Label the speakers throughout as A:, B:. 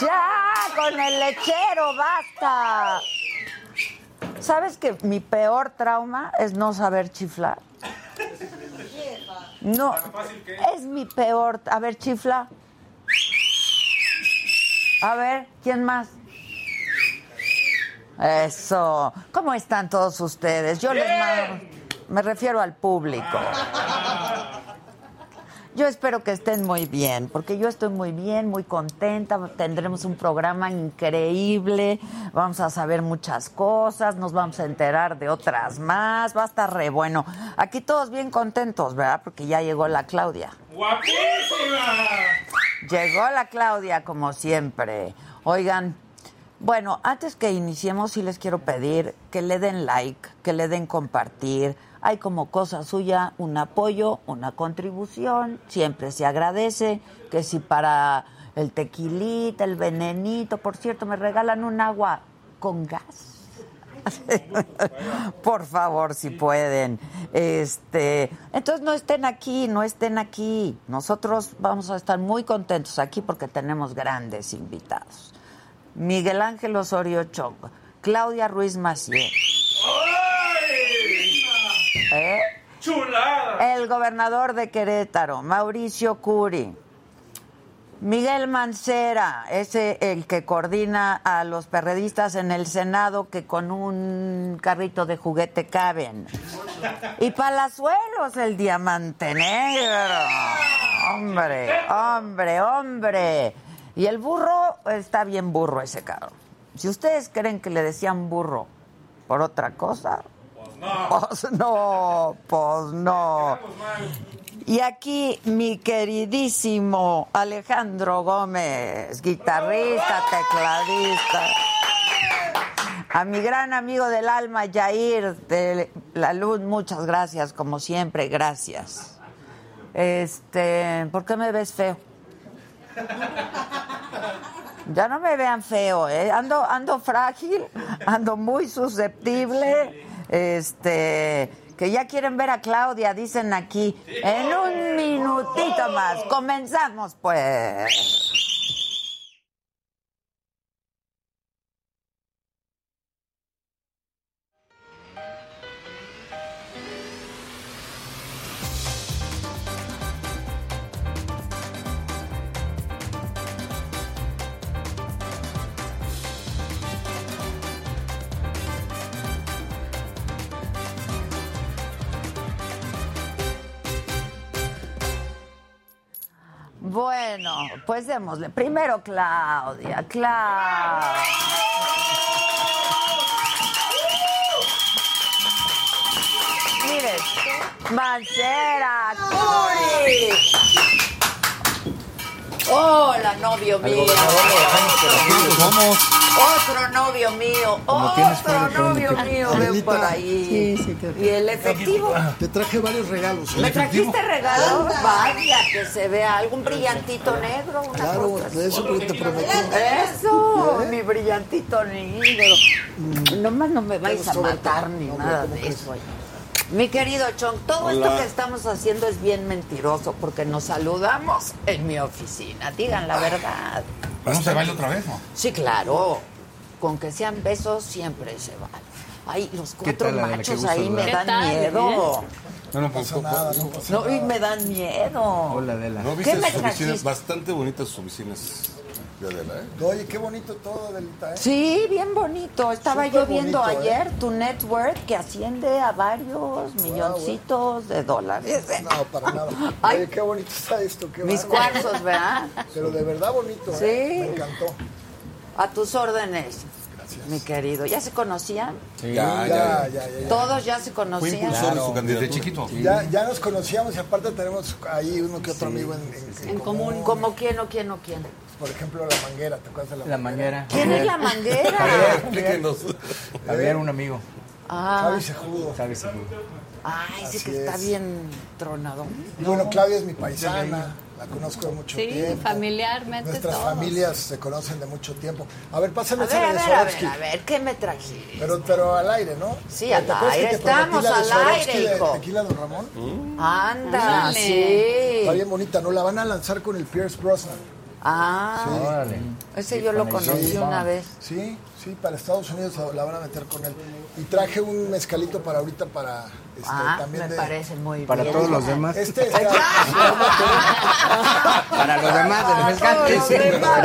A: Ya, con el lechero, basta. ¿Sabes que mi peor trauma es no saber chiflar? No, es mi peor. A ver, chifla. A ver, ¿quién más? Eso. ¿Cómo están todos ustedes? Yo les mando. Me refiero al público. Yo espero que estén muy bien, porque yo estoy muy bien, muy contenta. Tendremos un programa increíble. Vamos a saber muchas cosas, nos vamos a enterar de otras más. Va a estar re bueno. Aquí todos bien contentos, ¿verdad? Porque ya llegó la Claudia.
B: ¡Guapísima!
A: Llegó la Claudia, como siempre. Oigan, bueno, antes que iniciemos, sí les quiero pedir que le den like, que le den compartir. Hay como cosa suya un apoyo, una contribución. Siempre se agradece. Que si para el tequilita, el venenito, por cierto, me regalan un agua con gas. Por favor, si pueden. Este, entonces no estén aquí, no estén aquí. Nosotros vamos a estar muy contentos aquí porque tenemos grandes invitados. Miguel Ángel Osorio Chongo, Claudia Ruiz Macié,
B: ¡Ay!
A: ¿eh?
B: ¡Chulada!
A: el gobernador de Querétaro, Mauricio Curi, Miguel Mancera, ese el que coordina a los perredistas en el Senado que con un carrito de juguete caben. Y Palazuelos, el diamante negro. Hombre, hombre, hombre. Y el burro, está bien burro ese cabrón. Si ustedes creen que le decían burro por otra cosa, pues no, pues no. Y aquí mi queridísimo Alejandro Gómez, guitarrista, tecladista. A mi gran amigo del alma, Jair de la Luz, muchas gracias, como siempre, gracias. Este, ¿por qué me ves feo? Ya no me vean feo, ¿eh? Ando, ando frágil, ando muy susceptible. Este, que ya quieren ver a Claudia, dicen aquí. En un minutito más. Comenzamos, pues. Bueno, pues démosle. Primero Claudia, Claudia. Miren, Mancera, Curi. Hola, novio mío.
C: Vamos.
A: Otro novio mío. Otro novio mío. Veo por ahí.
D: Sí, sí, te-
A: Y el efectivo.
D: Te traje varios regalos. ¿eh?
A: ¿Me trajiste regalos? Vaya, que se vea algún brillantito negro, una
D: Claro,
A: cosa así.
D: de eso que te prometí.
A: Eso, mi brillantito negro.
C: Mm.
A: Nomás no me vais a
D: Vamos, sobre
A: matar
D: todo.
A: ni
D: No,
A: nada
D: ¿cómo
A: de
D: crees?
A: eso. Mi querido Chong, todo esto
E: Hola.
A: que estamos haciendo es bien mentiroso porque nos saludamos en mi oficina. Digan la verdad.
E: ¿Pero no se baila otra vez, no?
A: Sí, claro. Con que sean besos siempre se vale. Ay, los cuatro
C: tal, Adela? Qué
A: machos
C: gusto
A: ahí me
C: saludarte.
A: dan
F: ¿Qué tal?
A: miedo.
E: No, no, pues,
D: Nada, no pasa
A: No, y me dan miedo.
C: Hola, Adela.
E: ¿No
A: ¿Qué
E: viste
A: me
E: sus oficinas?
A: trajiste?
E: Bastante bonitas sus oficinas de Adela, ¿eh?
D: nada. Oye, qué bonito todo, Delita, ¿eh?
A: Sí, bien bonito. Estaba
D: Súper
A: yo viendo
D: bonito,
A: ayer tu network que asciende a varios milloncitos de dólares.
D: No, para nada.
A: Ay.
D: Oye, qué bonito está esto, qué
A: Mis
D: bárbaro.
A: cuarzos, ¿verdad?
D: Pero de verdad bonito,
A: Sí.
D: ¿eh? Me encantó.
A: A tus órdenes. Mi querido, ¿ya se conocían?
E: Ya,
D: Ya,
E: ya,
D: ya, ya. ya.
A: Todos ya se
E: Fue
A: conocían.
E: impulsor de su candidatura. Desde chiquito.
D: Ya, ya nos conocíamos y aparte tenemos ahí uno que otro amigo en, en- en
A: común. ¿Cómo quién o quién o quién?
D: Por ejemplo, la manguera, ¿te acuerdas de la,
C: La manguera.
A: ¿Quién es la
E: Ya,
A: manguera?
E: Explíquenos.
C: Javier, un amigo.
A: Ah,
D: Javi Sejudo.
C: Sabes, sí.
A: ay, sí que
D: Así
A: está
D: es.
A: bien tronado.
D: Y bueno, Claudia es mi paisana, la conozco de mucho
F: Sí,
D: tiempo.
F: familiarmente
D: Nuestras
F: todos.
D: familias se conocen de mucho tiempo. A ver,
A: A
D: pásame esa
A: ver, a
D: de
A: ver, a
D: Swarovski.
A: ver, a ver, ¿qué me trajiste?
D: Pero, pero al aire, ¿no?
A: Sí,
D: ¿Te
A: al
D: acuerdas
A: aire.
D: que te prometí
A: Estamos
D: la de
A: al
D: Swarovski
A: aire,
D: de
A: hijo.
D: Tequila Don Ramón.
A: Anda,
F: Ándale.
A: sí.
D: Está bien bonita, ¿no? La van a lanzar con el Pierce Brosnan.
A: Ah,
C: Órale.
A: ese yo lo conocí
D: Sí.
A: una vez.
D: Sí, sí, para Estados Unidos la van a meter con él. Y traje un mezcalito para ahorita para este,
A: Ah,
D: también
A: me
D: de-
A: parece muy
C: Para
A: bien. Ah,
C: todos los demás.
D: Este está- se llama
C: Para los demás, Ah, el
A: Para
C: mezcal.
A: todos los demás.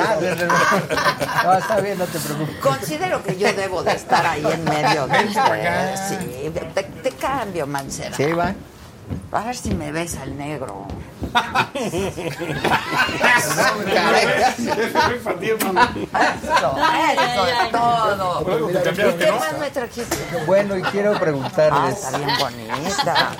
C: Gracias. No, está bien, no te preocupes.
A: Considero que yo debo de estar ahí en medio de ustedes. Sí, te, te cambio, Mancera.
C: Sí, va.
A: A ver si me ves al negro.
B: Estoy fatigado.
A: Eso, eso es todo.
B: Luego te
A: ¿Y
B: cambiaste,
A: qué
B: ¿no?
A: más me trajiste?
C: Bueno, y quiero
A: Ah,
C: preguntarles.
A: está bien bonita.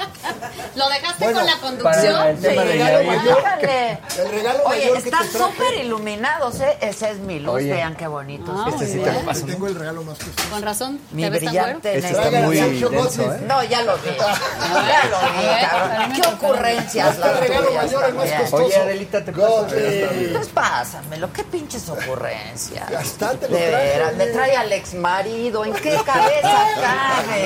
F: ¿Lo dejaste
C: Bueno,
F: con la
C: para el
F: conducción?
C: tema de
A: Sí,
C: Yair.
A: ándale.
D: el regalo
A: Oye,
D: mayor que
A: están
D: te traje.
A: súper iluminados, ¿eh? Esa es mi luz,
C: Oye.
A: vean qué bonito.
F: Ah,
A: está.
F: muy
C: sí
F: bien.
C: te lo paso.
D: Este Te tengo el regalo más que
F: Con razón,
A: mi
F: te ves tan güero.
A: brillante
C: Este
A: negro.
C: está muy
D: Sergio
C: denso,
D: Gossens.
C: ¿eh?
A: No, ya lo vi. Ya lo vi, cabrón. Qué ocurrencias
D: Este
A: las
D: regalo
A: tuyas
D: mayor es más
A: también.
D: costoso. este,
C: Oye, Adelita, te paso.
D: Gossens.
A: Pues pásamelo, qué pinches ocurrencias.
D: Bastante lo
A: De
D: trae,
A: veras,
D: oye.
A: le trae al ex marido, ¿en qué cabeza cabe?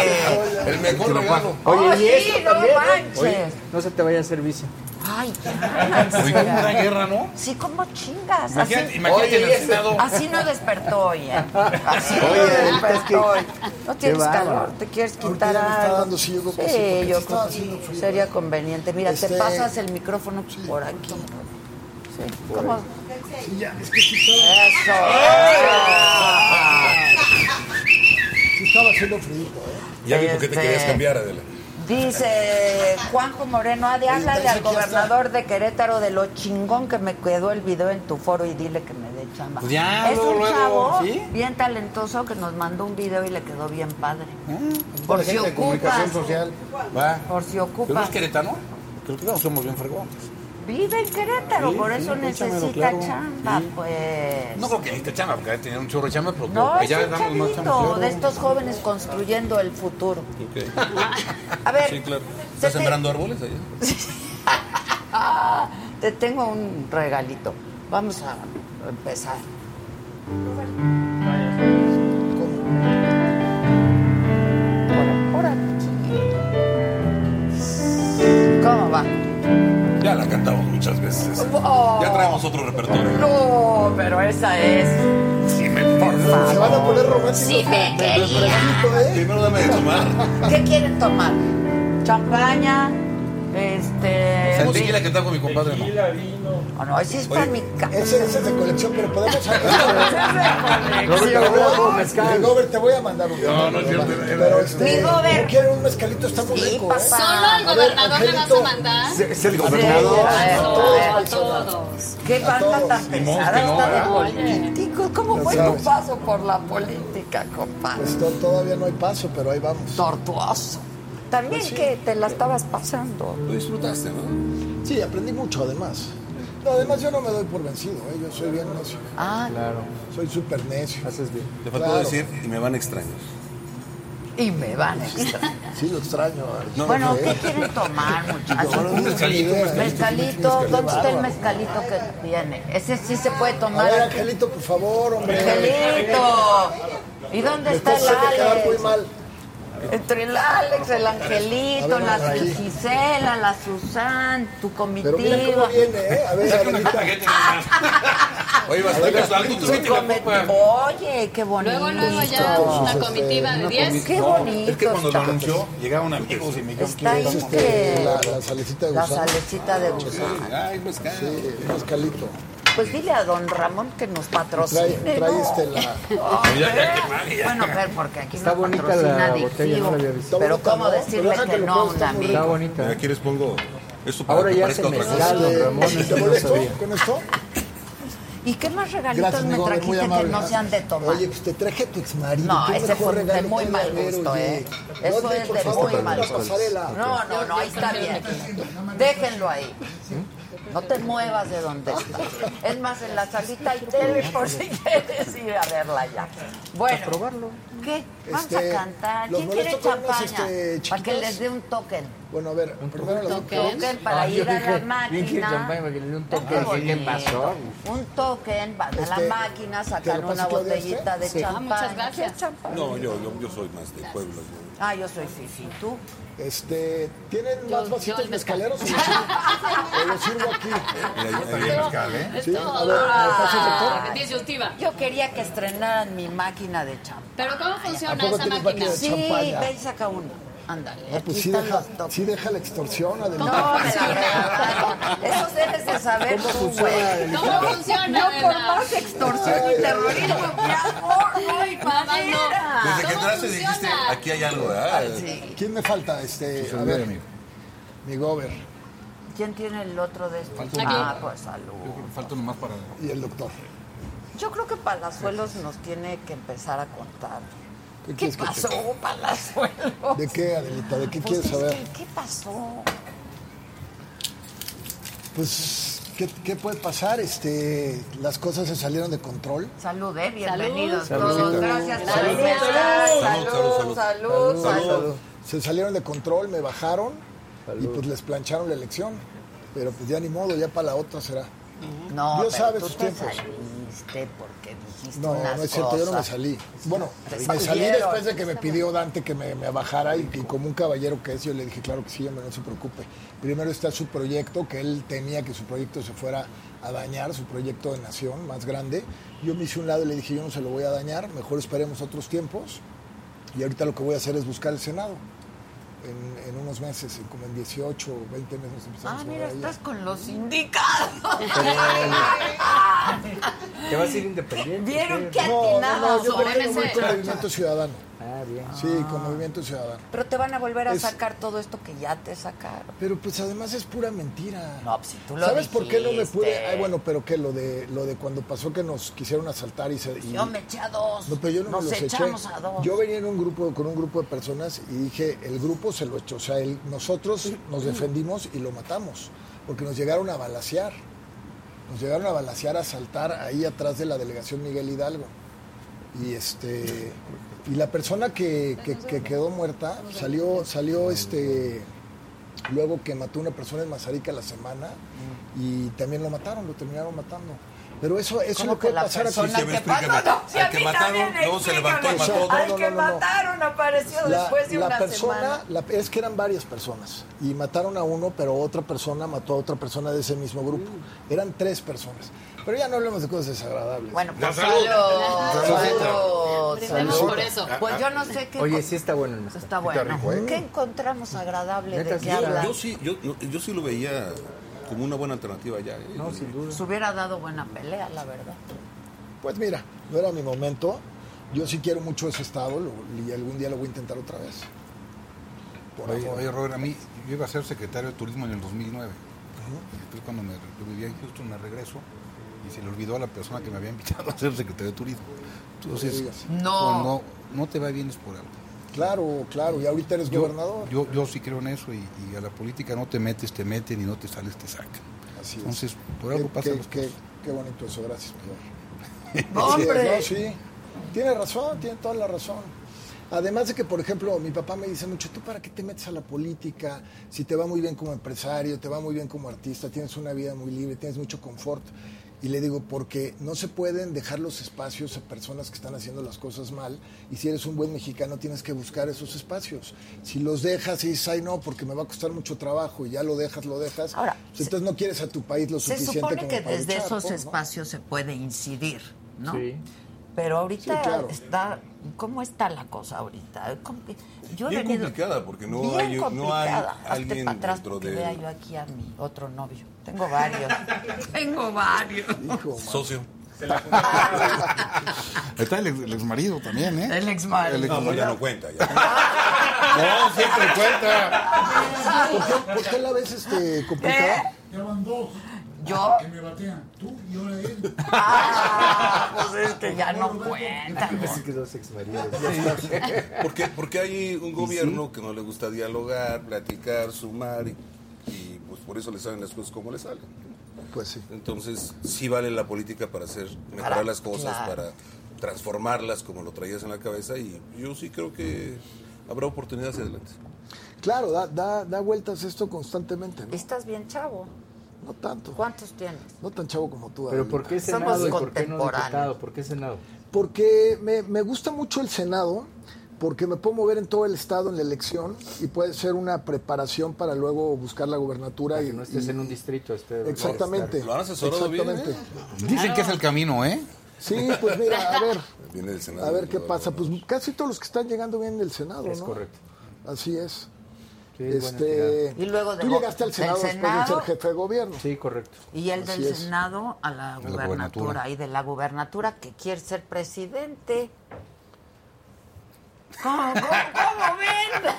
E: El mejor regalo.
C: Oye,
A: Oh,
C: y
A: sí,
C: esto
A: no
C: también, ¿eh?
A: manches.
C: Oye, no se te vaya a hacer vicio.
A: Ay, ya.
B: Oye, como una guerra, ¿no?
A: Sí, como chingas. Así,
B: Imagínate, imagínate en el Senado.
A: así no despertó hoy, ¿eh? Así no
C: Oye, es que-
A: despertó hoy. No tienes
C: Qué bárbaro.
A: calor, te quieres
D: Ahorita
A: quitar
D: ya me está
A: algo.
D: dando, sí, yo creo que sí, porque
A: yo creo
D: sí estaba
A: que
D: haciendo frío.
A: sería conveniente. Mira, te
D: Este-
A: pasas el micrófono por aquí. Sí, ¿cómo?
D: Sí, ya, es que sí estaba,
A: Eso.
D: sí estaba haciendo frío, ¿eh?
E: Ya vi por qué te
A: Este-
E: querías cambiar, Adela.
A: Dice Juanjo Moreno, Adi, háblale al
D: aquí está.
A: gobernador de Querétaro de lo chingón que me quedó el video en tu foro y dile que me dé chamba.
C: Pues ya,
A: es
C: luego,
A: un
C: luego,
A: chavo
C: ¿sí?
A: bien talentoso que nos mandó un video y le quedó bien padre.
C: ¿Eh?
A: Por
C: Por
A: si
C: gente de comunicación
A: ocupas,
C: social.
E: Va.
A: por si ocupas.
C: queretano? Creo que no somos bien fregones.
A: Vive en Querétaro,
C: Sí,
A: por
C: sí,
A: eso
C: un chamero,
A: necesita
C: claro.
A: chamba, pues.
E: No creo que necesite chamba, porque tenía un chorro de chamba, pero
A: No, es
E: allá
A: un
E: damos más
A: chavito
E: chamba.
A: de estos jóvenes construyendo el futuro.
E: Ok.
A: A ver,
E: Sí, claro.
A: se
E: ¿Estás
A: te-
E: sembrando árboles allá?
A: Ah, te tengo un regalito. Vamos a empezar. Por- por aquí. ¿Cómo va?
E: Ya la cantamos muchas veces.
A: Oh.
E: Ya traemos otro repertorio.
A: No, pero esa es.
E: Sí, me entiendes.
D: Se van a poner románticos.
F: Sí, me quería.
D: ¿eh?
E: Primero dame de tomar.
A: ¿Qué quieren tomar? Champaña, este.
E: El tequila que está con mi compadre, no.
B: Tequila, vino.
A: Oh, no, ese es para mi casa.
D: Ese, ese es de colección, pero podemos sacar.
C: Ahorita hablamos, mezcal.
D: Robert, te voy a mandar un.
B: No, no es cierto, era-
D: Pero este,
A: Mi Gobert.
D: ¿no quieren un mezcalito, está muy
A: Sí,
D: rico,
A: papá.
D: ¿eh?
F: Solo al
D: A ver,
F: gobernador le vas a
D: Angelito.
F: mandar.
C: Es el
A: Sí,
C: gobernador.
A: a ver, a
F: Todos,
A: ver.
F: a todos.
A: Qué banda
D: todos.
A: tan
E: Ni modo
A: pesada
E: que no,
A: está de
F: ¿verdad?
A: políticos. ¿Cómo
D: Ya
A: fue tu
D: sabes.
A: paso por la política, compadre?
D: Pues to- todavía no hay paso, pero ahí vamos.
A: Tortuoso. Pues También que te la estabas pasando.
E: Lo disfrutaste, ¿no?
D: Sí, aprendí mucho además. No, además yo no me doy por vencido, ¿eh? yo soy bien necio,
A: Ah,
C: Claro,
D: soy súper necio.
C: haces bien.
E: Te faltó
D: Claro.
E: decir, y me van extraños.
A: y me van a extrañar.
D: Sí, lo extraño.
E: No,
A: Bueno,
E: no,
A: ¿qué quieren tomar,
E: Un
A: muchachos?
E: mezcalito, un mezcalito.
A: Mezcalito, ¿dónde está el mezcalito que tiene? Ese sí se puede
D: A
A: tomar.
D: ver,
A: aquí.
D: Angelito, por favor, hombre.
A: Angelito. ¿Y dónde está
D: Después
A: el
D: se te queda muy
A: Alex?
D: mal.
A: Entre el Alex, el Angelito,
D: A ver,
A: la
D: aquí.
A: Gisela, la Susan, tu
D: Pero mira cómo
A: comitiva.
D: viene, ¿eh? A ver, Angelita.
B: Paquete nomás.
E: Oye, bastante algo, tú
A: Tu
E: viste la
A: comi-
E: copa.
A: Oye, qué bonito.
F: Luego, luego ya una comitiva de 10.
A: Qué
E: No,
A: bonito.
E: Es que cuando lo
A: está.
E: anunció, llegaron amigos y me dijeron,
A: Está
D: Es este, la, la salecita de
A: La
D: gusano.
A: salecita de gusano.
E: ay, mezcal.
D: Sí, el mezcalito.
A: Pues dile a don Ramón que nos patrocine.
D: Trae, trae
A: ¿no?
D: este la...
A: Hombre.
E: Ya, ya, qué mal, ya.
A: Bueno, pero porque aquí
C: Está
A: nos
C: bonita
A: patrocina
C: la
A: adictivo.
C: botella, no la había visto.
A: Pero
D: Está bonita,
A: cómo
D: ¿no?
A: decirle
D: Pero deja
A: que
D: que lo
A: no a un
D: ponga, está muy
A: amigo.
E: Mira,
C: bonita.
E: aquí les pongo esto para
C: Ahora
E: que
C: ya se
E: parezca otra cosa.
C: mezcla, don Ramón,
D: ¿Te
C: eso no
D: molestó
C: sabía.
D: este, con esto?
A: ¿Y qué más regalitos
D: Gracias,
A: me
D: amigo, eres muy
A: trajiste que
D: amable.
A: no sean de tomar?
D: Oye, pues te traje a tu exmarido.
A: No,
D: qué
A: ese
D: mejor
A: fue de muy
D: regalo puede
A: mal
D: haber,
A: gusto,
D: oye.
A: ¿eh? Eso
D: Dale,
A: es
D: por
A: de
D: favor,
A: muy
D: una
A: mal gusto.
D: pasarela.
A: No, no, no, ahí está bien. Déjenlo ahí. No te muevas de donde estás. Es más, en la salita hay tele por si quieres ir a verla ya. Bueno. probarlo. ¿Qué? Vamos
D: Este,
A: a cantar.
D: los
A: ¿Quién quiere
D: molesto con unas,
A: champaña?
D: este,
A: Para que
D: chiquitas.
A: les dé un token.
D: Bueno, a ver, primero los
F: toque.
A: Token para
G: Ah, yo
A: ir a la
G: dije, bien que
A: máquina.
G: champán, imagínate, un
A: Qué
G: toque, así, ¿qué
A: bonito.
G: pasó?
A: Un token, van a la
D: Este,
A: máquina,
D: ¿te
A: sacan
D: lo
A: una
D: paso, Claudia, este?
A: botellita de
G: Sí.
A: champán.
F: Ah, muchas gracias.
A: champán?
E: No, yo, yo, yo soy más de pueblo. yo.
A: Ah, yo soy Fifi, ¿tú?
D: Este, ¿tienen
F: Yo-
D: más
F: yo
D: vasitos
F: el mezcal.
D: mezcaleros? o los sirvo- o los sirvo aquí?
E: Mira, yo también mezcal, ¿eh?
F: Es
D: Sí, a
F: todo Ah,
D: ver, ¿me
A: doctor?
F: disyuntiva.
A: Yo quería que estrenaran mi máquina de champán.
F: Pero ¿cómo funciona
D: poco
F: esa
D: tienes
F: máquina?
D: máquina?
A: Sí,
D: Champaña.
A: ve y saca uno. Ándale,
D: Ah,
A: aquí
D: pues sí
A: están
D: deja,
A: los toques.
D: sí deja la extorsión, además.
A: No, me la regalaron. Eso debes de saber tú, güey.
F: ¿Cómo funciona?
A: No por
F: verdad?
A: más extorsión y terrorismo, mi amor, no hay
F: Mamá, no.
A: manera.
E: Desde que
F: ¿Cómo
E: entraste dijiste,
F: funciona?
E: aquí hay algo, ¿verdad?
D: ¿Quién me falta? Este, a ver, mi gober
A: ¿Quién tiene el otro de estos?
F: uno.
A: Ah, pues salud.
C: Falta nomás para.
D: y el doctor.
A: Yo creo que Palazuelos nos tiene que empezar a contar.
D: ¿Qué
A: ¿Qué
D: quieres que te-
A: pasó, Palazuelos?
D: ¿De qué, Adelita? ¿De qué
A: Pues
D: quieres
A: es
D: saber?
A: que, ¿Qué pasó?
D: Pues, ¿qué, qué puede pasar? Este, las cosas se salieron de control.
A: Salud, eh, bienvenidos
F: Salud.
A: todos.
F: Salud.
A: Gracias por
F: Salud.
A: estar.
E: Salud,
A: Salud, salud,
E: salud,
A: salud.
D: Se salieron de control, me bajaron y pues les plancharon la elección. Pero pues ya ni modo, ya para la otra será.
A: No,
D: Dios
A: pero
D: sabe
A: tú
D: sus
A: te
D: tiempos.
A: saliste porque dijiste
D: No,
A: unas
D: no es cierto, yo no me
A: cosas.
D: salí. Bueno,
A: Te
D: me salí
A: excluyeron.
D: después de que me pidió Dante que me, me bajara y, y como un caballero que es, yo le dije, claro que sí, hombre, no se preocupe. Primero está su proyecto, que él temía que su proyecto se fuera a dañar, su proyecto de nación más grande. Yo me hice un lado y le dije, yo no se lo voy a dañar, mejor esperemos otros tiempos. Y ahorita lo que voy a hacer es buscar el Senado. En, en unos meses, en como en 18 o 20 meses empezamos
A: Ah, mira,
D: a ver
A: estás con los sindicados.
G: Te vas a ir independiente.
A: ¿Vieron
G: ¿qué?
A: qué
D: No, no,
A: atinados
D: no, yo
A: son?
D: creo que voy con
F: Órale,
D: Movimiento Ciudadano.
G: Ah, bien.
D: Sí, con Movimiento Ciudadano.
A: Pero te van a volver a
D: Es-
A: sacar todo esto que ya te sacaron.
D: Pero pues además es pura mentira.
A: No, pues, si tú lo
D: ¿Sabes por qué no me
A: dijiste.
D: pude? Ay, bueno, pero que lo de lo de cuando pasó que nos quisieron asaltar y se y-
A: Yo me eché a dos.
D: pues, No, pero yo no me
A: Nos
D: los eché.
A: echamos a dos.
D: Yo venía en un grupo con un grupo de personas y dije, el grupo se lo echó, o sea, el- nosotros nos defendimos y lo matamos, porque nos llegaron a balasear. Nos llegaron a balasear, a saltar ahí atrás de la delegación Miguel Hidalgo. Y este y la persona que, que- que quedó muerta salió salió este luego que mató una persona en Mazarica la semana y también lo mataron, lo terminaron matando. Pero eso eso
A: ¿Cómo
D: no
A: que
D: puede
A: la
D: pasar a
A: persona
E: Sí, sí, a ver,
A: que mató?
E: explícame.
A: No, si a
E: Al que
A: mí
E: mataron,
A: también
E: luego se levantó y
A: explícame.
E: mató a otro.
A: Al
D: No,
A: que
D: no, no, no.
A: mataron apareció
D: La-
A: después de
D: la
A: una
D: persona,
A: semana.
D: la- es que eran varias personas y mataron a uno, pero otra persona mató a otra persona de ese mismo grupo.
A: Mm.
D: Eran tres personas. Pero ya no hablemos de cosas desagradables.
A: Bueno,
E: La
A: pues
E: salud.
A: salud,
E: Saludcita.
A: salud,
F: Brindemos
A: salud.
F: por eso.
A: Pues yo no sé qué.
G: Oye, sí está bueno el mezcal.
A: Está bueno. ¿Qué encontramos agradable de
G: Neta,
A: que
G: yo-
A: hablan?
E: Yo sí, yo, yo- yo sí lo veía como una buena alternativa ya. ¿eh?
G: No, sin duda.
A: Se hubiera dado buena pelea, la verdad.
D: pues mira, no era mi momento. Yo sí quiero mucho ese estado lo- y algún día lo voy a intentar otra vez. Por
H: Oye,
D: amor.
H: oye, Robert, a mí, yo iba a ser secretario de turismo en el 2009. Entonces, cuando me, yo vivía en Houston, me regreso y se le olvidó a la persona que me había invitado a ser secretario de turismo. Entonces,
D: digas.
A: No.
H: cuando no te va bien es por algo.
D: Claro, claro. Y ahorita eres gobernador.
H: Yo, yo sí creo en eso y, y a la política no te metes, te meten y no te sales, te sacan.
D: Así es.
H: Entonces, por
D: Qué-
H: algo pasan
D: qué-
H: las
D: qué-
H: cosas.
D: qué bonito eso, gracias. Pilar. Así es,
A: ¡Hombre!
D: ¿no? Sí. Tiene razón, tiene toda la razón. Además de que, por ejemplo, mi papá me dice mucho, ¿tú para qué te metes a la política? Si te va muy bien como empresario, te va muy bien como artista, tienes una vida muy libre, tienes mucho confort. Y le digo, porque no se pueden dejar los espacios a personas que están haciendo las cosas mal. Y si eres un buen mexicano, tienes que buscar esos espacios. Si los dejas y dices, ay, no, porque me va a costar mucho trabajo, y ya lo dejas, lo dejas,
A: Ahora,
D: pues
A: se-
D: entonces no quieres a tu país lo
A: Se
D: suficiente
A: supone
D: como
A: que
D: para
A: desde
D: luchar
A: esos
D: por, ¿no?
A: espacios se puede incidir, ¿no?
G: Sí.
A: Pero ahorita
D: Sí, claro.
A: está. ¿Cómo está la cosa ahorita? Com- Yo he
E: Bien
A: venido-
E: complicada, porque no
A: Bien
E: hay- no hay
A: complicada. Hazte
E: alguien
A: pa' atrás
E: dentro
A: porque
E: de-
A: vea yo aquí a mi otro novio. Tengo varios. Tengo varios.
E: Socio.
H: Ahí está el, ex- el exmarido también, ¿eh?
A: El exmarido.
H: El
E: No, pues ya no cuenta. ya.
H: No, siempre cuenta.
D: ¿Por qué, por qué la ves este,
A: Eh,
D: complicada?
I: Ya van dos
A: Yo.
I: que me batean. Tú y ahora él.
A: Ah, pues es que ya no cuentan.
G: Así que dos exmaridos.
E: Porque, porque hay un gobierno que no le gusta dialogar, platicar, sumar y, y, pues por eso le salen las cosas como le salen.
D: Pues sí.
E: Entonces, sí vale la política para hacer, mejorar
A: Para-
E: las cosas,
A: claro.
E: para transformarlas como lo traías en la cabeza y yo sí creo que habrá oportunidades adelante.
D: Claro, da, da, da vueltas esto constantemente. ¿no?
A: Estás bien chavo.
D: No tanto.
A: ¿Cuántos tienes?
D: No tan chavo como tú.
G: Pero
D: Adalito.
G: ¿por qué
A: Somos
G: Senado y por qué no
A: contemporáneos.
G: diputado? ¿Por qué Senado?
D: Porque me, me gusta mucho el Senado, porque me puedo mover en todo el Estado en la elección y puede ser una preparación para luego buscar la gobernatura.
G: Para
D: y,
G: que no estés
D: y-
G: en un distrito. este estés-
D: Exactamente.
E: Lo han asesorado bien, ¿eh?
D: exactamente.
H: Dicen que es el camino, ¿eh?
D: Sí, pues mira, a ver,
E: Viene del Senado.
D: a ver qué pasa. Pues
E: Pues,
D: casi todos los que están llegando vienen del Senado,
G: Es
D: ¿no?
G: correcto.
D: Así es.
G: Sí, es buena tirada.
D: este,
A: Y luego de
D: tú
A: go-
D: llegaste al
A: del
D: Senado, después de
A: Senado.
D: ser jefe de gobierno.
G: Sí, correcto.
A: Y el
D: Así
A: del
D: es.
A: Senado a la
H: gubernatura.
A: gubernatura. Y de la gubernatura que quiere ser presidente. ¿Cómo, cómo, cómo ven?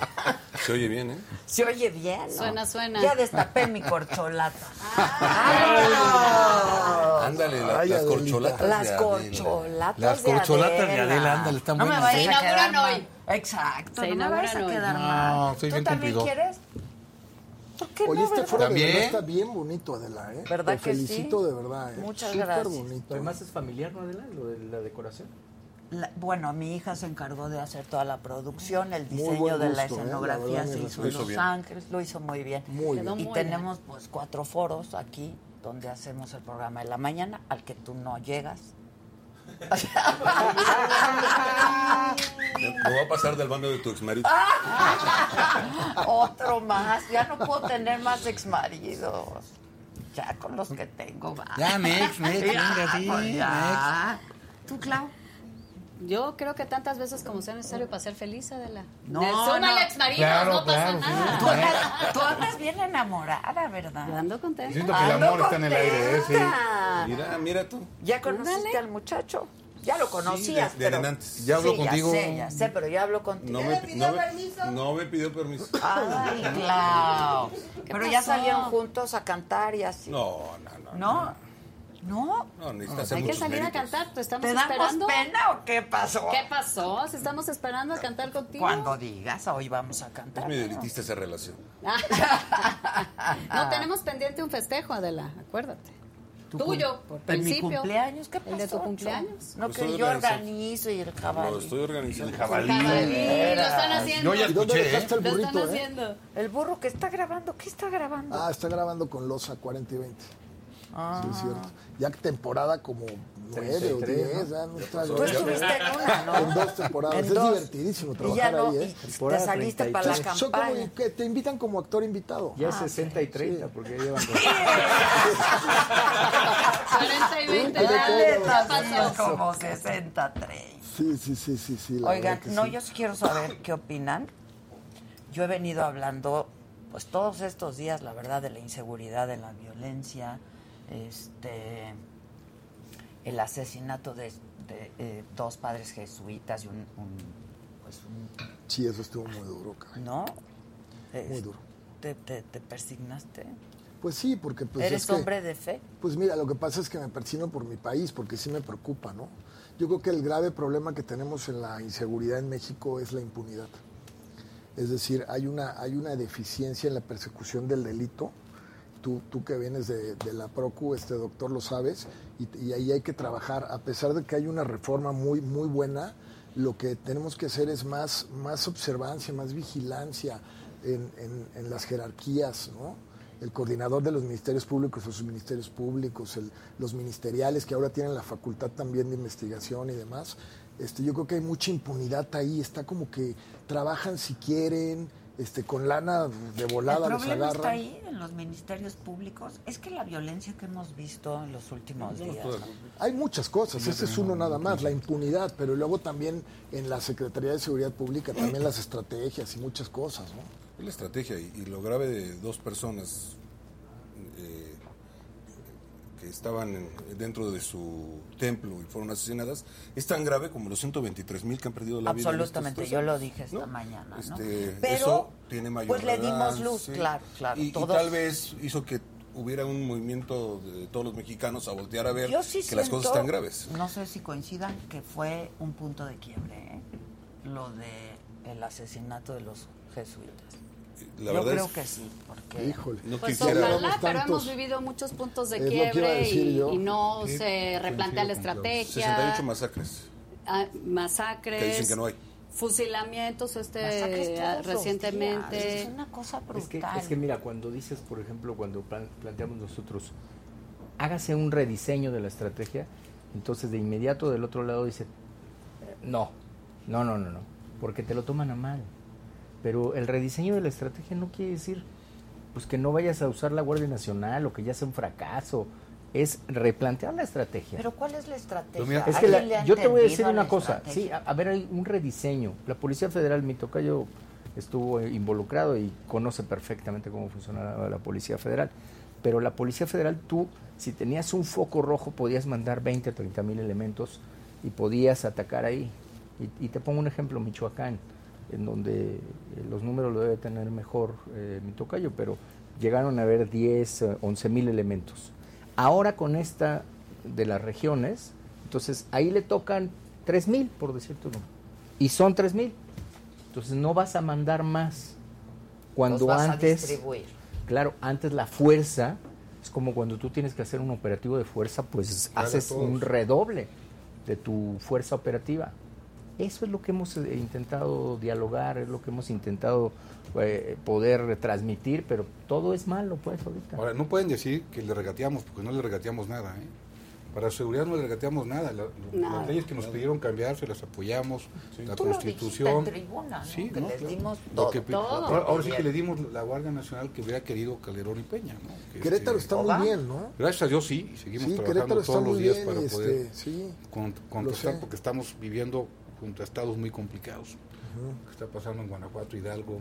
E: Se oye bien, ¿eh?
A: ¿Se oye bien? no?
F: Suena, suena.
A: Ya destapé mi corcholata.
E: Ah, Ándale, la-
D: Ay,
E: las
D: Adelita.
E: corcholatas.
A: Las
E: de Adela.
A: corcholatas
H: Las corcholatas de Adela, ándale, están
A: me
H: buenas.
A: vayas
F: Se
A: a quedar
F: inauguran
A: mal.
F: hoy.
A: Exacto,
F: Se
A: no me vayas a
F: inauguran hoy.
A: quedar
H: No,
A: mal.
H: soy
A: ¿Tú
H: bien
A: también
H: cumplidor.
A: quieres? ¿Por qué
D: Oye,
A: no,
D: este
A: verdad?
D: foro de verdad
H: ¿También?
D: está bien bonito, Adela, ¿eh?
A: ¿Verdad
D: Te
A: que sí?
D: felicito de verdad, ¿eh?
A: Muchas
D: Súper
A: gracias.
D: bonito. ¿eh?
G: Además es familiar, ¿no, Adela? Lo de la decoración.
A: La- bueno, mi hija se encargó de hacer toda la producción, el
D: Muy
A: diseño
D: buen
A: de la
D: gusto, ¿eh? La
A: escenografía
D: verdad,
A: se
D: mira,
A: hizo
E: lo
A: en
E: hizo
A: Los
E: bien.
A: Ángeles, lo hizo muy bien.
D: Muy
F: Quedó
A: y
F: muy
A: tenemos pues cuatro foros aquí donde hacemos el programa de la mañana al que tú no llegas.
E: Me va a pasar del baño de tu exmarido.
A: Ah. Otro más, ya no puedo tener más exmaridos. Ya con los que tengo, va.
H: Ya, next, next, venga, sí,
A: pues ya. ¿Tú, Clau?
F: Yo creo que tantas veces como sea necesario para ser feliz, Adela.
A: No,
F: De- Son
A: no.
F: al exmarido,
H: Claro,
F: no pasa
H: claro, ¿eh?
F: nada.
A: Tú andas, tú andas bien enamorada, ¿verdad?
F: Yo ando contenta.
H: Siento que el
A: Ando
H: amor está en el aire, ¿eh? Sí.
A: contenta.
E: Mira, mira tú.
A: ¿Ya conociste al muchacho? Ya lo conocías,
E: de- de
A: pero...
E: antes.
H: Ya hablo
A: Sí,
H: contigo.
A: Ya sé, ya sé, pero ya hablo contigo.
E: No me, no, me, no me pidió permiso.
A: Ay, claro. Pero ya
F: pasó?
A: salieron juntos a cantar y así.
E: No, no, no.
A: ¿No? ¿No?
E: No, necesitas hacer
F: Hay que
E: muchos
F: salir a
E: méritos.
F: cantar, te estamos
A: ¿Te damos
F: esperando.
A: pena o qué pasó?
F: ¿Qué pasó? Si estamos esperando a cantar contigo.
A: Cuando digas, hoy vamos a
E: Es
A: cantar.
E: medio
A: ¿no?
E: elitista esa relación.
F: no tenemos pendiente un festejo, Adela, acuérdate.
A: Tu
F: Tuyo,
A: cum-
F: por
A: ¿En mi
F: principio.
A: cumpleaños? ¿Qué pasó?
F: ¿El de tu
A: Cho?
F: cumpleaños?
A: No,
E: Lo
A: que
E: estoy
A: yo
E: organizando.
A: organizo y el
E: Lo
A: jabalí.
E: estoy organizando.
F: Jabalí, lo están haciendo.
H: Yo ya
D: ¿Y dónde
H: escuché, ¿eh?
D: dejaste el
F: Lo están
D: burrito, eh?
F: haciendo.
A: El burro que está grabando, ¿qué está grabando?
D: Ah, está grabando con Loza 40 y 20. Sí,
A: Ah.
D: es cierto. Ya temporada como 9 o 10, ya no está
A: Tú estuviste en una, ¿no?
D: En dos temporadas.
A: En
D: es
A: dos.
D: divertidísimo
A: Y ya
D: trabajar
A: no, y
D: ahí, ¿eh?
A: te saliste para la
D: Son como
A: campaña.
D: que te invitan como actor invitado.
G: Ya es 60 y 30, porque ya llevan dos.
F: 40 y 20.
A: La Ah, neta,
F: Ya
A: sí, es
F: pasó.
A: como 60, 30.
D: Sí, sí, sí, sí, sí. la
A: Oigan,
D: verdad que
A: no,
D: sí.
A: yo sí quiero saber qué opinan. Yo he venido hablando, pues todos estos días, la verdad, de la inseguridad, de la violencia, este, el asesinato de, de, eh, dos padres jesuitas y un, un, pues un,
D: Sí, eso estuvo muy duro, caray.
A: ¿no? Este,
D: Muy duro.
A: ¿Te, te, te persignaste?
D: Pues sí, porque pues
A: ¿Eres
D: es que-
A: hombre de fe?
D: Pues mira, lo que pasa es que me persino por mi país, porque sí me preocupa, ¿no? Yo creo que el grave problema que tenemos en la inseguridad en México es la impunidad. Es decir, hay una, hay una deficiencia en la persecución del delito. Tú, tú que vienes de, de la PROCU, este doctor, lo sabes, y, y ahí hay que trabajar. A pesar de que hay una reforma muy, muy buena, lo que tenemos que hacer es más, más observancia, más vigilancia en, en- en las jerarquías, ¿no? el coordinador de los ministerios públicos o sus ministerios públicos, el- los ministeriales que ahora tienen la facultad también de investigación y demás. Este, yo creo que hay mucha impunidad ahí, está como que trabajan si quieren, este, con lana de volada
A: el
D: los
A: problema
D: agarran.
A: está ahí, en los ministerios públicos. Es que la violencia que hemos visto en los últimos días. ¿no?
D: Hay muchas cosas, ese es uno nada más, la impunidad, pero luego también en la Secretaría de Seguridad Pública también las estrategias y muchas cosas, ¿no?
E: Es la estrategia y, y lo grave de dos personas eh, que estaban en- dentro de su templo y fueron asesinadas es tan grave como los 123 mil que han perdido la
A: Absolutamente,
E: vida.
A: yo
E: en
A: lo
E: estos tres años,
A: dije esta
E: ¿no?
A: mañana, ¿no?
E: Este,
A: Pero,
E: eso tiene mayor
A: pues le dimos
E: edad,
A: luz,
E: sí.
A: claro, claro.
E: Y, y
A: todos-
E: tal vez hizo que hubiera un movimiento de todos los mexicanos a voltear a ver
A: Yo sí
E: que las
A: siento,
E: cosas están graves.
A: No sé si coincidan que fue un punto de quiebre, ¿eh? lo de el asesinato de los jesuitas.
E: La
A: yo
E: verdad
A: creo
E: es
A: que sí, porque
D: Híjole.
E: no
F: Pues
E: quisiera
F: ojalá, pero hemos
D: tantos.
F: vivido muchos puntos de
D: Es lo que iba a
F: quiebre
D: decir
F: y,
D: yo.
F: y no se replantea la
H: coincido con Clau.
F: estrategia.
E: 68 masacres
F: ah,
E: que dicen
F: masacres.
E: que no hay.
F: fusilamientos
A: Masacres
F: este
A: todos
F: ah,
A: los días.
F: recientemente.
A: Es una cosa
G: Es que,
A: brutal.
G: es que mira, cuando dices, por ejemplo, cuando plan- planteamos nosotros, hágase un rediseño de la estrategia, entonces de inmediato del otro lado dice, no, no, no, no, no, porque te lo toman a mal. Pero el rediseño de la estrategia no quiere decir pues que no vayas a usar la Guardia Nacional o que ya sea un fracaso, es replantear la estrategia.
A: Pero ¿cuál es la estrategia?
H: Pero mira,
G: Es que
A: ¿Alguien
G: la-
A: le ha
G: yo te voy a
A: entendido
G: decir
A: la
G: una cosa. Sí,
A: estrategia?
G: a, a ver, hay un rediseño. La Policía Federal, mi tocayo estuvo eh, involucrado y conoce perfectamente cómo funciona la, la Policía Federal. Pero la Policía Federal, tú, si tenías un foco rojo, podías mandar 20 o 30 mil elementos y podías atacar ahí. Y, y te pongo un ejemplo, Michoacán, en donde eh, los números lo debe tener mejor eh, mi tocayo, pero llegaron a haber 10, eh, 11 mil elementos. Ahora con esta de las regiones, entonces ahí le tocan 3.000, por decirte uno. Y son 3.000. Entonces no vas a mandar más. Cuando
A: Los vas a
G: antes,
A: distribuir.
G: claro, antes la fuerza es como cuando tú tienes que hacer un operativo de fuerza, pues
E: Claro,
G: haces
E: todos.
G: un redoble de tu fuerza operativa. Eso es lo que hemos eh, intentado dialogar, es lo que hemos intentado eh, poder transmitir, pero todo es malo, pues, ahorita.
H: Ahora, no pueden decir que le regateamos, porque no le regateamos nada. ¿eh? Para seguridad no le regateamos nada. La-
F: Nada.
H: Las leyes que nos pidieron cambiar, se las apoyamos. La
A: Tú lo dijiste
H: constitución.
A: en tribuna, ¿no?
H: Sí,
A: que
H: ¿no?
A: les
H: Claro.
A: dimos
H: Lo
A: todo.
H: que pi-
F: todo.
H: Ahora, ahora sí que le dimos la Guardia Nacional que hubiera querido Calderón y Peña. ¿no? Que,
D: Querétaro
H: este,
D: está muy
A: ¿Oba?
D: bien, ¿no?
H: Gracias a Dios sí, y seguimos
D: Sí,
H: trabajando
D: Querétaro está
H: todos los
D: muy
H: días
D: bien.
H: para
D: y
H: poder
D: este, sí.
H: con-
D: sé.
H: contrastar, porque estamos viviendo junto a estados muy complicados. Lo que está pasando en Guanajuato, Hidalgo,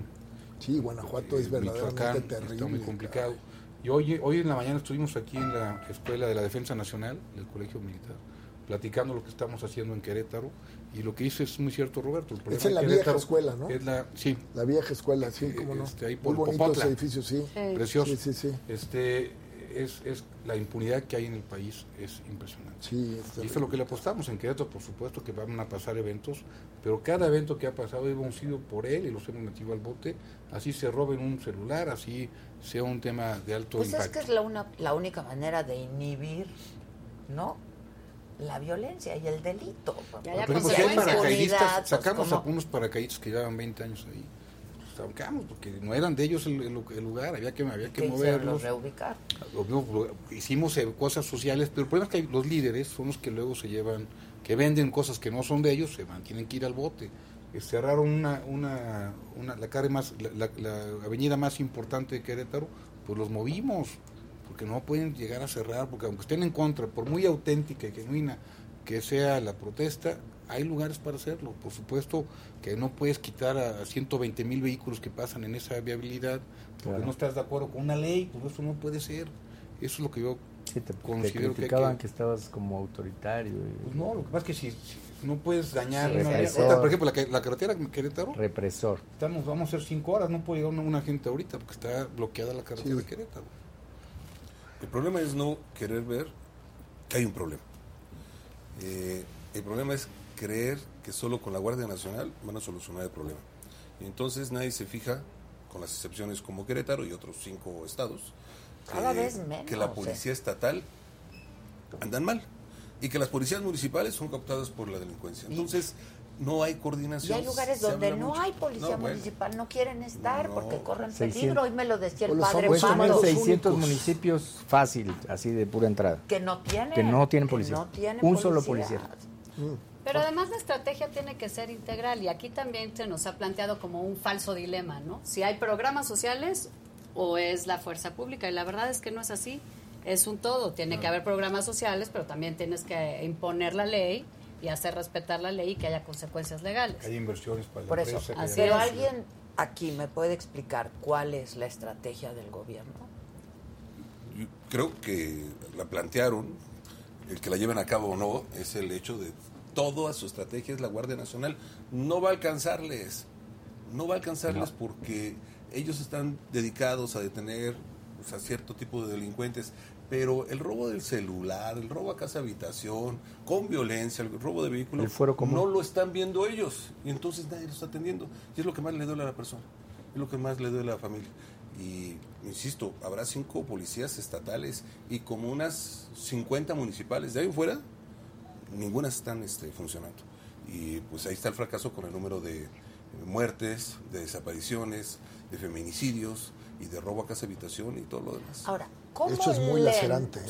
D: Sí, Guanajuato
H: eh,
D: es verdaderamente
H: Michoacán,
D: terrible.
H: Está muy complicado. Y hoy, hoy en la mañana estuvimos aquí en la Escuela de la Defensa Nacional, del Colegio Militar, platicando lo que estamos haciendo en Querétaro. Y lo que dice es muy cierto, Roberto. El problema
D: en
H: de
D: la vieja
H: Querétaro
D: escuela, ¿no?
H: Es la, sí,
D: La vieja escuela, sí,
H: Eh,
D: cómo no.
H: este, ahí
D: muy
H: por
D: bonito ese
H: Popotla.
D: edificio, sí.
F: Sí.
H: precioso.
D: Sí, sí, sí.
H: Este, es, es la impunidad que hay en el país es impresionante.
D: Sí, este, es
H: Y
D: terrible.
H: eso es lo que le apostamos en Querétaro, por supuesto que van a pasar eventos, pero cada evento que ha pasado hemos ido por él y los hemos metido al bote, así se roben un celular, así sea un tema de alto
A: Pues es
H: impacto.
A: que es la, una, la única manera de inhibir, ¿no? La violencia y el delito.
F: Ya, ya
H: Pero,
F: con
H: pues, hay
F: consecuencias.
H: paracaidistas,
A: Unidad,
H: sacamos
A: pues,
H: a
A: ¿cómo?
H: unos paracaidistas que llevaban 20 años ahí, los sacamos porque no eran de ellos el, el- el lugar, había que, había que
A: que moverlos.
H: moverlos.
A: reubicar.
H: Lo mismo, lo- hicimos eh, cosas sociales, pero el problema es que hay- los líderes son los que luego se llevan, que venden cosas que no son de ellos, se van, tienen que ir al bote. Eh, Cerraron una, una, una- la, calle más, la, la- la avenida más importante de Querétaro, pues los movimos, porque no pueden llegar a cerrar, porque aunque estén en contra, por muy auténtica y genuina que sea la protesta, hay lugares para hacerlo. Por supuesto que no puedes quitar a 120 mil vehículos que pasan en esa viabilidad, porque
G: Claro.
H: no estás de acuerdo con una ley, pues eso no puede ser. Eso es lo que yo
G: Sí, te, te
H: Considero que hay
G: criticaban que,
H: que-
G: estabas como autoritario. y-
H: pues no, lo que pasa es que si, si no puedes dañar.
A: Sí,
H: una-
G: represor.
H: ahorita, por ejemplo, la, ca- la carretera en Querétaro,
G: Represor.
H: estamos, vamos a hacer cinco horas, no puede llegar una, una gente ahorita porque está bloqueada la carretera de Querétaro.
E: El problema es no querer ver que hay un problema. Eh, el problema es creer que solo con la Guardia Nacional van a solucionar el problema. Y entonces nadie se fija, con las excepciones como Querétaro y otros cinco estados,
A: Cada vez menos,
E: que la
A: eh.
E: policía estatal andan mal y que las policías municipales son captadas por la delincuencia. Entonces no hay
A: Y
E: coordinación.
A: hay lugares
E: se
A: donde
E: habla
A: no
E: mucho.
A: hay policía
E: No, bueno.
A: municipal, no quieren estar
E: No.
A: porque corren
G: 600.
A: peligro. Hoy me lo decía el
D: Pues los
A: padre
D: famosos
G: Son más de
A: Pando,
D: los
G: 600
D: únicos.
G: municipios fácil, así de pura entrada.
A: que no tienen,
G: Que no tienen
A: que
G: policía.
A: no tienen
G: Un solo
A: policías.
G: policía.
F: Pero además la estrategia tiene que ser integral y aquí también se nos ha planteado como un falso dilema, ¿no? Si hay programas sociales o es la fuerza pública y la verdad es que no es así, es un todo, tiene que haber programas sociales, pero también tienes que imponer la ley y hacer respetar la ley y que haya consecuencias legales.
H: Que haya inversiones para la
A: Por eso,
H: empresa, que
F: así
A: pero
H: haya-
F: es.
A: alguien aquí me puede explicar cuál es la estrategia del gobierno.
E: Yo creo que la plantearon, el que la lleven a cabo o no, es el hecho de toda su estrategia es la Guardia Nacional. No va a alcanzarles, no va a alcanzarles porque ellos están dedicados a detener pues, a cierto tipo de delincuentes, pero el robo del celular, el robo a casa habitación, con violencia, el robo de vehículos,
G: El fuero común.
E: no lo están viendo ellos y entonces nadie lo está atendiendo. Y es lo que más le duele a la persona, es lo que más le duele a la familia. Y insisto, habrá cinco policías estatales y como unas 50 municipales. De ahí en fuera, ninguna están este, funcionando. Y pues ahí está el fracaso con el número de muertes, de desapariciones, de feminicidios y de robo a casa habitación y todo lo demás.
A: Ahora, ¿cómo
D: Esto es muy
A: le-
D: lacerante, ¿eh?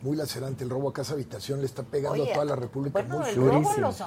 D: Muy lacerante. El robo a casa habitación le está pegando
A: Oye,
D: a toda la República.
A: Bueno,
D: muy
A: el
D: fuerte.
A: robo en
G: Durísimo.
A: los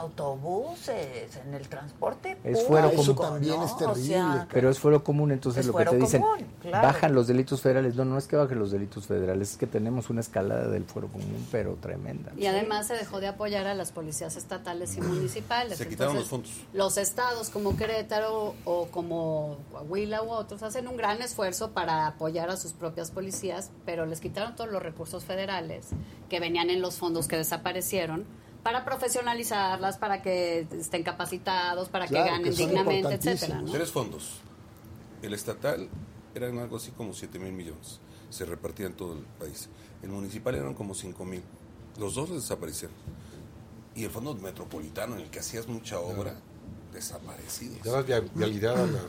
A: autobuses, en el transporte
G: Es
A: público.
G: fuero
D: Ah, eso
G: como-
D: también
A: ¿no?
D: es
A: O
D: terrible.
A: sea,
G: Pero es fuero común, entonces
A: Ah, Es
G: lo que
A: fuero
G: te dicen,
A: común, claro.
G: bajan los delitos federales. No, no es que bajen los delitos federales, es que tenemos una escalada del fuero común, pero tremenda.
F: Y además se dejó de apoyar a las policías estatales y municipales.
E: Se quitaron los
F: Entonces,
E: fondos.
F: Los estados como Querétaro o como Coahuila u otros hacen un gran esfuerzo para apoyar a sus propias policías, pero les quitaron todos los recursos federales que venían en los fondos que desaparecieron para profesionalizarlas, para que estén capacitados, para
D: Claro,
F: que ganen
D: que son
F: dignamente, etcétera.
D: importantísimos.
F: ¿no?
E: Tres fondos. El estatal eran algo así como 7 mil millones. Se repartía en todo el país. El municipal eran como 5 mil. Los dos desaparecieron. Y el fondo metropolitano, en el que hacías mucha obra, desaparecidos.
H: Dabas via- vialidad a las, a las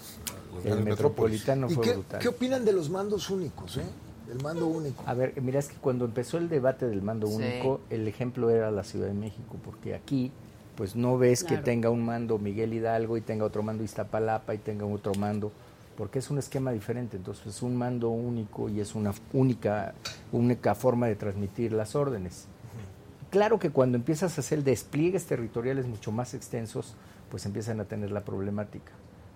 G: El
H: grandes metrópolis.
G: metropolitano
D: ¿Y
G: fue
D: qué,
G: brutal. Ah,
D: qué opinan de los mandos únicos, eh? El mando único.
G: A ver, mira, es que cuando empezó el debate del mando
A: Sí.
G: único, el ejemplo era la Ciudad de México, porque aquí, pues no ves
F: Claro.
G: que tenga un mando Miguel Hidalgo y tenga otro mando Iztapalapa y tenga otro mando, porque es un esquema diferente. Entonces, es un mando único y es una única, única forma de transmitir las órdenes. Claro que cuando empiezas a hacer despliegues territoriales mucho más extensos, pues empiezan a tener la problemática.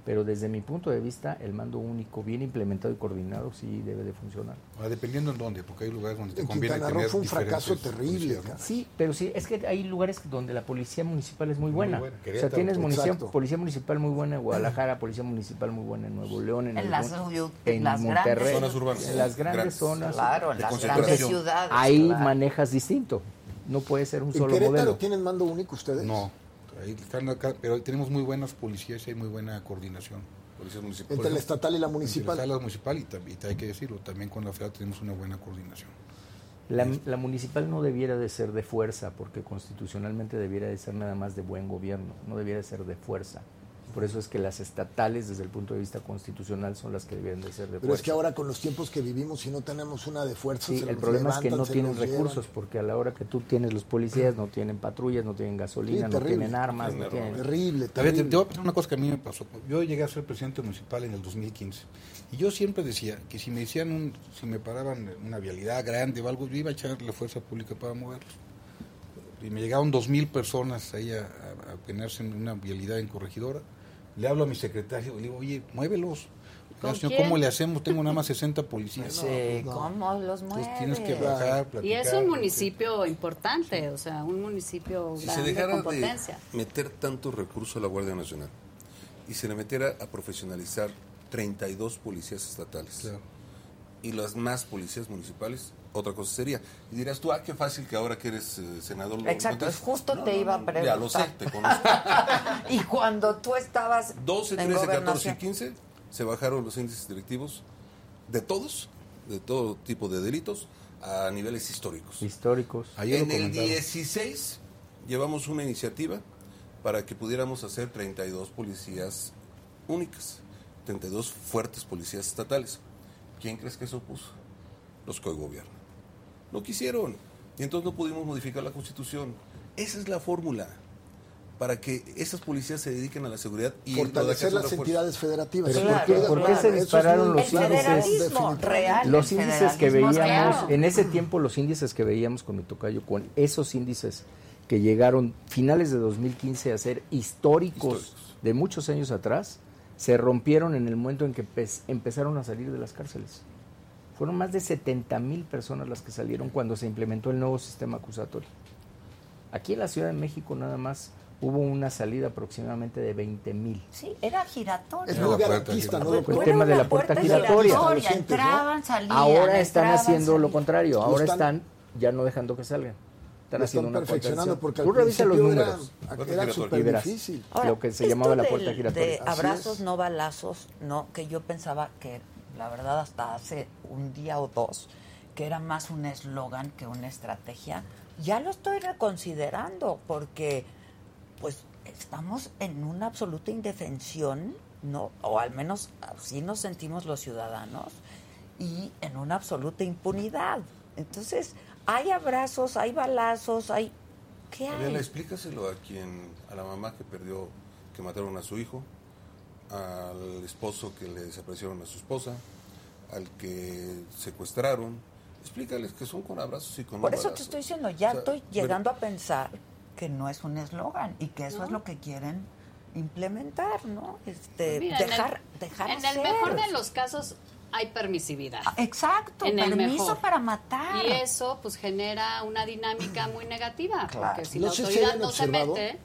G: Pero desde mi punto de vista, el mando único bien implementado y coordinado sí debe de funcionar.
H: Ah, dependiendo en dónde, porque hay lugares donde te
D: En
H: conviene
D: Quintana
H: tener
D: Roo fue un
H: diferentes
D: fracaso terrible.
H: policías, ¿no?
D: cara.
G: Sí, pero sí, es que hay lugares donde la policía municipal es muy buena.
H: buena.
G: O sea,
H: Querétaro,
G: tienes municipio-
D: exacto.
G: policía municipal muy buena en Guadalajara, policía municipal muy buena en Nuevo León, en,
A: En
G: Nuevo-
A: las yu- las grandes
E: Zonas urbanas.
G: En las grandes
E: Grandes.
G: zonas.
A: claro, en
E: de
A: las
E: concentración.
A: grandes ciudades.
G: Ahí
A: claro.
G: manejas distinto. No puede ser un
D: ¿En
G: solo
D: Querétaro
G: modelo.
D: tienen mando único ustedes?
H: No, ahí están acá, pero ahí tenemos muy buenas policías y hay muy buena coordinación.
E: Policías municipales.
D: Entre la estatal y la
H: Municipal.
D: municipal.
H: municipal y, tam- y hay que decirlo, también con la federal tenemos una buena coordinación.
G: La, la municipal no debiera de ser de fuerza, porque constitucionalmente debiera de ser nada más de buen gobierno, no debiera de ser de fuerza. Por eso es que las estatales, desde el punto de vista constitucional, son las que debieran de ser de
D: Pero
G: fuerza.
D: es que ahora con los tiempos que vivimos, si no tenemos una de fuerza,
G: Sí,
D: se
G: el
D: los
G: problema es que
D: levantan,
G: no
D: se
G: tienen
D: los llevan.
G: recursos, porque a la hora que tú tienes los policías, no tienen patrullas, no tienen gasolina,
D: Sí,
G: no
D: terrible.
G: tienen armas, no tienen...
D: Terrible,
H: A ver, te,
D: terrible.
H: te voy a contar una cosa que a mí me pasó. Yo llegué a ser presidente municipal en el 2015 y yo siempre decía que si me decían, un- si me paraban una vialidad grande o algo, yo iba a echar la fuerza pública para moverlos. Y me llegaron 2.000 personas ahí a, a, a penarse en una vialidad en corregidora. Le hablo a mi secretario y le digo, oye, muévelos.
F: ¿Con
H: No, señor,
F: quién?
H: ¿Cómo le hacemos? Tengo nada más 60 policías. No,
A: Sí,
D: no.
A: ¿cómo los
H: entonces
A: mueves?
H: tienes que bajar, platicar.
F: Y es un
H: porque-
F: municipio importante, o sea, un municipio
E: Si se
F: grande
E: dejara
F: con
E: de
F: potencia.
E: meter tanto recurso a la Guardia Nacional y se le metiera a profesionalizar 32 policías estatales
H: Claro.
E: y las más policías municipales, otra cosa sería. Y dirás tú, ah, qué fácil que ahora que eres eh, senador lo
A: Exacto,
E: encuentres.
A: justo te iba a
E: Ya lo sé,
A: preguntar.
E: te conozco.
A: Y cuando tú estabas
E: 12,
A: en
E: 13, 14 y
A: gobernación.
E: 15 se bajaron los índices directivos de todos, de todo tipo de delitos, a niveles históricos.
G: Históricos.
H: Ayer lo
E: en el
H: comentaron.
E: 16 llevamos una iniciativa para que pudiéramos hacer 32 policías únicas, 32 fuertes policías estatales. ¿Quién crees que se opuso? Los que hoy gobiernan. Lo quisieron y entonces no pudimos modificar la constitución. Esa es la fórmula para que esas policías se dediquen a la seguridad y
D: Fortalecer
E: lo de acá es un
D: las
E: refuerzo.
D: entidades federativas.
G: Pero
A: ¿por qué-
G: por qué se
D: Eso es muy
G: dispararon los
D: claro,
G: índices?
A: Federalismo
D: definitivamente.
A: real.
G: Los
A: el
G: índices que
A: federalismo
G: veíamos,
A: es
F: claro.
G: en ese tiempo los índices que veíamos con mi tocayo, con esos índices que llegaron finales de 2015 a ser históricos,
E: Históricos.
G: de muchos años atrás, se rompieron en el momento en que empe- empezaron a salir de las cárceles. Fueron más de 70 mil personas las que salieron cuando se implementó el nuevo sistema acusatorio. Aquí en la Ciudad de México nada más hubo una salida aproximadamente de 20 mil.
A: Sí, era giratoria.
D: Es
H: Era
D: muy
H: la puerta
D: garantista, ¿no?
H: giratoria.
G: Fue el
A: Era
G: tema
A: una
G: de la puerta giratoria.
D: Adolescentes, ¿no?
A: entraban, salían.
G: Ahora están
A: entraban,
G: haciendo lo
A: salían.
G: contrario,
D: Lo
G: ahora
D: están-
G: están ya no dejando que salgan. Están
D: Lo
G: haciendo
D: están
G: una
D: perfeccionando
G: protección.
D: porque al
G: Tú revisa los
D: principio era-
G: números.
E: Puerta
D: era
E: giratoria.
G: y
D: súper
G: verás
D: difícil.
G: lo que se
A: esto
G: llamaba la
A: del-
G: puerta giratoria.
A: De
D: Así
A: abrazos,
D: es.
A: no balazos, no, que yo pensaba que, la verdad, hasta hace un día o dos, que era más un eslogan que una estrategia. Ya lo estoy reconsiderando porque, pues, estamos en una absoluta indefensión, ¿no? O al menos así nos sentimos los ciudadanos, y en una absoluta impunidad. Entonces, hay abrazos, hay balazos, hay
F: ¿Qué
E: Adela,
F: hay?
E: explícaselo a quien, a la mamá que perdió, que mataron a su hijo, al esposo que le desaparecieron a su esposa, al que secuestraron. Explícales que son con abrazos y con no
A: Por eso te
E: abrazos.
A: estoy diciendo, ya
E: O sea,
A: estoy
E: bueno,
A: llegando a pensar que no es un eslogan y que eso
F: No.
A: es lo que quieren implementar, ¿no? Este,
F: Pues Mira, en el-
A: dejar, dejar
F: En el
A: hacer.
F: mejor de los casos hay permisividad.
A: Ah, Exacto,
F: en el
A: permiso
F: mejor.
A: para matar.
F: Y eso pues genera una dinámica muy negativa, porque si
D: No
F: la
D: sé si
F: autoridad
D: hayan
F: no se
D: observado.
F: mete,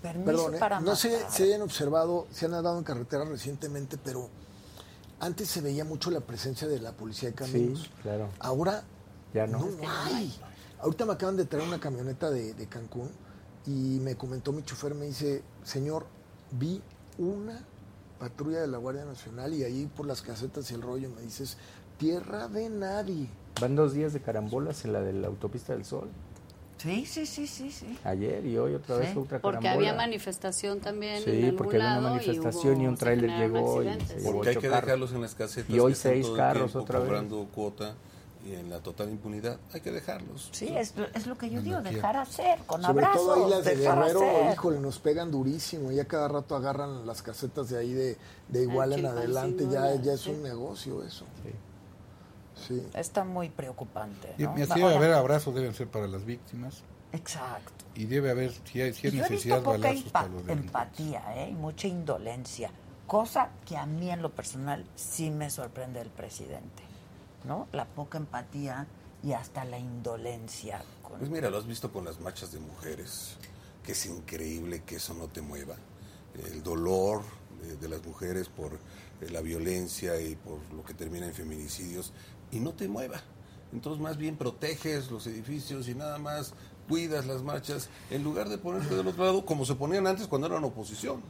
A: permiso
D: Perdón, ¿eh?
A: para
D: no
A: matar.
D: sé si hayan observado, si han andado en carretera recientemente, pero antes se veía mucho la presencia de la policía de caminos.
G: Sí, claro.
D: Ahora
G: Ya no.
D: hay. Ahorita me acaban de traer una camioneta de, de Cancún y me comentó mi chofer, me dice, señor, vi una patrulla de la Guardia Nacional y ahí por las casetas y el rollo me dices, tierra de nadie.
G: Van dos días de carambolas en la de la autopista del Sol.
A: Sí, sí, sí, sí, sí.
G: Ayer y hoy otra vez
A: Sí,
G: otra
F: porque
G: carambola.
F: había manifestación también en
G: Sí,
F: algún
G: porque había una
F: lado
G: manifestación y,
F: hubo-
G: un
F: se
G: tráiler
F: generaron
G: llegó y
F: accidentes.
G: se llevó
E: Porque hay
G: ocho
E: que
G: carros.
E: dejarlos en las casetas.
G: Y hoy
E: que están
G: seis
E: todo el
G: carros
E: tiempo
G: otra vez.
E: cobrando cuota y en la total impunidad. Hay que dejarlos.
A: Sí, es, es lo que yo digo, dejar hacer, con
D: Sobre
A: abrazos,
D: todo ahí las de
A: dejar
D: Guerrero,
A: hacer.
D: híjole, nos pegan durísimo. Ya cada rato agarran las casetas de ahí de, de igual en
F: Chilpancingo,
D: adelante. Ya,
F: ya,
D: ya es
F: sí.
D: un negocio eso. Sí.
A: Está muy preocupante,
H: Y
A: ¿no?
H: así debe
A: Ahora-
H: haber abrazos, deben ser para las víctimas.
A: Exacto.
H: Y debe haber, si hay, si hay
A: Yo he visto
H: necesidad,
A: poca
H: balazos para
A: empa-
H: los delincuentes.
A: empatía ¿eh? y mucha indolencia, cosa que a mí en lo personal sí me sorprende el presidente, ¿no? La poca empatía y hasta la indolencia. con-
E: Pues mira, lo has visto con las marchas de mujeres, que es increíble que eso no te mueva. El dolor de, de las mujeres por eh, la violencia y por lo que termina en feminicidios, y no te mueva. Entonces más bien proteges los edificios y nada más cuidas las marchas, en lugar de ponerte del otro lado como se ponían antes cuando eran oposición.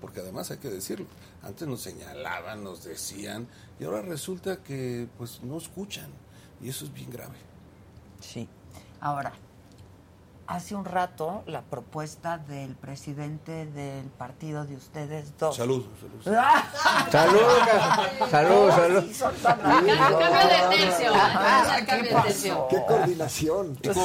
E: Porque además hay que decirlo, antes nos señalaban, nos decían, y ahora resulta que pues no escuchan. Y eso es bien grave.
A: Sí. Ahora, hace un rato la propuesta del presidente del partido de ustedes dos.
E: Salud, salud.
G: Salud, salud, salud.
A: Sí, son tan amigos.
F: Ca- Ah, Cambio de tercio.
A: Ah,
F: Cambio
A: ¿qué
F: de
A: pasó?
F: tercio.
D: Qué coordinación.
A: Pues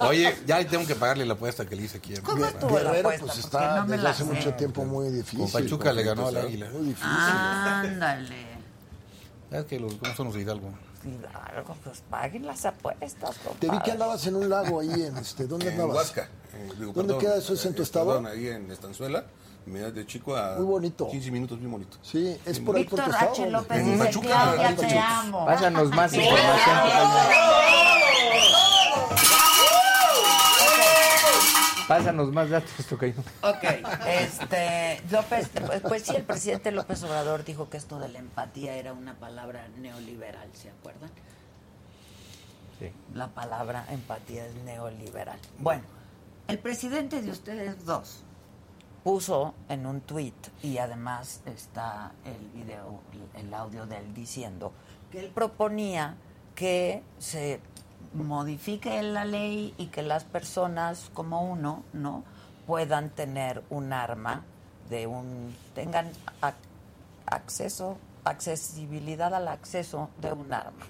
H: Oye, ya tengo que pagarle la apuesta que le hice aquí. a mi
A: ¿Cómo
H: hermano.
A: estuvo la
D: Guerrero,
A: apuesta?
D: pues
A: Porque
D: está
A: no me
D: desde
A: la
D: hace
A: sé.
D: mucho tiempo muy difícil.
H: Con Pachuca le ganó al águila.
D: Muy difícil.
A: Ah, Ándale.
H: ¿Sabes que los cómo son los de Hidalgo?
A: Hidalgo, pues paguen las apuestas,
D: Te vi
A: compadre.
D: que andabas en un lago ahí en este. ¿Dónde
E: En
D: andabas?
E: Huasca. eh, digo,
D: ¿Dónde queda eso? ¿Es en tu
E: eh,
D: estado?
E: Perdón, ahí en Estanzuela. Mira, de chico a
D: Muy bonito.
E: 15 minutos, muy bonito.
D: Sí, es por ahí por tu
A: Víctor
D: estado,
A: H.
D: hombre.
A: López
E: En
A: dice,
E: Pachuca,
A: Claudia,
E: en
A: te
E: Pachuca.
A: amo.
G: Pásanos más información. Pásanos más datos, Tocayo.
A: Ok, este, López, pues, pues sí, el presidente López Obrador dijo que esto de la empatía era una palabra neoliberal, ¿se acuerdan?
G: Sí.
A: La palabra empatía es neoliberal. Bueno, el presidente de ustedes dos puso en un tuit, y además está el video, el audio de él diciendo que él proponía que se modifique la ley y que las personas como uno, ¿no? puedan tener un arma de un tengan ac- acceso accesibilidad al acceso de un arma.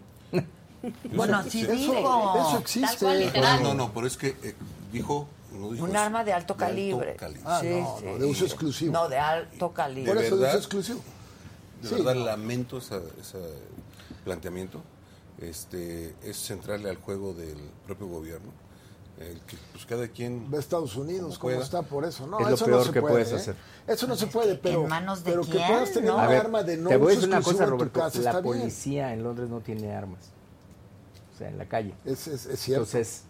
A: bueno,
E: Eso-
A: así
E: sí. Ah,
A: dijo.
D: Eso
F: Tal
D: existe.
F: cual, literal.
E: No, no, no, pero es que eh, dijo, no dijo
A: Un
E: eso,
A: arma de alto calibre.
E: pues, calibre.
D: Ah, no, no, de uso exclusivo.
A: No, de alto
D: Por
A: calibre.
E: De
D: eso de
E: verdad.
D: uso exclusivo.
E: De
D: Sí,
E: verdad
D: no.
E: lamento ese planteamiento. Este, es centrarle al juego del propio gobierno. El que pues cada quien
D: Ve a Estados Unidos,
E: Como
D: cómo
E: pueda.
D: está por eso. No,
G: Es lo
D: eso no
G: peor
D: se
G: que
D: puede,
G: puedes
D: ¿eh?
G: hacer.
D: Eso no se puede, pero,
A: manos de
D: pero que
A: quién,
D: puedas tener
A: ¿no?
D: un
A: A
G: ver,
D: arma de no
G: te voy a
D: uso
G: decir una
D: exclusivo
G: cosa,
D: en tu
G: Roberto.
D: casa,
G: la
D: está bien.
G: policía en Londres no tiene armas. O sea, en la calle.
D: Es, es, es cierto.
G: Entonces,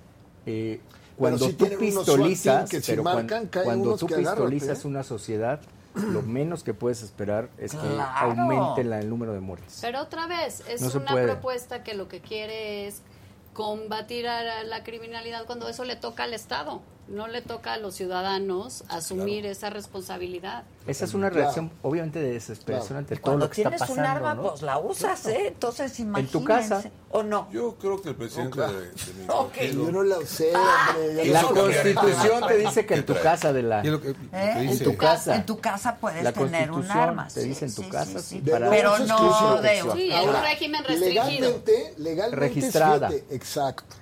G: eh, cuando
D: sí
G: tú
D: tienen unos SWAT team
G: pistolizas,
D: que si
G: pero cuan-
D: marcan, caen
G: cuando
D: unos
G: tú
D: que agárrate,
G: pistolizas
D: ¿eh?
G: una sociedad, lo menos que puedes esperar es que
A: Claro.
G: aumente la- el número de muertes.
F: Pero otra vez, es
G: No se
F: una
G: puede.
F: propuesta que lo que quiere es combatir a la- la criminalidad cuando eso le toca al Estado, no le toca a los ciudadanos asumir esa responsabilidad.
G: Esa es una
D: Claro.
G: reacción, obviamente, de desesperación
D: Claro.
G: ante todo
A: Cuando
G: lo que está
A: tienes
G: pasando.
A: un arma,
G: ¿no?
A: pues la usas, ¿eh? Entonces imagínense.
G: casa.
A: ¿O no? ¿Eh?
E: Yo creo que el presidente de, de mi
A: Ok.
E: partido-
D: Yo no la usé, hombre. ya
G: La
D: no-
E: Eso cambiaría.
G: Constitución te dice que en tu
E: ¿Qué trae?
G: casa de la...
H: Y es lo que- lo
A: ¿Eh?
H: que
A: En
H: dice,
A: tu casa.
G: casa.
A: En tu casa puedes
G: La
A: tener un
G: Constitución
A: arma.
G: te dice en tu casa, sí,
D: De
G: para-
D: no
A: Pero
D: uso
A: no
D: exclusivo.
A: de
F: Sí, en un régimen restringido.
D: Legalmente, legalmente es
G: Registrada.
D: siete, exacto.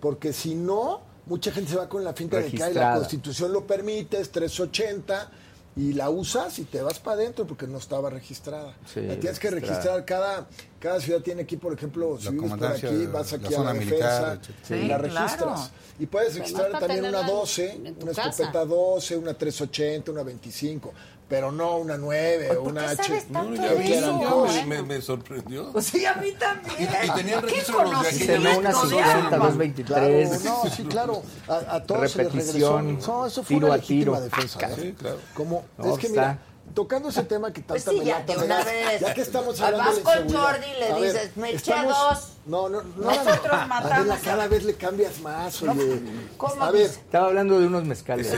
D: Porque si no, mucha gente se va con la finta de que "Ay, la
G: Registrada.
D: constitución lo permite, es 380, y la usas y te vas para adentro porque no estaba registrada.
G: Sí,
D: la tienes que
G: registrada.
D: registrar. Cada, cada ciudad tiene aquí, por ejemplo, si
H: La
D: vives por
H: comandancia,
D: aquí, vas
H: la
D: aquí a
H: zona
D: la
H: militar,
D: defensa,
H: etcétera.
D: y la
A: Sí,
D: registras.
A: claro.
D: Y puedes
F: Además,
D: registrar
F: para
D: también una
F: tenerla en-
D: 12,
F: en tu
D: una
F: casa.
D: escopeta 12, una 380, una 25, pero no una 9 o
A: ¿Por qué
D: una H.
A: sabes
E: No,
A: tanto
E: ya
A: de
E: vi,
A: eso?
E: ya
A: Bueno. Pues,
E: me- me, me sorprendió.
A: Sí, a mí también.
E: Y- y tenían
A: ¿Qué
E: registro los de aquí,
G: Se
E: Sí,
G: no
A: conocimiento
G: una
E: no,
G: 50,
A: de
E: no,
G: dos
A: ambas?
G: 23.
D: Claro, no, sí, claro. A, a todos se les
G: Repetición,
D: regresó. No, eso fue
G: tiro
D: una
G: a
D: legítima
G: tiro. Ah,
D: defensa. ¿eh?
E: Sí, claro.
D: Como,
G: No, pues
D: es que
G: está.
D: mira, tocando ese tema que
A: Pues
D: tanta
A: sí, ya,
D: lata
A: de
D: me
A: una
D: das,
A: vez.
D: ya que
A: Vas
D: estamos hablando de
A: con
D: inseguridad,
A: Jordi y le
D: a ver,
A: dices, "Me eché
D: estamos-
A: dos".
D: No, no, no.
A: Nosotros
D: Adela,
A: matamos a-
D: cada vez le cambias más, oye.
A: ¿cómo
D: a ver,
A: dice?
G: Estaba hablando de unos mezcales.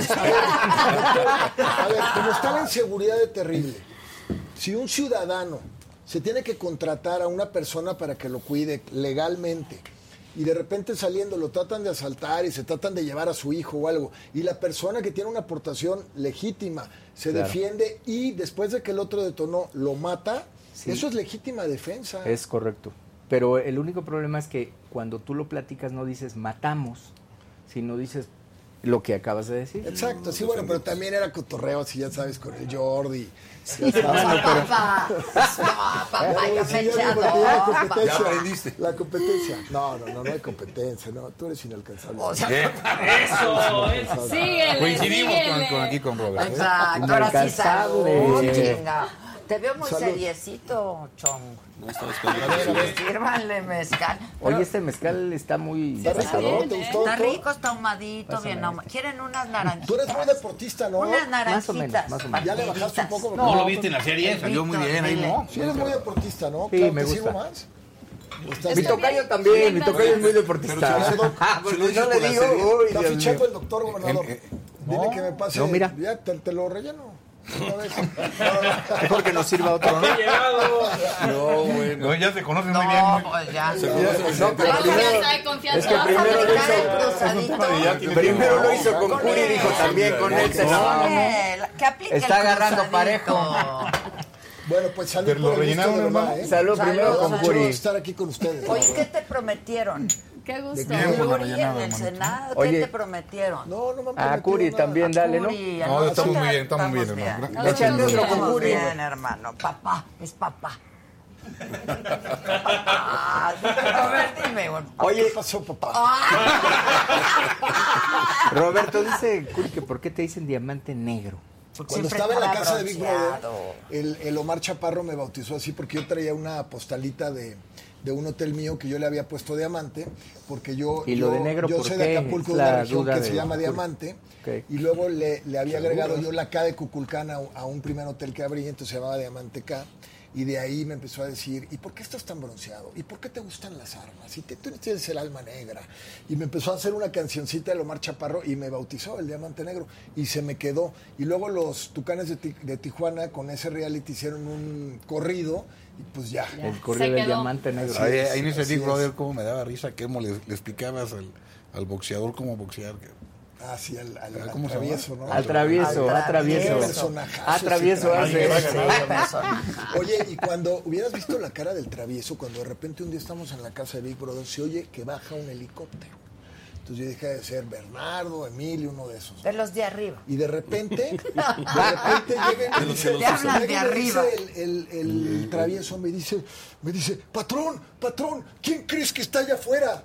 D: a ver, como está la inseguridad de terrible, si un ciudadano se tiene que contratar a una persona para que lo cuide legalmente y de repente saliendo lo tratan de asaltar y se tratan de llevar a su hijo o algo, y la persona que tiene una aportación legítima se
G: Claro.
D: defiende y después de que el otro detonó lo mata,
G: Sí.
D: eso es legítima defensa.
G: Es correcto. Pero el único problema es que cuando tú lo platicas no dices matamos, sino dices lo que acabas de decir.
D: Exacto, sí, bueno, pero también era cotorreo, así ya sabes, con el Jordi.
A: Papá, no, papá,
D: Ya,
A: yo
D: sí,
A: me
D: ya
A: eché
D: digo,
A: a
D: porque ya hay
A: dos, papá.
D: competencia.
E: Ya aprendiste.
D: La competencia. No, no, no, no hay competencia, no. Tú eres inalcanzable.
A: O sea,
F: Síguele,
H: Coincidimos con,
F: síguele.
H: con- aquí con Robert. ¿eh?
A: Exacto, ahora sí salud,
G: Inalcanzable.
A: chinga. Te veo muy
D: Salud.
A: seriecito, chongo.
E: No estabas callado.
A: Sírvanle mezcal.
F: Ah.
G: Oye, este mezcal está muy
D: Está rico,
G: pesador.
D: ¿no? ¿Te
F: bien,
D: gustó?
A: Está
D: todo?
A: rico, está ahumadito, bien ahumado. ¿Quieren unas naranjitas?
D: Tú eres muy deportista, ¿no?
A: Unas naranjitas.
G: Más o menos, más o menos.
D: Ya le bajaste un poco.
H: No,
D: No,
H: lo viste en la serie, salió muy bien, ahí no.
D: Sí eres muy deportista, ¿no?
G: Sí,
D: Claro,
G: me
D: ¿te sirvo
G: gusta.
D: más? ¿O estás-
G: Mi
F: Está
G: tocayo
F: bien,
G: también,
F: bien,
G: mi tocayo es muy
E: Pero si
G: deportista.
E: dice doc-
G: Ah,
E: si
G: porque
E: lo dice
G: no le
E: por la
G: digo,
E: serie.
G: uy,
D: Está
G: Dios
D: fichado
G: mío. eh,
D: el doctor gobernador.
E: En- en-
D: Dile que me pase.
G: no, mira.
D: Ya te, te lo relleno. Una vez.
G: Mejor que nos sirva otro, ¿no?
E: No, bueno.
H: No, ya se conocen muy bien.
A: No, pues ya.
G: No, pero
A: Vas a
G: primero,
A: ver,
F: Confianza, hay
G: es
F: confianza.
G: que
A: vas a
G: primero lo
A: brincar
G: hizo-
A: el cruzadito.
G: primero lo hizo con
A: Con
G: Curi y
A: él.
G: dijo también con él. se la
A: Con
G: vamos.
A: él, Que aplique
G: Está
A: el
G: agarrando
A: cruzadito.
D: Bueno, pues salud
H: Pero lo
D: por el gusto,
H: rellenaron,
D: de verdad,
H: hermano.
D: ¿eh?
G: Salud
A: Salud,
G: primero con
A: salud.
D: Mucho gusto
G: Curi.
D: estar aquí con ustedes.
A: Oye, ¿qué te prometieron?
F: Qué gusto.
H: Bien, bueno,
A: Curi en
H: rellenado,
A: el
H: hermanito.
A: Senado, ¿qué
G: Oye.
A: te prometieron?
D: No, no me han
G: A
D: prometido
G: Curi
D: nada.
G: también, dale, ¿no?
A: Curi, a
H: No, estamos
A: nosotros
H: muy bien, estamos muy bien, hermano. Gra-
A: Nosotros
G: Échale otro
A: estamos
G: con Curi.
A: bien, hermano. Papá, es papá. Papá, Robert, dime, güey.
D: Oye, ¿qué pasó, papá?
A: Ah,
G: Roberto, dice Curi que por qué te dicen diamante negro.
D: Cuando
A: Siempre
D: estaba en la
A: estaba
D: casa de Big Brother,
A: bronceado.
D: el, el Omar Chaparro me bautizó así porque yo traía una postalita de, de un hotel mío que yo le había puesto diamante, porque yo,
G: ¿Y lo
D: yo,
G: de negro
D: yo
G: por
D: soy
G: qué?
D: de Acapulco,
G: Es
D: de una
G: la
D: región
G: duda
D: que
G: de-
D: se llama
G: Ok.
D: Diamante, y luego le, le había agregado yo la K de Cuculcán a, a un primer hotel que abrí, entonces se llamaba Diamante K. Y de ahí me empezó a decir, ¿y por qué estás tan bronceado? ¿Y por qué te gustan las armas? ¿Y te, tú tienes el alma negra? Y me empezó a hacer una cancioncita de Omar Chaparro y me bautizó el Diamante Negro. Y se me quedó. Y luego los Tucanes de, Ti- de Tijuana con ese reality hicieron un corrido y pues ya.
G: El
F: Se
G: correo del
F: quedó.
G: diamante negro.
H: Ahí, ahí en ese
D: así
H: Big
D: es.
H: Brother, cómo me daba risa, que le, le explicabas al, al boxeador cómo boxear. que-
D: Así al, al, al
H: ¿Cómo se llama?
D: travieso, ¿no?
G: Al travieso,
A: Al
G: al travieso.
A: travieso.
D: Personajazo ese
G: Atravieso
D: travieso.
G: hace.
A: Sí, persona.
D: Oye, y cuando hubieras visto la cara del travieso, cuando de repente un día estamos en la casa de Big Brother, se oye que baja un helicóptero. Entonces yo dije de ser Bernardo, Emilio, uno de esos.
A: De los de arriba.
D: Y de repente, de repente llega y me dice,
A: Te hablan de
D: llega y me dice
A: arriba.
D: el, el- el travieso, me dice, me dice, patrón, patrón, ¿quién crees que está allá afuera?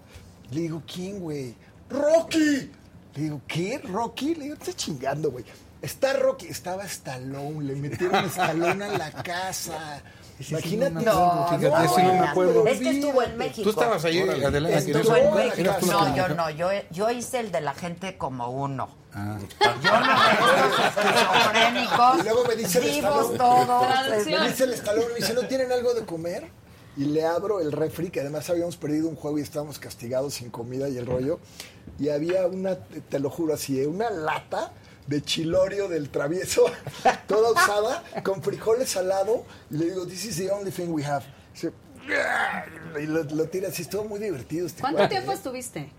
D: Le digo, ¿quién, güey? ¡Rocky! Le digo, ¿qué? ¿Rocky? Le digo, está chingando, güey. Está Rocky, estaba Stallone, le metieron Stallone a la casa. Imagínate.
A: No,
H: fíjate, ese no me
A: buena.
H: acuerdo.
A: Es que estuvo en México.
H: Tú estabas ahí, Adela, en
A: Estuvo
H: ese-
A: en México.
H: eras tú la que
A: No, yo no,
H: manejaba.
A: yo, yo hice el de la gente como uno. Yo no estos esquizofrénicos,
D: Ah. Y luego me dice el
A: vivos
D: Estado.
A: todos.
F: Traducción.
D: Me dice el estalón, me dice, ¿no tienen algo de comer? Y le abro el refri, que además habíamos perdido un juego y estábamos castigados sin comida y el rollo. Y había una, te lo juro así, ¿eh? una lata de chilorio del travieso, toda usada, con frijoles al lado. Y le digo, this is the only thing we have. Dice, "Yeah", y lo, lo tira así, estuvo muy divertido. Este
F: ¿Cuánto
D: cuate,
F: tiempo
D: ¿eh?
F: estuviste?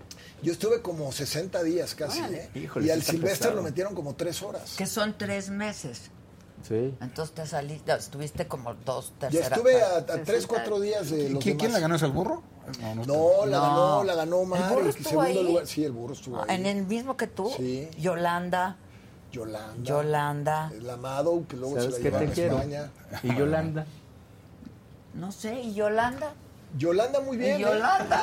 D: Yo estuve como 60 días casi, ¿eh?
G: Híjole,
D: y
G: sí
D: al
G: está
D: Silvestre
G: pesado.
D: lo metieron como tres horas.
A: Que son tres meses.
G: Sí.
A: Entonces te saliste, estuviste como dos
D: Ya
A: terceras.
D: estuve a, a
A: partes.
D: tres, cuatro días de los
H: ¿Qui- ¿Quién
D: demás.
H: la ganó? ¿Es el burro? No, no,
D: No, la
A: No.
D: ganó, la ganó Mario.
A: burro
D: en
A: estuvo
D: segundo
A: ahí? Ah,
D: lugar. Sí, el burro estuvo ahí.
A: En el mismo que tú,
D: Sí.
A: Yolanda,
D: Yolanda.
A: Yolanda,
D: El Amado, que luego se
G: ¿Sabes
D: la
G: qué
D: llevaron
G: te
D: a
G: quiero?
D: España.
G: Y Yolanda.
A: no sé, y Yolanda,
D: Yolanda muy bien.
A: y
D: ¿eh?
A: Yolanda.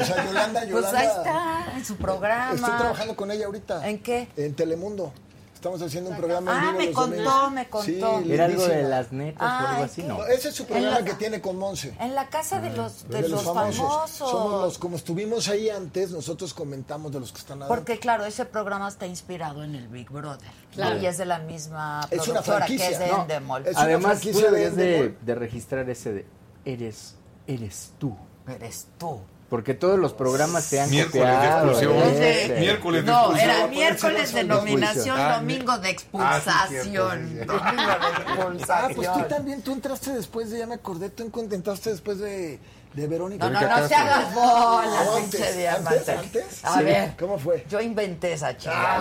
D: O sea, Yolanda, Yolanda.
A: Pues ahí está, en su programa.
D: Estoy trabajando con ella ahorita.
A: ¿En qué?
D: En Telemundo. Estamos haciendo un programa
A: Ah,
D: en vivo
A: me
D: los
A: contó,
D: domingos.
A: me contó.
D: Sí,
A: Era
G: Era algo de
D: lindísima.
G: las netas o
A: Ay,
G: algo así,
A: qué-
G: ¿no.
D: No, ese es su
A: En
D: programa
A: la-
D: que tiene con Monse.
A: En la casa de los, de
D: de
A: los, famosos.
D: Ah, Somos los, como estuvimos ahí antes, nosotros comentamos de los que están adentro.
A: Porque claro, ese programa está inspirado en el Big Brother.
F: Claro.
A: Y es de la misma
D: Es una
A: productora que es
D: franquicia,
A: de
D: ¿no?
A: Endemol.
D: Es- una
G: Además, tú
D: franquicia de
G: deberías de,
D: Endemol.
G: de registrar ese de eres, eres tú.
A: Eres tú.
G: Porque todos los programas se han
E: Miércoles de
G: copiado,
E: exclusión.
G: ¿eh?
A: Ese-
G: Ese.
E: Miércoles de
A: No,
E: expulsión.
A: era
D: Ah,
A: miércoles de nominación,
H: Ah,
A: domingo de
H: ah, sí,
A: expulsación.
H: cierto, sí, sí.
A: Domingo de
D: Ah, pues tú
A: expulsación.
D: también, tú entraste después de, ya me acordé, tú contentaste después de, de Verónica.
A: No, no, no se hagas bolas,
D: No,
A: pinche
D: antes,
A: diamante.
D: antes, antes.
A: A
D: Sí.
A: ver,
D: ¿Cómo fue? Ah.
A: Yo inventé esa chica.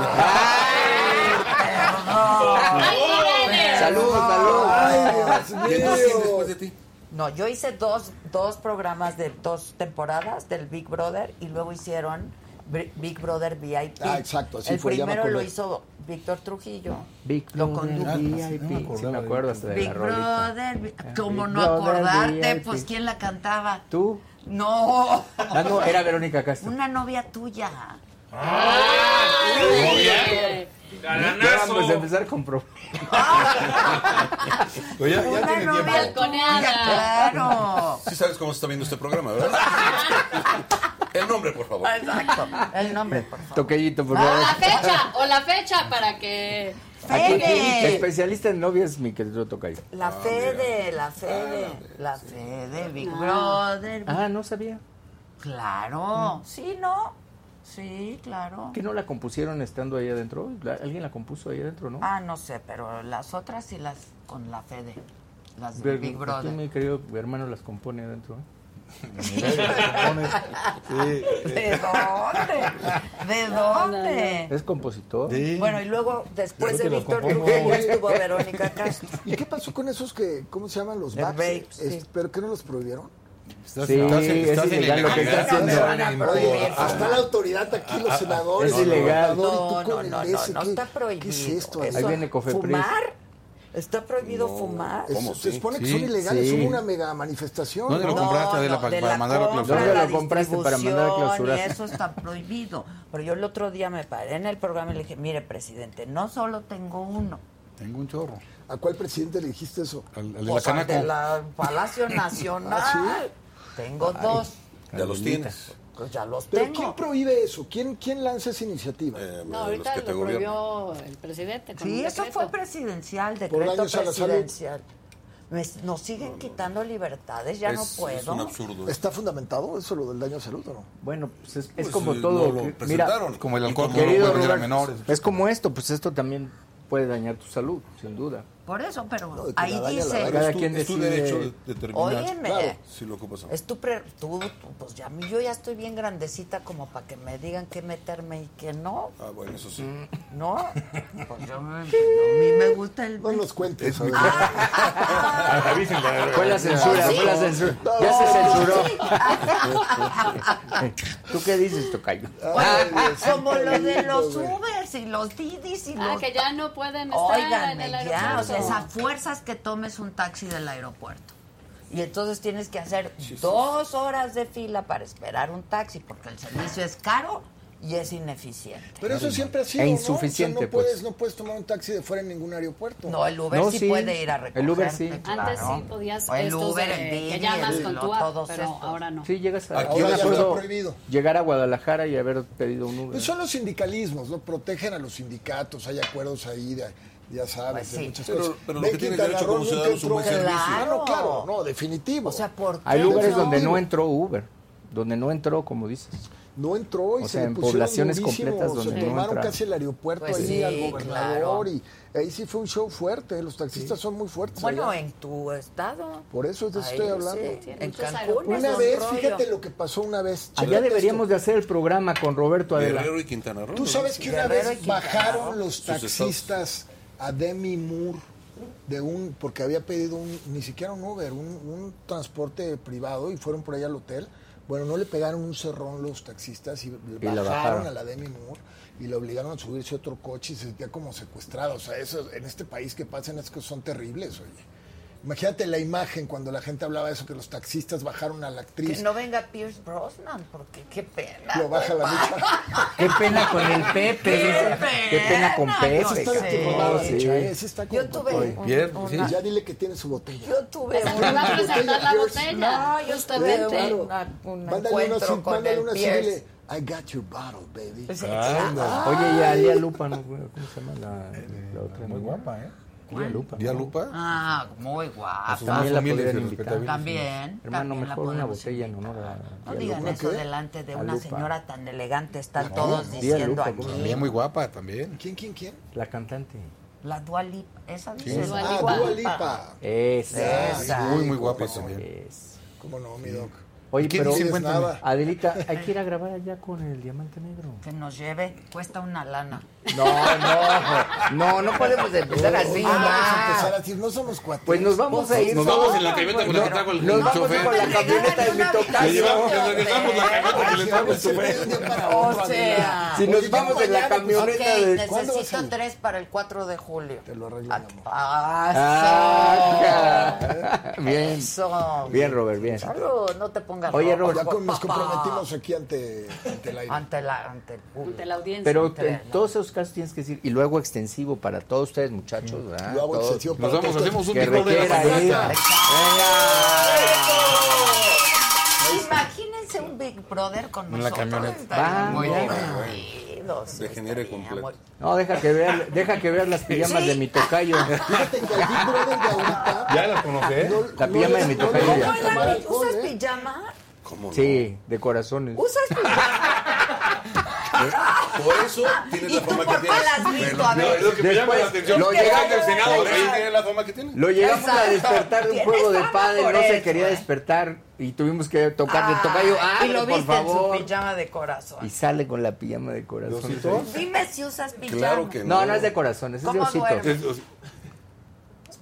A: Perdón.
G: Salud, salud.
D: Ay, Dios
E: Y entonces, ¿quién
D: mío.
E: después de ti?
A: No, yo hice dos, dos programas de dos temporadas del Big Brother y luego hicieron Br- Big Brother VIP.
D: Ah, exacto, así
A: El
D: fue, ya me
A: primero lo
D: acordé.
A: hizo Víctor Trujillo.
G: Big
A: lo
G: Brother
A: condujo.
G: VIP.
H: No me acordaba
G: sí, me
H: de-
G: acuerdo hasta de
A: Big
G: la rolita.
A: Brother, vi-
G: Ah,
A: ¿cómo
G: Big
A: no
G: Brother
A: acordarte?
G: VIP.
A: Pues ¿quién la cantaba?
G: ¿Tú?
A: No,
G: Ah, no, era Verónica Castro.
A: una novia tuya.
G: Ya vamos a
H: pues,
G: empezar con pro-
E: Oye, ya, ya
A: Una
E: tiene
A: novia
E: tiempo.
A: tuya, claro.
E: Sí sabes cómo se está viendo este programa, ¿verdad? El nombre, por favor.
A: Exacto. El nombre, por favor.
G: Toquellito, por
F: O
G: favor.
F: la fecha, o la fecha para que.
G: Aquí,
A: Fede.
G: especialista en novias, mi querido Tocayo.
D: Ah,
A: La Fede, la Fede, la Fede, Big Brother.
G: Ah, no sabía.
A: Claro. Sí, ¿no? Sí, claro.
G: ¿Que no la compusieron estando ahí adentro? La- alguien la compuso ahí adentro, ¿no?
A: Ah, no sé, pero las otras sí las con la Fede. Las de
G: Pero
A: Big
G: aquí
A: Brother.
G: mi querido hermano las compone adentro. ¿eh?
A: ¿De dónde? ¿De dónde?
G: ¿Es compositor?
A: Bueno, y luego, después de
H: Creo que lo
A: Víctor
H: compongo.
A: Trujillo, estuvo Verónica Castro.
D: ¿Y qué pasó con esos que, cómo se llaman los
A: El
D: backs?
A: vape, sí.
D: Este, ¿Pero qué no los prohibieron?
H: Estás, Ah,
G: Sí, es ilegal lo que está
A: Ay, no me
G: haciendo.
A: van a prohibir.
D: Hasta la autoridad aquí, los senadores.
G: es
D: el gobernador,
G: ilegal.
A: No,
D: y tú
A: no,
D: con
A: no,
D: el
A: no,
D: ese,
A: no
D: ¿qué-
A: está prohibido.
D: ¿Qué es esto?
A: eso.
G: Ahí viene Cofepris.
A: ¿Fumar? ¿Está prohibido fumar?
D: Es-
E: ¿Cómo
D: ah, se
E: sí?
D: supone que
H: Sí,
D: son ilegales,
G: sí.
D: hubo una mega manifestación.
H: ¿Dónde
D: ¿no?
H: lo compraste, Adela, para-
A: de
H: para
A: la
H: mandarlo a
A: compra,
H: clausurar?
G: ¿Dónde
A: la
G: lo compraste para mandar a
A: distribución,
G: clausurar?
A: Y eso está prohibido. Pero yo el otro día me paré en el programa y le dije, mire, presidente, no solo tengo uno.
H: Tengo un chorro.
D: ¿A cuál presidente le dijiste eso?
H: Al, al de la
A: Pues, al
H: canaco.
A: de la Palacio Nacional. Tengo dos.
E: Ya los tienes.
A: Pues ya los
D: ¿Pero quién
A: tengo.
D: prohíbe eso? ¿Quién, quién lanza esa iniciativa?
E: Eh,
F: No,
E: los
F: ahorita
E: que te
F: lo
E: gobiernan.
F: prohibió el presidente. Con
A: Sí,
F: un
A: eso fue
F: decreto.
A: presidencial,
D: Por
A: decreto
D: daños a la salud.
A: presidencial. Me- nos siguen quitando libertades, ya no
E: Es- Es
A: puedo.
E: un absurdo.
D: ¿Está fundamentado eso lo del daño a salud o no?
G: Bueno, pues es, es
E: Pues,
G: como
E: eh,
G: todo.
E: no lo
G: que- mira,
E: presentaron.
H: Como el
E: Y
H: alcohol,
E: como-
H: no lo
G: querido
H: pueden vender a
G: Robert,
H: menores.
G: es como esto, pues esto también puede dañar tu salud, sin duda.
A: Por eso, pero
D: de que
A: ahí
D: la daña, la
A: dice,
D: daña.
G: Cada
E: Es tu-
G: quien
E: es tu
G: decide-
E: derecho de determinar
A: Óyeme.
E: claro, si lo ocupas o no.
A: Es tu pre- tú, tú, pues ya, mí- yo ya estoy bien grandecita como para que me digan qué meterme y qué no,
E: Ah, bueno, eso sí.
A: Mm. ¿no? Pues yo me- a mí me gusta el...
D: No nos cuentes. Adela.
G: Fue la censura, fue la censura. Ya se censuró. ¿Tú qué dices, Tocayo?
D: Ay, Dios,
A: Como
D: qué
A: lo de
D: lindo,
A: los
D: güey.
A: Ubers y los Didis y
F: Ah,
A: los...
F: que ya no pueden estar en
A: Óiganme
F: el aeropuerto.
A: ya, o sea, es a fuerzas que tomes un taxi del aeropuerto. Y entonces tienes que hacer dos horas de fila para esperar un taxi porque el servicio es caro y es ineficiente.
D: Pero eso siempre ha sido.
G: E
D: ¿no?
G: insuficiente,
D: O sea, no,
G: pues.
D: puedes, no puedes tomar un taxi de fuera en ningún aeropuerto.
A: No, el Uber
G: No,
A: sí,
G: sí.
A: puede ir a recoger.
G: El Uber sí.
F: Antes sí podías.
A: El
F: estos
A: Uber,
F: de-
A: el
F: Que
A: Didi,
F: llamas
A: el-
F: con
A: lo-
F: tu app,
A: todos
F: pero
A: estos.
F: ahora no.
G: Sí, llegas a,
E: Aquí
G: yo me
E: ya está
G: acuerdo
D: prohibido.
G: llegar a Guadalajara y haber pedido un Uber.
D: Pues son los sindicalismos, ¿no? Protegen a los sindicatos, hay acuerdos ahí, de- ya sabes,
A: Pues
D: de
A: sí.
D: muchas
E: Pero-
D: cosas.
E: pero lo
D: Ve
E: que tienes
D: Quintana
E: derecho
D: Roo
E: como
D: nunca
E: ciudadano es un buen
D: entró-
E: servicio.
D: Claro, claro, no, definitivo.
A: O sea, ¿por qué?
G: Hay lugares
D: no?
G: donde no entró Uber, donde no entró, como dices.
D: no entró y
G: o
D: se
G: sea,
D: le
G: en
D: pusieron
G: poblaciones
D: durísimo,
G: completas
D: se
G: donde no
D: tomaron
G: entra.
D: casi el aeropuerto
A: Pues
D: ahí
A: sí,
D: al gobernador
A: claro.
D: y ahí sí fue un show fuerte, los taxistas son muy fuertes.
A: Bueno,
D: allá.
A: en tu estado.
D: Por eso te
A: Ahí,
D: Pues estoy hablando.
A: sí, En
F: Muchos
A: Cancún.
F: aeropuertos.
A: es
D: Una
A: un
D: vez,
A: rollo.
D: fíjate lo que pasó una vez.
G: Allá
D: Chécate
G: deberíamos
D: esto.
G: de hacer el programa con Roberto Adela.
E: Guerrero y Quintana Roo.
D: Tú sabes que una
A: Guerrero y
D: vez
A: Quintana Roo.
D: bajaron los
E: Sus estados.
D: taxistas a Demi Moore de un, porque había pedido un, ni siquiera un Uber, un, un transporte privado y fueron por ahí al hotel. Bueno, no le pegaron un cerrón los taxistas y,
G: la
D: bajaron,
G: bajaron.
D: a la Demi Moore y le obligaron a subirse a otro coche y se sentía como secuestrado. O sea, eso, en este país que pasan esas cosas son terribles, oye. Imagínate la imagen cuando la gente hablaba de eso, que los taxistas bajaron a la
A: Que
D: actriz.
A: no venga Pierce Brosnan, porque qué pena.
D: Lo baja la bicha.
G: Qué pena con el Pepe. dice. Qué pena con
A: pena, no,
D: Esa
G: Pepe.
D: está
G: cabrón,
D: destemplada,
G: sí.
D: bicha, ¿eh? Esa está como
A: Yo tuve
D: papaya.
A: un-
E: Bien,
A: una-
E: sí.
D: Ya dile que tiene su botella.
A: Yo tuve
F: Pues,
A: un-
F: te va a presentar la
D: Dios,
F: botella,
A: no, yo
F: justamente.
A: tuve una- un
D: Mándale una,
A: encuentro
D: así,
A: con
D: mándale
A: el
D: una así, dile,
A: Pierce.
D: I got your bottle, baby.
A: Pues,
H: Ah.
G: Oye, y a Lía Lupa, ¿no? ¿cómo se llama la, la otra?
H: Muy guapa, ¿eh?
G: Lía Lupa.
E: ¿Día Lupa?
A: Ah, muy guapa.
G: Pues También la
H: familia
G: podrían
H: que
G: invitar.
H: respetabilidad.
A: También.
G: Hermano,
A: también la
G: mejor una
A: podemos
G: botella en honor a
A: No
G: Lía
A: digan
G: Lupa.
A: eso delante de una
G: Lupa.
A: señora tan elegante, están
D: No,
A: todos
D: no,
G: Día
A: diciendo
G: Lupa,
A: aquí.
G: ¿cómo
H: También muy guapa, también.
D: ¿Quién, quién, quién?
G: La cantante.
A: La Dualip, esa dice
F: Dua
D: Ah,
F: Lipa.
D: Dua Lipa.
G: Esa.
A: Esa.
H: Muy, muy guapa también.
G: Es.
D: ¿Cómo no, mi doc?
G: Oye,
H: ¿Quién
G: pero
H: dice
D: Pues
H: Cuéntame.
D: nada.
G: Adelita, hay que ir a grabar allá con el diamante negro.
A: Que nos lleve, cuesta una lana.
G: No, no, no, no podemos empezar así.
D: Ah, vamos
G: ma.
D: a empezar a decir, no somos cuates.
G: Pues nos vamos a ir.
H: Nos
G: solos.
H: vamos en la camioneta con el que está con el
A: pues,
G: Nos vamos
H: chofer.
G: con la camioneta de mi
H: Le
G: tocayo.
H: llevamos, le regresamos la camioneta que le estamos
A: O sea,
G: Si nos vamos en la
A: ok,
G: camioneta de.
D: ¿cuándo vas a
A: necesito
D: ir?
A: tres para el 4 de julio.
D: Te lo arreglo,
A: Ah,
D: mi amor.
G: Ah,
A: Eso.
G: ja. Bien.
A: Eso.
G: Bien, Robert, bien.
A: Salud, no te pongas
G: Oye,
A: rojo,
G: Robert,
D: Ya con- nos
A: papá.
D: comprometimos aquí ante, ante el aire.
A: Ante, la, ante el público.
F: Ante la audiencia.
G: Pero
A: creo,
G: en
A: ¿no?
G: todos esos casos tienes que decir, y luego extensivo para todos ustedes, muchachos, ¿verdad?
D: Lo hago
G: Todos.
D: excesivo para
H: Nos vamos,
D: todos.
H: hacemos un
G: Que ¿eh?
H: picor de la
G: requiera ir.
H: camioneta.
A: Imagínense un Big Brother con
H: En la
A: nosotros.
H: camioneta.
A: estaría
G: Va,
A: muy
G: va,
A: divertidos.
E: Degenere
A: estaría
E: completo.
A: muy-
G: No, deja que vean, deja que vean las pijamas
A: Sí.
G: de mi tocayo.
D: Fíjate que el Big Brother de ahorita...
H: Ya la ¿eh? conoces.
D: no-
G: La
D: no
G: pijama
D: le-
G: de mi
D: no le
G: tocayo
D: dejan
G: ya.
A: Oye,
D: tomar
A: Lali,
D: alcohol,
A: ¿Usas
D: ¿eh?
A: pijama?
E: ¿Cómo no?
G: Sí, de corazones.
A: ¿Usas pijama?
E: Por eso tienes
A: ¿Y
E: la
A: tú
E: fama
A: por
E: que
A: qué
E: tienes.
A: la has visto? A
H: No, es
A: ver.
H: lo que me llama la
G: Después,
H: atención.
G: lo
H: Lo llega
G: llegamos-
H: del Senado,
E: Por ahí tiene la fama que tiene.
G: Lo llegamos a
A: Exacto.
G: despertar de un
A: Tienes
G: juego de
A: fama
G: padre,
A: por
G: no se
A: eso,
G: quería
A: ¿eh?
G: despertar y tuvimos que tocarle tocayo. Ah,
A: y lo
G: por
A: viste en su
G: favor.
A: pijama de
G: Y
A: corazón.
G: sale con la pijama de corazones.
A: Dime si usas pijama.
E: Claro que no.
G: No, no es de corazones, es de
A: ¿Cómo
G: ositos.
A: duerme?
H: Es- es-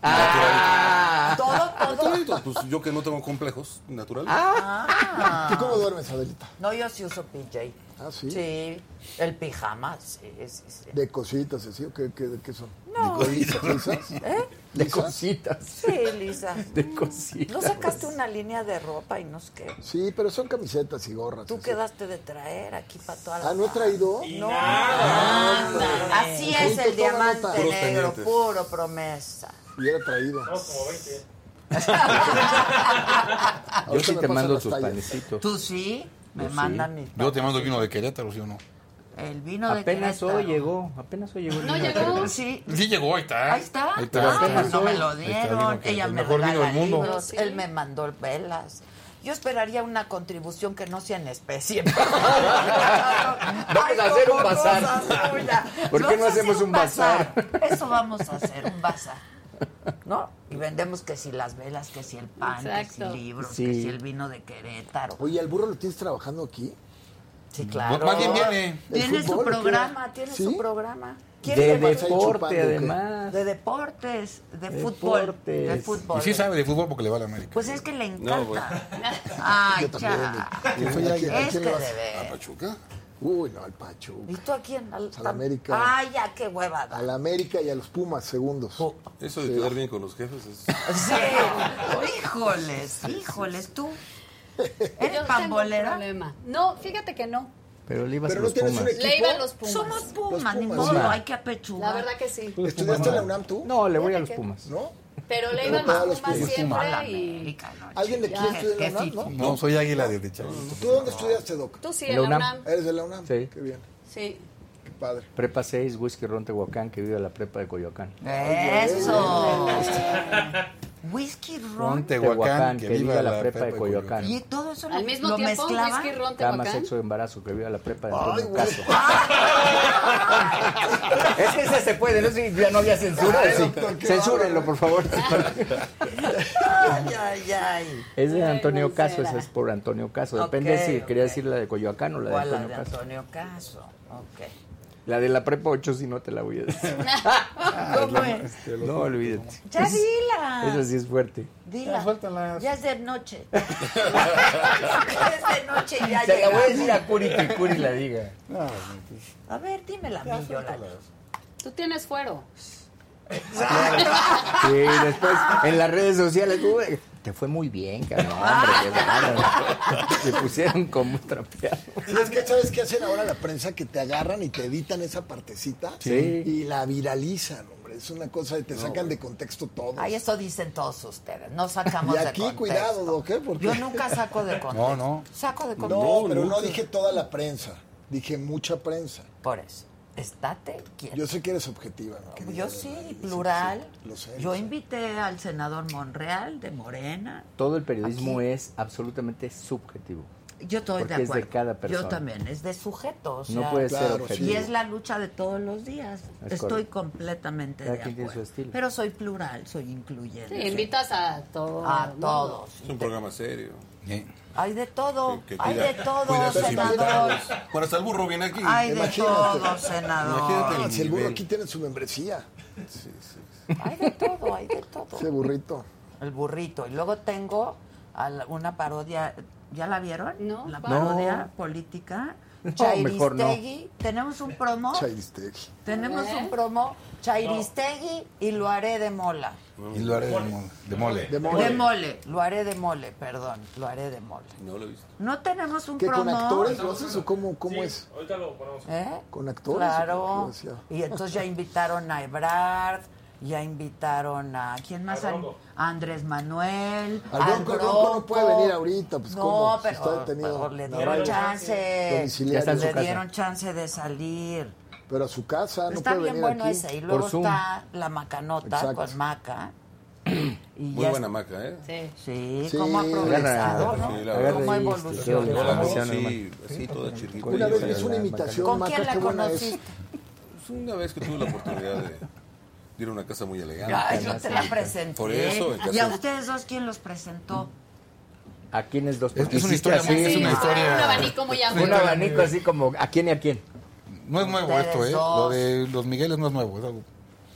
G: Ah,
A: Todo, todo.
E: Naturalitos, pues yo que no tengo complejos naturales.
A: Ah,
D: ¿Tú cómo duermes, Adelita?
A: No, yo sí uso PJ.
D: Ah, ¿sí?
A: Sí, el pijama, sí, sí, sí.
D: ¿De cositas así o qué, qué, de qué son?
A: No.
D: ¿De cositas? ¿Eh?
G: De cositas.
A: Sí, Lisa.
G: De
A: ¿No
G: cositas.
A: sacaste una línea de ropa y no sé qué?
D: Sí, pero son camisetas y gorras.
A: Tú
D: así.
A: quedaste de traer aquí para toda la...
D: Ah, ¿no he traído?
A: Anda, Así es el
D: Junto toda la
A: diamante
D: nota.
E: Puros
A: negro,
E: pendientes.
A: puro promesa.
D: Hubiera traído.
G: Yo
D: Ahorita
G: sí
D: me
G: te
D: pasan
G: mando
D: las
G: tus
D: tallas.
G: panecitos.
A: ¿Tú sí? Me mandan mis...
H: Yo te mando aquí uno de Querétaro, ¿sí o no?
A: El vino de
G: Apenas
A: Querétaro.
G: hoy llegó, apenas hoy llegó. el
F: No
G: niño.
F: llegó.
A: Sí.
H: Sí llegó, ahí está.
A: Ahí está.
H: Ahí
A: Ah,
H: está.
G: apenas
A: no me
G: hoy.
A: lo
H: Ahí está el vino
A: dieron.
H: que-
A: Ella
H: el
A: me
H: mejor vino
A: regala
H: del mundo.
A: libros.
F: Sí.
A: Él me mandó velas. Yo esperaría una contribución que no sea en especie.
G: Vamos a hacer un bazar. ¿Por qué no hacemos un bazar?
A: Eso vamos a hacer, un bazar. ¿No? Y vendemos que si las velas, que si el pan, que
F: Exacto.
A: si libros,
G: Sí.
A: que si el vino de Querétaro.
D: Oye, ¿al burro lo tienes trabajando aquí?
A: Sí, claro.
H: Más bien viene.
A: Tiene
D: ¿El
A: su
D: fútbol o qué?
A: programa, tiene
D: ¿Sí?
A: su programa.
G: De
A: ¿Quiere que-
D: deporte,
G: deporte,
D: además.
G: además.
A: de deportes, de fútbol, de
G: Deportes.
A: fútbol.
H: Y sí sabe de fútbol porque le va a la América.
A: Pues es que le encanta.
E: No, bueno.
A: Ay,
D: Yo también.
A: ya.
D: ¿Quién fue? ¿A quién- a
A: Es que
D: quién
A: de
D: le vas?
E: ¿A
A: ver.
E: Pachuca?
D: Uy, no, al Pacho.
A: ¿Y tú a quién? Al,
D: Al América.
A: Ay, ya, qué huevada.
D: Al América y a los Pumas, segundos.
G: Oh,
E: Eso de quedar bien con los jefes es...
A: Sí. híjoles, híjoles, tú.
F: Yo
A: ¿Eres
F: tengo un
A: pambolera?
F: problema. No, fíjate que no.
G: Pero le ibas
D: Pero
G: a
D: no
G: los
D: tienes un
G: Pumas.
D: equipo.
F: Le iba a los Pumas.
A: Somos Pumas, ni
D: Pumas,
A: modo,
D: sí.
A: hay que apechugar.
F: La verdad que sí.
D: ¿Estudiaste en la UNAM tú?
G: No, le voy a
F: Fíjate
G: los
F: que-
G: Pumas.
D: ¿No?
F: Pero le
D: Pero
F: iban
D: todos
F: los
D: los
F: Pumas
D: Pumas.
A: Pumas, la
F: siempre y...
A: América, no,
D: ¿Alguien de aquí
A: chiquilla,
D: estudió
A: qué
D: en la UNAM, no?
A: fit-
H: No, soy águila de chavito.
D: ¿Tú dónde estudiaste, Doc?
F: Tú sí,
G: ¿En
F: en
G: la
F: la
G: UNAM?
F: UNAM.
D: ¿Eres de la UNAM?
G: Sí.
D: Qué bien,
F: Sí.
D: qué padre.
G: Prepa 6, Whisky Ron Tehuacán, que vive la prepa de Coyoacán.
A: Eso. Whisky ron.
H: Ron Tehuacán, que viva la prepa de
G: Coyoacán.
H: Coyoacán.
A: Y todo eso lo,
F: Al mismo
A: lo
F: tiempo, un
A: mezclaban.
F: whisky ron
G: Cama,
F: Tehuacán.
G: sexo, embarazo, que viva la prepa de
D: Ay,
G: Antonio
D: güey.
G: Caso. Es que ese se puede, no sé, ya no había censura.
D: Ay,
G: sí.
D: doctor, qué
G: Censúrenlo,
D: bárbaro.
G: por favor.
A: Ay, ay, ay.
G: Es de Antonio
F: no
G: Caso,
F: será.
G: esa es por Antonio Caso.
A: Ok,
G: Depende si
A: ok.
G: quería decir la de Coyoacán o la de
A: O a la
G: Antonio
A: de
G: Caso.
A: Antonio Caso. Ok.
G: La de la prepa 8 si no te la voy a decir.
A: ¿Cómo es?
G: No, olvídate.
A: Ya
G: Es- Esa
A: dila.
G: sí es fuerte.
A: Dila.
B: suéltala.
A: Ya es de noche. ya es de noche y ya
G: Se la voy a
A: llegaste.
G: decir a Curi que Curi la diga.
A: A ver, dímela a mí, Yolanda.
F: Tú tienes fuero.
G: Sí, después en las redes sociales, "Uy, te fue muy bien, cabrón. Hombre, qué bárbaro". Se pusieron como trapeado.
D: Y es que, ¿sabes qué hacen ahora la prensa? Que te agarran y te editan esa partecita
G: Sí.
D: y la viralizan, hombre. Es una cosa que te sacan de contexto todo.
A: Ay, eso dicen todos ustedes. No sacamos
D: Y
A: de
D: aquí,
A: contexto.
D: cuidado, ¿no? ¿Qué? Porque-
A: Yo nunca saco de contexto.
H: No, no.
A: Saco de contexto.
D: No, pero no dije toda la prensa. Dije mucha prensa.
A: Por eso. Estate quieto.
D: Yo sé que eres objetiva. mi querida
A: Yo
D: Adela,
A: sí,
D: sé,
A: plural.
D: sí, lo sé.
A: Yo
D: lo sé.
A: invité al senador Monreal de Morena.
G: Todo el periodismo
A: Aquí.
G: es absolutamente subjetivo.
A: Yo estoy
G: Porque
A: de
G: es de
A: acuerdo.
G: cada persona.
A: Yo también, es de sujetos.
G: no puede ser
D: claro,
G: objetivo.
A: Y es la lucha de todos los días.
G: Es
A: Estoy
G: correcto.
A: completamente
G: Cada
A: de
G: quien
A: acuerdo.
G: tiene su estilo.
A: Pero soy plural, soy incluyente.
F: Sí, invitas a todos.
A: a todos.
E: Es un programa serio.
A: Hay de todo,
E: que
A: Oh, hay
E: cuida-
A: de todo,
E: cuida a sus
A: senador.
E: invitados. Bueno, hasta el burro viene aquí.
A: Hay de
D: Imagínate.
A: todo, senador.
E: Imagínate
D: Ah, si el burro
E: nivel.
D: aquí tiene su membresía.
A: Hay de todo, hay de todo.
D: Ese burrito.
A: El burrito. Y luego tengo a la- una parodia, ¿ya la vieron?
F: No.
A: La
F: No.
A: parodia política.
G: mejor no.
A: Chairistegui, tenemos un promo,
D: Chairistegui.
A: tenemos
F: ¿Eh?
A: un promo, Chairistegui y lo haré de mola.
H: Y lo haré de mole. De mole.
D: De mole.
A: De mole, lo haré de mole, perdón, lo haré de mole.
E: No lo he visto.
A: No tenemos un
D: ¿Qué, con
A: promo.
D: actores lo haces o cómo, cómo
H: Pues.
D: es?
A: ¿Eh?
D: ¿Con actores?
A: Claro.
D: ¿O qué decía?
A: Y entonces ya invitaron a Ebrard, ya invitaron a. ¿Quién más? A Andrés Manuel.
D: Al Bronco, el Bronco no puede venir ahorita, pues,
A: no,
D: ¿cómo? Si
A: pero,
D: está detenido.
A: pero le
D: La
A: dieron
D: raya.
A: chance.
D: Domiciliario. Ya está en su
A: le
G: casa.
A: dieron chance de salir.
D: Pero a su casa, no
A: está
D: puede
A: bien
D: venir
A: bueno
D: aquí.
A: ese. Y luego
G: Por Zoom.
A: está la macanota
D: Exacto.
A: con Maca. Y
E: Muy
A: ya
E: buena maca, ¿eh?
F: Sí.
A: Sí,
D: Sí,
A: cómo ha
D: agarra-
A: progresado, ¿no?
E: Sí, la verdad.
A: Cómo ha
G: Agarra y-
A: evolucionado.
E: Yo la
G: Conocí,
E: conocí, así toda chiquita.
D: Una vez
G: Sí,
D: le hice una
G: la
D: imitación,
A: ¿Con
D: Maca,
A: quién la
D: qué buena es.
A: conociste?
E: Es una vez que tuve la oportunidad de, de ir a una casa muy elegante.
A: Ay, yo te la presenté.
E: Por eso, en casa-
A: ¿Y a ustedes dos quién los presentó?
G: ¿A quiénes dos?
H: Es- es una
G: Hiciste
H: historia
G: así,
H: muy- es una
F: Sí,
H: historia-
F: Un abanico muy amplio.
G: un abanico así como ¿a quién y a quién?
H: No es nuevo
A: Ustedes
H: esto, ¿eh?
A: dos.
H: Lo de los Migueles no es nuevo. es algo-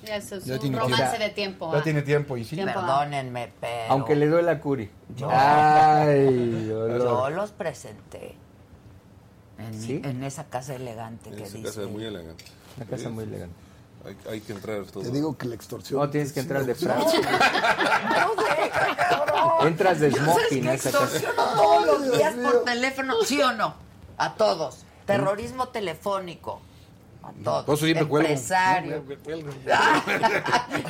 F: Eso es
H: Ya
F: un
H: tiene
F: romance
G: tiempo.
F: de tiempo.
H: Ya
F: ah.
H: tiene tiempo y sí.
F: Tiempo.
A: Perdónenme, pero
G: Aunque le duele a Curi. Ay,
A: yo
G: dolor.
A: los presenté en, mi-
G: ¿Sí?
A: en esa casa elegante
E: En
A: que
E: esa
A: dice.
E: casa muy elegante.
G: Una casa muy elegante.
E: Hay, hay que entrar todo.
D: Te digo que la extorsión.
G: No, tienes que entrar de frac.
A: No deja, cabrón.
G: Entras de
A: Yo, ¿sabes
G: smoking
A: qué?
G: a esa casa.
A: Extorsiono todos los
D: Dios
A: días
D: mío.
A: por teléfono, ¿sí o no? A todos. Terrorismo telefónico. A todos.
G: pues,
H: Por eso siempre cuelgo.
A: Empresario.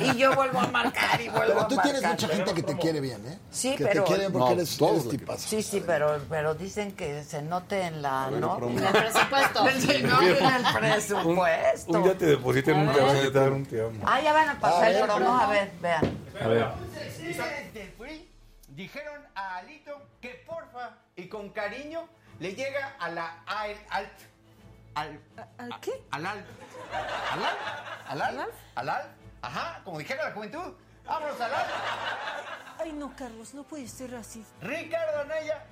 A: y yo vuelvo a marcar y vuelvo
D: Pero
A: a
D: tú
A: marcar.
D: tienes mucha gente que te quiere bien, ¿eh?
A: Sí,
D: que
A: pero-
D: te quieren porque
H: No,
D: eres,
H: todos
D: eres
H: la que-
D: tipazo.
A: Sí, sí, pero, pero dicen que se note en la,
E: ver,
A: ¿no?
E: promo.
F: En el presupuesto.
A: Sí, no en el presupuesto.
H: deposité
F: en un te
H: te
F: van
H: a quitar un te amo.
A: Ah, ya van a pasar
D: A
A: el
D: ver,
A: promo, a ver, vean.
G: A ver,
J: de Free dijeron a Alito que porfa y con cariño le llega a la al alt al
A: ¿Al qué?
J: al al al al al al al al ajá como dijera la juventud vámonos al al
A: Ay, no, Carlos, no puedes ser racista.
J: Ricardo Anaya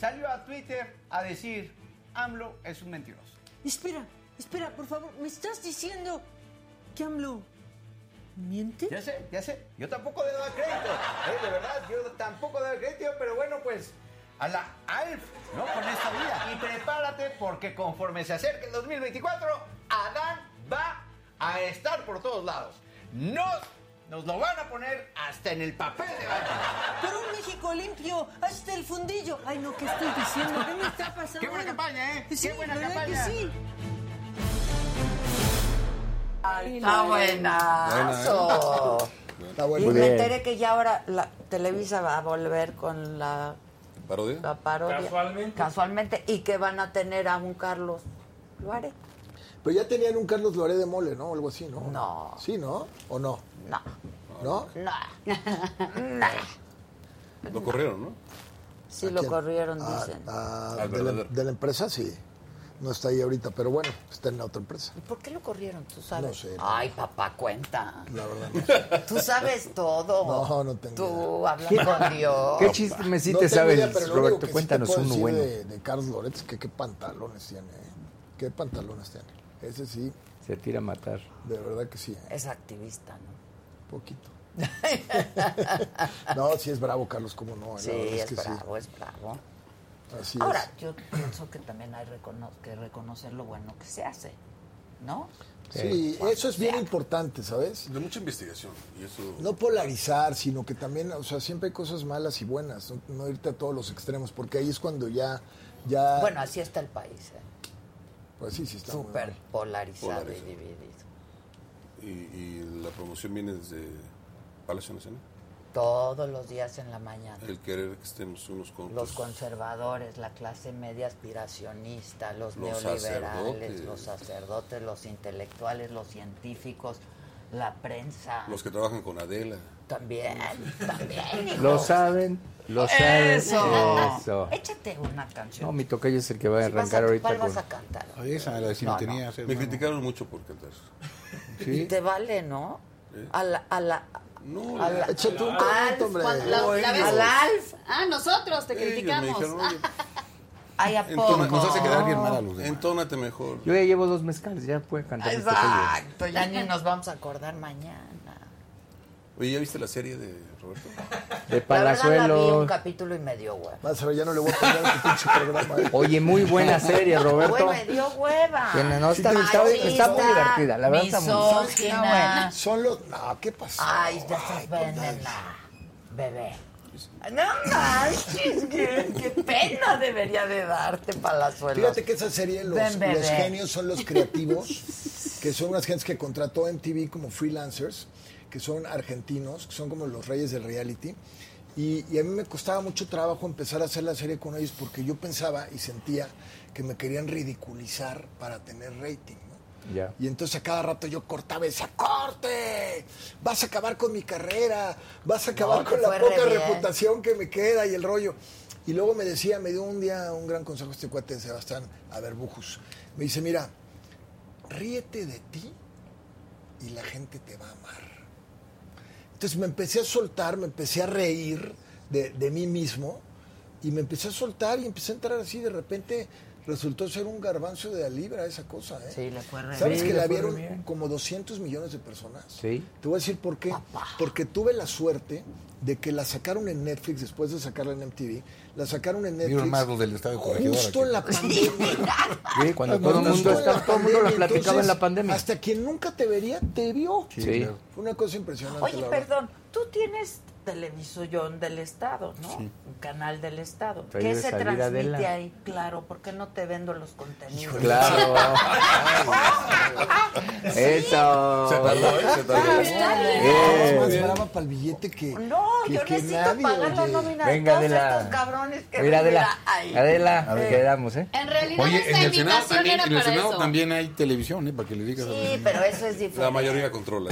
J: salió a Twitter a decir AMLO es un mentiroso
K: Espera, espera, por favor, ¿me estás diciendo que AMLO miente?
J: Ya sé, ya sé. Yo tampoco le daba crédito. eh, de verdad, yo tampoco le daba crédito, pero bueno, pues a la ALF, ¿no? Con esta vida. Y prepárate porque conforme se acerque el 2024, Adán va a estar por todos lados. Nos, nos lo van a poner hasta en el papel de baño.
K: Por un México limpio, hasta el fundillo. Ay, no, ¿qué estoy diciendo? ¿Qué me está pasando?
J: Qué buena campaña, ¿eh?
K: Sí,
J: Qué buena
K: ¿verdad
J: campaña.
K: que sí?
A: Está buenazo.
D: ¿eh? Está
A: Y
D: bueno.
A: me
G: bien.
A: enteré que ya ahora la Televisa va a volver con la,
E: ¿Parodia?
A: la parodia.
B: Casualmente.
A: Casualmente. Y que van a tener a un Carlos. Lo haré.
D: Pero ya tenían un Carlos Loré de mole, ¿no? O algo así, ¿no?
A: No.
D: ¿Sí, no? ¿O no?
A: No,
D: ¿No?
A: no, no. pues.
E: Lo corrieron, ¿no?
A: Sí lo
D: quién?
A: corrieron,
D: Ah,
A: dicen.
D: ah,
E: Al
D: de, la,
E: verdadero.
D: de la empresa, sí. No está ahí ahorita, pero bueno, está en la otra empresa.
A: ¿Y por qué lo corrieron? ¿Tú sabes?
D: No sé.
A: Ay, papá, cuenta.
D: La verdad, no sé.
A: Tú sabes todo.
D: No, no tengo
A: Tú hablas con Dios.
G: ¿qué chisme sí
D: No
G: te
D: tengo
G: sabes,
D: idea, pero lo único que
G: Roberto?
D: sí te
G: Cuéntanos
D: puedo
G: uno
D: decir
G: bueno.
D: De, de Carlos Loret, es que qué pantalones tiene. ¿eh? Qué pantalones tiene. Ese sí,
G: Se tira a matar.
D: de verdad que sí, ¿eh?
A: Es activista, ¿no?
D: poquito. no, sí es bravo, Carlos, cómo no. La
A: Sí,
D: verdad
A: es,
D: que
A: bravo, es bravo.
D: sí. Así
A: Ahora,
D: es.
A: yo pienso que también hay recono- que reconocer lo bueno que se hace, ¿no?
D: Sí, eso es bien importante, ¿sabes?
E: De mucha investigación. Y eso.
D: No polarizar, sino que también, o sea, siempre hay cosas malas y buenas, no, no irte a todos los extremos, porque ahí es cuando ya,
G: Ah,
D: ya,
A: Bueno, así está el país, ¿eh?
D: pues sí, sí está muy
A: súper
D: mal.
A: polarizado y
E: Polarizado.
A: dividido.
E: Y, y la promoción viene desde Palacio Nacional.
A: Todos los días en la mañana.
E: El querer que estemos unos con
A: Los
E: otros.
A: conservadores, la clase media aspiracionista, los,
E: Los
A: neoliberales,
E: sacerdotes.
A: los sacerdotes, los intelectuales, los científicos, la prensa.
E: Los que trabajan con Adela.
A: También, también. hijo.
G: Lo saben, lo saben.
A: Eso.
G: Eso.
A: Échate una
G: No,
A: canción.
G: mi tocayo es el que va a
A: Sí, vas
G: arrancar
A: a-
G: ahorita
A: ¿Cuál
G: con.
A: vas a cantar?
H: Ahí esa, la de si
A: No,
H: lo
A: no.
H: tenías.
E: Me
H: hermano.
E: criticaron mucho por cantar.
A: Y te vale, ¿no? A la, a la,
E: No,
A: a la-
D: Échate un
A: al-
D: cuento, hombre.
F: Cuando la- la vez-
A: Al Alf.
F: Ah, nosotros te
E: ellos me
F: criticamos. Ah,
E: dijeron, oye,
A: Ay, a poco.
E: Entonces,
H: Nos hace quedar bien mal a los demás.
E: entónate mejor.
G: Yo ya llevo dos mezcales, ya puede cantar mi tocayo.
A: Ah, Exacto, ya ni nos vamos a acordar mañana.
E: Oye, ¿ya viste la serie de Roberto?
G: De
A: La verdad la vi
G: Palazuelo.
A: un capítulo y me dio hueva.
D: Vas a ver, ya no le voy a poner a tu pinche programa. ¿eh?
G: Oye, muy buena serie, Roberto.
A: Güey, me dio hueva.
G: Tiene- no, está- está- está muy divertida, la verdad está muy-
A: misógina.
D: Son los, no, ¿qué pasó?
A: Ah. Ay, ya estás
G: pues,
A: venena, bebé. No manches, qué, qué pena debería de darte palazuelos.
D: Fíjate que esa serie, los,
A: Ven, bebé.
D: los genios son los creativos, que son unas gentes que contrató MTV como freelancers, que son argentinos, que son como los reyes del reality. Y, y a mí me costaba mucho trabajo empezar a hacer la serie con ellos porque yo pensaba y sentía que me querían ridiculizar para tener rating. ¿no?
G: Ya.
D: Y entonces a cada rato yo cortaba y decía, ¡corte! Vas a acabar con mi carrera, vas a acabar
A: No, te
D: con la
A: fue
D: poca
A: re bien.
D: reputación pasión que me queda y el rollo. Y luego me decía, me dio un día un gran consejo este cuate Sebastián a ver, Bujus. Me dice, mira, ríete de ti y la gente te va a amar. Entonces me empecé a soltar, me empecé a reír de, de mí mismo y me empecé a soltar y empecé a entrar así. De repente resultó ser un garbanzo de la libra esa cosa. ¿eh?
A: Sí, le fue re
D: ¿Sabes
G: Sí,
D: que
G: le
D: la
G: fue re
D: vieron
G: bien.
D: como 200 millones de personas?
G: Sí.
D: Te voy a decir por qué. Porque tuve la suerte de que la sacaron en Netflix después de sacarla en MTV. La sacaron en Netflix.
H: Vieron más los del estado de
G: ¿eh?
H: corregidora.
D: Justo en la pandemia.
G: Sí, cuando todo el
D: Justo
G: mundo
D: en la
G: está, todo el mundo la
D: pandemia.
G: platicaba en la
D: Entonces,
G: pandemia.
D: Hasta quien nunca te vería, te vio.
G: Sí, Sí. claro.
D: Fue una cosa impresionante.
A: Oye,
D: la verdad.
A: perdón, tú tienes televisión del Estado, ¿no? Un canal del Estado.
G: Pero ahí
A: ¿Qué
G: de
A: se
G: salida,
A: transmite
G: Adela.
A: ahí? Claro, ¿por qué no te vendo los contenidos?
G: Claro. Eso.
A: Ah, está bien.
D: Es
G: Eh,
D: más brava para el billete que.
A: No,
D: que-
A: yo
D: que
A: necesito
D: nadie,
A: pagar la
D: oye.
A: nómina
G: Venga,
A: de todos
G: Adela.
A: estos cabrones que
G: Mira,
A: viven
G: Adela.
A: ahí.
G: Adela, quedamos, ¿eh?
F: En realidad
H: Oye, en
F: esta
H: el Senado
F: invitación
H: también,
F: era
H: en el
F: para
H: Senado
F: eso.
H: también hay televisión, ¿eh? Para que le digas a los
A: Sí,
H: niños.
A: pero eso es diferente.
E: La mayoría controla.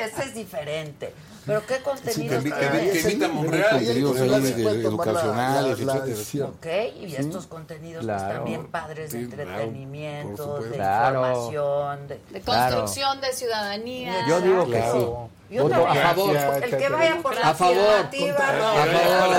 A: Eso es diferente. Pero qué contenido
E: que-
A: traes?
E: que- que- Evita Monreal.
H: Contenidos ahí de- de educacionales, etcétera.
D: etcétera.
A: Ok, y estos contenidos que
G: Claro.
A: están bien padres de
H: Sí, claro,
A: entretenimiento,
H: por
A: de
H: supuesto.
G: Claro.
A: información, de...
F: De
G: Claro.
F: construcción de ciudadanía.
G: Yo digo que sí.
H: Claro.
A: Yo
G: Voto
A: también.
G: a favor.
A: El que vaya por la
G: A favor,
A: afirmativa,
G: A
A: no,
G: favor.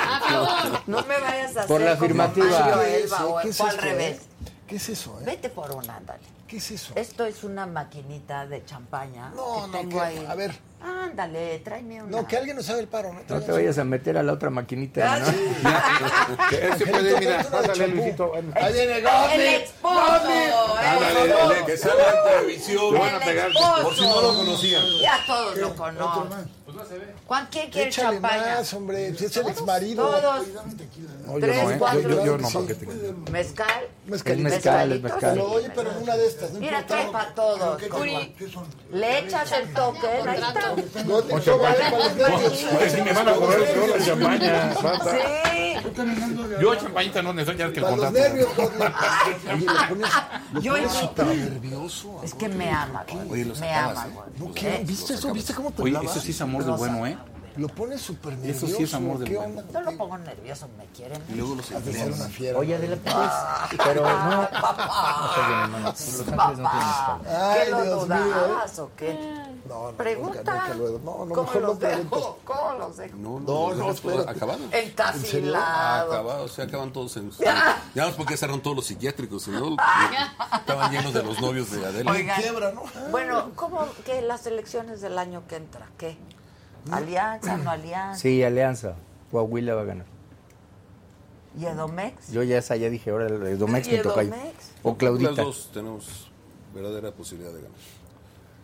F: A favor.
A: no me vayas a hacer
G: Por la
A: como
G: afirmativa.
A: Mario
D: ¿Qué es
A: Elba
D: eso?
A: o-
D: ¿Qué es
A: o al
D: eso,
A: revés.
D: eh? ¿Qué es eso, eh?
A: Vete por una, ándale.
D: ¿Qué es eso?
A: Esto es una maquinita de champaña
D: No,
A: que
D: no,
A: tengo
D: que-
A: ahí.
D: a ver.
A: Ándale, tráeme una.
D: No, que alguien nos haga el paro. No,
G: No te vayas a meter a la otra maquinita, ¿no?
H: Él se puede, mira, pásale, Luisito.
D: Ahí viene
A: El esposo,
E: Ándale,
A: el
E: dale, que salga en televisión.
A: Lo van a pegar.
E: Por si no lo conocían.
A: Ya todos lo
I: Otro más.
A: conocen. ¿Cuán- ¿Quién quiere
D: Échale
A: champaña?
D: más, hombre. Si es el ex marido.
A: Todos.
H: No, yo
A: Tres,
H: no, ¿eh?
A: cuatro.
H: Yo, yo, yo no, para que te
A: Mezcal.
D: Mezcalito.
G: Es mezcal, es
A: Mezcalito,
G: mezcal.
A: sí,
D: Pero oye, pero en una de estas. No
A: Mira,
D: importa.
A: trae para todos.
I: ¿Qué
F: Curi.
I: son? ¿Qué son?
A: Le echas el toque, ahí está.
D: No te no vale para los niños.
H: Pues sí, me van a cobrar el trono de champaña.
A: Sí.
H: Yo champañita no necesito, ya es que el
D: Para los
H: contrato.
D: nervios, Godler. Oye, lo pones, lo
A: Yo
D: pones
A: invito.
D: súper nervioso.
A: Es que me ama,
E: Oye,
A: güey.
E: los
A: Me
E: acabas,
A: ama,
E: ¿eh?
A: güey.
D: ¿No qué? ¿Viste eso? ¿Viste cómo te
H: Oye,
D: hablaba?
H: eso sí es amor del bueno, ¿eh?
D: Lo pone súper nervioso.
H: Eso sí es amor de
D: ¿Qué
H: bueno.
D: onda?
A: Yo lo pongo nervioso, me quieren.
H: Y luego los
D: Has de ser una fiera.
G: Oye,
D: güey.
G: Adela, pues, pero no. No, Ah, no, no, no, Los Ángeles no tiene escala.
D: Ay,
A: ¿Qué lo
D: Dios mío.
A: dudabas o qué?
D: No, no,
A: Pregunta.
D: nunca, nunca lo he- No, no,
A: ¿Cómo
D: mejor no
A: los
D: preguntes.
A: dejo? ¿Cómo los dejo?
E: No,
D: No, Ah,
E: no,
D: no,
E: no,
D: espérate.
E: acabado.
A: Encasilado.
E: Acabado, se acaban todos en. Ya no es porque cerraron todos los psiquiátricos, sino estaban llenos de los novios de Adela.
A: Oigan,
D: Quiebra, ¿no?
A: bueno, ¿cómo que las elecciones del año que entra? ¿Qué? ¿Alianza, no alianza?
G: Sí, Alianza. Coahuila va a ganar.
A: ¿Y Edomex?
G: Yo ya esa, ya dije, ahora el Domex
A: ¿Y
G: me toca ahí.
A: Edomex?
G: O
E: Las
G: Claudita.
E: dos tenemos verdadera posibilidad de ganar.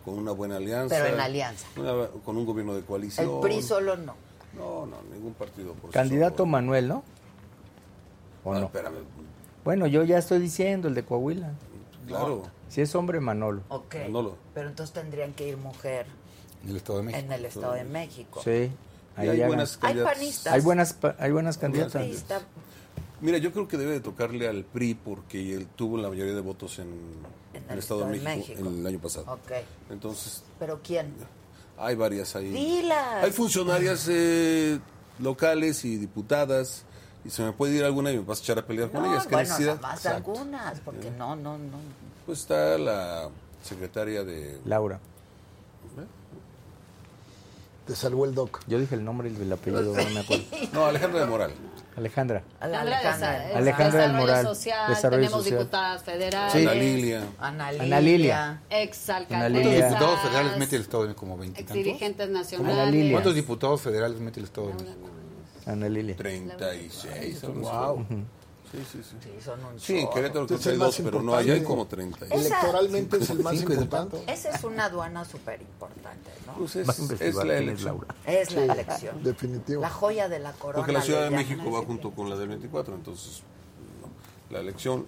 E: Con una buena alianza.
A: Pero en alianza.
E: una- con un gobierno de coalición.
A: El PRI solo no.
E: No, no, ningún partido. por sí
G: Candidato
E: solo.
G: Manuel, ¿no? ¿O
E: Ah,
G: no?
E: espérame.
G: Bueno, yo ya estoy diciendo el de Coahuila.
E: Claro.
G: Si es hombre, Manolo.
A: Ok.
E: Manolo.
A: Pero entonces tendrían que ir mujer
H: En el Estado de México.
A: en el Estado de México.
G: Sí.
E: Y hay
G: Ahí hagan.
E: buenas
A: Hay
E: candidatas.
A: panistas.
G: Hay buenas, pa- hay buenas candidatas.
A: Partista.
E: Mira, yo creo que debe de tocarle al PRI porque él tuvo la mayoría de votos en, en el Estado de México, el año pasado.
A: Ok.
E: Entonces,
A: ¿Pero quién?
E: hay varias ahí.
A: Dilas.
E: Hay funcionarias eh, locales y diputadas. Y se me puede ir alguna y me vas a echar a pelear con ellas. ¿Qué
A: bueno,
E: necesidad?
A: nada más
E: Exacto.
A: algunas, porque no, no, no.
E: Pues está la secretaria de...
G: Laura.
D: Te salvó el doc.
G: Yo dije el nombre y el apellido, no me acuerdo.
E: No, Alejandra de Moral.
G: Alejandra.
A: Alejandra.
F: Alejandra,
G: Alejandra del
F: del
G: Moral,
F: Social,
G: Desarrollo
F: tenemos
G: Social.
F: diputadas federales,
E: Ana Lilia.
A: Ana Lilia.
G: Ana Lilia. Ana
H: ¿Cuántos
G: Lilia.
H: diputados federales mete el Estado de México? ¿Como veintitantos?
F: dirigentes
G: Ana Lilia.
F: nacionales.
H: ¿Cuántos diputados federales mete el Estado de México?
G: Ana Lilia.
E: 36.
D: Wow.
E: Sí, sí, sí.
A: Sí, son un
E: Sí, en
A: chorro.
E: Querétaro creo
D: Entonces
E: que hay
D: es más
E: dos, pero no, allá hay
D: importante.
E: como 30.
D: Electoralmente es el más
H: Cinco y de
D: importante.
A: Esa es una aduana súper importante, ¿no?
E: Pues es,
G: Vas a investigar
E: es la
G: quién es
E: elección.
G: Laura.
A: Es la elección.
D: Definitivo.
A: La joya de la corona.
E: Porque la Ciudad de
A: le
E: México
A: llaman.
E: va junto con la del 24, entonces no. la elección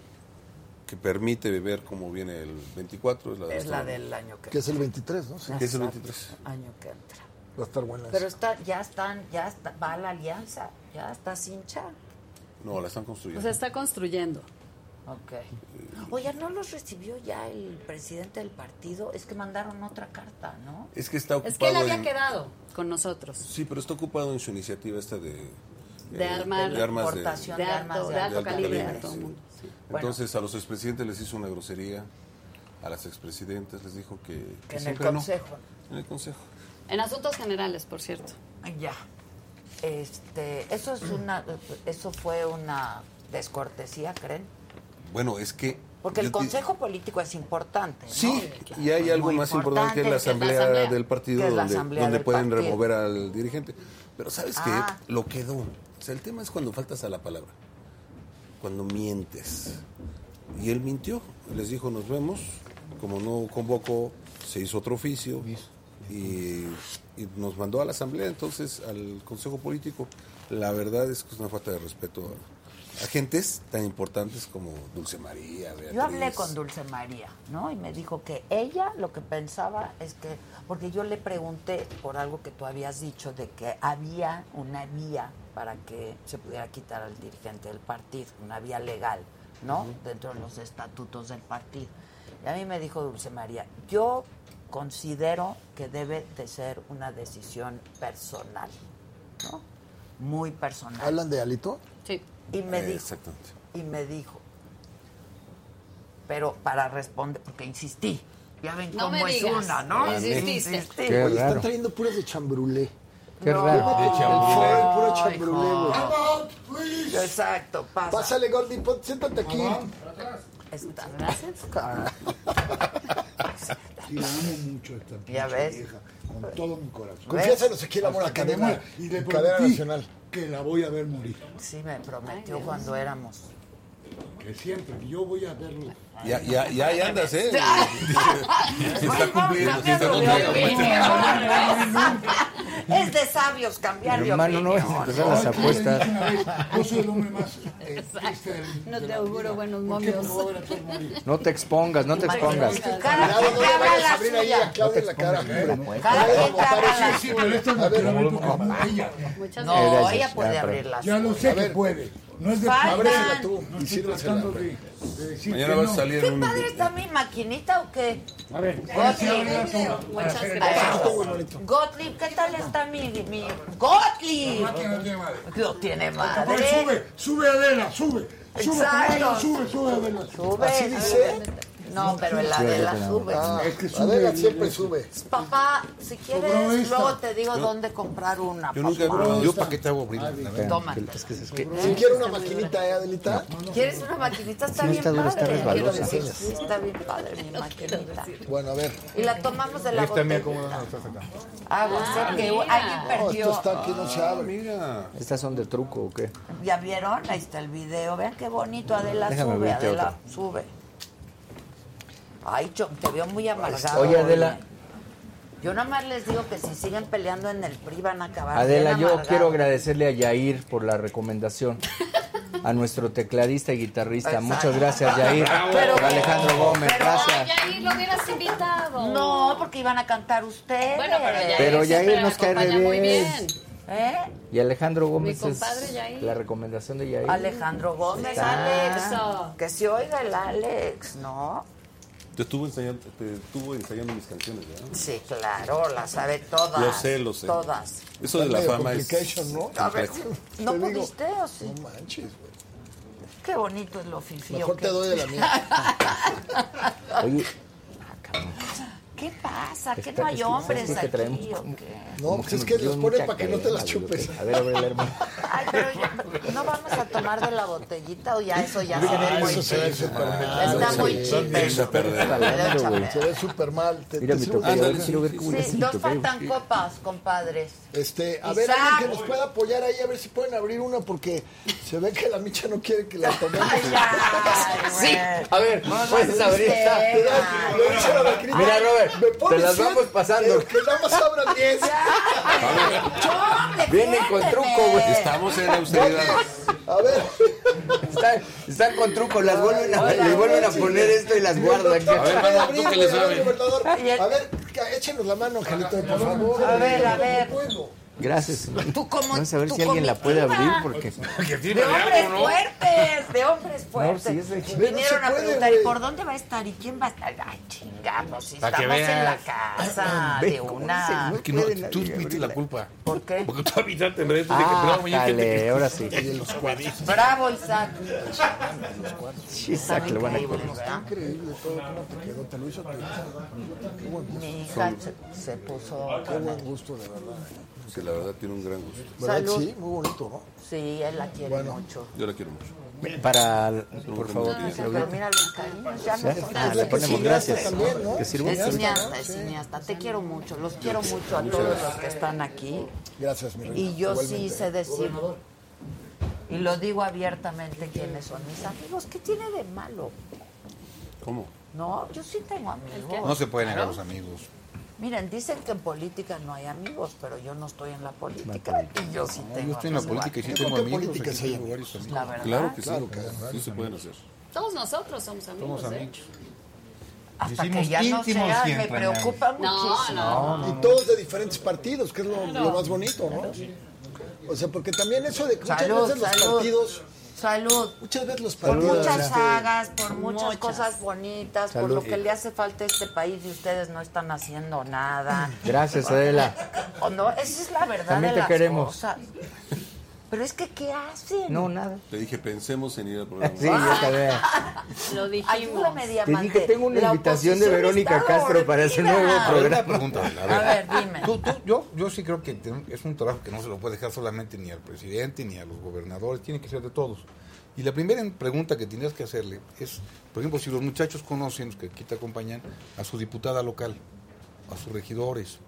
E: que permite ver cómo viene el 24 es la,
A: Es la
E: Asturias.
A: del año que
D: Que es el 23, ¿no? Sí.
E: que es el 23.
A: Año que entra.
D: Va a estar buena
A: Ah. Pero
D: esa.
A: está, ya están, ya está, va la alianza, ya está cincha.
E: No, la están
F: O
E: construyendo.
F: sea, está construyendo.
A: Ok. Oye, ¿no los recibió ya el presidente del partido? Es que mandaron otra carta, ¿no?
E: es que está ocupado
F: Es que él había
E: en-
F: quedado con nosotros.
E: Sí, pero está ocupado en su iniciativa esta de eh,
F: De armar-
E: de armas de-
A: Importación.
F: De alto, de alto calibre a todo
E: sí.
F: el mundo. sí.
E: Entonces a los expresidentes les hizo una grosería, a las expresidentes les dijo que, que
A: Que en el
E: siempre no.
A: consejo.
E: En el consejo.
F: En asuntos generales, por cierto.
A: Ya. Este, eso es una, eso fue una descortesía, ¿creen?
E: Bueno, es que
A: Porque el
E: yo te-
A: consejo político es importante. ¿no?
E: Sí, y hay algo
A: Muy
E: más importante que la asamblea,
F: asamblea.
E: del partido
A: Que es la
E: donde,
A: asamblea
E: donde
A: del
E: pueden
A: partido.
E: remover al dirigente. Pero sabes
A: Ah.
E: que lo quedó. O sea, el tema es cuando faltas a la palabra, cuando mientes. Y él mintió, les dijo nos vemos, como no convocó, se hizo otro oficio y, y nos mandó a la asamblea, entonces al Consejo Político. La verdad es que es una falta de respeto a, a gentes tan importantes como Dulce María.
A: Yo hablé
E: Beatriz.
A: con Dulce María, ¿no? Y me dijo que ella lo que pensaba es que, porque yo le pregunté por algo que tú habías dicho, de que había una vía para que se pudiera quitar al dirigente del partido, una vía legal, ¿no? Dentro de los estatutos del partido. Y a mí me dijo Dulce María, yo considero que debe de ser una decisión personal, ¿no? Muy personal.
D: ¿Hablan de Alito?
F: Sí.
A: Y me
E: Eh,
A: dijo,
E: Exactamente.
A: y me dijo, pero para responder, porque insistí. Ya ven
F: No
A: cómo
F: me
A: es
F: digas.
A: una, ¿no?
F: Insististe.
A: Insistí.
G: Qué
D: Oye,
G: raro.
D: están trayendo puras de chambrulé.
G: Qué
A: No.
G: raro.
D: El foro, el puro
A: hijo.
D: chambrulé, güey.
I: Out, please.
A: Exacto, pasa.
D: Pásale, Gordy, pon- siéntate aquí.
A: Está-
I: Sí, la amo mucho a esta
A: Ya
I: pinche
A: ves.
I: vieja, Con todo mi corazón.
D: Confiésanos aquí el amor a
I: Hasta que
D: cadena,
I: muera. Y le
D: cadena
I: prometí
D: nacional.
I: que la voy a ver morir.
A: Sí, me prometió cuando éramos.
I: Que siempre, que yo voy a verlo.
E: Ya, ya, ya, ahí andas, ¿eh? Si
A: Ay,
E: está
A: vamos
E: cumpliendo, si está
A: cambiando de
E: cumpliendo. pues.
A: opinión. Es de sabios cambiar de
G: Hermano, no vayas a
A: opinión.
G: empezar las
I: Ay, que le dije
G: apuestas.
I: una vez, Yo soy el hombre más eh, triste del-
F: No
I: de
F: te
I: la
F: auguro
I: vida.
F: buenos
I: ¿Por qué
F: momios.
I: me voy a ver a todos morir?
G: No te expongas, no te expongas.
A: Cada
D: Cuidado,
A: quien
D: no le
A: carga
D: vayas a
A: la
D: abrir ahí a
A: suya.
D: Claudia la cara. hombre.
A: Cada
D: Vamos a
A: quien
D: votar
A: carga
D: eso.
A: la
I: Sí, pero esta es naturalmente como ella.
F: Muchas
A: No,
G: Gracias,
A: ella puede
G: ya, pero-
A: abrir la
I: Ya
A: suya.
I: lo sé que puede. No es de
A: Faltan.
I: Ábresela tú
D: No
I: y
D: estoy
I: sírvesela.
D: tratando
I: hombre. De decir
E: Mañana
I: que
E: vas a
I: no.
E: salir
A: ¿Qué
E: en un...
A: padre está mi maquinita o qué?
I: A ver,
A: Gottlieb.
F: Muchas
A: Ah,
F: gracias.
A: Gottlieb, ¿qué tal está mi, mi Gottlieb?
I: máquina tiene madre.
A: Lo tiene
I: A ver,
A: madre.
I: sube, sube Adela, sube. Sube,
A: Exacto.
I: Adela, sube, sube Adela.
A: Sube.
D: ¿Así dice?
A: No, pero el Adela sube.
D: Ah,
I: Es que sube,
D: Adela
I: y-
D: siempre sube.
A: Papá,
I: Sobró
A: si quieres,
I: esta.
A: luego te digo dónde comprar una.
E: Yo nunca he
A: papá.
E: probado
H: Yo
E: esta.
H: para qué te hago abrir. la verdad.
A: Toma.
D: Si quiero una maquinita, ¿eh, Adelita?
A: ¿Quieres una maquinita? Está bien
G: dura, está
A: padre. Quiero
G: resbalosa.
A: decir, sí, está bien padre mi maquinita.
D: Bueno, a ver.
A: Y la tomamos de la botellita. Ah, o sea que
F: mira.
A: alguien
D: No, esto
A: perdió.
D: está aquí, no se
E: Ah,
D: abre.
E: mira.
G: ¿Estas son de truco o qué?
A: ¿Ya vieron? Ahí está el video. Vean qué bonito. Adela
G: Déjame
A: sube,
G: abrirte
A: Adela
G: otro.
A: sube. Ay, yo te veo muy amargado.
G: Oye, Adela.
A: Yo nada más les digo que si siguen peleando en el PRI van a acabar.
G: Adela,
A: bien
G: yo
A: amargados.
G: quiero agradecerle a Yair por la recomendación. A nuestro tecladista y guitarrista.
A: Exacto.
G: Muchas gracias, Yair.
A: Pero-
G: A Alejandro Gómez,
A: pero-
F: Ay,
G: gracias.
F: Yair, lo hubieras invitado.
A: No, porque iban a cantar ustedes.
F: Bueno, pero Yair,
G: Pero Yair
F: siempre
G: nos
F: me
G: cae re
F: acompaña muy
G: bien.
F: bien.
A: ¿Eh?
G: Y Alejandro Gómez
F: compadre
G: es
F: Yair.
G: la recomendación de Yair.
A: Alejandro Gómez,
F: Está.
A: Alex. Que se oiga el Alex, ¿no?
E: Te estuvo ensayando, te estuvo ensayando mis canciones, ¿verdad?
A: Sí, claro, la sabe todas.
E: Lo sé, lo sé.
A: Todas.
E: Eso de la
D: Medio
E: fama es...
D: complication, ¿no?
A: A ver, ¿no
D: Te digo,
A: pudiste o sí?
D: No manches, güey.
A: Qué bonito es lo fifío.
D: Mejor
A: que-
D: te doy de la mía.
G: Oye,
A: ¿Qué pasa? ¿Que
G: Está-
A: no hay
G: es que,
A: hombres
G: ¿sabes qué?
A: aquí
G: Traemos
A: o qué?
D: No, pues es que
G: Dios,
D: los pones
G: mucha
D: para que no te las
G: crema, güey,
D: chupes.
G: ok. A ver, abre hermano.
A: Ay, pero ya- ¿no vamos a tomar de la botellita o ya eso ya se ve
D: Ah,
A: muy
D: eso se ve Ah,
A: chido?
D: súper mal.
A: Está
D: güey.
A: muy chido.
G: Hablando, güey.
D: Se ve súper mal. Te-
G: Mira
D: te
G: mi
D: sirvo-
G: tocayo, a ver, quiero ver cómo le
A: Sí,
G: siento,
A: nos
G: güey.
A: faltan copas, compadres.
D: Este, a
A: Isaac.
D: ver, alguien que nos pueda apoyar ahí, a ver si pueden abrir una, porque se ve que la micha no quiere que la tomemos.
A: Ay, ay,
G: Sí, a ver, puedes abrir esta.
D: Le dice a la Cris,
G: Mira, Robert,
D: me pones
G: te las
D: cien,
G: vamos pasando.
D: pero Que nada más abran 10.
A: güey.
G: Vienen con truco, güey.
E: Estamos en austeridad.
D: A ver,
G: Están, están con truco, las vuelven a, les vuelven a poner esto y las guardan.
D: doctor,
G: acá.
E: ver,
D: puede
E: mano,
D: abrir,
E: tú que le
D: güey, abre,
E: sabes.
D: gobernador.
A: Ay, el-
D: A ver, ca- échenos la mano, Angelito, por favor.
A: A ver, a ver.
D: No puedo.
G: Gracias.
A: Tú como-
G: Vamos a ver
A: tú
G: si alguien la puede abrir
A: comitiva.
G: porque
B: Que tiene
A: De hombres
B: algo, ¿no?
A: fuertes, de hombres
G: No, sí,
A: fuertes.
G: es de hecho.
A: Vinieron
D: No se
A: a
D: puede,
A: preguntar, ¿y
D: güey.
A: por dónde va a estar? ¿Y quién va a estar? Ay, chingamos, si
H: Pa' que
A: estamos en la
H: veas.
A: casa de una...
H: Que no, tú tuviste la culpa.
A: ¿Por qué?
B: Porque tú habitaste en redes sociales.
G: Ah,
B: que, pero, oye, que
G: dale, ahora sí.
A: Bravo, Isaac.
G: Sí, Isaac, lo van a
A: Increíble,
G: poner.
A: ¿verdad?
D: Increíble todo, cómo te quedó, te lo hizo tu hija. Qué buen gusto,
A: Mi hija se, se puso...
D: qué buen gusto, de verdad.
E: Que la verdad tiene un gran gusto.
D: ¿Verdad?
A: Salud.
D: Sí, muy bonito, ¿no?
A: Sí, él la quiere mucho.
E: Yo la quiero mucho.
G: Para, por favor,
E: No,
A: Pero mira los cariños, ya no son
G: Ah,
A: así.
G: le ponemos gracias.
D: también, ¿no?
G: Que sirva.
A: Es cineasta, es cineasta. Te quiero mucho, los quiero mucho a todos los que están aquí.
D: Gracias, mi reina.
A: Y yo sí
D: Igualmente.
A: sé decir, y lo digo abiertamente, quiénes son mis amigos. ¿Qué tiene de malo?
E: ¿Cómo?
A: No, yo sí tengo amigos.
H: No se pueden negar los amigos.
A: Miren, dicen que en política no hay amigos, pero yo no estoy en la política. Y yo sí tengo
H: Yo estoy en la
A: amigos.
H: política y sí
D: Yo creo
H: tengo
D: que
H: amigos.
D: política
H: aquí
D: sí hay
H: tengo varios amigos.
A: La verdad.
E: Claro que sí.
D: Claro que-
E: Sí se pueden hacer.
F: Todos nosotros somos amigos.
H: Somos
F: ¿eh?
H: amigos.
A: Hasta que
H: Hicimos
A: ya no
H: íntimos
A: sean, me
H: siempre, ¿no?
A: preocupa
F: No,
A: muchísimo.
F: no.
D: Y todos de diferentes partidos, que es lo, lo más bonito, ¿no? O sea, porque también eso de que muchas
A: Salud,
D: veces los
A: salud.
D: partidos,
A: Salud.
D: muchas veces los
A: Por
D: partidos,
A: muchas
D: este,
A: sagas, por muchas, cosas bonitas, por lo que le hace falta a este país y ustedes no están haciendo nada.
G: Gracias, Adela.
A: O no, esa es la verdad
G: También
A: de
G: te
A: las
G: queremos.
A: cosas. Pero es que, ¿qué hacen?
G: No, nada.
E: Te dije, pensemos en ir al programa.
G: Sí, yo también.
F: Lo dijimos.
A: Ayúdame,
G: Te
A: Diamante.
G: dije, tengo una
A: La
G: invitación de
A: oposición
G: Verónica
A: está
G: Castro para ese
A: dormida.
G: nuevo
H: Ahorita
G: programa.
H: pregúntale, a
A: A
H: ver.
A: ver, dime.
H: Tú- tú- yo, yo sí creo que ten- es un trabajo que no se lo puede dejar solamente ni al presidente ni a los gobernadores, tiene que ser de todos. Y la primera pregunta que tendrías que hacerle es, por ejemplo, si los muchachos conocen, los que aquí te acompañan, a su diputada local, a sus regidores,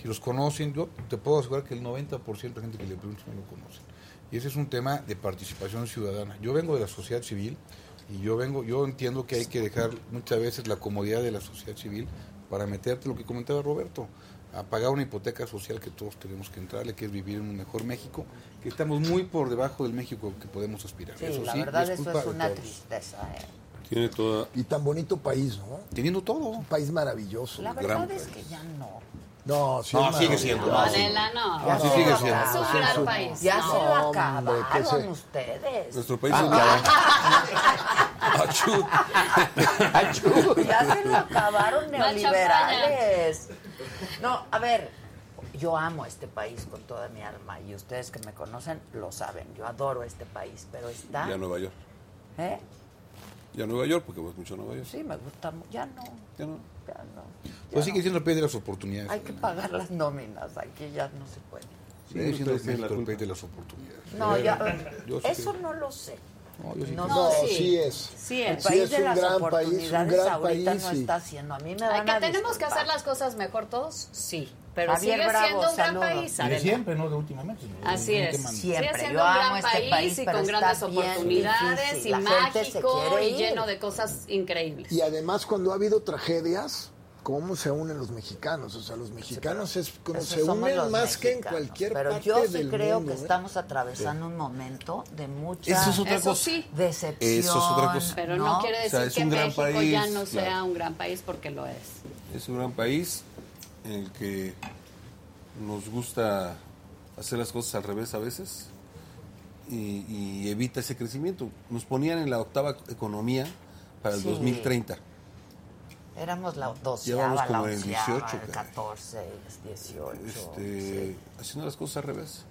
H: si los conocen, yo te puedo asegurar que el 90% de la gente que le pregunta no lo conocen. Y ese es un tema de participación ciudadana. Yo vengo de la sociedad civil y yo vengo, yo entiendo que hay que dejar muchas veces la comodidad de la sociedad civil para meterte lo que comentaba Roberto, a pagar una hipoteca social que todos tenemos que entrarle, que es vivir en un mejor México, que estamos muy por debajo del México que podemos aspirar.
A: Sí,
H: eso
A: la
H: sí,
A: verdad,
H: es
A: eso
H: culpa
A: es
H: de
A: una
H: todos.
A: tristeza. eh.
E: Tiene toda...
D: y tan bonito país, ¿no?
H: Teniendo todo.
D: Un país maravilloso.
A: La verdad es que ya no.
D: No, sí,
H: No,
D: es
H: sigue
D: maravilla.
H: siendo,
D: Ya,
H: no,
D: sí.
F: Adela, no.
G: Ah,
H: Ya
E: Ah,
F: Es
H: sí
F: un
H: sigue
F: gran-
H: siendo.
F: Es un gran país.
A: Ya
F: no.
A: se lo
D: hombre,
A: acabaron
D: ¿qué sé?
A: ustedes.
E: Nuestro país
F: Ah,
E: es Ah, la- Achú.
A: Ya se lo acabaron
F: champaña.
A: neoliberales. No, a ver, yo amo este país con toda mi alma y ustedes que me conocen lo saben. Yo adoro este país, pero está.
E: Y a Nueva York.
A: ¿Eh?
E: Y a Nueva York, porque vas mucho a Nueva York.
A: Sí, me gusta. mu- Ya no,
E: Ya no.
A: ya no. ya
H: Pues sigue
A: no.
H: siendo el país de las oportunidades.
A: Hay que pagar las nóminas. Aquí ya no se puede.
H: Sigue siendo
E: Ustedes tienen la
H: México el
E: culpa.
H: país de las oportunidades.
A: No, ya.
H: Yo sí
A: Eso
H: que-
A: no lo sé.
H: No, yo sí
A: No,
H: que-
D: No,
F: sí.
D: sí es.
F: Pues Sí, el
A: El
D: Sí,
A: país
D: es
A: de
D: un
A: las
D: gran país, un
A: oportunidades
D: gran
A: ahorita
D: país,
A: no
D: sí.
A: está haciendo. A mí me
F: Ay,
A: van
F: que
A: a
F: tenemos que
A: disculpar.
F: hacer las cosas mejor todos, sí. Pero
A: Javier
F: sigue
A: Bravo,
F: siendo un gran
A: saludos.
F: país,
H: Y de
F: Adela.
H: siempre, ¿no? De últimamente. ¿no?
F: Así
H: Nunca
F: es.
H: más.
A: Siempre.
F: Sigue siendo
A: Yo
F: un
A: amo
F: gran
A: este
F: país,
A: país,
F: y
A: pero
F: con
A: está
F: grandes
A: bien
F: oportunidades
A: difícil.
F: y
A: La gente se
F: mágico
A: quiere
F: y
A: ir.
F: lleno de cosas increíbles.
D: Y además cuando ha habido tragedias, ¿cómo se unen los mexicanos? O sea, los mexicanos es como
A: Esos
D: se
A: somos
D: unen
A: los
D: más que en
A: mexicanos.
D: cualquier
A: Pero
D: parte
A: yo sí
D: del
A: creo
D: mundo,
A: que
D: ¿eh?
A: estamos atravesando un momento de mucha
E: Eso es otra
F: Eso
E: cosa.
F: sí,
A: decepción.
E: Eso es otra cosa.
F: pero no, quiere
E: O sea,
F: decir
E: es
F: que
E: un gran
F: México
E: país,
F: ya no
E: claro.
F: sea un gran país porque lo es.
E: Es un gran país en el que nos gusta hacer las cosas al revés a veces y, y evita ese crecimiento. Nos ponían en la octava economía para el
A: Sí.
E: 2030.
A: Éramos la
E: Llevamos
A: doceava, la
E: como en el
A: onceava,
E: 18,
A: el
E: caray.
A: 14, 18.
E: Este,
A: sí.
E: Haciendo las cosas al revés.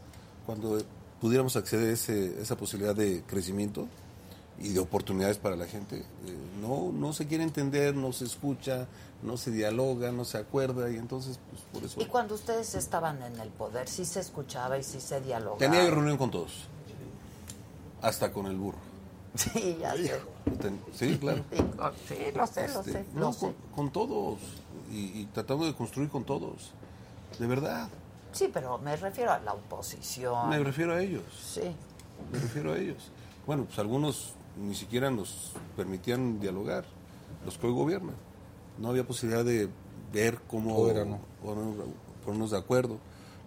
E: Cuando pudiéramos acceder a ese- esa posibilidad de crecimiento y de oportunidades para la gente, eh, no, no se quiere entender, no se escucha, no se dialoga, no se acuerda y entonces pues, por eso...
A: Y cuando ustedes estaban en el poder, sí se escuchaba y sí se dialogaba.
E: Tenía yo reunión con todos, hasta con el burro.
A: Sí, ya sé.
E: Ten- Sí, claro.
A: Digo, Sí, lo sé, lo
E: Este,
A: sé.
E: no,
A: Lo sé.
E: con, con todos y, y tratando de construir con todos. De verdad,
A: Sí, pero me refiero a la oposición.
E: me refiero a ellos.
A: Sí.
E: Me refiero a ellos. Bueno, pues algunos ni siquiera nos permitían dialogar, los que hoy gobiernan. No había posibilidad de ver cómo
H: Poderano.
E: ponernos, ponernos de acuerdo.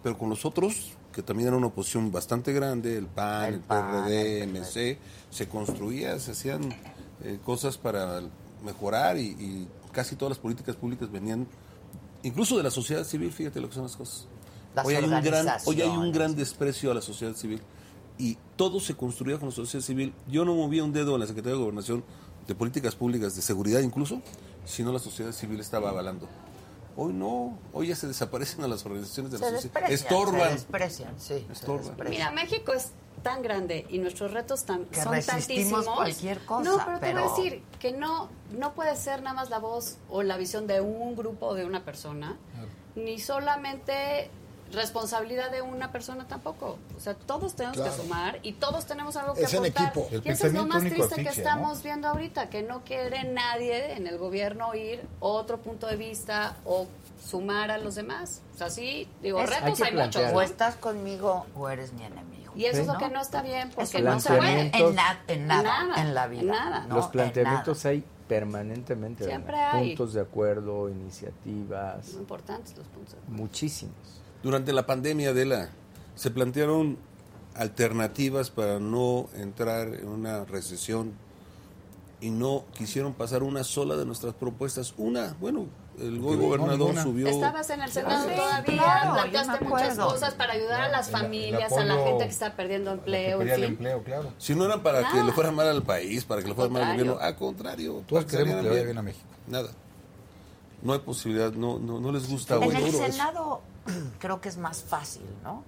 E: Pero con los otros, que también era una oposición bastante grande, el PAN,
A: El
E: el,
A: PAN,
E: PRD,
A: el
E: MC, se construía, se hacían eh, cosas para mejorar y, y casi todas las políticas públicas venían, incluso de la sociedad civil, fíjate lo que son las cosas.
A: Las
E: hoy, hay un gran, hoy hay un
A: organizaciones.
E: gran desprecio a la sociedad civil. Y todo se construía con la sociedad civil. Yo no movía un dedo en la Secretaría de Gobernación de Políticas Públicas, de Seguridad incluso, sino la sociedad civil estaba avalando. Hoy no, hoy ya se desaparecen a las organizaciones de
A: Se
E: la sociedad.
A: desprecian.
E: Estorban.
A: Se desprecian, sí. se
E: Estorban.
A: desprecian.
F: Mira, México es tan grande y nuestros retos tan,
A: Que
F: son
A: resistimos
F: tantísimos.
A: cualquier cosa,
F: no, pero, te voy a
A: pero-
F: decir que no, no puede ser nada más la voz o la visión de un grupo o de una persona, ni solamente responsabilidad de una persona tampoco. O sea, todos tenemos
D: Claro.
F: que sumar y todos tenemos algo
D: Es
F: que
D: en
F: aportar.
D: equipo.
F: Y
H: El
F: eso es lo
H: pensamiento
F: más
H: único
F: triste que
H: asfixia, ¿no?
F: estamos viendo ahorita, que no quiere nadie en el gobierno oír otro punto de vista o sumar a los demás. O sea, sí, digo,
A: Es-
G: hay
F: retos
G: que
F: hay, muchos.
G: plantear.
F: ¿no?
A: O estás conmigo o eres mi enemigo.
F: Y eso
G: Sí,
F: es lo
G: ¿no?
F: que no está bien, porque
G: Es un
F: no se puede.
G: planteamiento.
A: En, na- en nada,
F: Nada,
A: en la vida.
F: en nada.
A: ¿no?
G: Los
A: En
G: planteamientos
A: nada.
G: hay permanentemente. Adela.
F: Siempre hay.
G: Puntos de acuerdo, iniciativas,
F: Son importantes los puntos.
G: muchísimos.
E: Durante la pandemia, Adela, se plantearon alternativas para no entrar en una recesión y no quisieron pasar una sola de nuestras propuestas. Una, bueno, el go- gobernador
H: ninguna.
E: subió...
F: Estabas en el Senado
A: Sí,
F: todavía,
A: claro, yo
F: planteaste
A: me
F: muchas
A: acuerdo.
F: cosas para ayudar a las
H: El- el
F: familias, a
H: apoyo
F: la gente que está perdiendo
H: a la que
F: empleo,
H: perdía
F: en
H: el
F: fin.
H: empleo, claro.
E: Si no eran para que
F: Nada.
E: le fuera mal al país, para que le fuera mal al
F: contrario.
E: gobierno, al contrario.
H: Todos
E: para
H: queremos que le
E: salieran
H: vaya bien a México.
E: Nada. No hay posibilidad, no, no, no les gusta
F: Pues
A: En
E: hoy.
A: el
E: Duro eso.
A: Senado creo que es más fácil, ¿no?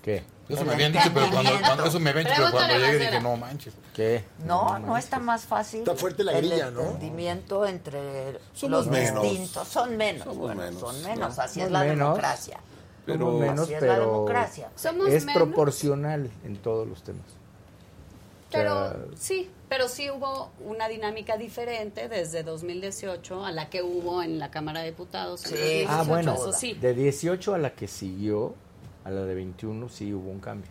G: ¿Qué?
H: Eso
A: El
H: me habían dicho, pero cuando,
A: entendimiento.
H: cuando- eso me habían dicho, pero
F: Pregúntale
H: cuando
F: a
H: llegué
F: Mancera.
H: dije, no manches.
G: ¿Qué?
A: No, no está más fácil.
D: Está fuerte la grilla,
A: el
D: ¿no?
A: entendimiento entre
E: Somos
A: los
E: menos.
A: distintos. Son menos.
E: Somos
A: bueno,
E: menos,
A: son menos.
E: ¿no?
A: Así es
G: Somos
A: la
G: menos.
A: democracia.
E: Pero-
G: Somos menos,
A: Así es la
G: pero
A: democracia.
F: Somos
G: es
F: menos.
G: proporcional en todos los temas. O sea,
F: Pero sí, pero sí hubo una dinámica diferente desde 2018 a la que hubo en la Cámara de Diputados. en
A: Sí.
F: 2018,
G: ah, bueno,
F: eso sí.
G: de 18 a la que siguió, a la de 21 sí hubo un cambio.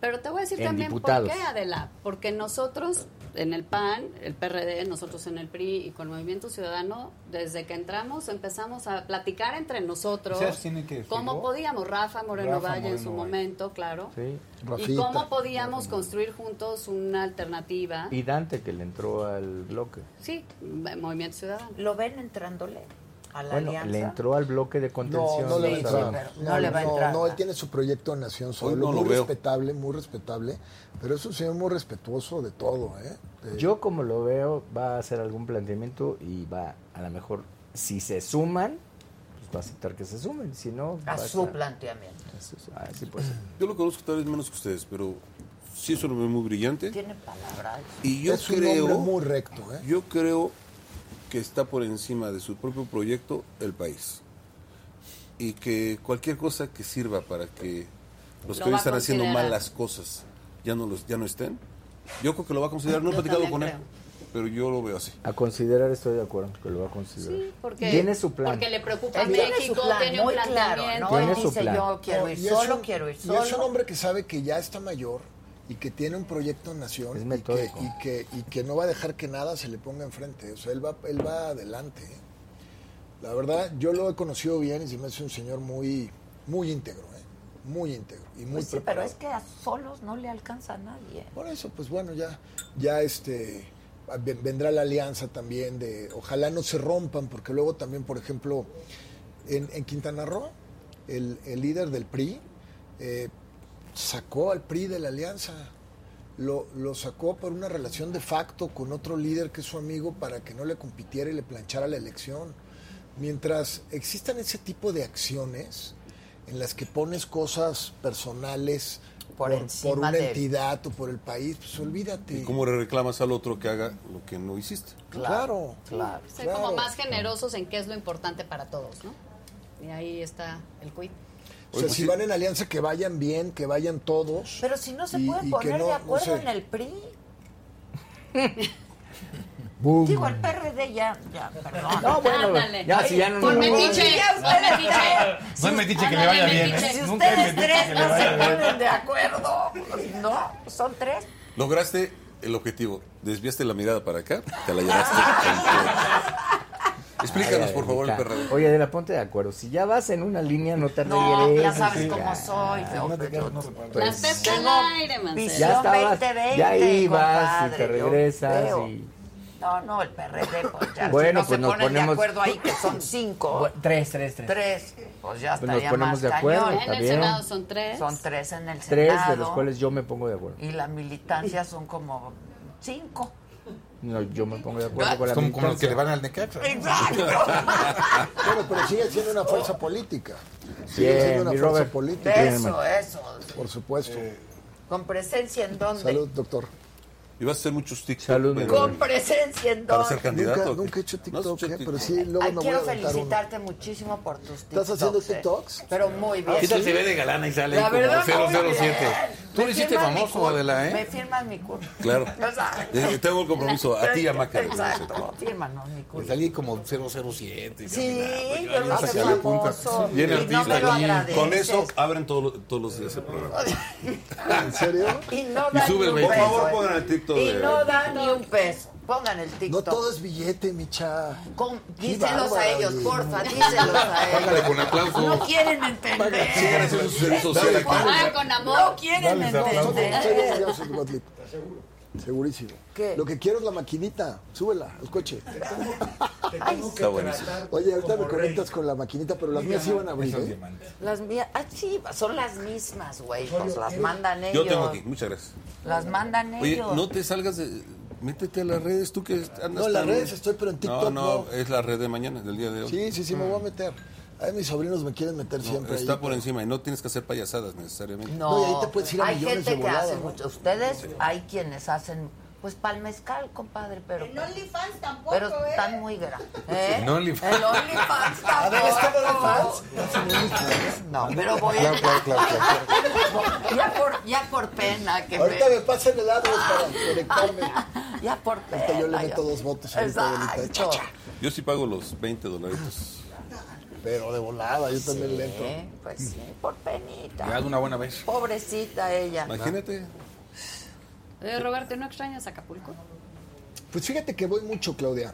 F: Pero te voy a decir
G: En
F: también
G: diputados.
F: por qué, Adela. Porque nosotros, en el PAN, el PRD, nosotros en el PRI y con Movimiento Ciudadano, desde que entramos empezamos a platicar entre nosotros
H: ¿Sabes quién es que
F: cómo
H: firmó?
F: podíamos, Rafa Moreno
H: Rafa
F: Valle en
H: Moreno
F: su
H: Valle.
F: momento, claro,
G: Sí.
F: y
D: Rafita.
F: cómo podíamos construir juntos una alternativa.
G: Y Dante que le entró al bloque.
F: sí, Movimiento Ciudadano.
A: ¿Lo ven entrándole? a la
G: Bueno,
A: alianza.
G: le entró al bloque de
D: No,
G: contención.
D: no le va a
G: Sí,
D: entrar.
G: pero-
A: no le va a entrar.
D: No, él tiene su proyecto en Nación Solo,
E: no lo
D: muy
E: veo.
D: respetable, muy respetable, pero es un señor muy respetuoso de todo, ¿eh? De-
G: Yo como lo veo, va a hacer algún planteamiento y va, a lo mejor, si se suman, pues va a aceptar que se sumen, si no... va
A: A su
G: estar-
A: planteamiento.
G: Así así puede ser.
E: Yo lo conozco tal vez menos que ustedes, pero sí es un hombre muy brillante.
A: Tiene palabras.
E: Y yo
D: es un hombre
E: creo,
D: muy recto, ¿eh?
E: yo creo que está por encima de su propio proyecto el país. Y que cualquier cosa que sirva para que los
F: Lo
E: que hoy
F: va a
E: están haciendo
F: considerar.
E: mal las cosas ya no los ya no estén, yo creo que lo va a considerar. No he
F: Yo
E: platicado
F: también
E: con él,
F: creo.
E: pero yo lo veo así.
G: A considerar estoy de acuerdo, que lo va a considerar.
F: Sí, porque,
G: Tiene su plan.
F: porque le preocupa
A: Él tiene su
F: México,
A: plan
F: tiene un
A: muy claro,
F: planteamiento.
A: ¿no? Él
G: Tiene su
A: dice,
G: plan.
A: yo quiero
D: No,
A: ir
D: y es
A: solo,
D: un-
A: quiero ir
D: Y es un
A: solo.
D: hombre que sabe que ya está mayor y que tiene un proyecto en Nación
G: Es
D: y, que,
G: metódico.
D: y, que, y que no va a dejar que nada se le ponga enfrente. O sea, él va, él va adelante. ¿eh? La verdad, yo lo he conocido bien y se me hace un señor muy, muy íntegro, ¿eh? muy íntegro y muy
A: Pues sí, pero
D: preparado.
A: es que a solos no le alcanza a nadie.
D: Por eso, pues bueno, ya, ya este ven- vendrá la alianza también de ojalá no se rompan, porque luego también, por ejemplo, en, en Quintana Roo, el, el líder del PRI eh, sacó al PRI de la alianza. Lo, lo sacó por una relación de facto con otro líder que es su amigo para que no le compitiera y le planchara la elección. Mientras existan ese tipo de acciones en las que pones cosas personales
A: Por encima
D: una
A: del-
D: entidad o por el país, pues olvídate.
E: ¿Y cómo le reclamas al otro que haga lo que no hiciste?
D: Claro,
A: Claro.
F: Ser como más generosos en qué es lo importante para todos, ¿no? Y ahí está el quid.
D: O
E: pues
D: sea, si van en alianza, que vayan bien, que vayan todos.
A: Pero si no se
D: Y-
A: puede
D: y que
A: poner
D: no-
A: de
D: no
A: acuerdo
D: sé.
A: en el PRI. Digo, el PRD ya, ya, perdón.
G: No, bueno,
F: Ándale.
G: ya, si ya no
F: Por
G: no-
F: metiche,
A: Ya
F: por
A: ustedes
F: metiche.
B: No me dice que le
F: Ándale,
B: vaya bien,
F: metiche.
B: ¿eh?
A: Si
B: Nunca me
A: ustedes
B: dice
A: tres
B: que le
A: no se
B: vaya bien.
A: ponen de acuerdo, pues, no, son tres.
E: Lograste el objetivo. Desviaste la mirada para acá, te la llevaste. Explícanos, por favor, el
G: Adela,
E: perro.
G: Oye, de la ponte de acuerdo. Si ya vas en una línea, no te
A: No, ya
G: regreses,
A: sabes
G: hija.
A: cómo soy. yo, yo-
G: Pues,
F: Las pesca al
A: Tengo
F: aire, Mancera.
A: visión
G: Ya estabas,
A: 2020,
G: ya ibas y
A: compadre,
G: te
A: yo
G: regresas
A: veo.
G: y-
A: No, no, el PRD, pues ya. si
G: Bueno,
A: no
G: pues
A: se
G: nos
A: ponen de
G: ponemos-
A: acuerdo ahí que son cinco,
G: Bu- Tres, tres, tres.
A: tres, pues ya
G: Pues nos
A: estaría
G: ponemos
A: más
G: de acuerdo,
A: cañón.
F: En el
G: bien.
F: Senado son tres.
A: Son tres en el
G: Tres
A: Senado.
G: de los cuales yo me pongo de acuerdo.
A: Y la militancia son como cinco.
G: No, yo me pongo de acuerdo con la
H: como, como los
G: militancia.
H: que le van al Necaxa. ¿no?
D: Bueno, pero sigue siendo una fuerza política. Sigue
G: Bien,
D: siendo una
G: mi
D: fuerza
G: Robert.
D: política,
G: Bien,
A: Eso,
G: hermano.
A: eso.
D: por supuesto.
E: Eh,
A: ¿Con presencia en dónde?
D: Salud, doctor.
E: Y vas a hacer muchos tics.
G: Salud, mi
E: pero-
A: ¿Con presencia en
E: para ser
A: dónde?
E: candidato.
D: Nunca,
E: ¿o qué?
D: nunca he hecho
E: ¿No has
D: TikTok,
E: hecho
D: ¿eh?
E: TikTok?
D: pero sí, luego
A: Ay,
D: no voy a
A: quiero
D: aventar uno.
A: felicitarte muchísimo por tus TikToks.
D: ¿Estás haciendo
A: ¿eh?
D: TikToks? Ah,
A: Pero muy bien.
B: ¿Qué tal se ve de galana y sale
A: La
B: ahí como
A: verdad, muy
B: 007?
A: bien.
H: Tú
A: Me
H: lo hiciste
A: firmas mi
H: famoso,
A: cur-
H: Adela, ¿eh?
A: Me firmas mi curso.
E: Claro.
A: O sea,
E: Eh, Tengo el compromiso. A ti y a Maca.
A: Exacto. Fírmanos mi
H: Pues
A: curso.
H: salí como 007. y
A: Sí,
H: caminando,
A: yo lo
H: hasta
A: hice
H: que la punta.
A: famoso.
E: Bien
A: y
E: artista.
A: no me lo agradeces.
E: Con eso ah, abren todo- todos los días el programa.
D: ¿En serio?
A: Y no
E: Y
A: dan
E: sube
A: ni
E: el
A: un
E: rating. Por
A: peso,
E: favor,
A: ¿eh?
E: pongan el TikTok
A: Y
E: de-
A: no dan ni un peso. Pongan el
D: No
A: TikTok.
D: todo es billete, micha.
A: Con-
D: Qué
A: díselos a
D: bárbaro,
A: ellos,
D: oye.
A: porfa, díselos a ellos.
H: Págale con aplauso.
A: No quieren entender.
E: Sí, eres un ser social aquí.
F: Ah, con amor.
A: No quieren
D: Nosotros en
A: entender.
D: serio seríamos el Gottlieb. Segurísimo.
A: ¿Qué?
D: Lo que quiero es la maquinita. Súbela, al coche.
E: Está buenísimo.
D: Oye, ahorita me conectas con la maquinita, pero las mías iban a abrir. ¿eh?
A: Las mías, ah, sí, son las mismas, güey. Pues las mandan ellos.
E: Yo tengo aquí. Muchas gracias.
A: Las mandan
E: Oye,
A: ellos.
E: no te salgas de... Métete a las redes, tú que andas...
D: No, en las redes estoy, pero en TikTok
E: No, eh, no,
D: no.
E: es la red de mañana, del día de hoy.
D: Sí, sí, sí, me voy a meter. Ay, mis sobrinos me quieren meter
E: No,
D: siempre
E: está
D: ahí.
E: por encima y no tienes que hacer payasadas necesariamente.
D: No, y ahí te puedes ir a
A: hay
D: millones
A: gente
D: de
A: que
D: volada,
A: hace
D: ¿no?
A: mucho. Ustedes, hay quienes hacen, pues, pal mezcal, compadre, pero.
L: En OnlyFans tampoco,
A: pero
L: ¿eh?
A: están muy grandes. ¿eh?
H: En OnlyFans.
A: El OnlyFans
D: A ver, ¿está en
A: tampoco. No, pero voy a.
H: Claro, claro, claro, claro.
A: Ya por, ya por pena que
D: Ahorita
A: me-
D: me pasan el agua para conectarme.
A: Ya por pena.
D: Ahorita yo le meto
A: ya.
D: dos votos ahorita, abuelita.
A: Exacto.
E: Yo sí pago los 20 dolaritos.
A: Ah,
D: Pero de volada, yo también le entro.
A: Sí, pues sí, por
H: Le das
A: penita.
H: una buena vez.
A: Pobrecita ella.
E: Imagínate.
F: Eh, Roberto, ¿no extrañas Acapulco?
D: Pues fíjate que voy mucho, Claudia.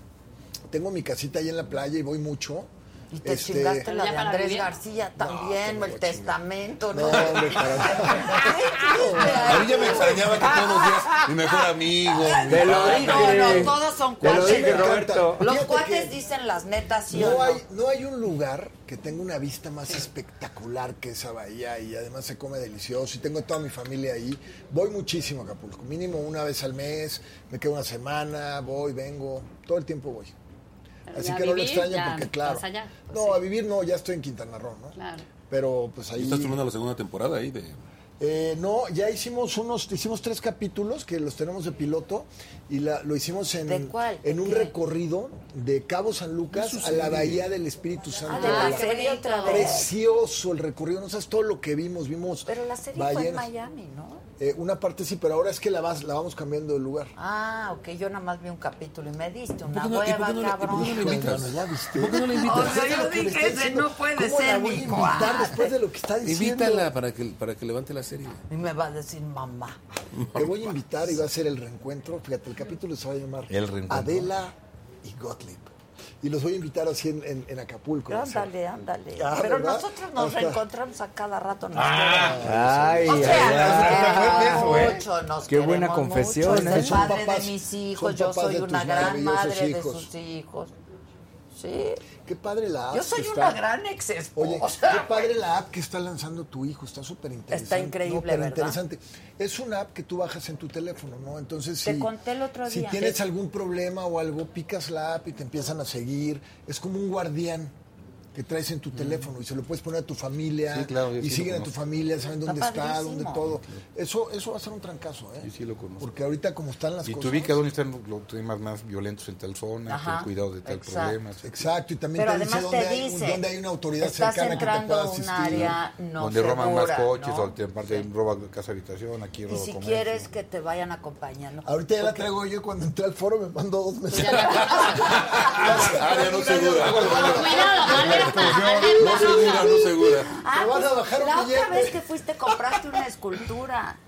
D: Tengo mi casita ahí en la playa y voy mucho.
A: Y te chingaste la
F: Ya
A: de
F: para
A: Andrés
F: vivir.
A: García también, el testamento, ¿no?
E: A mí ya me extrañaba que todos los días mi mejor amigo.
G: Te lo
E: padre,
G: dije.
A: No, no, todos son
G: Te lo
A: cuates.
G: dije, Roberto.
A: Los
D: Fíjate
A: cuates
D: que
A: dicen las netas, ¿sí o
D: No
A: no?
D: hay, no hay un lugar que tenga una vista más espectacular que esa bahía y además se come delicioso y tengo toda mi familia ahí. Voy muchísimo a Acapulco, mínimo una vez al mes, me quedo una semana, voy, vengo, todo el tiempo voy.
F: Pero
D: Así
F: ya
D: que no lo
F: vivir,
D: extraño
F: ya
D: porque claro.
F: vas allá, pues
D: no,
F: sí.
D: a vivir no, ya estoy en Quintana Roo, ¿no?
F: Claro.
D: Pero pues
A: Ah,
D: ahí...
E: Estás tomando la segunda temporada ahí de.
D: Eh, no, ya hicimos unos, hicimos tres capítulos que los tenemos de piloto y la- lo hicimos en,
A: ¿De cuál?
D: en
A: ¿De
D: un
A: qué?
D: recorrido de Cabo San Lucas a la Bahía del Espíritu
A: Ah,
D: Santo.
A: de la
D: Era
A: serie otra vez.
D: Precioso el recorrido, no sabes todo lo que vimos, vimos
A: Pero la serie fue en
D: ballenas.
A: Miami, ¿no?
D: Eh, una parte sí, pero ahora es que la, vas, la vamos cambiando de lugar.
A: Ah, ok, yo nada más vi un capítulo y me diste
E: ¿Por
A: una
E: qué no- y por
A: hueva,
E: qué no le- y por qué no le
A: cabrón.
E: invitas?
D: ya viste.
E: ¿Por qué no le
A: O
E: invitas?
A: sea, yo dije, ese no puede
D: ¿Cómo la
A: ser
D: voy a
A: mi
D: invitar
A: cuate.
D: después de lo que está diciendo?
E: Invítala para que, para que levante la serie.
A: Y me va a decir mamá.
D: Te voy a invitar y va a ser el reencuentro. Fíjate, el capítulo se va a llamar
H: El reencuentro.
D: Adela y Gottlieb. Y los voy a invitar así en, en- en Acapulco. va a ser.
A: Ándale, ándale.
D: Ah,
A: Pero
D: ¿verdad?
A: nosotros nos
D: Hasta-
A: reencontramos a cada rato. Nos
G: Ah. Ay,
A: queremos. O sea, nos
B: Eso,
G: ay, ay.
B: ¿eh?
A: queremos mucho, nos
G: Qué buena
A: queremos
G: confesión,
A: mucho. Es
G: ¿eh?
A: el
D: Son
A: padre
D: papás-
A: de mis hijos,
D: son
A: yo
D: papás
A: soy
D: de
A: una
D: tus
A: gran madre de
D: maravillosos
A: sus
D: hijos.
A: hijos. Sí.
D: Qué padre la app.
A: Yo soy
D: que
A: una
D: Ah, está-
A: gran ex
D: Oye,
A: esposa.
D: qué padre la app que está lanzando tu hijo, está súper interesante.
A: Está increíble,
D: No, pero
A: ¿verdad?
D: interesante. Es una app que tú bajas en tu teléfono, ¿no? Entonces,
A: Te
D: si,
A: conté el otro
D: si
A: día.
D: tienes
A: Es-
D: algún problema o algo, picas la app y te empiezan a seguir. Es como un guardián que traes en tu
A: Mm.
D: teléfono y se lo puedes poner a tu familia
H: Sí, claro, yo
D: y
H: sí lo
D: siguen a tu
H: conozco.
D: familia, saben
A: Está
D: dónde está,
A: padrísimo.
D: dónde todo. Eso eso va a ser un trancazo, ¿eh?
H: Yo sí lo conozco.
D: Porque ahorita como están las
H: Y
D: cosas.
H: te ubica dónde están los- los temas más violentos en tal zona,
A: Ajá,
H: ten cuidado de tal
A: exacto.
H: problema.
D: Exacto, y también
A: Pero
D: te dice
A: además
D: dónde
A: te
D: hay,
A: dice,
D: dónde hay una autoridad
A: estás
D: cercana que te
A: entrando
D: pueda
A: a un
D: asistir.
A: área no
H: donde roban más
A: segura,
H: coches,
A: ¿no?
H: o te- aparte
A: Sí.
H: roban casa habitación, aquí
A: Y
H: roban
A: si quieres que te vayan acompañando.
D: Ahorita ya la traigo yo cuando entré al foro me mandó dos
A: Pues
D: mensajes.
A: Ah,
E: Área no segura.
F: Cuidado, alerta,
E: No segura, no segura.
A: Ah,
D: Me vas
A: pues,
D: a bajar un
A: la otra
D: billete.
A: vez que fuiste compraste una escultura.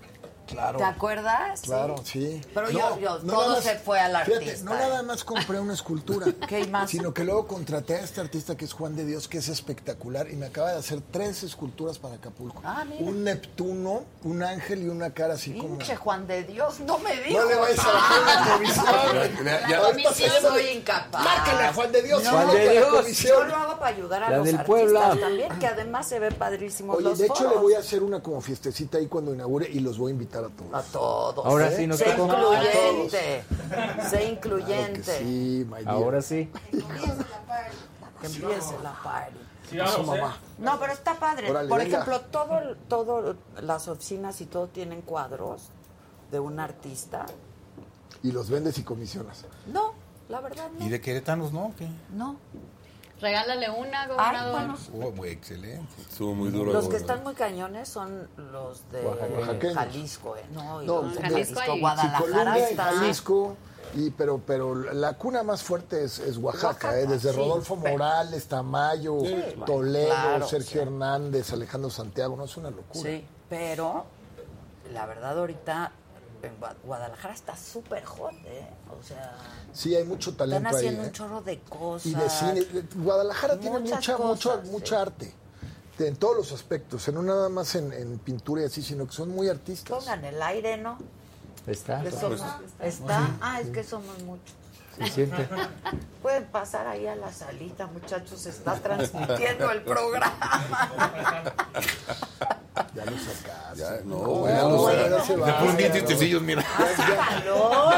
D: Claro.
A: ¿Te acuerdas?
D: Claro, sí.
A: Pero
D: No,
A: yo, yo
D: no
A: todo
D: nada más-
A: se fue al artista.
D: fíjate, no nada más compré una escultura,
A: ¿Qué más?
D: sino que luego contraté a este artista que es Juan de Dios, que es espectacular, y me acaba de hacer tres esculturas para Acapulco.
A: Ah, mira.
D: Un Neptuno, un ángel y una cara así como...
A: Pinche Juan de Dios, no me digas.
D: No le vayas a bajar la comisión.
E: Ya-
A: La
E: ya-
A: comisión soy incapaz.
D: Márcale a Juan de Dios.
A: No,
G: Juan de
D: márcale la
G: Dios.
A: Yo
D: comisión.
A: lo hago para ayudar a
G: La
A: los
G: del
A: artistas
G: Puebla.
A: también, que además se ve padrísimo
D: Oye,
A: los
D: de hecho
A: foros.
D: le voy a hacer una como fiestecita ahí cuando inaugure y los voy a invitar a todos.
A: A todos.
G: Ahora
A: ¿eh?
G: sí nos
A: Sé
G: tocó.
A: incluyente. Sé
D: Claro que
A: incluyente.
D: sí, my dear.
G: Ahora sí.
A: Que empiece la party.
D: Eso, mamá.
A: No, pero está padre.
D: Órale,
A: Por
D: venga.
A: ejemplo, todo, todo las oficinas y todo tienen cuadros de un artista.
D: Y los vendes y comisionas.
A: No, la verdad no.
H: ¿Y de queretanos no? ¿Qué?
A: No.
F: Regálale una,
A: Ay,
F: gobernador.
A: bueno,
H: Oh, muy excelente.
E: Estuvo muy duro.
A: los
E: algo,
A: que
E: ¿verdad?
A: están muy cañones son los de
D: Oaxaqueños.
A: Jalisco, ¿eh? No, y
D: No,
A: los de
F: Jalisco
A: Jalisco,
F: y-
A: Guadalajara
D: Sí, Colombia y
A: está.
D: Jalisco, y, pero, pero la cuna más fuerte es, es Oaxaca,
A: Oaxaca,
D: ¿eh? desde
A: sí,
D: Rodolfo
A: pero-
D: Morales, Tamayo, Toledo,
A: claro,
D: Sergio
A: sí.
D: Hernández, Alejandro Santiago, no es una locura.
A: Sí, pero la verdad ahorita en Gua- Guadalajara está súper hot, ¿eh? O sea,
D: Sí, hay mucho
A: están
D: talento
A: haciendo
D: ahí.
A: un
D: ¿eh?
A: chorro de cosas.
D: y de cine. Guadalajara tiene
A: Muchas
D: mucha,
A: cosas,
D: mucha,
A: sí.
D: mucha arte. En todos los aspectos, en no nada más en, en pintura y así, sino que son muy artistas.
A: Pongan el aire, ¿no?
D: Ah,
G: Está.
A: Que somos- está. Ah, es que somos muchos.
G: Suficiente.
A: Pueden pasar ahí a la salita, muchachos. Se está transmitiendo el programa.
D: Ya lo sacaste.
E: Ya, no,
D: ¿Cómo?
E: güey,
D: Ya
E: no,
D: lo
E: o sea,
D: sacaste,
A: se
H: Me ponen bien
D: bárbaro.
H: tristecillos, mira.
A: Hace
D: Ya
A: Ah,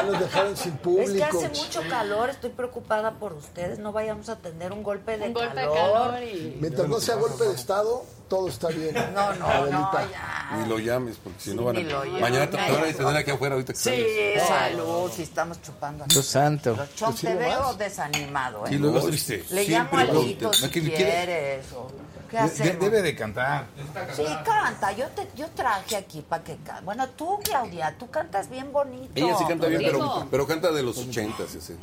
A: calor.
D: nos dejaron sin
A: Es que
D: público.
A: hace mucho calor. Estoy preocupada por ustedes. No vayamos a tener un golpe de
F: Un golpe de
A: calor.
F: calor y...
D: Mientras no sea golpe de Estado, todo está bien.
A: No, no, no,
D: Adelita.
A: ya.
E: Ni lo llames, porque si
A: Sí,
E: no van a.
A: Ah. ni lo llames.
E: Mañana te te van a detener aquí afuera ahorita que
A: Sí,
E: sales.
A: salud. Si estamos chupando.
G: Dios santo.
A: Chon,
H: Pues
D: ¿Te
A: te
D: sirvo
A: veo
D: más?
A: desanimado, ¿eh?
E: Y luego triste.
A: Le llamo
E: este, Siempre
A: a
E: luego
A: Lito
E: te-
A: si
H: no, que- que-
A: quieres. o- ¿Qué
H: De- de-
A: hacemos?
H: debe de cantar.
A: Sí, canta. Yo te, yo traje aquí para que cante. Bueno, tú, Claudia, tú cantas bien bonito.
E: Ella sí canta bien, pero,
F: Rodrigo.
E: pero canta de los ochentas, ese.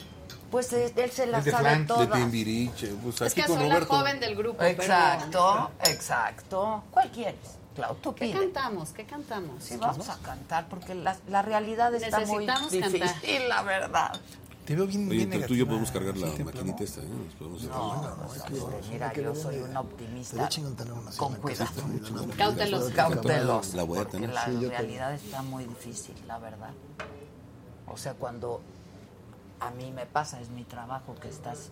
A: Pues él, él se la
H: Es de
A: sabe
H: Flan, de
A: todas.
E: De Timbiriche. Pues
F: Es
E: aquí
F: que
E: con
F: soy la
E: Roberto.
F: joven del grupo.
A: Exacto, exacto. ¿Cuál quieres? Clau, tú
F: perdón. ¿Qué
A: pide.
F: cantamos? ¿Qué cantamos?
A: Sí, vamos a cantar porque la, la realidad está muy
F: Necesitamos
A: difícil,
F: cantar.
A: la verdad.
E: Te veo bien,
A: bien
E: tú y yo
A: negativa,
E: podemos cargar
A: sí,
E: la
A: te plamo.
E: maquinita esta, ¿eh? Nos podemos
A: No, no, no, es que- mira, yo soy un optimista. Con cuidado.
F: Cauteloso.
A: Cauteloso.
E: La voy a
A: Porque
E: tener.
A: la
E: Sí, yo también.
A: realidad está muy difícil, la verdad. O sea, cuando a mí me pasa, es mi trabajo que estás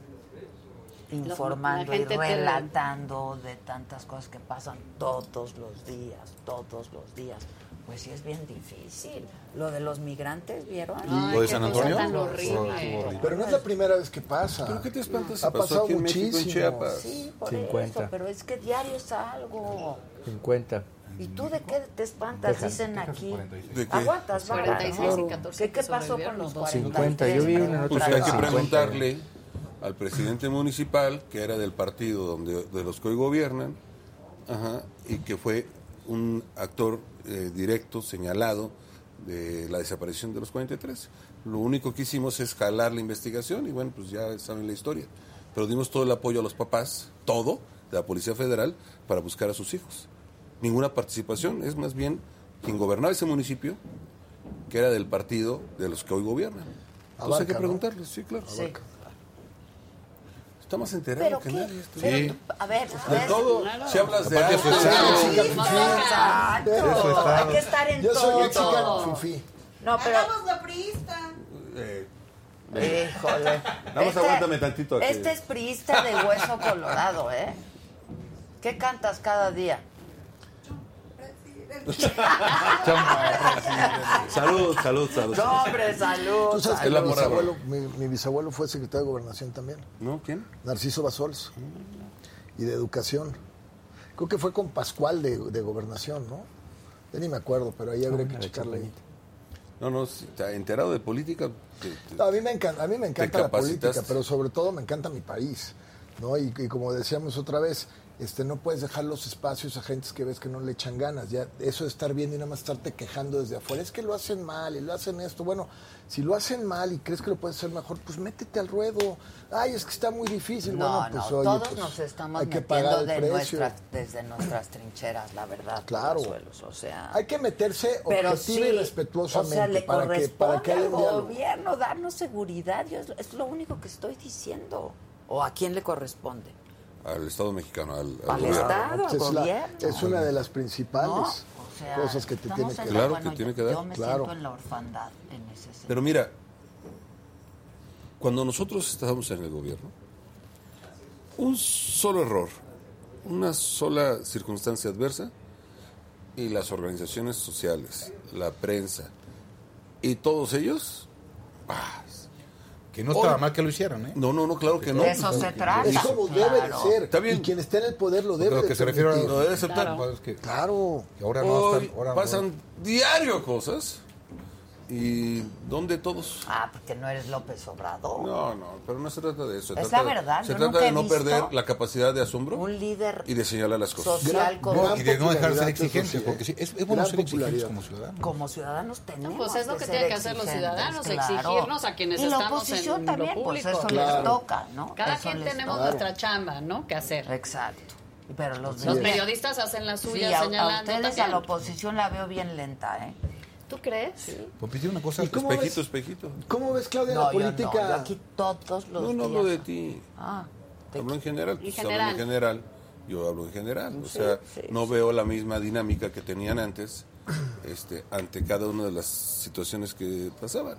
A: informando
F: la
A: y
F: gente te lo-
A: relatando de tantas cosas que pasan todos los días, todos los días. Pues sí es bien difícil. Lo de los migrantes, ¿vieron?
H: Ay, ¿Lo de qué San cosa Antonio? tan horrible.
D: Pero no es la primera vez que pasa.
A: ¿Pero qué te espantas si
D: Ha
A: pasó
D: pasado
A: aquí en México, en
D: muchísimo.
A: Chiapas? Sí, por
G: 50.
A: eso, pero es que diario es algo.
G: 50.
A: ¿Y tú de qué te espantas?
G: Texas,
A: Dicen
G: Texas,
A: aquí.
G: 46. ¿De qué?
A: Aguantas, vara,
F: 46 y
A: ¿no?
F: 14
A: ¿Qué, qué
F: que
A: pasó con
F: sobrevivieron
A: los
F: los dos.
G: 50, yo vi una
E: Pues
G: nota
E: hay
G: de
E: que
G: 50.
E: preguntarle al presidente municipal, que era del partido donde, de los que hoy gobiernan, ajá, y que fue un actor eh, directo señalado de la desaparición de los 43. Lo único que hicimos es jalar la investigación y bueno, pues ya saben la historia. Pero dimos todo el apoyo a los papás, todo, de la Policía Federal, para buscar a sus hijos. Ninguna participación, es más bien quien gobernaba ese municipio, que era del partido de los que hoy gobiernan. Entonces hay
D: Abarca,
E: que
D: ¿no?
E: preguntarles, sí, claro.
A: Sí.
E: Abarca. Está más enterado
A: Pero
E: que
A: qué,
E: nadie. esto.
A: pero tú- a ver,
E: De
A: ustedes-
E: todo, si hablas de
H: Aparte
E: algo,
H: de su estado.
E: sí,
A: Exacto. Hay que estar en
D: Yo
A: todo.
D: soy el chica fifí.
A: No, pero
E: eh,
A: Híjole.
E: Nada más aguántame tantito aquí.
A: Este es priista de hueso colorado, ¿eh? ¿Qué cantas cada día?
E: Salud, salud, salud.
A: No, hombre, salud.
D: Tú sabes que
E: Es la
D: mi
E: morra,
D: bisabuelo, mi, mi bisabuelo fue secretario de Gobernación también.
E: ¿No? ¿Quién?
D: Narciso Basols. Y de Educación. Creo que fue con Pascual de, de Gobernación, ¿no? Ya ni me acuerdo, pero ahí habría que checarle. ahí.
E: No, no, si está enterado de política. te- te-
D: No, a mí me encanta, a mí me encanta la
E: capacitaste.
D: política, pero sobre todo me encanta mi país, ¿no? Y, y como decíamos otra vez, este, no puedes dejar los espacios a gentes que ves que no le echan ganas. Ya eso de estar viendo y nada más estarte quejando desde afuera, es que lo hacen mal y lo hacen esto. Bueno, si lo hacen mal y crees que lo puedes hacer mejor, pues métete al ruedo. Ay, es que está muy difícil.
A: No,
D: bueno, pues
A: no,
D: oye,
A: todos
D: pues,
A: nos estamos
D: hay que
A: metiendo
D: pagar el
A: de
D: precio.
A: nuestras, desde nuestras trincheras, la verdad.
D: Claro.
A: Consuelos, o sea,
D: Hay que meterse
A: pero
D: objetiva
A: sí,
D: y
A: o sea,
D: respetuosamente
A: le
D: para que para que haya
A: corresponde
D: un
A: al
D: diálogo.
A: gobierno darnos seguridad, yo es, es lo único que estoy diciendo. ¿O a quién le corresponde?
E: Al Estado mexicano, al, al
A: Al
E: gobierno.
A: Estado. Claro,
D: Pues es, la-
A: gobierno.
D: es una de las
A: ¿No? O
D: principales
A: sea,
D: cosas que te
A: estamos en
D: tiene que dar.
A: la-
E: Claro
A: bueno,
E: que tiene
A: yo-
E: que dar.
A: Yo me
D: Claro.
A: siento en la orfandad en ese sentido.
E: Pero mira, cuando nosotros estábamos en el gobierno, un solo error, una sola circunstancia adversa, y las organizaciones sociales, la prensa, y todos ellos, ¡paz!
H: Que no estaba
E: Hoy-
H: mal que lo hicieran, ¿eh?
E: No, no, no, claro que no. pues,
A: De eso se trata.
D: Es como debe de
A: Claro.
D: ser.
E: Está bien.
D: Y quien está en el poder lo debe
H: Pero lo
D: de
H: que se refiere a
D: permitir.
E: No debe aceptar.
H: Pues que-
D: Claro.
H: que ahora no
E: Hoy
H: están, ahora no.
E: pasan diario cosas, y ¿dónde todos?
A: Ah, porque no eres López Obrador.
E: No, no, pero no se trata de eso. se
A: Es
E: trata
A: la
E: de-
A: verdad,
E: Se
A: yo
E: trata
A: nunca he
E: de no
A: visto
E: perder la capacidad de asombro
A: Un líder
E: y de señalar las cosas.
A: social como,
H: y de no dejar de
D: popularidad,
H: ser
D: eso
H: exigentes,
D: sí,
H: porque
D: ¿eh?
H: sí, es, es bueno
D: Gran
H: ser exigentes
D: popularidad.
H: como ciudadanos.
A: como ciudadanos tenemos
F: pues es lo que
A: ser
F: tienen que hacer los
A: exigentes,
F: ciudadanos,
A: claro.
F: exigirnos a quienes
A: y la
F: estamos
A: oposición
F: en lo
A: también, pues
F: público.
A: eso les
D: Claro.
A: toca, ¿no?
F: Cada
A: Eso
F: quien
A: les
F: tenemos
A: toca.
F: nuestra chamba, ¿no? Que hacer.
A: Exacto. Pero los,
F: Los
A: de-
F: periodistas hacen la
A: Sí,
F: suya
A: a, a
F: señalando
A: ustedes a la
F: también.
A: oposición la veo bien lenta, ¿eh?
F: ¿Tú crees? Sí.
H: Pues pide una cosa.
D: ¿Y cómo
E: Espejito,
D: ves,
E: espejito.
D: cómo ves, Claudia,
A: No,
D: la
A: yo no, yo
D: política?
A: aquí todos los
E: No, no
A: días.
E: hablo de ti.
A: Ah, te-
E: Hablo en general.
F: En
E: pues, hablo en
F: general.
E: general. Yo hablo en general. O
A: Sí,
E: sea,
A: sí,
E: no
A: sí.
E: veo la misma dinámica que tenían antes este, ante cada una de las situaciones que pasaban.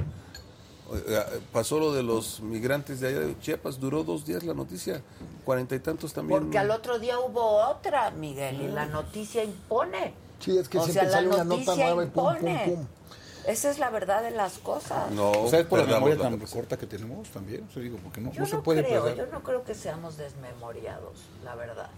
E: O- eh, Pasó lo de los migrantes de allá de Chiapas, duró dos días la noticia, cuarenta y tantos también.
A: Porque al otro día hubo otra, Miguel, y la noticia impone.
D: Sí, es que
A: o
D: siempre
A: sea, la
D: sale una nota
A: noticia
D: nueva y pum, pum,
A: impone.
D: pum.
A: Esa es la verdad de las cosas.
E: No,
H: ¿Sabes por la
E: perdamos
H: memoria
E: la
H: tan
E: capacidad.
H: corta que tenemos también? O sea, digo, porque no,
A: Yo
H: no
A: no,
H: se puede
A: creo,
H: perder.
A: yo no creo que seamos desmemoriados, la verdad.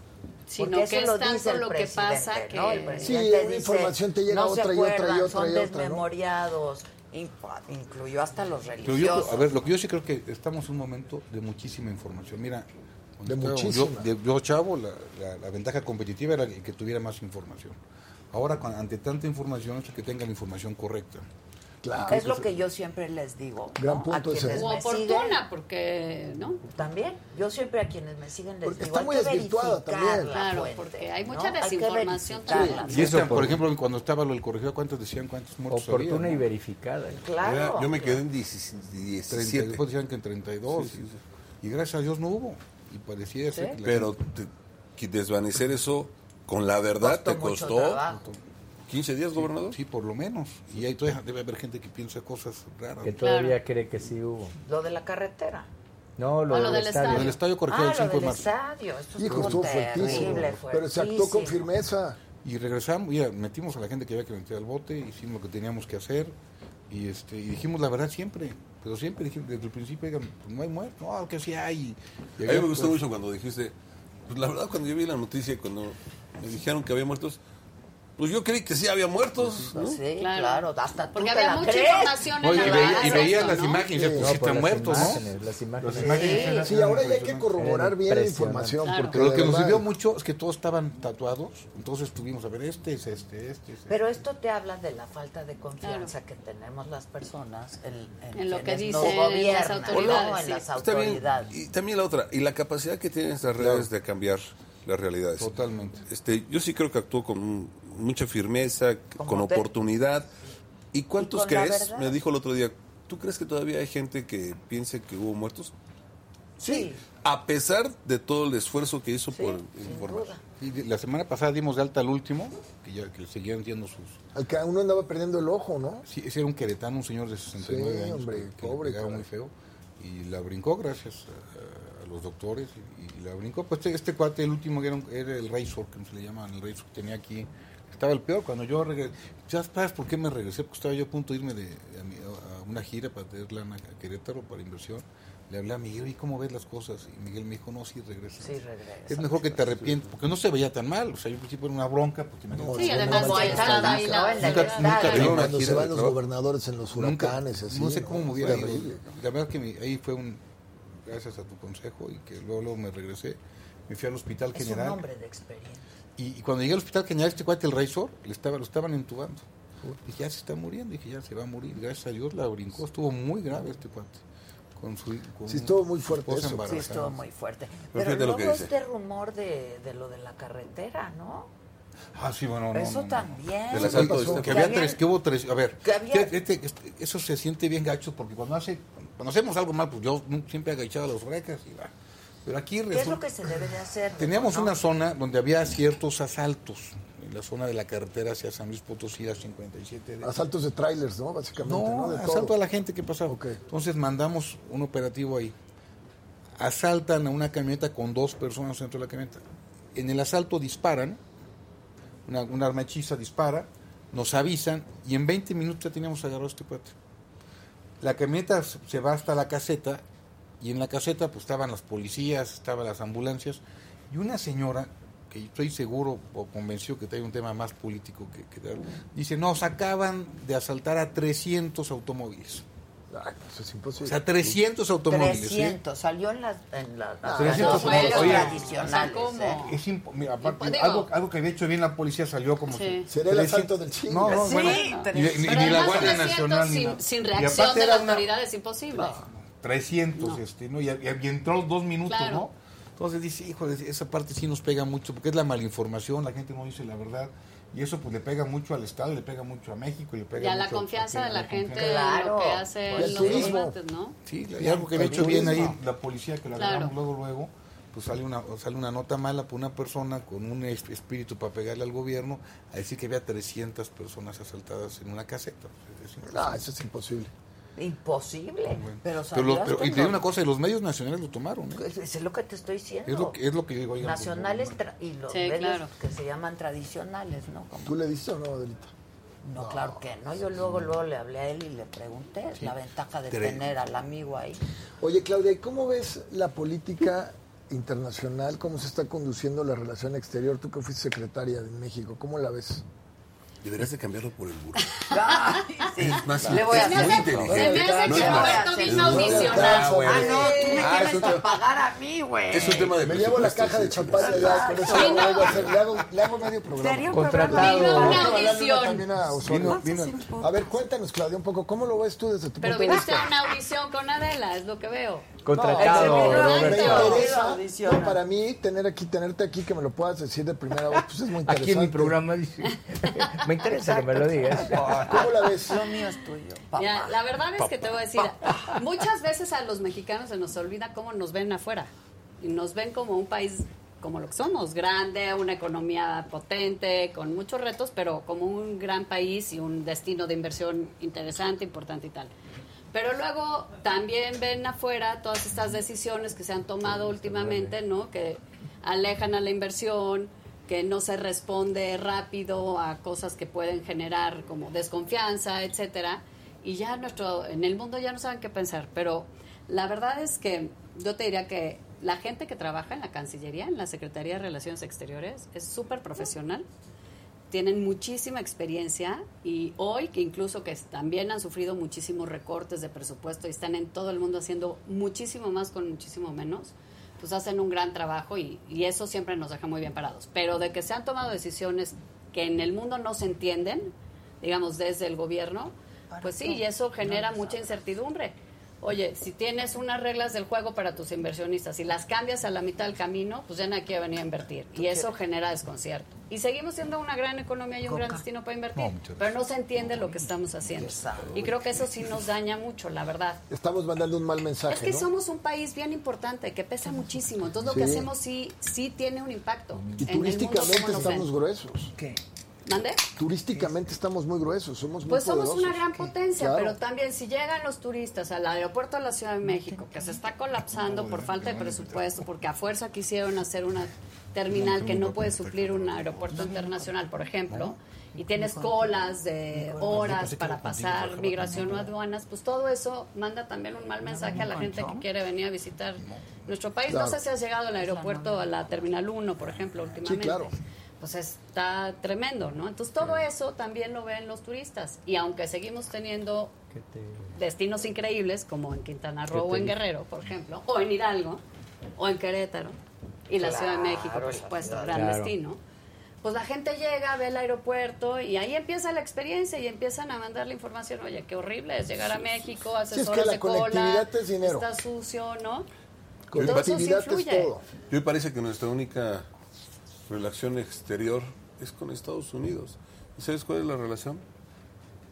F: Sino
A: Porque eso
F: que es
A: lo
F: tanto
A: dice el
F: lo que
A: presidente,
F: pasa
A: ¿no?
F: que-
A: El
F: Sí,
A: presidente
D: una
A: dice,
D: información te llega
A: no se
D: otra y otra y
A: acuerdan,
D: otra
A: son
D: y otra, ¿no?
A: desmemoriados. In- Incluyó hasta los
H: Pero
A: religiosos.
H: yo, a ver, lo que yo sí creo que estamos en un momento de muchísima información. Mira, cuando
D: De
H: estaba
D: muchísima.
H: Yo, de- yo, chavo, la, la- la ventaja competitiva era el que tuviera más información. Ahora, con- ante tanta información, es el que tenga la información correcta.
D: Claro.
A: es lo que yo siempre les digo.
D: Gran
A: ¿no?
D: punto
A: a
D: ese.
A: quienes
F: O
A: Pues me
F: oportuna,
A: siguen,
F: porque, ¿no?
A: también. Yo siempre a quienes me siguen les
D: Porque
A: digo.
D: está
A: hay
D: muy
A: que
D: desvirtuada
A: verificar
D: también.
A: la
F: Claro,
A: fuente,
F: porque hay
A: ¿no?
F: mucha
A: que
F: desinformación
A: verificarla.
F: también.
H: Y esta, por
G: por-
H: ejemplo, cuando estaba lo del corregidor, ¿cuántos decían cuántos muertos había?
G: Oportuna y
H: ¿no?
G: verificada.
A: Claro.
E: Era- yo me quedé en 17.
H: 30, después decían que en 32. y- Y gracias a Dios no hubo. Y parecía ser que la
E: Pero te- que desvanecer eso con la verdad
A: Costó
E: te
A: mucho
E: costó
A: trabajo.
E: 15 días, gobernador.
H: Sí, por lo menos. Y ahí todavía debe haber gente que piensa cosas raras.
G: Que
H: El
G: todavía cree que sí hubo.
A: Lo de la carretera.
G: No, lo,
F: Ah, lo
G: del,
F: del
G: estadio.
F: estadio.
H: estadio corregidor
A: Ah,
H: el
A: lo
H: 5 de
A: del
H: marzo.
A: estadio. Esto
D: Hijo, pues, estuvo fuertísimo.
A: terrible,
D: Pero se actuó con
A: fuertísimo.
D: firmeza.
H: Y regresamos, mira, metimos a la gente que había que meter al bote, hicimos lo que teníamos que hacer y este y dijimos la verdad siempre. Pero siempre dijimos, desde el principio, oigan, pues no hay muerto, no, que sí hay. Y
E: A mí
H: había-
E: me gustó
H: pues,
E: mucho cuando dijiste, pues la verdad cuando yo vi la noticia, cuando me dijeron que había muertos, pues yo creí que sí había muertos, ¿no?
A: Sí,
F: Claro.
A: claro. Hasta tú
F: Porque
A: te
F: había
A: la
F: mucha
A: crees.
F: información en
H: Oye,
F: la
H: y,
F: base,
H: veía, y veías
F: ¿no?
H: las imágenes,
D: Sí,
H: pues
G: No,
H: sí
G: por
H: están
G: las
H: muertos, ¿no?
G: imágenes, Las imágenes.
H: Imagínense,
D: Sí, ahora ya
H: eran
D: hay que
H: impresionantes.
D: corroborar bien la
G: Impresionante.
D: información.
F: Claro.
D: Porque
H: Pero lo que nos
D: además-
H: sirvió mucho es que todos estaban tatuados, entonces tuvimos a ver este, es este, este, es este.
A: Pero esto te habla de la falta de confianza que tenemos las personas en,
F: En lo
A: quienes
F: que
A: nos
F: dicen las
A: gobiernan,
F: autoridades,
A: ¿no? en
F: sí.
A: las
E: Está bien,
A: autoridades.
E: y también la otra, y la capacidad que tienen estas redes de cambiar las realidades.
H: Totalmente.
E: Este, yo sí creo que actuó con mucha firmeza,
A: Como
E: con
A: te-
E: oportunidad. ¿Y cuántos
A: con la
E: crees?
A: verdad.
E: Me dijo el otro día, ¿tú crees que todavía hay gente que piense que hubo muertos?
A: Sí,
E: A pesar de todo el esfuerzo que hizo
A: sí,
E: por
A: sin
E: informar.
A: duda.
H: Y de- la semana pasada dimos de alta al último, que ya que seguían viendo sus...
D: Al que uno andaba perdiendo el ojo, ¿no?
H: Sí, ese era un queretano, un señor de 69
D: Sí,
H: años,
D: hombre,
H: que- que le
D: pobre,
H: pegaba
D: caray.
H: muy feo, y la brincó gracias a, a los doctores, y, y la brincó. Pues este, este cuate, el último, que era, un- era el Razor, que se le llaman, el Razor, que tenía aquí, estaba el peor, cuando yo regresé, ya sabes por qué me regresé, porque estaba yo a punto de irme de, a, mi- a una gira para tener lana a Querétaro, para inversión, le hablé a Miguel, ¿y cómo ves las cosas? Y Miguel me dijo, no, sí, regresa.
A: Sí, regresa.
H: Es mejor que te arrepientes, porque no se veía tan mal, o sea, yo al principio era una bronca, porque me
F: Sí, además
A: Como
F: que
A: hay
F: estaba
A: tantas,
F: ahí
A: ¿no?
F: la-
A: En la
H: Nunca-
A: lista
H: nunca
A: de-
E: Era una
D: Cuando
E: gira
D: se van
E: de
D: los
E: trabajo.
D: gobernadores en los
H: Nunca-
D: huracanes, así.
H: No sé cómo me hubiera ido.
D: Terrible.
H: La verdad que me- ahí fue un. Gracias a tu consejo y que luego, luego me regresé. Me fui al hospital
A: Es un
H: general.
A: hombre de experiencia.
H: Y, y cuando llegué al hospital general, este cuate, el Razor, le estaba, lo estaban entubando. Dije, ya se está muriendo. Dije, ya se va a morir. Gracias a Dios la brincó. Estuvo muy grave este cuate. Con su, con
D: Sí, estuvo muy fuerte
H: esposa
D: eso.
A: Sí,
H: embarazada.
A: estuvo muy fuerte.
E: Pero
A: Pero
E: fíjate lo
A: luego
E: que dice.
A: este rumor de, de lo de la carretera, ¿no?
H: Ah, sí, bueno, no, no,
A: Eso
H: no.
A: también.
E: Del asalto
D: pasó?
E: de este-
H: Que había
A: habían-
H: tres, que hubo tres. A ver,
A: que había-
H: que- este- este- eso se siente bien gacho porque cuando hace, cuando hacemos algo mal, pues yo nunca- siempre agachaba las orejas y va. Pero aquí
A: ¿Qué es
H: resulta-
A: lo que se debe de hacer?
H: Teníamos
A: ¿no?
H: una zona donde había ciertos asaltos, en la zona de la carretera hacia San Luis Potosí, a 57. de-
D: Asaltos de trailers, ¿no? Básicamente, ¿no?
H: no,
D: De
H: asalto
D: todo.
H: a la gente que pasaba.
D: Ok.
H: Entonces mandamos un operativo ahí. Asaltan a una camioneta con dos personas dentro de la camioneta. En el asalto disparan, una, un arma hechiza dispara, nos avisan y en 20 minutos ya teníamos agarrado a este cuate. La camioneta se se va hasta la caseta y en la caseta pues estaban las policías, estaban las ambulancias y una señora que yo estoy seguro o convencido que trae un tema más político que, que tal, dice, nos acaban de asaltar a 300 automóviles.
D: Ay, eso es
H: O
D: imposible.
H: sea, 300
E: ¿eh?
H: automóviles. ¿eh? ¿sí?
A: 300, salió en las, en las,
H: Ah,
A: en los
H: 300,
A: medios
H: oye.
A: tradicionales.
F: O sea, ¿cómo?
A: ¿eh?
H: Es impo- mira, aparte,
F: Digo-
H: algo, algo que había hecho bien la policía salió como...
F: Sí.
H: si-
D: Sería el
H: 300
D: asalto del chingo.
H: No, no,
A: Sí,
H: bueno,
A: pero-
H: y, y- y
F: Pero
H: ni la
F: además
H: Guardia
F: 300
H: Nacional ni
F: sin,
H: nada.
F: sin
H: Y
F: reacción
H: aparte
F: de
H: era
F: la
H: una-
F: autoridad es imposible.
H: 300,
F: No.
H: este, ¿no? Y, y- y entró dos minutos,
F: Claro.
H: ¿no? Entonces dice, híjole, esa parte sí nos pega mucho, porque es la malinformación, la gente no dice la verdad, y eso pues le pega mucho al Estado, y le pega mucho a México, y le pega
F: Ya
H: mucho
F: la confianza de la gente en
A: Claro.
F: lo que hace
D: Pues
F: en los
D: turismo.
F: combates, ¿no?
H: Sí, y algo que había
D: El
H: hecho bien ahí
D: turismo.
H: la policía, que la
F: Claro.
H: agarramos luego, luego, pues sale una, sale una nota mala por una persona con un es- espíritu para pegarle al gobierno, a decir que había 300 personas asaltadas en una caseta. Es impresionante.
D: Ah, eso es imposible.
A: Imposible.
H: Bueno.
A: Pero
H: Pero
A: salió
H: lo- pero-
A: hasta
H: y
A: en
H: te digo
A: los-
H: una cosa, y los medios nacionales lo tomaron, ¿eh?
A: Es es lo que te estoy diciendo.
H: Es lo que, es lo que yo digo. oigan, pues,
A: Nacionales
H: no,
A: tra- y los
F: Sí,
A: medios
F: claro.
A: que se llaman tradicionales, ¿no? Como-
D: ¿Tú le diste o no, Adelita?
A: no, claro que no. Yo luego luego le hablé a él y le pregunté la ventaja de
H: Tre-
A: tener al amigo ahí.
D: Oye, Claudia, ¿y cómo ves la política internacional? ¿Cómo se está conduciendo la relación exterior? Tú que fuiste secretaria de México, ¿cómo la ves?
E: Deberías de cambiarlo por el burro.
A: sí.
E: Es más
A: Le voy a
E: es muy
A: hacer.
E: inteligente.
F: Se me hace
E: No
F: que
E: es más-
F: Roberto vino a
E: es muy-
F: audicionar.
E: Ah, bueno.
A: Ah, no, tú me
E: Ah, es
A: tienes
E: un
A: que
E: tema-
A: pagar a mí, güey.
E: Es un tema de
D: Me llevo la caja de champán allá, con eso
F: Ay,
D: lo
F: no.
D: vuelvo a hacer. Le hago, le hago medio programa.
A: Sería un
G: Contratado.
A: programa.
F: Vino una
D: Hay que valerle
F: audición.
D: también a Osorio.
E: Vino- vino-
D: A ver, cuéntanos, Claudia, un poco, ¿cómo lo ves tú desde tu
F: Pero este
D: punto de
F: viniste a
D: vista?
F: una audición con Adela, es lo que veo.
G: Contratado,
A: No,
D: Me
A: Roberto.
D: interesa,
A: Audiciona.
D: no, para mí, tener aquí, tenerte aquí, que me lo puedas decir de primera voz, pues es muy interesante.
G: Aquí en mi programa dice. Me interesa que me lo digas.
D: Ah, ¿Cómo la ves?
A: Lo mío es tuyo. papá.
F: Mira, la verdad es que te voy a decir, muchas veces a los mexicanos se nos olvida cómo nos ven afuera. Y nos ven como un país como lo que somos, grande, una economía potente, con muchos retos, pero como un gran país y un destino de inversión interesante, importante y tal. Pero luego también ven afuera todas estas decisiones que se han tomado últimamente, ¿no? Que alejan a la inversión, que no se responde rápido a cosas que pueden generar como desconfianza, etcétera. Y ya nuestro en el mundo ya no saben qué pensar, pero la verdad es que yo te diría que la gente que trabaja en la Cancillería, en la Secretaría de Relaciones Exteriores, es súper profesional tienen muchísima experiencia y hoy que incluso que también han sufrido muchísimos recortes de presupuesto y están en todo el mundo haciendo muchísimo más con muchísimo menos, pues hacen un gran trabajo y, y eso siempre nos deja muy bien parados. Pero de que se han tomado decisiones que en el mundo no se entienden, digamos desde el gobierno, pues sí, y eso genera mucha incertidumbre. Oye, si tienes unas reglas del juego para tus inversionistas y las cambias a la mitad del camino, pues ya nadie quiere venir a invertir. Y eso genera desconcierto. Y seguimos siendo una gran economía y un gran destino para invertir. pero no se entiende lo que estamos haciendo. Y creo que eso sí nos daña mucho, la verdad.
D: Estamos mandando un mal mensaje,
F: Es que
D: ¿no?
F: somos un país bien importante, que pesa muchísimo. Entonces lo que
D: Sí.
F: hacemos sí, sí tiene un
D: Y
F: impacto. en el mundo,
D: turísticamente
F: ¿cómo nos ven?
D: estamos gruesos.
F: ¿Mande?
D: Turísticamente estamos muy gruesos, somos muy
F: Pues somos
D: poderosos.
F: una gran potencia,
D: Claro.
F: pero también si llegan los turistas al aeropuerto de la Ciudad de México, que se está colapsando por falta de presupuesto, porque a fuerza quisieron hacer una terminal que no puede suplir un aeropuerto internacional, por ejemplo, y tienes colas de horas para pasar migración o aduanas, pues todo eso manda también un mal mensaje a la gente que quiere venir a visitar nuestro país. No
D: Claro.
F: sé si has llegado al aeropuerto, a la Terminal 1, por ejemplo, últimamente
D: claro.
F: pues está tremendo, ¿no? Entonces todo eso también lo ven los turistas. Y aunque seguimos teniendo destinos increíbles, como en Quintana Roo o en Guerrero, por ejemplo, o en Hidalgo, o en Querétaro, y la Ciudad de México, por supuesto, gran
G: Claro.
F: destino, pues la gente llega, ve el aeropuerto y ahí empieza la experiencia y empiezan a mandar la información, oye, qué horrible es llegar a México, haces
D: Sí, es que
F: horas
D: la
F: de cola,
D: conectividad es dinero.
F: está sucio, ¿no? Todo eso sí
D: Conectividad es
F: influye.
D: todo.
E: Y hoy parece que nuestra única relación exterior es con Estados Unidos. ¿Y sabes cuál es la relación?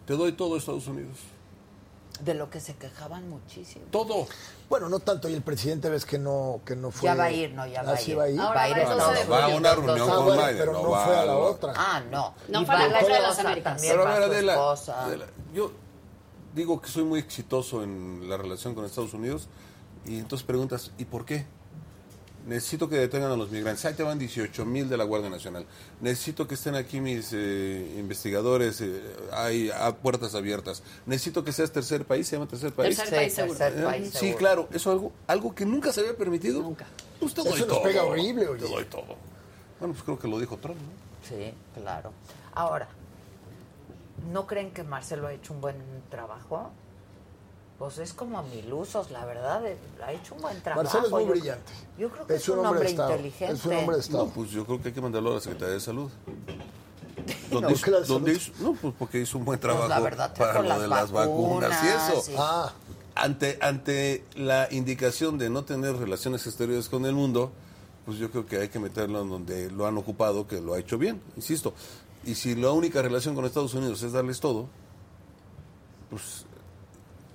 E: Te doy todo Estados Unidos.
A: De lo que se quejaban muchísimo.
E: Todo.
D: Bueno, no tanto, y el presidente ves que no, que no fue.
A: Ya va a ir, no, ya va a
D: Así
A: ir.
D: va a ir.
F: Ahora
A: Va a ir
F: va el
A: a
F: 12 de
A: todos.
E: Va a
F: julio.
E: una reunión
D: Ah,
E: con
D: bueno,
E: Biden.
D: pero no
E: va
D: fue a la
E: lo-
D: otra.
A: Ah, no.
F: No,
A: Y
F: para
A: va
F: la Plaza de
A: esposa
F: las Américas.
A: También
E: a
A: va
E: ver,
A: su
E: Adela,
A: esposa.
E: Adela, yo digo que soy muy exitoso en la relación con Estados Unidos y entonces preguntas, ¿y por qué? Necesito que detengan a los migrantes. Ahí te van 18 mil de la Guardia Nacional. Necesito que estén aquí mis eh, investigadores. eh, hay ah, puertas abiertas. Necesito que seas tercer país. Se llama tercer país.
F: Tercer
A: Sí,
F: país seguro.
A: tercer
E: Eh,
A: país
E: sí,
A: seguro.
E: claro. Eso es algo, algo que nunca se había permitido. Nunca. Pues te
D: Eso
E: doy
D: nos
E: todo.
D: pega horrible, oye.
E: Te doy todo. Bueno, pues creo que lo dijo Trump, ¿no?
A: Sí, claro. Ahora, ¿no creen que Marcelo ha hecho un buen trabajo? Pues es como Milusos, la verdad, eh, ha hecho un buen trabajo.
D: Marcelo es muy
A: Yo creo-
D: brillante.
A: Yo creo que es, un hombre,
D: de Estado.
A: inteligente.
D: Es un hombre de Estado.
E: No, pues yo creo que hay que mandarlo a la Secretaría de Salud. Donde
D: No,
E: hizo-
D: que la de
E: donde
D: salud-
E: hizo- no, pues porque hizo un buen
A: Pues,
E: trabajo
A: la verdad,
E: para
A: trajo
E: lo
A: las
E: de las vacunas,
A: vacunas,
E: y eso.
A: sí.
D: Ah,
E: Ante, ante la indicación de no tener relaciones exteriores con el mundo, pues yo creo que hay que meterlo en donde lo han ocupado, que lo ha hecho bien, insisto. Y si la única relación con Estados Unidos es darles todo, pues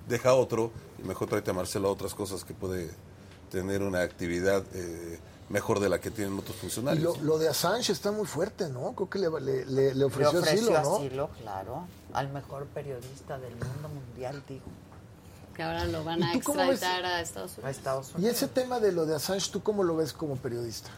E: deja otro y mejor tráete a Marcelo a otras cosas que puede tener una actividad eh, mejor de la que tienen otros
D: y
E: funcionarios.
D: lo, lo de Assange está muy fuerte, ¿no? Creo que le, le- le- le
A: Le
D: ofreció,
A: ofreció
D: asilo, ¿no?
A: asilo, claro, al mejor periodista del mundo mundial, digo,
F: Que ahora lo van a
D: ¿Y tú cómo ves?
F: extraditar a Estados Unidos.
A: a Estados
D: Y
A: Unidos.
D: ese tema de lo de Assange, ¿tú cómo lo ves como periodista?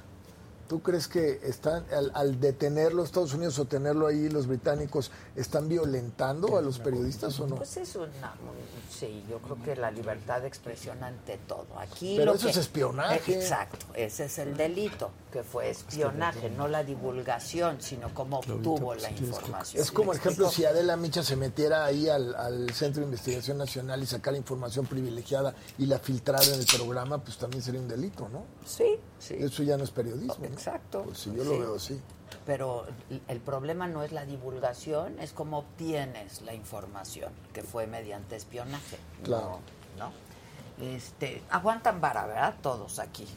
D: ¿Tú crees que están al, al detenerlo Estados Unidos o tenerlo ahí los británicos están violentando a los periodistas o no?
A: Pues es una. un- Sí, yo creo que la libertad de expresión ante todo. Aquí
D: Pero
A: lo
D: eso
A: que-
D: es espionaje.
A: Eh, Exacto, ese es el delito, que fue espionaje, no la divulgación, sino cómo obtuvo
D: pues,
A: la información.
D: Es como,
A: ¿Me
D: por ejemplo, si
A: explico?
D: Adela Micha se metiera ahí al, al Centro de Investigación Nacional y sacara información privilegiada y la filtrara en el programa, pues también sería un delito, ¿no?
A: Sí, sí.
D: Eso ya no es periodismo. ¿no?
A: Exacto.
D: Pues sí, yo lo
A: Sí.
D: veo así.
A: Pero el problema no es la divulgación, es cómo obtienes la información, que fue mediante espionaje.
D: Claro.
A: ¿No? ¿no? Este, aguantan vara, ¿verdad? Todos aquí.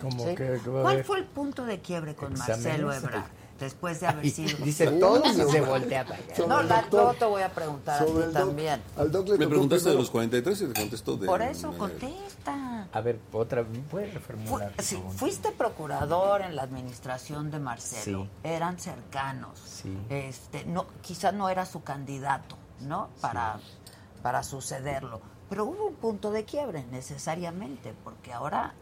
G: Como
A: ¿Sí?
G: que- que va a
A: ¿Cuál
G: haber-
A: fue el punto de quiebre con
G: Exámenes.
A: Marcelo Ebrard? Después de haber
G: Ay,
A: sido.
G: dice todos y se voltea para allá.
A: No,
D: Sobre el
A: la-
D: doctor.
A: yo te voy a preguntar a ti
D: Sobre el doc-
A: también.
D: Al doc le
E: Me
D: tocó
E: preguntaste de
D: primero.
E: los 43 y te contesto de...
A: Por eso
E: eh,
A: contesta.
G: A ver, otra, ¿puedes
A: Fu-
G: reformular?
A: sí,
G: por favor?
A: fuiste procurador en la administración de Marcelo.
G: Sí.
A: Eran cercanos.
G: Sí.
A: Este, no, quizás no era su candidato, ¿no? Para, para sucederlo. Pero hubo un punto de quiebre necesariamente, porque ahora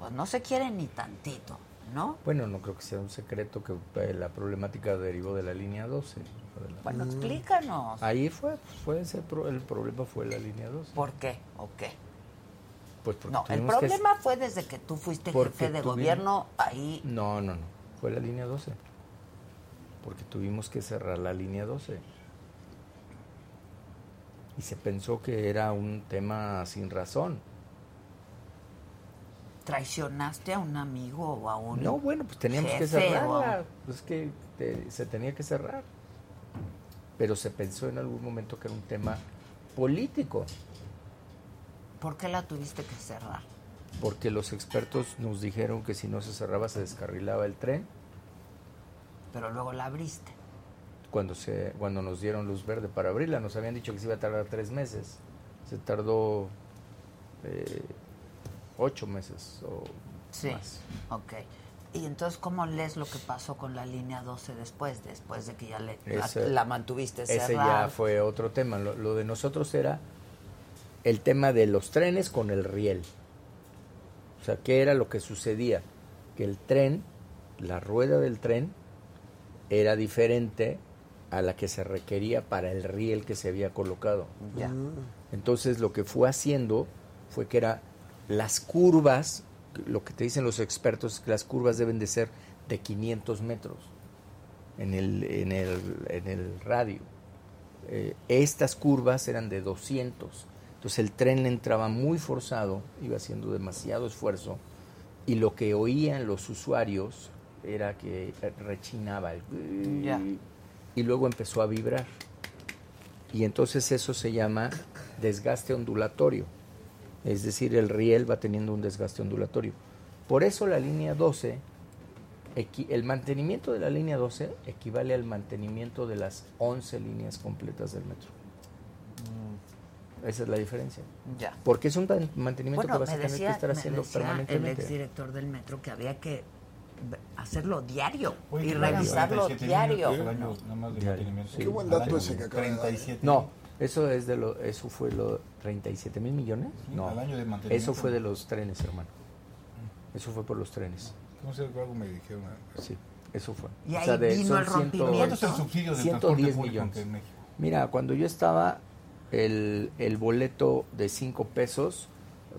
A: pues no se quiere ni tantito, ¿no?
G: Bueno, no creo que sea un secreto que eh, la problemática derivó de la línea 12. o de la-
A: Bueno, explícanos.
G: Ahí fue, fue ese pro- el problema fue la línea 12.
A: ¿Por qué? ¿O qué?
G: Pues porque
A: No, el
G: tuvimos que-
A: problema fue desde que tú fuiste
G: Porque
A: jefe de
G: tuvimos-
A: gobierno ahí.
G: No, no, no. Fue la línea 12. Porque tuvimos que cerrar la línea 12. Y se pensó que era un tema sin razón.
A: ¿Traicionaste a un amigo o a un.?
G: Mm. No, bueno, pues teníamos que
A: Jefe,
G: cerrarla.
A: guau.
G: Pues es que te- se tenía que cerrar. Pero se pensó en algún momento que era un tema político.
A: ¿Por qué la tuviste que cerrar?
G: porque los expertos nos dijeron que si no se cerraba se descarrilaba el tren
A: Pero luego la abriste.
G: cuando se cuando nos dieron luz verde para abrirla nos habían dicho que se iba a tardar tres meses se tardó eh, ocho meses o
A: Sí.
G: más
A: pues, Ok. Y entonces, ¿cómo lees lo que pasó con la línea 12 después? Después de que ya le, la-
G: Ese-
A: la, mantuviste cerrada.
G: ese ya fue otro tema lo, lo de nosotros era el tema de los trenes con el riel o sea qué era lo que sucedía que el tren la rueda del tren era diferente a la que se requería para el riel que se había colocado
A: Ya.
G: Entonces lo que fue haciendo fue que era las curvas, lo que te dicen los expertos es que las curvas deben de ser de 500 metros en el, en el, en el radio. Eh, estas curvas eran de 200. Entonces el tren le entraba muy forzado, iba haciendo demasiado esfuerzo y lo que oían los usuarios era que rechinaba el...
A: Ya.
G: Y luego empezó a vibrar. Y entonces eso se llama desgaste ondulatorio. Es decir, el riel va teniendo un desgaste ondulatorio. Por eso la línea 12, equi- el mantenimiento de la línea 12 equivale al mantenimiento de las 11 líneas completas del metro.
B: Mm.
G: Esa es la diferencia.
A: Ya.
G: Porque es un man- mantenimiento
A: Bueno,
G: que vas
A: me
G: a tener
A: decía,
G: que estar
A: me
G: haciendo
A: decía el
G: permanentemente.
A: exdirector del metro que había que ve- hacerlo diario
B: Oye,
A: y
B: que pagan
A: revisarlo
B: 37
A: diario.
B: millones al año, nada más de
G: Diario,
B: mantenimiento.
G: sí.
D: Qué buen
B: Al
D: dato
B: año,
D: ese que acaba de
H: ¿eh?
D: dar.
B: 37.
G: No, eso es de lo, eso fue lo 37 mil millones.
B: Sí,
G: no,
B: al año de mantenimiento. Mm.
G: eso fue de los trenes, hermano. Eso fue por los trenes.
H: No sé, algo me dijeron. ¿eh?
G: Sí, eso fue.
A: Y ahí
G: de-
A: vino
G: son
A: el
G: ciento-
A: rompimiento.
B: ¿Cuánto es el subsidio del
G: 110
B: transporte público
G: millones.
B: aquí en México?
G: Mira, cuando yo estaba, el, el boleto de 5 pesos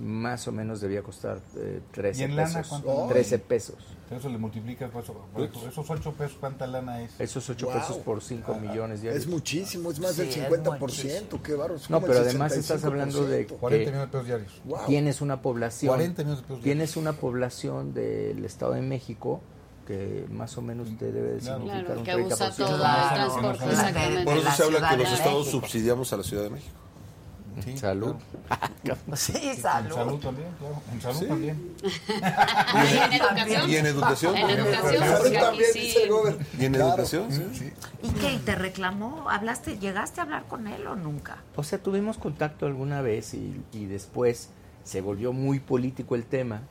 G: más o menos debía costar eh, 13
B: ¿Y en lana
G: pesos.
B: cuánto?
G: 13 pesos.
B: Eso le multiplica por eso- por
H: Pues,
B: eso- esos 8 pesos, ¿cuánta lana es?
G: Esos 8
D: Wow.
G: pesos por 5 millones diarios.
D: Es muchísimo, es más
A: Sí,
D: del
A: es
D: 50%, qué bárbaro. es
G: No,
D: como el
G: pero además estás hablando de
D: 65%.
H: 40
G: que-
H: millones de pesos diarios.
D: Wow.
G: Tienes una población.
H: 40 millones de pesos
G: Tienes una población del Estado de México que más o menos te debe de
B: Mm, Claro.
G: significar
F: Claro,
G: un
F: que usa
G: 30%.
F: todo el
B: Claro,
F: transporte,
B: claro.
F: exactamente.
E: Por
A: de
E: eso
A: la
E: se habla
A: Ciudad
E: que
A: de
E: los estados
A: México.
E: subsidiamos a la Ciudad de México.
B: Sí,
G: Salud.
B: claro.
A: Sí,
B: En
A: salud.
B: salud también, claro. En salud también.
F: Y en educación.
E: Y en educación
F: En
E: también.
F: educación,
D: Pero
F: porque aquí
D: también dice
F: sí.
D: el gober.
E: Y en
D: Claro.
E: educación, sí.
A: ¿Y qué? ¿Y te reclamó? ¿Hablaste? ¿Llegaste a hablar con él o nunca?
G: O sea, tuvimos contacto alguna vez y, y después se volvió muy político el tema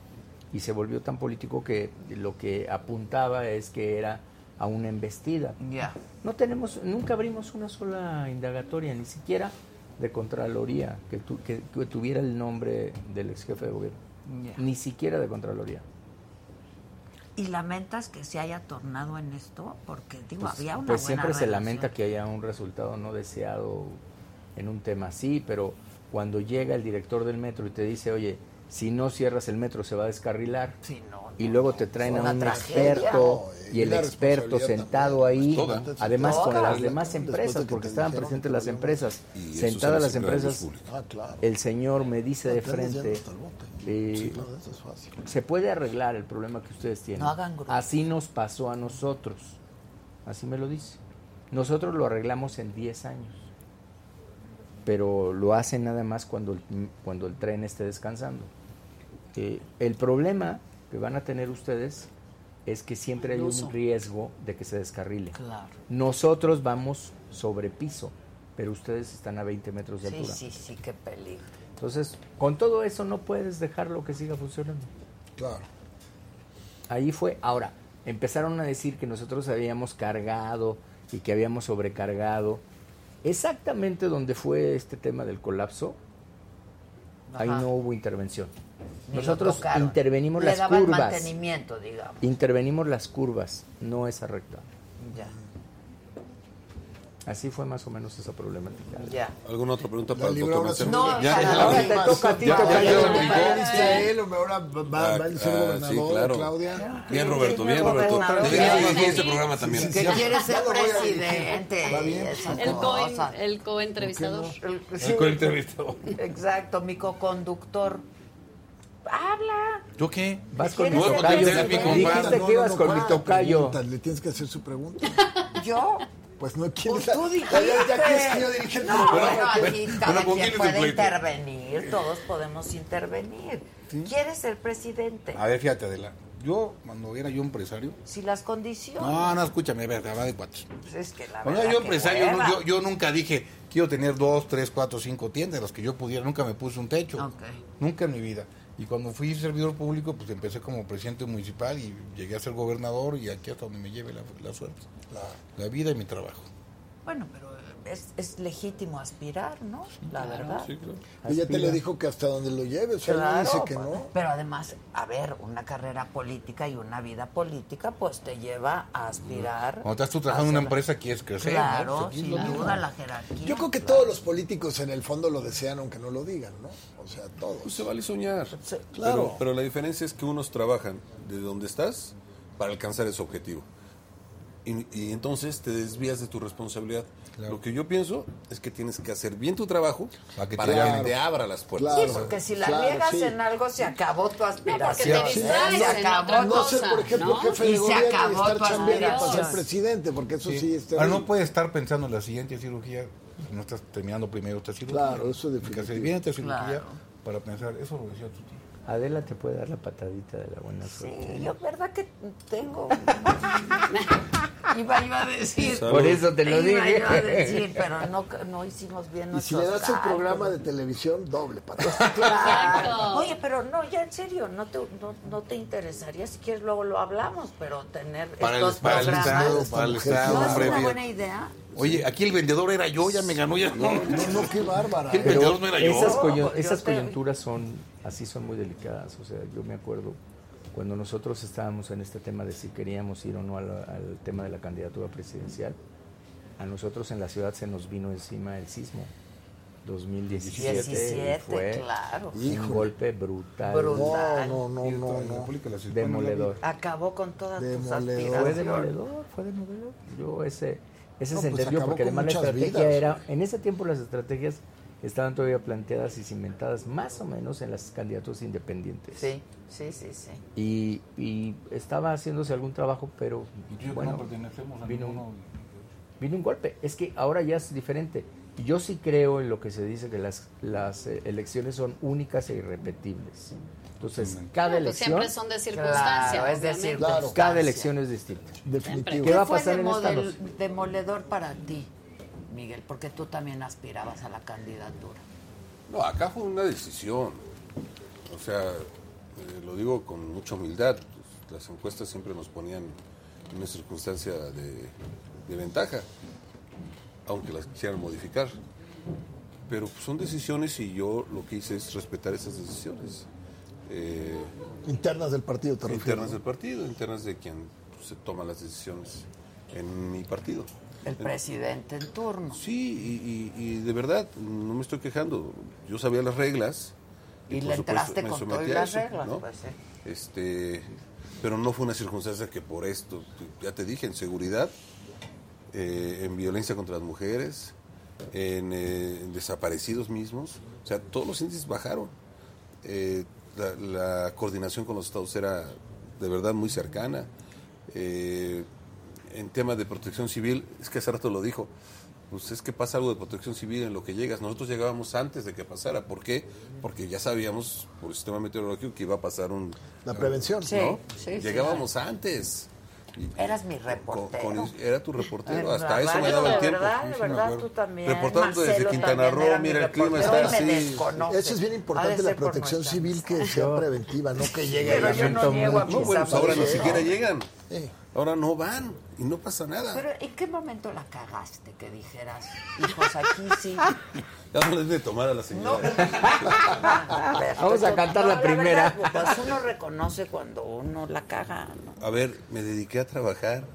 G: y se volvió tan político que lo que apuntaba es que era a una embestida.
A: Ya.
G: No tenemos, nunca abrimos una sola indagatoria, ni siquiera de Contraloría, que, tu- que- que tuviera el nombre del ex jefe de gobierno.
A: Ya.
G: Ni siquiera de Contraloría.
A: ¿Y lamentas que se haya tornado en esto? Porque, digo,
G: Pues,
A: había una
G: pues
A: buena
G: siempre se
A: relación.
G: lamenta que haya un resultado no deseado en un tema así, pero cuando llega el director del metro y te dice, oye, si no cierras el metro se va a descarrilar, y luego te traen
A: es
G: a
A: una
G: un
A: tragedia.
G: experto
A: No,
G: y
A: y
G: el
A: la
G: experto
A: responsabilidad
G: sentado ahí,
A: Pues toda.
G: además con
A: Toda.
G: las demás
A: Después
G: empresas, porque estaban presentes las empresas,
E: eso
G: sentadas
E: se hace
G: las
E: claro, es
G: empresas,
E: público.
D: Ah, claro.
G: el señor me dice de
D: Te andas yendo
G: frente,
D: hasta el bote.
G: eh,
D: Sí, claro, eso es fácil.
G: se puede arreglar el problema que ustedes tienen.
D: No hagan grupos.
G: Así nos pasó a nosotros. Así me lo dice. Nosotros lo arreglamos en 10 años. Pero lo hacen nada más cuando el, cuando el tren esté descansando. Eh, el problema que van a tener ustedes es que siempre hay
A: El uso.
G: un riesgo de que se descarrile.
A: Claro.
G: Nosotros vamos sobre piso, pero ustedes están a 20 metros de
A: Sí,
G: altura.
A: sí, sí, qué peligro.
G: Entonces, con todo eso no puedes dejarlo que siga funcionando.
D: Claro.
G: Ahí fue. Ahora, empezaron a decir que nosotros habíamos cargado y que habíamos sobrecargado. Exactamente donde fue este tema del colapso, ahí
A: Ajá.
G: no hubo intervención.
A: Ni lo
G: Nosotros
A: tocaron.
G: intervenimos
A: Le
G: las
A: daban
G: curvas.
A: mantenimiento, digamos.
G: Intervenimos las curvas, no esa recta.
A: Ya.
G: Así fue más o menos esa problemática.
A: Ya.
E: ¿Alguna otra pregunta
G: La
E: para el doctor
G: libramos.
E: Mancera?
G: No,
E: Ya,
G: ojalá.
E: ya
G: Ahora
E: abrí.
G: te toca a ti,
E: Ya,
G: toca
E: ya
G: a ti.
E: lo brincó.
G: Ah,
D: ¿Viste él? Hombre, Ahora va, va- va
E: Ah,
D: a ser
E: sí,
D: gobernador,
E: claro.
D: Claudia.
E: Bien, Roberto, bien,
D: Gobernador.
E: Roberto. Deberías dirigir este programa también.
A: Que quiere ser
D: voy a dirigir.
A: presidente.
D: Va
A: y
D: bien.
A: esas
F: El
A: cosas.
F: co- el co-entrevistador.
A: El-
E: El cointervistador.
A: Exacto, mi coconductor. Habla.
E: ¿Yo qué?
G: Vas
A: con mi tocayo. Dijiste que ibas con mi tocayo.
D: pregunta, Le tienes que hacer su pregunta.
A: ¿yo.
D: Pues no quieres.
A: Pues tú dijiste.
D: Ya, ya quieres que yo dirija el
A: no,
D: programa.
A: bueno, aquí
D: Bueno,
A: cada
D: ¿con quién
A: quien
D: es el
A: puede
D: pleito?
A: intervenir, todos podemos intervenir. ¿Quieres ser presidente?
D: Ah.
H: A ver, fíjate, Adela. Yo, cuando era yo empresario.
A: Si las condiciones.
D: Ah.
H: No, no, escúchame, a ver, va de cuatro.
A: Pues es que la
H: Cuando
A: verdad
H: era yo
A: que
H: empresario,
A: hueva.
H: no, yo, yo nunca dije, quiero tener dos, tres, cuatro, cinco tiendas, las que yo pudiera, nunca me puse un techo. Nunca en mi vida. Y cuando fui servidor público, pues empecé como presidente municipal y llegué a ser gobernador y aquí hasta donde me lleve la, la suerte, la, la vida y mi trabajo.
A: Bueno, pero es, es legítimo aspirar, ¿no? La
D: claro,
A: verdad.
D: sí, claro. Ella te le dijo que hasta donde lo lleves. o sea, ella
A: Claro,
D: dice que
A: pa-
D: no.
A: pero además, a ver, una carrera política y una vida política, pues te lleva a aspirar.
H: Cuando estás tú trabajando en
A: a
H: una
A: ser-
H: empresa, quieres crecer. ¿no?
A: Claro,
H: Pues aquí es
A: sin
H: lo mismo.
A: duda la jerarquía.
D: Yo creo que todos los políticos en el fondo lo desean, aunque no lo digan, ¿no? O sea, todos.
E: Pues se vale soñar.
D: Claro.
E: Pero, pero la diferencia es que unos trabajan de donde estás para alcanzar ese objetivo. Y, y entonces te desvías de tu responsabilidad. Lo que yo pienso es que tienes que hacer bien tu trabajo para que,
H: te
E: te,
H: abra.
E: abra las puertas.
A: sí, porque si la niegas en algo, se acabó tu aspiración.
E: porque te
A: Sí,
E: distraes
A: se
E: en
A: acabó
E: otra
A: tu-
D: No sé, por ejemplo,
A: ¿no?
D: jefe
A: Y
D: de
A: se
D: gobierno y
A: acabó
D: estar
A: tu
D: chambeando para ser
A: aspiración.
D: presidente, porque eso sí, está
H: Ahora
D: bien.
H: no puedes estar pensando en la siguiente cirugía, no estás terminando primero esta cirugía.
D: Claro, eso
H: Hay Que hacer
D: definitivo.
H: bien esta cirugía
A: Claro.
H: para pensar, eso lo decía tu tío.
G: Adela te puede dar la patadita de la buena suerte.
A: Sí, yo verdad que tengo... iba, iba a decir...
G: Por eso te lo
A: Iba
G: dije.
A: yo a decir, pero no, no hicimos bien
D: Y si
A: nuestros
D: le das el
A: cálculos.
D: programa de televisión, doble para
A: Claro. Oye, pero no, ya en serio, no te, no, no te interesaría, si quieres luego lo hablamos, pero tener
H: Para el-
A: estos
H: para el
A: programas.
H: Estado, para el
A: ¿No
H: Estado,
A: es
H: hombre,
A: una
H: bien.
A: buena idea?
H: Oye, aquí el vendedor era yo, ya me ganó, ya no.
D: No, no, qué bárbara. ¿eh?
H: ¿Qué
G: Pero
H: vendedor no era yo?
G: esas,
H: No,
G: coyun-
H: yo
G: esas
H: te-
G: coyunturas son así son muy delicadas. O sea, yo me acuerdo cuando nosotros estábamos en este tema de si queríamos ir o no al, al tema de la candidatura presidencial, a nosotros en la ciudad se nos vino encima el sismo. 2017
A: 17,
G: fue
A: claro.
G: un
A: Híjole.
G: golpe brutal,
A: Brutal.
D: No, no, no, no.
H: pues,
G: demoledor.
A: Acabó con todas tus aspiraciones.
G: Fue demoledor, fue demoledor. Yo ese, ese
D: No,
G: se
D: pues
G: entendió
D: acabó
G: porque
D: con
G: además la
D: muchas
G: estrategia
D: vidas.
G: era, en ese tiempo las estrategias estaban todavía planteadas y cimentadas más o menos en las candidaturas independientes.
A: Sí, sí, sí, sí.
G: Y, y estaba haciéndose algún trabajo, pero
H: Yo no
G: bueno,
H: pertenecemos a
G: vino,
H: ninguno.
G: vino un golpe. Es que ahora ya es diferente. Yo sí creo en lo que se dice que las, las eh, elecciones son únicas e irrepetibles. Entonces,
F: Claro,
G: cada
F: pues
G: elección...
F: siempre son de circunstancia, Claro, es de obviamente. circunstancia.
G: Cada elección es distinta.
D: Definitivo.
G: ¿Qué va a
A: fue
G: pasar en
A: demodel-
G: Estados
A: demoledor para ti, Miguel? Porque tú también aspirabas a la candidatura.
E: No, acá fue una decisión. O sea, eh, lo digo con mucha humildad. Las encuestas siempre nos ponían en una circunstancia de, de ventaja, aunque las quisieran modificar. Pero pues, son decisiones y yo lo que hice es respetar esas decisiones. eh,
D: Internas del partido, te refieres.
E: internas del partido, internas de quien se toma las decisiones en mi partido.
A: El presidente en turno.
E: Sí, y, y- y de verdad, no me estoy quejando. Yo sabía las reglas.
A: Y
E: por
A: le
E: supuesto,
A: entraste
E: me
A: con todo
E: sometí
A: y
E: a
A: las
E: eso,
A: reglas,
E: ¿no?
A: pues, sí.
E: Este, pero no fue una circunstancia que por esto, ya te dije, en seguridad, eh, en violencia contra las mujeres, en, eh, en desaparecidos mismos, o sea, todos los índices bajaron. Eh, la, la coordinación con los estados era de verdad muy cercana. Eh, en tema de protección civil, es que hace rato lo dijo, pues es que pasa algo de protección civil en lo que llegas. Nosotros llegábamos antes de que pasara. ¿Por qué? Porque ya sabíamos por el sistema meteorológico que iba a pasar un...
D: La prevención.
A: Sí,
E: ¿no?
A: sí, sí.
E: Llegábamos antes.
A: Eras mi reportero.
E: Con- con- era tu reportero, hasta
A: Ay,
E: eso me
A: Rafael,
E: daba el
A: de
E: tiempo.
A: verdad,
E: Sí,
A: de
E: sí, me
A: verdad,
E: acuerdo.
A: tú también.
E: Reportando desde
A: Marcelo
E: Quintana
A: también era
E: Roo,
A: mi
E: mira, el clima
A: reportero.
E: está
A: Él me
E: así.
A: desconoce.
D: Eso es bien
A: Ha de
D: importante, la
A: ser por
D: protección
A: nuestra
D: civil que sea preventiva, no que llegue
A: Pero
D: a
A: yo no niego a
E: No,
A: mis
E: bueno, pues ahora ni
A: amigos,
E: siquiera
A: ¿no?
E: llegan.
D: Sí.
E: Ahora no van y no pasa nada.
A: Pero ¿en qué momento la cagaste que dijeras, hijos, aquí sí?
E: Ya no les de tomar a
A: No.
E: la señora.
A: A ver,
G: Vamos a
A: tú-
G: cantar la primera.
A: verdad, pues uno reconoce cuando uno la caga. ¿no?
E: A ver, me dediqué a trabajar.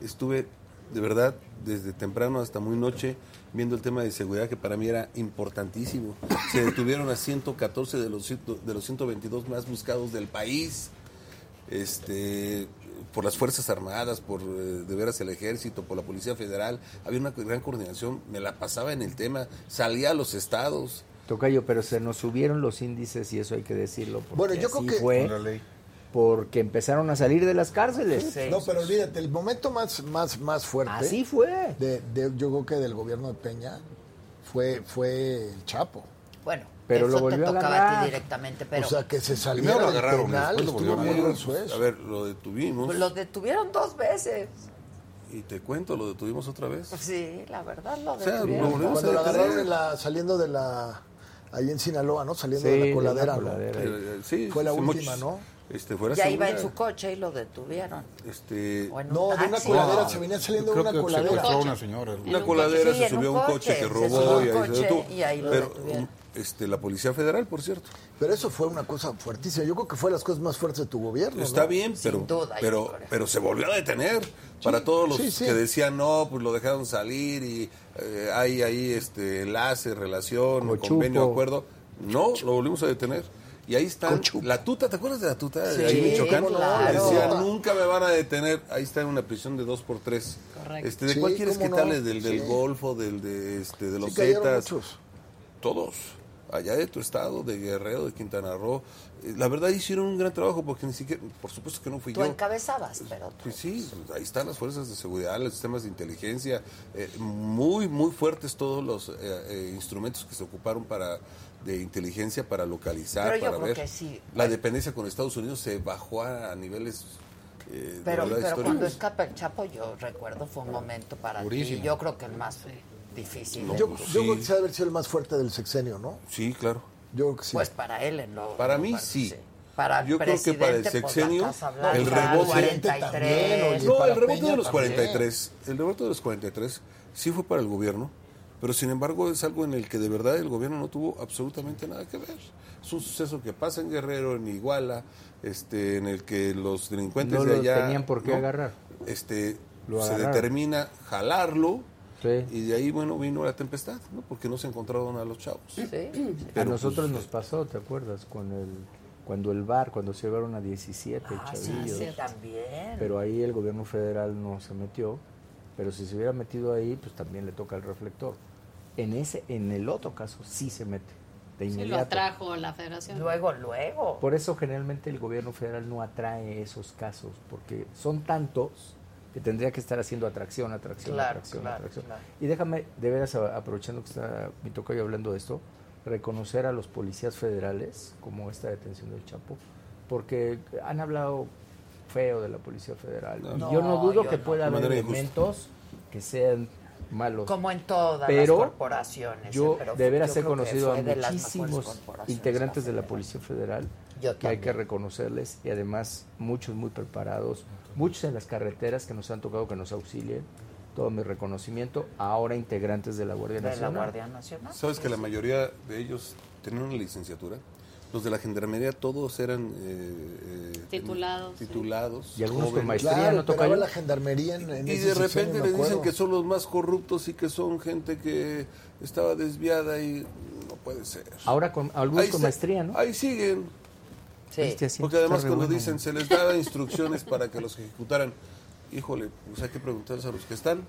E: Estuve, de verdad, desde temprano hasta muy noche viendo el tema de seguridad que para mí era importantísimo. Se detuvieron a 114 de los, ciento- de los 122 más buscados del país. Este, por las Fuerzas Armadas, por eh, de veras el Ejército, por la Policía Federal. Había una gran coordinación. Me la pasaba en el tema. Salía a los estados.
G: Tocayo, pero se nos subieron los índices y eso hay que decirlo. Porque
D: Bueno, yo creo
G: así
D: que-
G: fue porque empezaron a salir de las cárceles.
D: No, pero olvídate, el momento más, más, más fuerte.
G: Así fue.
D: de, de- yo creo que del gobierno de Peña fue, fue el Chapo.
A: Bueno,
G: Pero
A: eso
G: lo volvió
A: te
G: a
A: tocaba a,
G: agarrar.
A: ti directamente, pero
D: o sea, que se salió
E: Primero lo
D: del
E: agarraron,
D: penal,
E: después lo
D: estuvo
E: volvieron
D: muy
E: a-
D: resuelto.
E: A ver, lo detuvimos.
A: lo detuvieron dos veces.
E: Y te cuento, lo detuvimos otra vez.
A: Pues Sí, la verdad lo
E: O sea, lo
A: detuvieron.
E: volvemos
D: Cuando
E: a
D: lo agarraron
E: detener.
D: en la, saliendo de la. Ahí en Sinaloa, ¿no? Saliendo
G: Sí,
D: de
G: de
D: la
G: la
D: coladera. ¿no?
G: coladera.
E: Eh, eh, sí,
D: Fue la
E: sí,
D: última,
E: muchos-
D: ¿no?
E: Este, fuera
A: ya iba en su
E: segunda,
A: coche y lo detuvieron.
E: Este,
A: O en un
D: No, de una
A: taxi.
D: coladera, se venía saliendo de
H: Creo
D: una
H: que
D: coladera.
H: secuestró a una señora.
E: una
A: en un
E: coladera
A: coche, sí,
E: se
A: en
E: subió a
A: un
E: un coche que
A: coche, se subió
E: robó
A: a un
E: y ahí, se
A: coche
E: detuvo.
A: y ahí lo
E: Pero,
A: detuvieron.
E: este, la policía federal, por cierto.
D: Pero eso fue una cosa fuertísima. Yo creo que fue de las cosas más fuertes de tu gobierno. ¿no?
E: Está bien, pero,
A: duda, yo
E: pero,
A: creo.
E: pero se volvió a detener. Para todos los
D: sí, sí.
E: que decían no, pues lo dejaron salir y eh, hay ahí este enlace, relación,
G: Cochupo.
E: convenio, acuerdo. No, lo volvimos a detener. Y ahí está la tuta, ¿te acuerdas de la tuta? de ahí en
A: Sí,
E: Michoacán.
A: claro.
E: Decía, nunca me van a detener. Ahí está en una prisión de 2 por 3
F: Correcto.
E: este, ¿De
D: Sí,
E: cuál quieres
D: cómo no.
E: quitarle? ¿Del, del
D: Sí.
E: Golfo, del, de, este, de
D: Sí,
E: los
D: cayeron
E: Zetas?
D: muchos.
E: todos, allá de tu estado, de Guerrero, de Quintana Roo. Eh, La verdad hicieron un gran trabajo porque ni siquiera, por supuesto que no fui
A: Tú
E: yo.
A: encabezabas, pero tú-
E: Pues sí, ahí están las fuerzas de seguridad, los sistemas de inteligencia, eh, muy, muy fuertes todos los eh, eh, instrumentos que se ocuparon para de inteligencia para localizar,
A: Pero yo
E: para
A: creo
E: ver.
A: que sí.
E: La dependencia con Estados Unidos se bajó a, a niveles eh, de
A: Pero,
E: verdad
A: pero cuando
E: históricos.
A: escapa el Chapo, yo recuerdo fue un momento para ti.
H: Durísimo.
A: Yo creo que el más difícil. de-
D: Yo,
E: pues
D: yo
E: sí.
D: creo que se ha de haber sido el más fuerte del sexenio, ¿no?
E: Sí, claro.
D: Yo creo que sí.
A: Pues para él en lo.
E: Para
A: en lo
E: mí,
A: par-
E: sí.
A: Para el
E: Yo creo que para
A: presidente,
E: el
A: pues, la
E: sexenio,
A: Casa Blanca,
E: el rebote-
A: 43.
D: También, oye. Y
E: No,
D: para
E: el rebote
D: Peña
E: de los
D: también.
E: 43, el rebote de los 43 sí fue para el gobierno, pero sin embargo es algo en el que de verdad el gobierno no tuvo absolutamente nada que ver. Es un suceso que pasa en Guerrero, en Iguala, este, en el que los delincuentes
G: No
E: de
G: lo
E: allá
G: tenían por qué agarrar.
E: Este,
G: Lo
E: se
G: agarraron.
E: determina jalarlo
G: Sí.
E: y de ahí bueno vino la tempestad, ¿no? Porque no se encontraron a los chavos.
A: Sí.
E: Pero,
G: a
E: pues,
G: nosotros nos pasó, ¿te acuerdas? Con el, cuando el bar, cuando se llevaron a 17
A: Ah, sí,
G: chavillos.
A: sí, también.
G: Pero ahí el gobierno federal no se metió. Pero si se hubiera metido ahí, pues también le toca el reflector. En ese, en el otro caso, sí se mete. De
F: Sí, lo
G: inmediato.
F: trajo la federación.
A: Luego, luego.
G: Por eso generalmente el gobierno federal no atrae esos casos, porque son tantos que tendría que estar haciendo atracción, atracción,
A: Claro,
G: atracción,
A: claro,
G: atracción.
A: claro.
G: Y déjame, de veras, a- aprovechando que está mi tocayo hablando de esto, reconocer a los policías federales, como esta detención del Chapo, porque han hablado feo de la Policía Federal. Y
A: No,
G: yo no dudo
A: yo
G: que
A: no.
G: pueda
E: De
G: haber
E: manera injusta.
G: elementos que sean malos.
A: Como en todas
G: Pero
A: las corporaciones.
G: Yo
A: eh, pero
G: de
A: yo
G: veras he
A: creo que
G: conocido
A: fue
G: a
A: de las mejores
G: muchísimos
A: corporaciones,
G: integrantes de la
A: federal.
G: Policía Federal
A: Yo
G: que hay que
A: también.
G: reconocerles y además muchos muy preparados, muchos en las carreteras que nos han tocado que nos auxilien. Todo mi reconocimiento, ahora integrantes de la Guardia
A: De la
G: Nacional.
A: Guardia Nacional.
E: ¿Sabes que la mayoría de ellos tenían una licenciatura? los de la gendarmería todos eran eh, eh,
F: Titulados, sí.
E: titulados
G: Y algunos con
E: jóvenes.
G: maestría, Claro, ¿no, Tocayo?
D: Estaba la gendarmería en, en
E: Y
D: ese
E: de
D: sexenio,
E: repente
D: me
E: les
D: acuerdo.
E: dicen que son los más corruptos y que son gente que estaba desviada y no puede ser.
G: Ahora con algunos
E: Ahí
G: con
E: se-
G: maestría, ¿no?
E: Ahí siguen.
A: Sí.
G: Este, así,
E: Porque
G: está
E: además
G: re
E: cuando
G: bueno.
E: dicen se les daba instrucciones para que los ejecutaran, híjole, pues hay que preguntarles a los que están,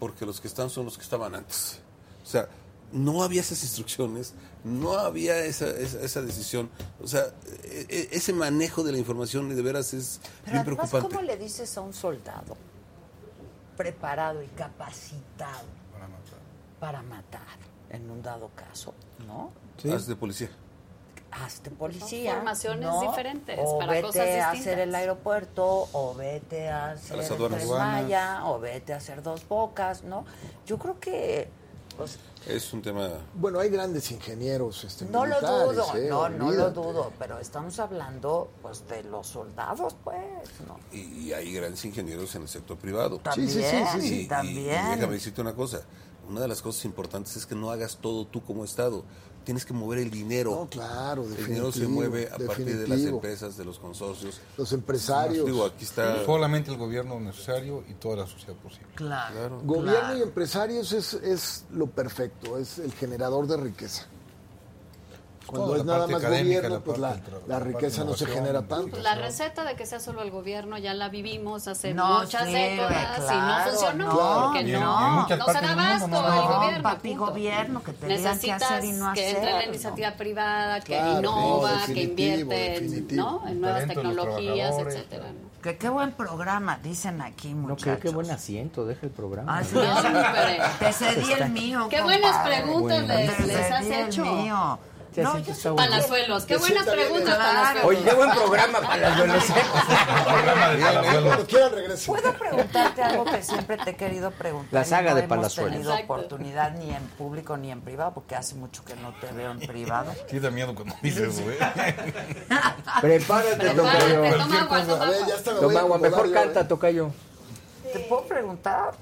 E: porque los que están son los que estaban antes. O sea, no había esas instrucciones, no había esa, esa, esa decisión. O sea, e- e- ese manejo de la información de veras es
A: Pero
E: bien
A: además,
E: preocupante.
A: ¿cómo le dices a un soldado preparado y capacitado
H: Para matar.
A: para matar en un dado caso, ¿no?
E: Haz de policía.
A: Hazte policía.
F: formaciones
A: ¿no?
F: diferentes
A: o
F: para
A: vete a
F: cosas distintas.
A: hacer el aeropuerto, o vete a hacer
E: las aduanas.
A: Tres Maya, o vete a hacer dos bocas, ¿no? Yo creo que pues,
E: Es un tema...
D: Bueno, hay grandes ingenieros. Este,
A: no lo
D: militares,
A: dudo,
D: eh,
A: no, no lo
D: olvídate.
A: dudo, pero estamos hablando pues de los soldados, pues, ¿no?
E: Y, y hay grandes ingenieros en el sector privado.
A: También,
D: sí, sí, sí, sí.
E: Y- y-
A: también.
E: y déjame decirte una cosa. Una de las cosas importantes es que no hagas todo tú como Estado. Tienes que mover el dinero.
D: No, claro,
E: El dinero se
D: definitivo,
E: mueve a partir de las
D: definitivo.
E: empresas, de los consorcios.
D: Los empresarios.
E: Digo, aquí está.
H: Solamente el gobierno necesario y toda la sociedad posible.
A: Claro.
D: Gobierno
A: Claro.
D: y empresarios es, es lo perfecto, es el generador de riqueza. Cuando
H: Toda
D: es
H: la
D: nada
H: parte
D: más
H: académica,
D: gobierno,
H: la
D: pues la,
H: parte del tra-
D: la
H: la parte
D: riqueza no se
H: innovación,
D: genera tanto.
H: investigación.
F: Pues La receta de que sea solo el gobierno ya la vivimos hace
A: No
F: muchas
A: sirve,
F: décadas
A: claro,
F: y no funcionó
A: no,
F: porque
A: Ni
H: en-
F: no,
H: ni en muchas
F: no se da
H: partes del
F: abasto
H: mundo, no,
F: el
A: No,
F: gobierno.
A: papi
F: punto.
A: gobierno, que te digan qué
F: Necesitas
A: hacer y no
F: que
A: hacer.
F: entre la
A: ¿no?
F: iniciativa privada, que
D: Claro,
F: innova,
D: no,
F: que
D: definitivo,
F: invierte en,
D: definitivo.
F: ¿no? en nuevas
H: Talento de los
F: tecnologías,
H: trabajadores,
F: etcétera.
H: claro.
F: ¿no?
A: Que qué buen programa, dicen aquí
G: No,
A: muchachos.
G: creo que buen asiento, deja el programa.
A: Ah, sí,
F: No,
A: ya sé.
F: hombre.
A: Te cedí el mío.
F: Qué buenas
A: compadre.
F: preguntas
G: Bueno.
F: les,
A: Te
F: les has
A: cedí el
F: hecho.
A: mío.
G: Sí,
A: No,
G: asiento
A: yo
G: está bueno.
F: Palazuelos, qué
D: Que
F: buenas
D: sienta bien
F: preguntas,
D: el-
F: Palazuelos.
A: Oye, qué
G: buen programa para los
H: Ah,
D: Cuando quieran regresen.
A: Puedo preguntarte algo que siempre te he querido preguntar.
G: La
A: y
G: saga
A: no
G: de
A: hemos
G: Palazuelos.
A: tenido
F: Exacto.
A: oportunidad ni en público ni en privado, porque hace mucho que no te veo en privado.
H: Sí, da miedo cuando dices, güey.
G: Prepárate,
F: Prepárate,
G: Tocayo.
F: toma agua,
D: A
F: toma
D: ver, ya
F: agua.
D: está. me voy
G: Toma
D: a
G: agua,
D: acomodar
G: mejor
D: yo,
G: canta,
D: ¿eh?
G: Tocayo.
A: ¿Te puedo preguntar?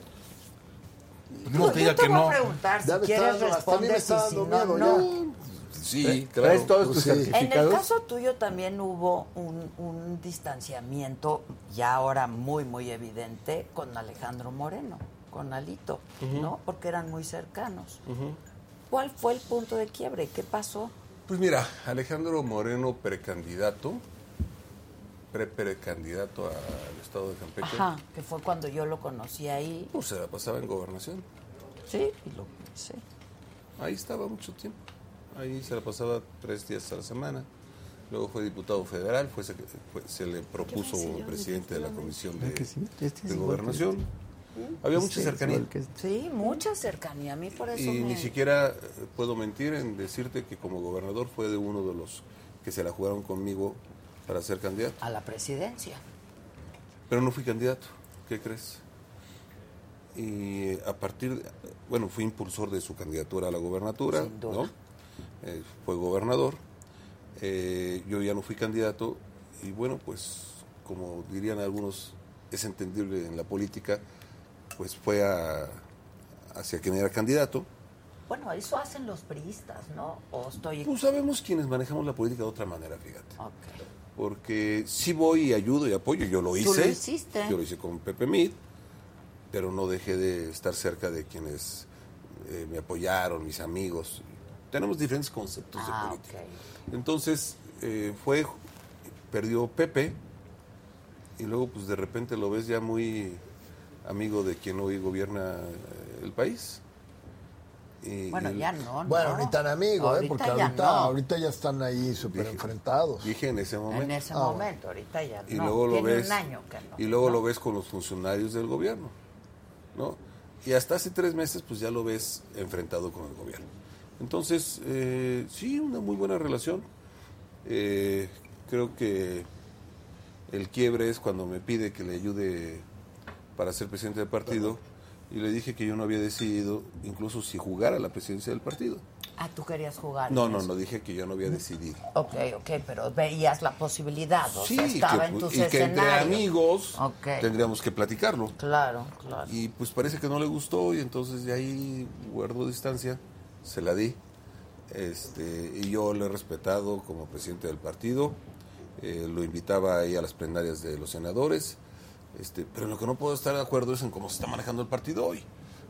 H: No te diga
A: yo te
H: que
A: voy a
H: no.
A: preguntar si
D: Ya me está
A: quieres
D: dando- hasta a mí me
A: respondes
D: está
A: y si no,
D: dando miedo
A: no.
D: ya.
E: Sí,
G: ¿Traes
E: claro.
G: todos
D: pues
G: tus
D: sí.
A: En el
G: certificados?
A: caso tuyo también hubo un, un distanciamiento, ya ahora muy, muy evidente, con Alejandro Moreno, con Alito, ¿no? Porque eran muy cercanos. ¿Cuál fue el punto de quiebre? ¿Qué pasó?
E: Pues mira, Alejandro Moreno, precandidato, pre-precandidato al estado de Campeche,
A: Ajá, que fue cuando yo lo conocí ahí.
E: pues se la pasaba en gobernación.
A: Sí, y lo sí.
E: Ahí estaba mucho tiempo. Ahí se la pasaba tres días a la semana. Luego fue diputado federal, fue, sec- fue- se le propuso presidente de la Comisión de,
G: que sí? Este es Este
E: de
G: igual que
E: Gobernación. Había mucha cercanía.
A: Sí, mucha cercanía. A mí por eso
E: Y
A: me-
E: ni siquiera eh, puedo mentir en decirte que como gobernador fue de uno de los que se la jugaron conmigo para ser candidato.
A: A la presidencia.
E: Pero no fui candidato, ¿qué crees? Y eh, a partir, de- bueno, fui impulsor de su candidatura a la gobernatura,
A: Sin duda.
E: ¿no? Eh, fue gobernador. Eh, yo ya no fui candidato y bueno, pues como dirían algunos, es entendible en la política, pues fue a- hacia quien era candidato.
A: Bueno, eso hacen los priistas, ¿no? O estoy...
E: Pues sabemos quienes manejamos la política de otra manera, fíjate.
A: Ok.
E: Porque sí voy y ayudo y apoyo, yo lo hice.
A: lo hiciste.
E: Yo lo hice con Pepe Mit, pero no dejé de estar cerca de quienes eh, me apoyaron, mis amigos. Tenemos diferentes conceptos
A: Ah,
E: de política. Entonces, eh, fue, perdió Pepe, y luego pues de repente lo ves ya muy amigo de quien hoy gobierna eh, el país. Y-
A: Bueno,
E: y-
A: ya no,
D: Bueno,
A: no.
D: ni tan amigo, ¿eh?
A: Ahorita
D: porque
A: ya
D: ahorita,
A: no.
D: ahorita ya están ahí súper enfrentados.
E: Dije en ese momento.
A: En ese
D: bueno.
A: momento, ahorita ya
E: ah, y
A: no.
E: luego lo
A: Tiene
E: ves
A: un año que no.
E: y luego
A: ¿no?
E: lo ves con los funcionarios del gobierno no y hasta hace tres meses pues ya lo ves enfrentado con el gobierno entonces eh, sí una muy buena relación Eh, creo que el quiebre es cuando me pide que le ayude para ser presidente del partido y le dije que yo no había decidido incluso si jugar a la presidencia del partido
A: Ah, tú querías jugar.
E: no no no dije que yo no había decidido
A: Ok, ok, pero veías la posibilidad, o
E: sí
A: sea, estaba en
E: que,
A: tus
E: y que entre
A: escenarios.
E: amigos
A: Ok.
E: tendríamos que platicarlo
A: Claro, claro.
E: Y pues parece que no le gustó y entonces de ahí guardó distancia, se la di. Este, y yo lo he respetado como presidente del partido. eh, lo invitaba ahí a las plenarias de los senadores. Este, pero lo que no puedo estar de acuerdo es en cómo se está manejando el partido hoy.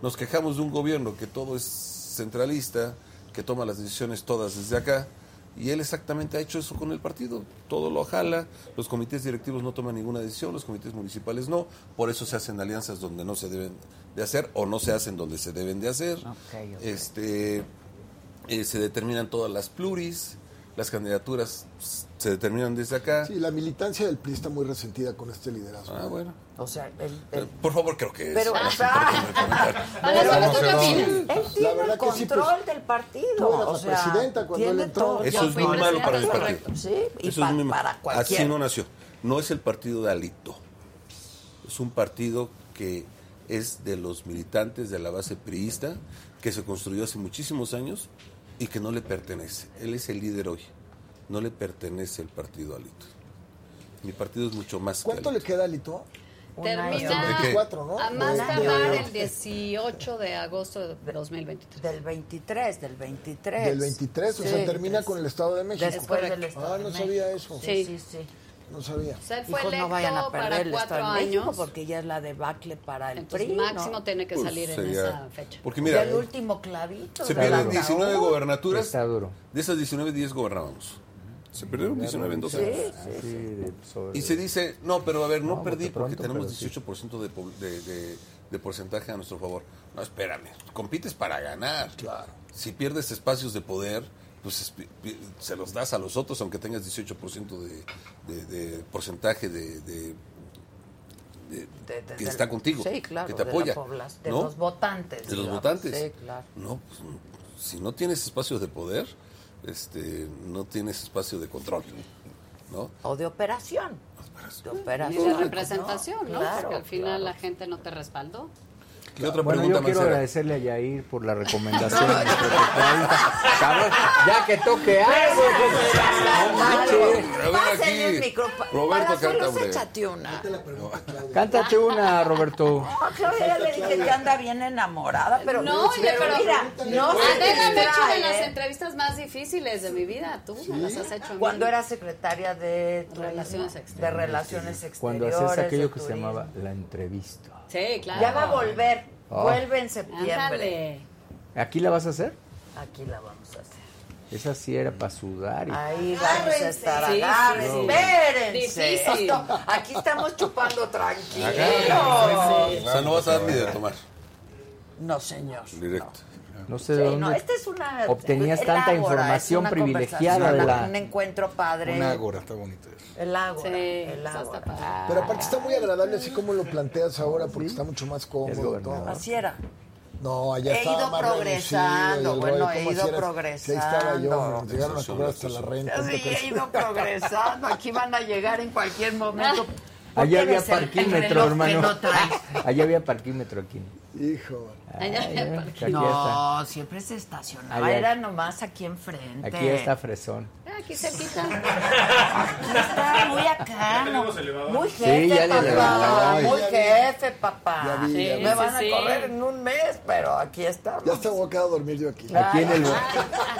E: Nos quejamos de un gobierno que todo es centralista, que toma las decisiones todas desde acá, y él exactamente ha hecho eso con el partido. Todo lo jala, los comités directivos no toman ninguna decisión, los comités municipales no, por eso se hacen alianzas donde no se deben de hacer o no se hacen donde se deben de hacer. Este, eh, se determinan todas las pluris, las candidaturas s- se determinan desde acá.
D: Sí, la militancia del PRI está muy resentida con este liderazgo.
E: Ah, bueno.
A: O sea, el,
E: Por favor, creo que es.
A: Pero- ah,
E: ahora sí, perdóneme comentar.
A: él tiene
D: verdad
A: el
D: que sí,
A: control
D: pues,
A: del partido.
D: tú eras
A: o
D: la
A: sea,
D: presidenta cuando
A: tiene
D: él entró.
A: todo.
E: Eso
A: Yo
E: es
A: fui
E: muy malo
A: presidenta,
E: para el
A: correcto.
E: partido.
A: Sí, y
E: Eso
A: pa-
E: es muy malo.
A: para cualquier.
E: Así no nació. No es el partido de Alito. Es un partido que es de los militantes de la base priista, que se construyó hace muchísimos años y que no le pertenece. Él es el líder hoy. No le pertenece el partido a Alito. Mi partido es mucho más que
D: ¿Cuánto
E: Alito.
D: le queda a Lito?
F: Termina
E: ¿De qué?
D: 24, ¿no?
F: a más
D: De-
F: tardar
D: de-
F: el 18 de agosto de 2023.
A: Del 23, del 23.
D: Del 23, o sea,
A: Sí.
D: termina con el Estado de México.
A: Después del Estado
D: Ah,
A: de
D: no
A: México.
D: sabía eso.
A: Sí, sí, sí.
D: No sabía.
F: O sea, él fue
A: Hijos,
F: electo
A: no vayan a perder
F: para
A: el
F: cuatro
A: Estado de México
F: años.
A: porque ya es la debacle para el
F: Entonces,
A: PRI, ¿no?
F: máximo tiene que
E: Pues
F: salir en
E: sería-
F: esa fecha.
E: Porque mira, eh,
A: Ya el último clavito.
E: se
A: del
E: pierden 19
A: ataúd.
E: gobernaturas.
G: Está duro.
E: De esas 19, 10 gobernábamos. Se perdieron 19 en dos
A: Sí,
E: años.
A: sí,
G: Así de- sobre-
E: Y se dice, no, pero a ver, no,
G: No,
E: perdí
G: porque
E: porque
G: pronto,
E: tenemos 18% de, po- de- de- de porcentaje a nuestro favor. No, espérame, compites para ganar. Claro. Si pierdes espacios de poder, pues es- pi- se los das a los otros, aunque tengas 18% de, de- de porcentaje de, de- de-
A: De- de-
E: que
A: del-
E: está contigo,
A: Sí, claro.
E: que
A: de
E: te
A: la
E: apoya.
A: poblac- De,
E: ¿no?
A: los votantes.
E: de los
A: digamos.
E: votantes.
A: Sí, claro.
E: No, pues, si no tienes espacios de poder, este, no tienes espacio de control, ¿no?
A: O de operación. De
F: Y
A: operación.
F: de
A: ¿no?
F: representación, ¿no?
A: Claro,
F: Porque al final
A: claro.
F: la gente no te respaldó.
E: ¿Qué otra
G: Bueno,
E: pregunta,
G: yo quiero
E: Mancera?
G: agradecerle a Yair por la recomendación. de nuestro protagonista. Cabrón, ya que toque algo.
A: Claro.
G: no
E: A
G: manches.
E: ver
A: Pásenle
E: aquí,
A: un micrófono.
E: Roberto
A: Palazuelos,
E: Cantabre.
A: échate una.
G: Cántate una, Roberto.
A: No, Claudia ya le dije que anda bien enamorada, pero,
F: No, oye,
A: pero
F: pero- Ah,
A: mira, no se
F: Adela me ha hecho de
A: distrae,
F: las
A: ¿eh?
F: entrevistas más difíciles de mi vida. Tú me las has hecho. a mí.
A: Cuando era secretaria de Turismo,
F: Relaciones
A: de
F: Exteriores.
A: Relaciones Exteriores.
G: Cuando haces
A: de
G: aquello que se
A: Turismo.
G: llamaba la entrevista.
F: Sí, claro.
A: Ya va a volver,
G: Ah.
A: vuelve en septiembre.
F: Ándale.
G: ¿Aquí la vas a hacer?
A: Aquí la vamos a hacer.
G: Esa sí era para sudar. y-
A: Ahí vamos a estar.
F: Sí, sí,
A: agárrense.
F: sí.
A: Espérense.
F: Difícil.
A: Esto- aquí estamos chupando tranquilos.
E: O sea, no vas a dar ni de tomar.
A: No, señor.
E: Directo.
G: No sé de
A: Sí,
G: dónde.
A: no, esta es una.
G: Obtenías
A: el
G: tanta
A: ágora,
G: información
A: es una
G: privilegiada
A: conversación,
G: de
A: una-
G: la-
A: Un encuentro padre.
H: Una ágora, está bonito eso.
A: El ágora.
F: Sí,
A: el
F: eso está
A: ágora.
F: padre.
D: Pero aparte está muy agradable así como lo planteas ahora porque está mucho más
G: Es
D: cómodo. y
G: gobernador.
D: todo.
A: Así era.
D: No, allá
A: He
D: estaba
A: ido
D: más
A: progresando,
D: reducido el
A: bueno,
D: rollo,
A: he
D: ¿cómo
A: ido
D: hacías? Si Ahí estaba yo,
A: progresando.
D: nos llegaron a cobrar hasta la renta.
A: Sí, he ido progresando. Aquí van a llegar en cualquier momento. ¿Por qué
G: Allá había
A: eres el- el
G: parquímetro,
A: reloj que
G: hermano.
A: no traes?
G: Allá había parquímetro aquí.
D: Hijo,
F: Allá
G: Ay,
F: había
G: eh,
F: parquímetro.
G: que aquí está.
A: No, siempre se estacionaba.
G: Allá-
A: Era nomás aquí enfrente.
G: Aquí está fresón.
F: Ah, Aquí cerquita.
A: Aquí está muy acá. ¿no? Muy jefe,
G: Sí, ya le
A: papá.
G: elevaron.
A: Muy jefe, papá.
D: Ya vi, ya
A: Sí,
D: vi.
A: Me van a
F: Sí, sí.
A: correr en un mes, pero aquí estamos.
D: ya estaba acá a dormir yo aquí.
G: Aquí en el.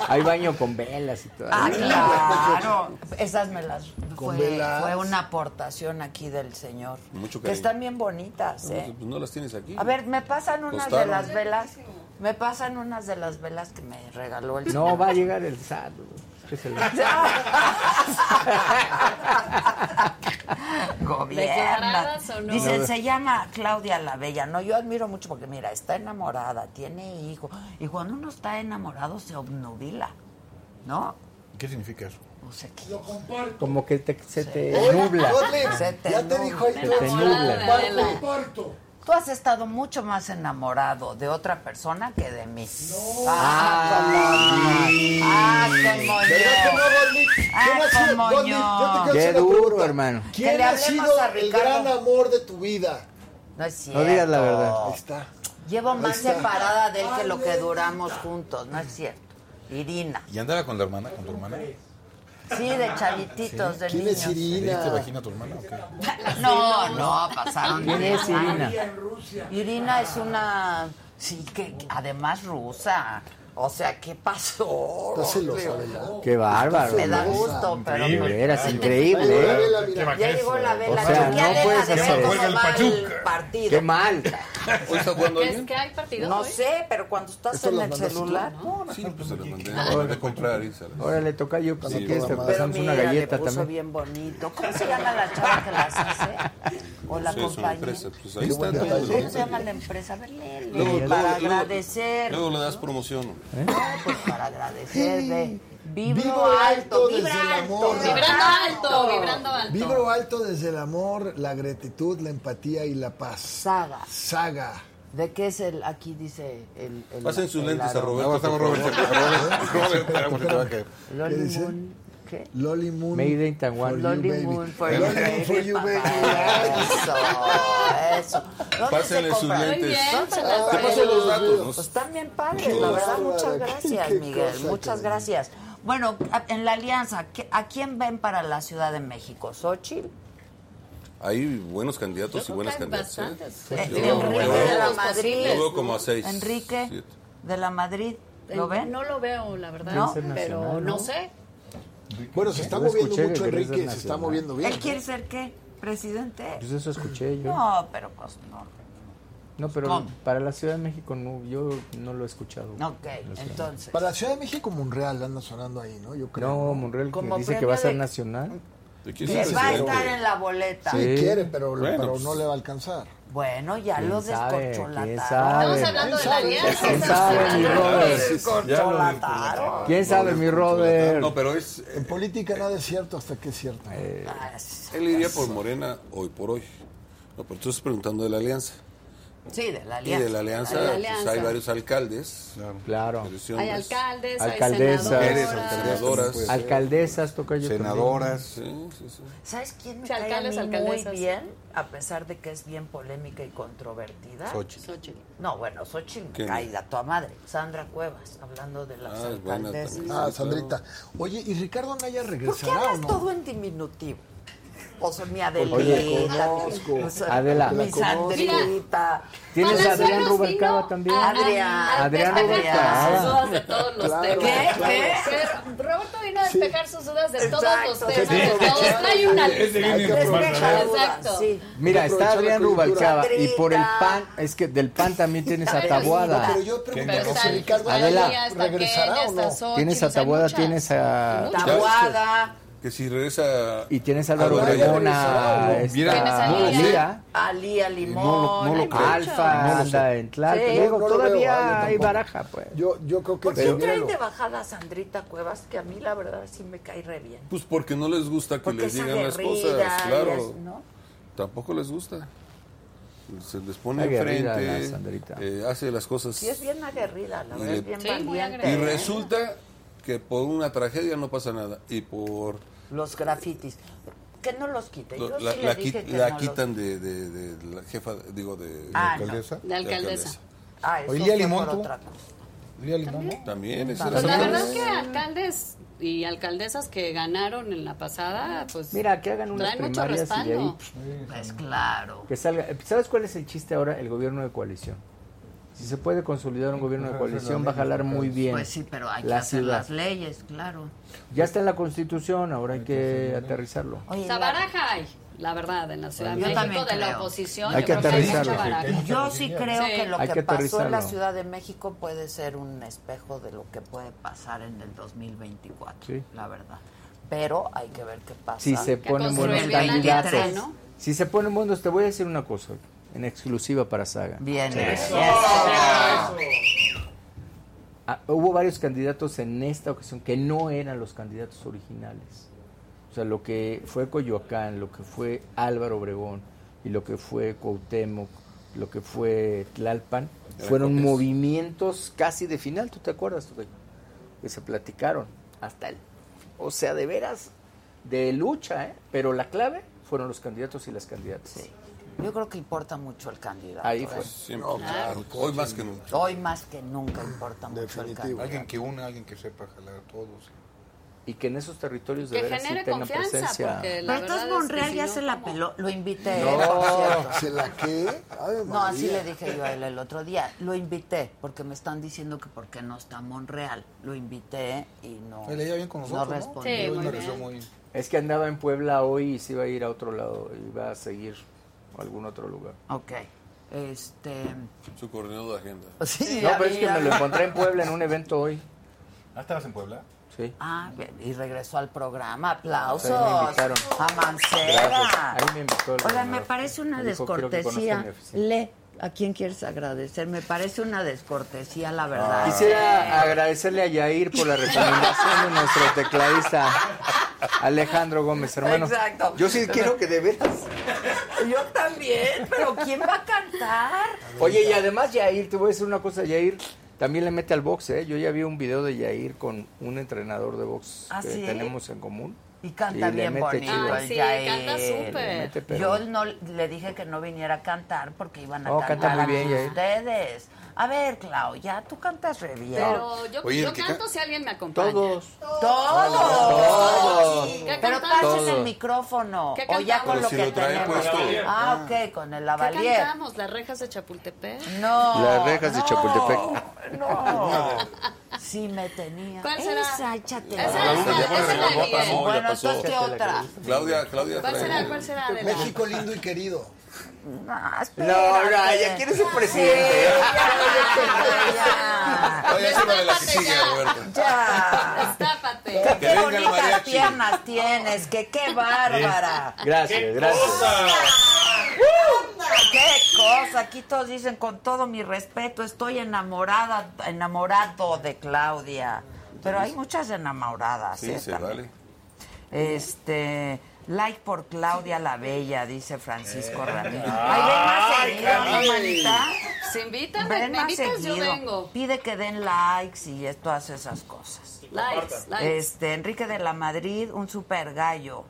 G: Hay baño con velas y todo.
A: Ah, claro. Esas me las fue,
D: Con velas.
A: fue una aportación aquí del señor.
E: Mucho
A: que
E: cariño.
A: están bien bonitas,
E: Pues
A: ¿eh?
E: no las tienes aquí.
A: A ver, me pasan unas de
E: Costaron.
A: las velas. Me pasan unas de las velas que me regaló el
G: No
A: señor.
G: va a llegar el SAT. güey. Que se lo-
A: Gobierna.
F: ¿Declaradas o no?
A: Dicen, se llama Claudia la Bella. No, yo admiro mucho porque, mira, está enamorada, tiene hijo. Y cuando uno está enamorado se obnubila, ¿no?
H: ¿Qué significa eso?
A: No sé qué.
G: Como que te- se te
D: Oye,
G: nubla.
D: Godlin,
A: Se te
D: ya te
A: nubla.
D: dijo ahí
G: Se
D: todo.
G: te nubla.
F: Adela.
I: Parto.
A: Tú has estado mucho más enamorado de otra persona que de mí. Ah,
G: Ah,
A: como- ah, como
D: ¿Verdad que no,
A: yo.
D: Godlin? ¿Quién
A: Ah,
D: ha sido,
A: cómo
D: Godlin,
A: no.
D: yo te quiero
G: Qué
D: hacer una
G: duro,
D: pregunta.
G: hermano.
A: Que
D: ¿Quién
A: le
D: ha
A: hablemos
D: sido
A: a
D: el
A: Ricardo.
D: gran amor de tu vida?
A: No es cierto.
G: No digas la verdad.
A: Oh.
D: Ahí está.
A: Llevo más
D: está.
A: separada de él que lo que duramos juntos, no es cierto. Irina.
H: ¿Y andaba con la hermana, con tu hermana? ¿Le
A: Sí, de chavititos, de
D: ¿Quién es
A: niños.
H: diste
D: Irina?
H: vagina a tu hermana o qué?
A: No, no, pasaron.
G: ¿Quién
A: diez
G: es Irina?
A: años. Irina es una, sí, que además rusa, O sea, ¿qué pasó?
D: Estás celosa,
A: Hombre?
D: Adela.
G: Qué bárbaro.
A: Me da
G: ¿no?
A: gusto, pero.
G: De veras, increíble,
D: Ahí va
G: ¿eh?
D: Adela, mira.
A: Ya llegó la vela.
G: O sea,
A: Chequea
G: no
A: Adela
G: puedes
A: de ver
G: hacer-
A: cómo
G: Juega
E: el
A: va
E: Pachuca.
A: partido.
G: Qué mal.
H: Hoy está jugando
F: ¿Qué es
H: alguien.
F: que hay partido
A: No
F: hoy?
A: sé, pero cuando estás
D: Esto
A: en
D: lo
A: el
D: mandaste tú,
A: celular.
E: Sí, pues se la mandé,
A: Ah.
E: la mandé a comprar y se la-
G: Ahora le toca yo, pues, si
D: Sí,
G: quieres te
D: toda madre.
A: Pero
G: pasamos
A: mira,
G: una galleta
A: le puso
G: también.
A: bien bonito. ¿Cómo se llama la chava que las hace? O la
E: Sí, es una
A: compañía.
E: empresa, pues ahí
D: Qué
E: está
D: buen
E: todo.
D: detalle.
A: ¿Cómo se llama la empresa? A ver, léele, para
E: luego-
A: agradecer.
E: Luego le das promoción. hombre.
A: No, pues para agradecer de vibro,
D: Vibro
A: alto,
D: alto
A: vibra
D: desde el
A: alto,
D: amor.
F: Vibrando alto, vibrando alto.
D: Vibro alto desde el amor, la gratitud, la empatía y la paz.
A: Saga.
D: Saga.
A: ¿De qué es el? Aquí dice el. el
E: Pasen sus
A: el
E: lentes a
A: aroma. pues,
E: Roberto. por favor.
A: Loli
D: ¿Qué dice?
A: Moon, ¿Qué?
D: Loli Moon.
G: Made in Taiwan.
D: for you,
A: Loli
D: baby.
A: Moon for
D: Loli Moon for you, baby.
A: Eso, eso. ¿Dónde
E: Pásenle
A: se
E: sus
A: compra?
F: Muy
E: lentes.
F: bien, pues,
A: ¿Dónde se
F: Fernando.
A: compra?
E: Te paso los datos.
A: Pues
E: ¿no?
A: están bien padres, la verdad.
D: bárbara,
A: Muchas
D: qué-
A: gracias,
D: qué
A: Miguel.
D: cosa,
A: muchas
D: cabrón.
A: gracias. Bueno, a- en la alianza, ¿qué- ¿a quién ven para la Ciudad de México? ¿Xochitl?
E: Hay buenos
F: Yo
E: candidatos y
F: creo
E: buenas
F: que hay
E: candidatas. ¿eh?
F: bastantes.
A: Eh,
E: Yo
A: Enrique
E: veo-
A: de la
F: veo-
A: Madrid.
E: Yo veo como a seis.
A: Enrique
E: Pues, siete.
A: de la Madrid. ¿Lo ven?
F: Eh, No lo veo, la verdad.
A: No,
F: pero
G: nacional, ¿no?
F: no sé.
D: Bueno, se está
G: Yo
D: moviendo
G: escuché
D: mucho
G: que querías
D: Enrique,
G: ser
D: se está
G: nacional.
D: moviendo bien.
A: ¿Él quiere ser qué? ¿Presidente?
G: Pues eso escuché yo. No,
A: No, pero pues no.
G: pero
A: ¿Cómo?
G: para la Ciudad de México no, yo no lo he escuchado.
A: Ok, entonces.
D: Para la Ciudad de México, Monreal anda sonando ahí, ¿no? Yo creo.
G: No, Monreal que
A: Como
G: dice que
A: premio
G: va a ser
A: de-
G: nacional.
E: ¿De quién es
A: Que
E: el
A: va a
E: presidente?
A: estar en la boleta.
D: Sí,
G: Sí.
D: quiere, pero,
E: Bueno,
D: pero
E: pues.
D: no le va a alcanzar.
A: Bueno, ya
G: ¿Quién
A: lo
G: sabe? ¿Quién
A: descorcholataron.
G: sabe?
F: Estamos hablando de la alianza.
G: ¿Quién sabe, mi Robert?
E: Ya lo vi.
A: Descorcholataron.
G: ¿Quién sabe, mi Robert?
E: No, pero es.
D: En política nada es cierto hasta que es cierto.
A: Ah,
E: Él iría por Morena hoy por hoy. No, pero tú estás preguntando de la alianza.
A: Sí, de la
E: Y
A: alianza.
E: de la alianza,
F: De la
E: pues,
F: alianza.
E: hay varios alcaldes.
G: Claro.
F: Hay
E: elecciones,
F: alcaldes,
G: Alcaldesas.
F: hay
H: Mujeres,
F: senadoras.
H: alcaldes.
E: Senadoras.
H: Pues,
G: Alcaldesas, toca yo. pues.
H: Senadoras.
E: Sí, sí, sí.
A: ¿Sabes quién me
F: Sí,
A: cae a
F: alcaldes,
A: mí muy
F: alcaldesas.
A: bien? A pesar de que es bien polémica y controvertida.
H: Xochitl.
F: Xochitl.
A: No, bueno, Xochitl me
E: ¿Quién?
A: cae de a tu madre. Sandra Cuevas, hablando de las
E: Ah, es buena
A: alcaldesas.
E: también.
D: Ah, Sandrita. Oye, ¿y Ricardo Anaya
A: ¿Por qué
D: regresará o
A: hablas
D: no?
A: todo en diminutivo? O sea, mi Adelita.
G: Oye,
D: conozco.
A: o sea,
G: Adela.
A: Mi
G: Mira.
A: Sandrita.
G: ¿Tienes a
F: Palazuelos
G: Adrián Rubalcaba
F: vino
G: también?
F: a-
A: Adrián.
F: a
G: Adrián
F: despejar
A: Rubalcaba.
F: sus dudas de todos los
D: Claro,
F: temas.
A: ¿Qué? ¿Qué?
F: Sí, Roberto vino a despejar sus dudas de todos los
A: Exacto.
F: temas.
A: Sí.
F: de todos. Trae una lista.
D: Hay que
A: Despeja
D: aprovechar.
F: Exacto.
A: dudas, sí.
G: Mira,
D: Hay que
G: está
D: aprovechar la
G: Adrián
D: coyuntura.
G: Rubalcaba y por el
A: Sandrita.
G: pan, es que del pan también tienes a
F: Pero
D: No,
G: Tabuada.
D: pero yo preguntaría
F: Pero
D: si
F: están-
D: Ricardo
F: está
G: Adela,
F: Lía, está
D: regresará
F: Kenia,
D: o
F: está
D: no.
F: Xochitl,
G: Tienes a
F: o sea, hay
G: Taboada,
F: muchas.
G: tienes a-
F: Muchas.
A: Tabuada,
E: Que si regresa.
G: Y tienes a Álvaro
E: Álvaro
G: Obregón, a
E: Obregón.
G: esta
F: Tienes a Lía.
G: Lía,
A: Alía Limón.
E: No lo- no lo
A: hay
E: creo.
A: muchas.
G: Alfa, anda en Tlalpan.
A: Sí.
G: Digo,
D: No lo veo,
G: todavía
D: yo
G: hay
D: tampoco.
G: baraja, pues.
D: Yo, yo creo que
A: ¿Por qué
D: el
A: traen
D: primero-
A: de bajada a Sandrita Cuevas? Que a mí la verdad sí me cae re bien.
E: Pues porque no les gusta que
A: Porque
E: les
A: es
E: digan las
A: aguerrida,
E: cosas,
A: y
E: claro.
A: es- ¿no?
E: Tampoco les gusta. Se les pone
G: Aguerrida
E: enfrente,
G: la Sandrita.
E: eh, hace las cosas.
A: Sí es bien aguerrida, la
E: Y
A: verdad,
E: de-
A: es bien
F: Sí, muy
A: valiente.
E: Y
F: aguerrida.
A: ¿eh?
E: resulta que por una tragedia no pasa nada. Y por.
A: Los grafitis. Que no los quite. Yo
E: lo- la
A: sí le
E: la
A: dije
E: quit-
A: que
E: la
A: no los-
E: quitan de, de- de la jefa, digo, de.
A: Ah, no.
H: alcaldesa.
F: De alcaldesa.
A: Ah, eso
H: Oye, Lía
A: fue
H: Limón,
A: por
H: ¿tú?
A: otra cosa.
H: Lía Limón.
E: También, esa
F: Pues la
E: era-
F: verdad es que alcaldes y alcaldesas que ganaron en la pasada, pues
G: Mira, que hagan unas
F: traen mucho
G: primarias y de ahí
F: respaldo.
A: Pues claro.
G: que salga. ¿Sabes cuál es el chiste ahora? El gobierno de coalición. Si se puede consolidar un gobierno de coalición, va a jalar muy bien.
A: Pues sí, pero hay que
G: la
A: hacer
G: ciudad.
A: las leyes, claro.
G: Ya está en la constitución, ahora hay que aterrizarlo.
A: Oye,
F: O sea,
A: la-
F: baraja hay, la verdad, en la Ciudad de
A: Yo
F: México,
A: también
F: de
A: creo.
F: la oposición. yo
G: Hay que
F: creo mucha
G: aterrizarlo.
F: baraja.
A: yo sí creo
F: Sí.
A: que lo
G: Hay
A: que,
G: que
A: pasó en la
G: aterrizarlo.
A: Ciudad de México puede ser un espejo de lo que puede pasar en el 2024,
G: Sí.
A: la verdad. Pero hay que ver qué pasa.
G: si se
F: Que
G: ponen
F: construir
G: buenos
A: el
G: candidatos.
A: 23,
F: ¿no?
G: Si se ponen buenos, te voy a decir una cosa, en exclusiva para Saga.
A: Bien, eso.
G: Ah, hubo varios candidatos en esta ocasión que no eran los candidatos originales. O sea, lo que fue Coyoacán, lo que fue Álvaro Obregón y lo que fue Cuauhtémoc, lo que fue Tlalpan, fueron movimientos casi de final, ¿tú te acuerdas? Tocayo? Que se platicaron hasta el... O sea, de veras, de lucha, ¿eh? Pero la clave fueron los candidatos y las candidatas.
A: Sí. Yo creo que importa mucho el candidato.
G: Ahí
A: ¿eh?
G: fue.
E: Siempre. Hoy más que nunca.
A: Hoy más que nunca importa mucho el
D: Definitivo.
A: candidato.
H: Alguien que una, alguien que sepa jalar a todos.
G: y que en esos territorios de
F: Que
G: veras sí
F: genere
G: tengan
F: confianza,
G: presencia.
F: porque
A: Pero entonces Monreal ya se la peló. Lo invité. por cierto.
D: ¿Se la qué? Ave
A: No, así
D: María.
A: le dije yo a él el otro día. Lo invité porque me están diciendo que por qué no está Monreal. Lo invité y no.
H: Se leía bien con nosotros,
A: No
H: ¿no?
A: respondió.
F: Sí,
H: Hoy
F: muy
H: me
F: bien.
H: pareció muy-
G: Es que andaba en Puebla hoy y se iba a ir a otro lado, iba a seguir a algún otro lugar.
A: Ok. Este. pues
E: Su coordinador de agenda.
A: Sí,
G: No,
A: ya
G: pero es
A: vi,
G: que
A: ya
G: me lo
A: vi.
G: encontré en Puebla en un evento hoy.
B: ¿Ah, estabas en Puebla?
G: Sí.
A: Ah, bien, y regresó al programa. Aplausos.
G: Sí, me invitaron.
A: A
G: Gracias.
A: Mancera.
G: Ahí me invitó el
A: Oigan, me
G: gobernador.
A: parece una
G: Me dijo, "Quiero que conozca
A: descortesía.
G: mi oficina".
A: Le, ¿a quién quieres agradecer? Me parece una descortesía, la
F: Ah.
A: verdad.
G: Ah. Quisiera agradecerle a Yair por la recomendación de nuestro tecladista Alejandro Gómez, hermano.
A: Exacto.
G: Yo sí quiero que de veras.
A: Yo también, pero ¿quién va a cantar?
G: Oye, y además Yair, te voy a decir una cosa, Yair también le mete al boxe, ¿eh? Yo ya vi un video de Yair con un entrenador de box
A: ¿Ah,
G: que
A: sí?
G: tenemos en común.
A: Y canta
G: Y le
A: bien
G: mete
A: bonito.
G: chido.
A: el
F: Ay, sí,
A: Yael.
F: canta súper.
G: Le mete, pero-
A: Yo no le dije que no viniera a cantar porque iban a
G: No, canta
A: cantar
G: muy
A: a
G: bien, Yael.
A: ustedes. A ver, Clau, ya tú cantas re bien.
F: Pero yo,
H: Oye,
F: yo
H: el que
F: canto
H: ca-
F: si alguien me acompaña.
G: Todos.
A: Todos.
F: ¿Qué
A: Pero
F: cantamos?
A: pases el
G: Todos.
A: micrófono.
F: ¿Qué
A: O ya
F: cantamos?
A: con
E: Pero
A: lo
E: si
A: que
E: lo trae
A: tenemos.
E: puesto.
A: Ah, ok, con el
F: ¿Qué
A: lavalier.
F: cantamos? ¿Las rejas de Chapultepec?
A: No.
G: Las rejas de
A: no,
G: Chapultepec.
A: No. Sí me tenía.
F: ¿Cuál será?
A: Esa, échate.
F: Esa,
E: Ah, la
F: esa,
E: una, ya pones
F: esa es
E: la
F: la
E: guapa,
F: Miguel.
E: no, ya
A: Bueno,
E: pasó.
A: entonces, ¿qué otra?
E: Claudia, Claudia.
F: ¿Cuál
E: trae-
F: será? ¿Cuál será? de la-
D: México lindo y querido.
A: No,
G: No, no,
A: espérate.
G: ya quiere ser presidente. ¿eh?
A: Ya,
E: Oye, es una de las que
F: Destápate
E: sigue,
F: ya.
E: Roberto.
A: ya.
F: Estápate.
A: Qué,
E: venga el
A: bonitas
E: mariachi.
A: piernas tienes, que qué bárbara.
G: Gracias, gracias.
A: Qué cosa, aquí todos dicen con todo mi respeto, estoy enamorada, enamorado de Claudia. Pero hay muchas enamoradas.
E: Sí,
A: ¿eh?
E: se
A: También.
E: vale.
A: Este, like por Claudia la Bella, dice Francisco Ramírez. Ay, ven más seguido, ¿no, manita?
F: Se invitan, me,
A: Ven
F: me
A: más
F: invitas, yo
A: seguido.
F: vengo.
A: Pide que den likes y es- todas esas cosas.
F: Likes, likes.
A: Este, Enrique de la Madrid, un super gallo,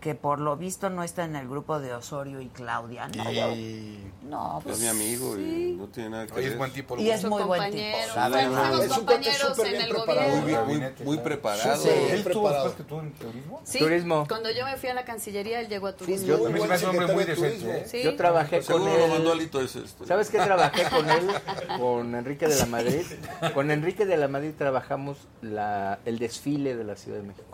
A: que por lo visto no está en el grupo de Osorio y Claudia. No, no
E: Es
A: pues,
E: mi amigo y no tiene nada que ver.
H: Oye, es buen tipo.
A: y es
F: su
A: muy buen tipo.
F: compañero,
A: la
F: fue-
A: verdad.
F: fuimos
D: Es un cuate
F: compañeros
D: súper
F: en
D: bien
F: el
D: preparado.
E: Muy,
F: gobierno.
E: bien, muy, muy preparado.
A: Sí.
B: ¿Él estuvo
D: preparado.
B: después que tú en turismo?
F: Sí,
G: Turismo.
F: cuando yo me fui a la Cancillería, él llegó a turismo.
G: Yo-
D: Muy
B: A mí se
D: buen
B: me hace un hombre muy
D: secretario de
B: decente.
D: turismo.
B: ¿eh?
F: Sí.
G: Yo trabajé
E: Pues,
G: con
E: Seguro lo mandó
G: él.
E: Alito ese. este.
G: ¿Sabes qué trabajé con él? Con Enrique de la Madrid. Con Enrique de la Madrid trabajamos la, el desfile de la Ciudad de México.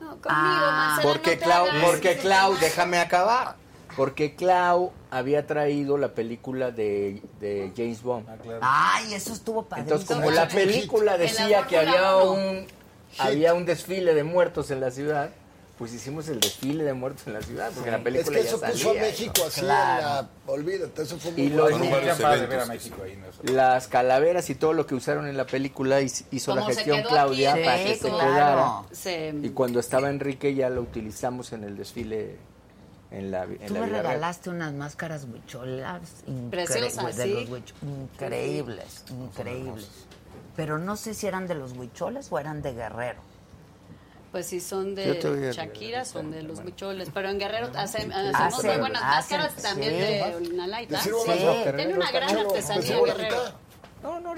F: No, conmigo,
A: Ah.
F: Marcela,
G: Porque
F: no te
G: Clau,
F: hagas.
G: porque Clau, déjame acabar. Porque Clau había traído la película de, de James Bond.
A: Ay, eso estuvo padrísimo.
G: Entonces, como la película
F: En la
G: decía que
F: Fórmula
G: había
F: Uno.
G: un había un desfile de muertos en la ciudad, pues hicimos el desfile de muertos en la ciudad, porque la
D: Es
G: película
D: que eso puso
G: ya
D: a
G: salía.
D: México así en la... Olvídate, eso fue muy
G: Y lo
D: bueno.
G: es-
E: Fueron
B: Era
E: varios
B: padre ver a
E: eventos.
B: México ahí. ¿no?
G: Las calaveras y todo lo que usaron en la película hiz- hizo la
F: Como se
G: gestión
F: quedó
G: Claudia
F: aquí en
G: para que se
F: México.
G: quedara.
F: Se-
G: Y cuando estaba Enrique ya lo utilizamos en el desfile en la en
A: Tú
G: la
A: me
G: vida real.
A: regalaste unas máscaras huicholas incre-
F: Preciosas,
A: de
F: sí.
A: los huich- increíbles, increíbles. Pero no sé si eran de los huicholes o eran de Guerrero.
F: Pues sí, son
G: Yo te voy a-
F: de Shakira, son de los mucholes. Pero en Guerrero
A: Ah,
F: hacen- hacemos
A: Hacen,
F: muy buenas
A: hacen,
F: máscaras también
A: sí.
F: de Unalaita.
D: Te sirvo
A: Sí.
D: más rápido.
F: Tiene una gran
D: Chalo, te
F: artesanía
D: sirvo la
F: Guerrero.
D: mitad.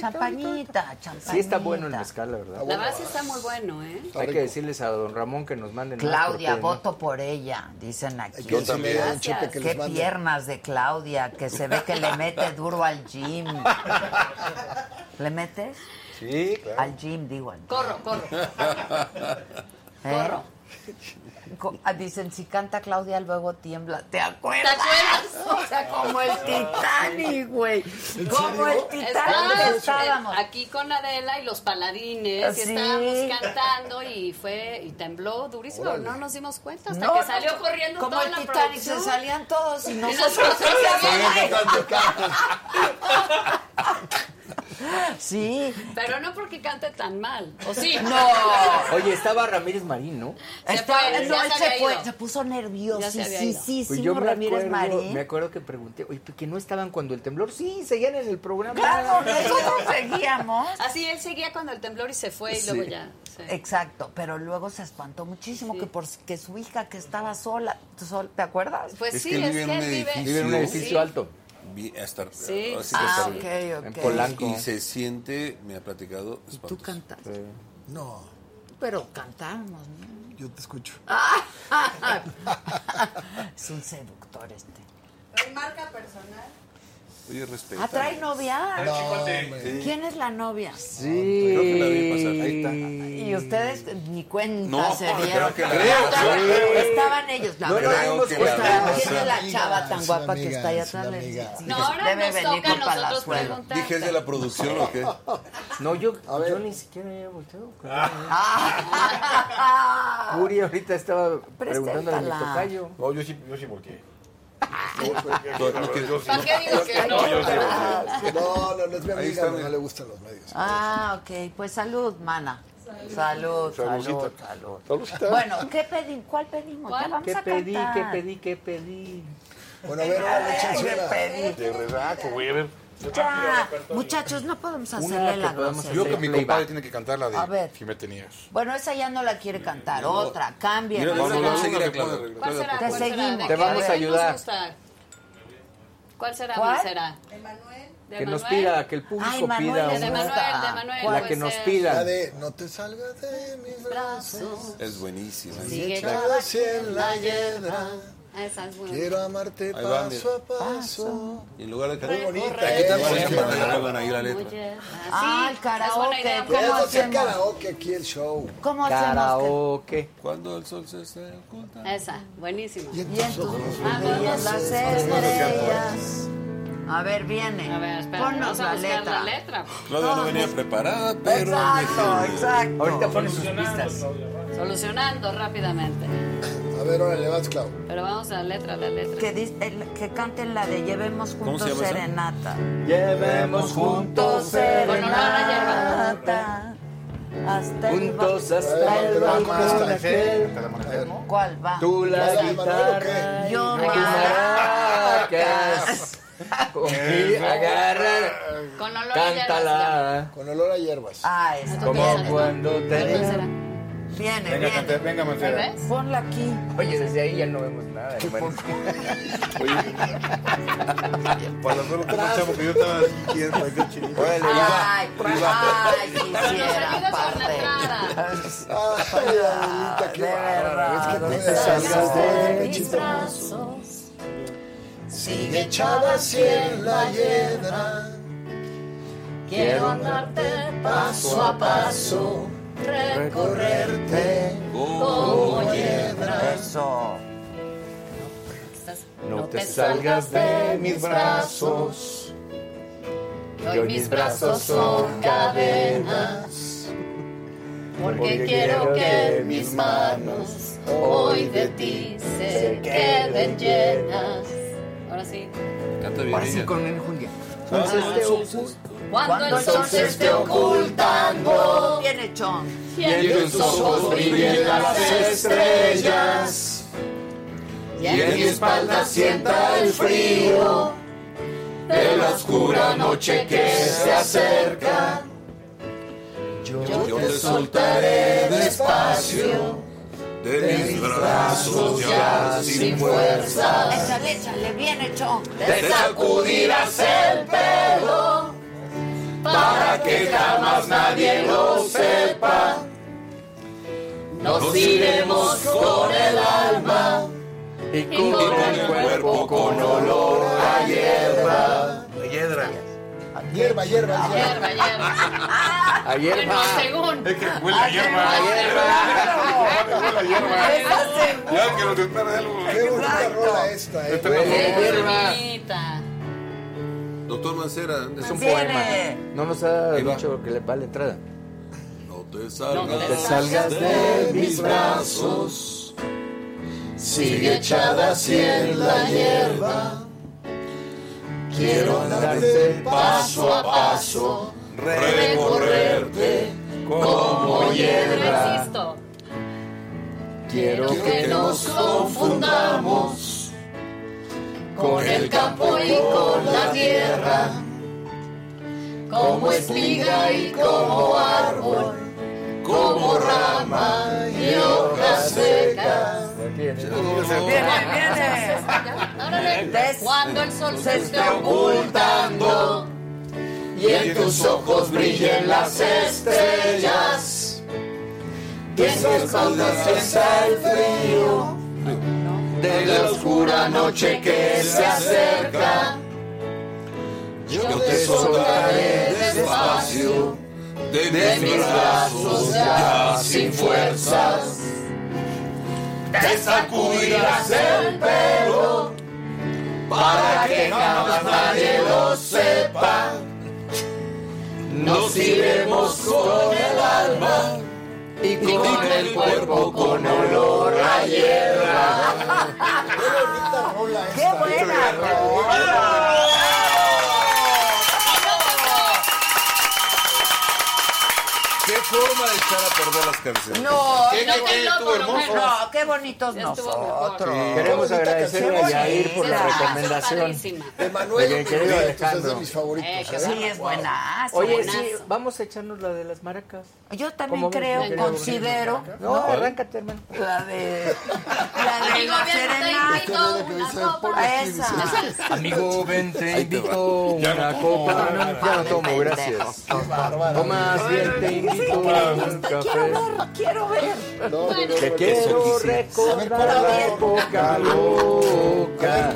A: champañita, champañita.
G: Sí está bueno el mezcal, la verdad.
F: La verdad sí Ah, está muy bueno, ¿eh?
D: Está
G: Hay
D: rico.
G: que decirles a don Ramón que nos manden más,
A: Claudia,
G: porque no-
A: voto por ella, dicen
D: Hay
A: aquí.
D: que decirle a Don
F: Gracias.
D: Chepe que
A: Qué
D: les mande.
A: piernas de Claudia, que se ve que le mete duro al gym. ¿Le metes?
H: Sí, claro.
A: Al gym, digo. al-
F: Corro, corro.
A: ¿Eh?
F: corro. ¿Eh?
A: Co- ah, Dicen, si canta Claudia, luego tiembla. ¿Te
F: ¿Te
A: acuerdas?
F: acuerdas?
A: O sea, como el Titanic, güey. Como el Titanic
F: Estábamos
A: estábamos.
F: eh, aquí con Adela y los paladines
A: Sí.
F: y estábamos cantando y fue y tembló durísimo, no nos dimos cuenta hasta
A: No,
F: que
A: no,
F: salió corriendo
A: Como
F: toda
A: el
F: la
A: Titanic, se
F: producción.
A: salían todos y nosotros
F: nosotros
A: seguíamos
F: seguíamos.
A: ahí. Sí.
F: Pero no porque cante tan mal, ¿o sí?
A: No.
G: Oye, estaba Ramírez Marín, ¿no?
F: Se
A: Estaba-
F: fue,
A: Este, no,
F: ya
A: él
F: se
A: se
F: había
A: fue,
F: ido.
A: se puso
F: Ya se había ido.
A: nerviosísimo
G: Pues yo me
A: Ramírez
G: acuerdo,
A: Marín.
G: me acuerdo que pregunté, oye, ¿por qué no estaban cuando el temblor? Sí, seguían en el programa.
A: Claro, nosotros seguíamos.
F: Así él seguía cuando el temblor y se fue y
G: Sí.
F: luego ya. sí.
A: Eh, Exacto, pero luego se espantó muchísimo que por que su hija que estaba sola, sol- ¿te acuerdas?
F: Pues
E: Es
F: sí,
E: que él
F: es
E: vive en
F: que él
E: un
F: vive.
E: edificio.
G: Vive en un
E: Sí.
G: edificio alto.
E: Vi- hasta- así
F: Sí.
E: que hasta
A: ah,
E: arriba.
A: ok, ok.
G: En Polanco.
E: Y se siente, me ha platicado,
A: Tú
E: espantoso.
A: cantas.
D: No.
A: pero cantamos, ¿no?
D: Yo te escucho.
A: es un seductor este.
F: ¿Hay marca personal?
E: Oye, respeto.
A: Ah, trae novia.
E: No, hombre.
A: ¿Quién es la novia?
G: Sí.
E: Creo que la vi pasar. Ahí está.
A: Y ustedes ni cuenta
E: No,
A: se
E: creo
A: dieron.
E: que la-
A: estaban,
E: creo.
A: estaban ellos. La
E: No, no,
A: verdad.
E: vimos que la
A: Estaban-
E: vimos. ¿eh?
A: ¿Quién es la chava tan
D: Es una
A: guapa que
D: amiga,
A: está allá
D: es una
A: atrás?
D: amiga.
F: No, ahora
A: Debe
F: nos toca a
A: Benito
F: nosotros
A: Palazuelo.
F: preguntar.
E: Dije, ¿es de la producción o qué?
G: No, yo, yo ni siquiera había volteado.
A: Ah,
G: Uri ahorita estaba preguntándole a mi
A: Preséntala.
G: tocayo.
B: No, yo sí, yo sí volteé.
E: No, no quiero-
F: ¿Para qué digo que no?
D: Ah, No, no, no es mi
E: Ahí
D: amiga,
E: está,
D: no,
E: mira.
D: no le gustan los medios.
A: ah, ok. Pues salud, mana. Salud, salud,
C: Saludcita.
A: salud.
C: Saludcita.
A: Bueno, ¿qué pedimos? ¿Cuál pedimos? Ya
F: ¿Cuál?
A: vamos
G: ¿Qué
A: a
G: pedí? ¿Qué
A: cantar.
G: pedí? ¿Qué pedí?
D: Bueno, a ver, ahora échense
A: ¿Qué
D: una.
A: pedí?
C: De relajo, güey. A ver.
A: Ya, muchachos, no podemos hacerle la
G: podamos
A: grosería.
H: Yo que mi compadre tiene que cantar la de
A: A ver.
H: Si me tenías.
A: Bueno, esa ya no la quiere cantar. Otra, cambien.
E: Mira,
A: ¿no?
E: vamos a seguir
H: no,
E: aclarando.
H: no,
F: ¿Cuál será?
A: Te
F: ¿Cuál será?
A: seguimos.
F: ¿De
A: Te
F: qué
A: vamos a
F: nos
G: ayudar.
F: gusta? ¿Cuál será?
A: ¿Cuál?
F: ¿Cuál será? ¿De Manuel?
G: Que nos pida, que el público
A: Ay, Manuel,
G: pida.
A: es
F: De
G: una-
F: Manuel, de
A: gusta.
F: Manuel.
G: La
F: puede
G: que nos
F: ser.
D: La
G: pida.
D: de no te salgas de mis brazos.
E: Es buenísimo.
F: Sigue
D: Echada en la hiedra.
F: Ah, Esa es buena.
D: Quiero amarte
E: Ahí va,
D: paso a paso.
E: Y en lugar de cantar,
D: bonita,
E: aquí
D: ¿eh?
E: te ponen para que vuelvan ahí la
F: Muy
E: letra.
F: bien.
A: Ah, el
F: Sí, es ah, buena idea. Pues,
A: karaoke.
D: Queremos hacer
A: hacemos?
D: karaoke aquí el show.
A: ¿Cómo hacemos?
G: Karaoke.
E: Cuando el sol se, se oculta.
F: Esa, buenísima.
A: que- Y en tus mejillas ah, las estrellas. A ver, viene.
F: A ver, espera,
A: Ponnos
F: vamos a
A: la
F: buscar
A: letra.
F: la letra.
E: Claudia no venía preparada, pero...
A: Exacto, exacto.
G: Ahorita pone sus pistas.
F: Solucionando rápidamente.
D: A ver, ahora le vas, Clau.
F: Pero vamos a la letra, a la letra.
A: Que, dis- el- que canten la de Llevemos
E: ¿Cómo se
A: Juntos
E: llama esa?
A: Serenata.
G: Llevemos
A: Juntos
G: eh,
F: Bueno, no,
A: serenata.
F: ahora
A: hasta el
G: Juntos
A: ba-
D: hasta el
A: balcón
D: balcón hasta el
G: aquel.
B: Hasta el amanecer, ¿no?
A: ¿Cuál va?
G: Tú
D: ¿Vas
G: la
D: a Manuel o qué?
G: guitarra.
A: Yo
G: y tú maracas. Con ti agarrar.
F: Con olor a hierbas,
G: Cántala.
D: Con olor a hierbas.
A: Ah, esa.
F: Como
G: Como
A: Viene,
G: cuando
F: ¿Cuál
G: te.
F: será?
A: viene,
B: Venga, Mancera,
A: viene.
B: venga,
F: ¿Al
B: Mancera.
F: revés?
A: Ponla aquí.
G: Oye, desde ahí ya no vemos nada. hermano.
B: Para hacerlo como un chavo que yo estaba así quieto, ay, qué chido.
G: Órale, va.
A: Ay, ay,
F: Nos
A: quisiera
F: ayudas con la
A: parte.
F: entrada.
D: Ay, Adelita, qué
A: de
D: bárbara.
A: verdad,
D: Es que
A: de
D: no Ah, te salgas de
A: verdad.
D: mis
F: brazos.
D: Sigue echada así en la hiedra.
F: Quiero andarte
D: Paso a paso. Correrte.
E: "Oh,
F: como
A: Eso.
G: No te salgas de mis brazos.
F: Hoy mis brazos son cadenas, porque quiero que mis manos hoy de ti se queden llenas. Ahora sí.
E: Canta bien
G: Ahora sí
E: ella.
G: con enjundia.
F: Cuando el sol se esté
A: ocultando.
F: ocultando
A: Bien hecho.
F: y en tus ojos brillen las estrellas, y en mi espalda sienta el frío de la oscura noche que se acerca.
E: Yo te soltaré despacio de mis brazos ya sin fuerza.
A: Échale, échale, bien hecho.
E: Te sacudirás el pelo para que jamás nadie lo sepa. Nos iremos con el alma
G: Y
E: y
G: con
E: con el cuerpo con olor a hierba.
D: Hierba, hierba, hierba.
F: Hierba, hierba.
G: Ayer
F: Bueno, según.
B: Es que huele a hierba. Huele a
A: Ah,
B: hierba.
F: ¿eh?
B: Ya que nos espera algo.
D: Qué bonita rola esta, eh.
G: hierba.
F: Bonita.
E: Doctor Mancera,
G: Es un
A: Viene.
G: poema. No nos ha
E: Ahí va.
G: dicho que le va la entrada.
E: no te
F: No
E: salgas
F: te
G: salgas
E: de mis brazos.
D: Sigue echada así en la hierba. Quiero andarte paso a paso.
E: Recorrerte como
F: Yo
E: hierba.
F: insisto.
G: Quiero
E: que nos
D: confundamos
G: con el
F: campo y con la tierra, como espiga y como árbol, como rama y hoja seca.
A: Viene, viene. Des-
F: Cuando el sol se esté
E: ocultando
F: ocultando
E: y en tus ojos brillen las estrellas.
L: Tienes conoces el frío de la oscura noche que se acerca. Yo te soltaré despacio de mis brazos ya sin fuerzas. Te sacudirás el pelo para que jamás nadie lo sepa. Nos iremos con el alma y con el cuerpo con olor a hierba.
A: ¡Qué buena!
E: ¿Qué forma de echar a perder las canciones?
A: No,
E: ¿Qué,
A: no,
E: qué, qué, tú, hermoso?
A: no, qué bonitos nosotros.
E: Sí.
G: Queremos
D: Qué bonita
G: agradecerle a
D: canción.
G: Yair por la
A: Qué bonita.
G: recomendación.
D: De Manuel
G: Oye, querido
D: Benito, es de
G: Alejandro.
D: mis favoritos.
F: Eh, qué
D: ¿eh?
A: Sí, es buena.
G: Oye, sí, vamos a echarnos la de las maracas.
A: Yo también
G: ¿Cómo ves, mi
A: creo,
G: querido
A: considero,
G: No,
A: ¿no?
G: arráncate, hermano.
A: la de la de
F: Amigo,
A: la
F: ven, te
A: serenata.
F: invito a una copa.
A: A Esa.
G: Amigo, ven, te
E: Ahí te
G: invito
E: va. Ya no
G: una
E: tomo.
G: copa. No, ya no tomo,
A: Pendejo.
G: gracias. Tomás, bien, te invito a un café.
A: Quiero ver.
G: Te quiero recordar la época loca.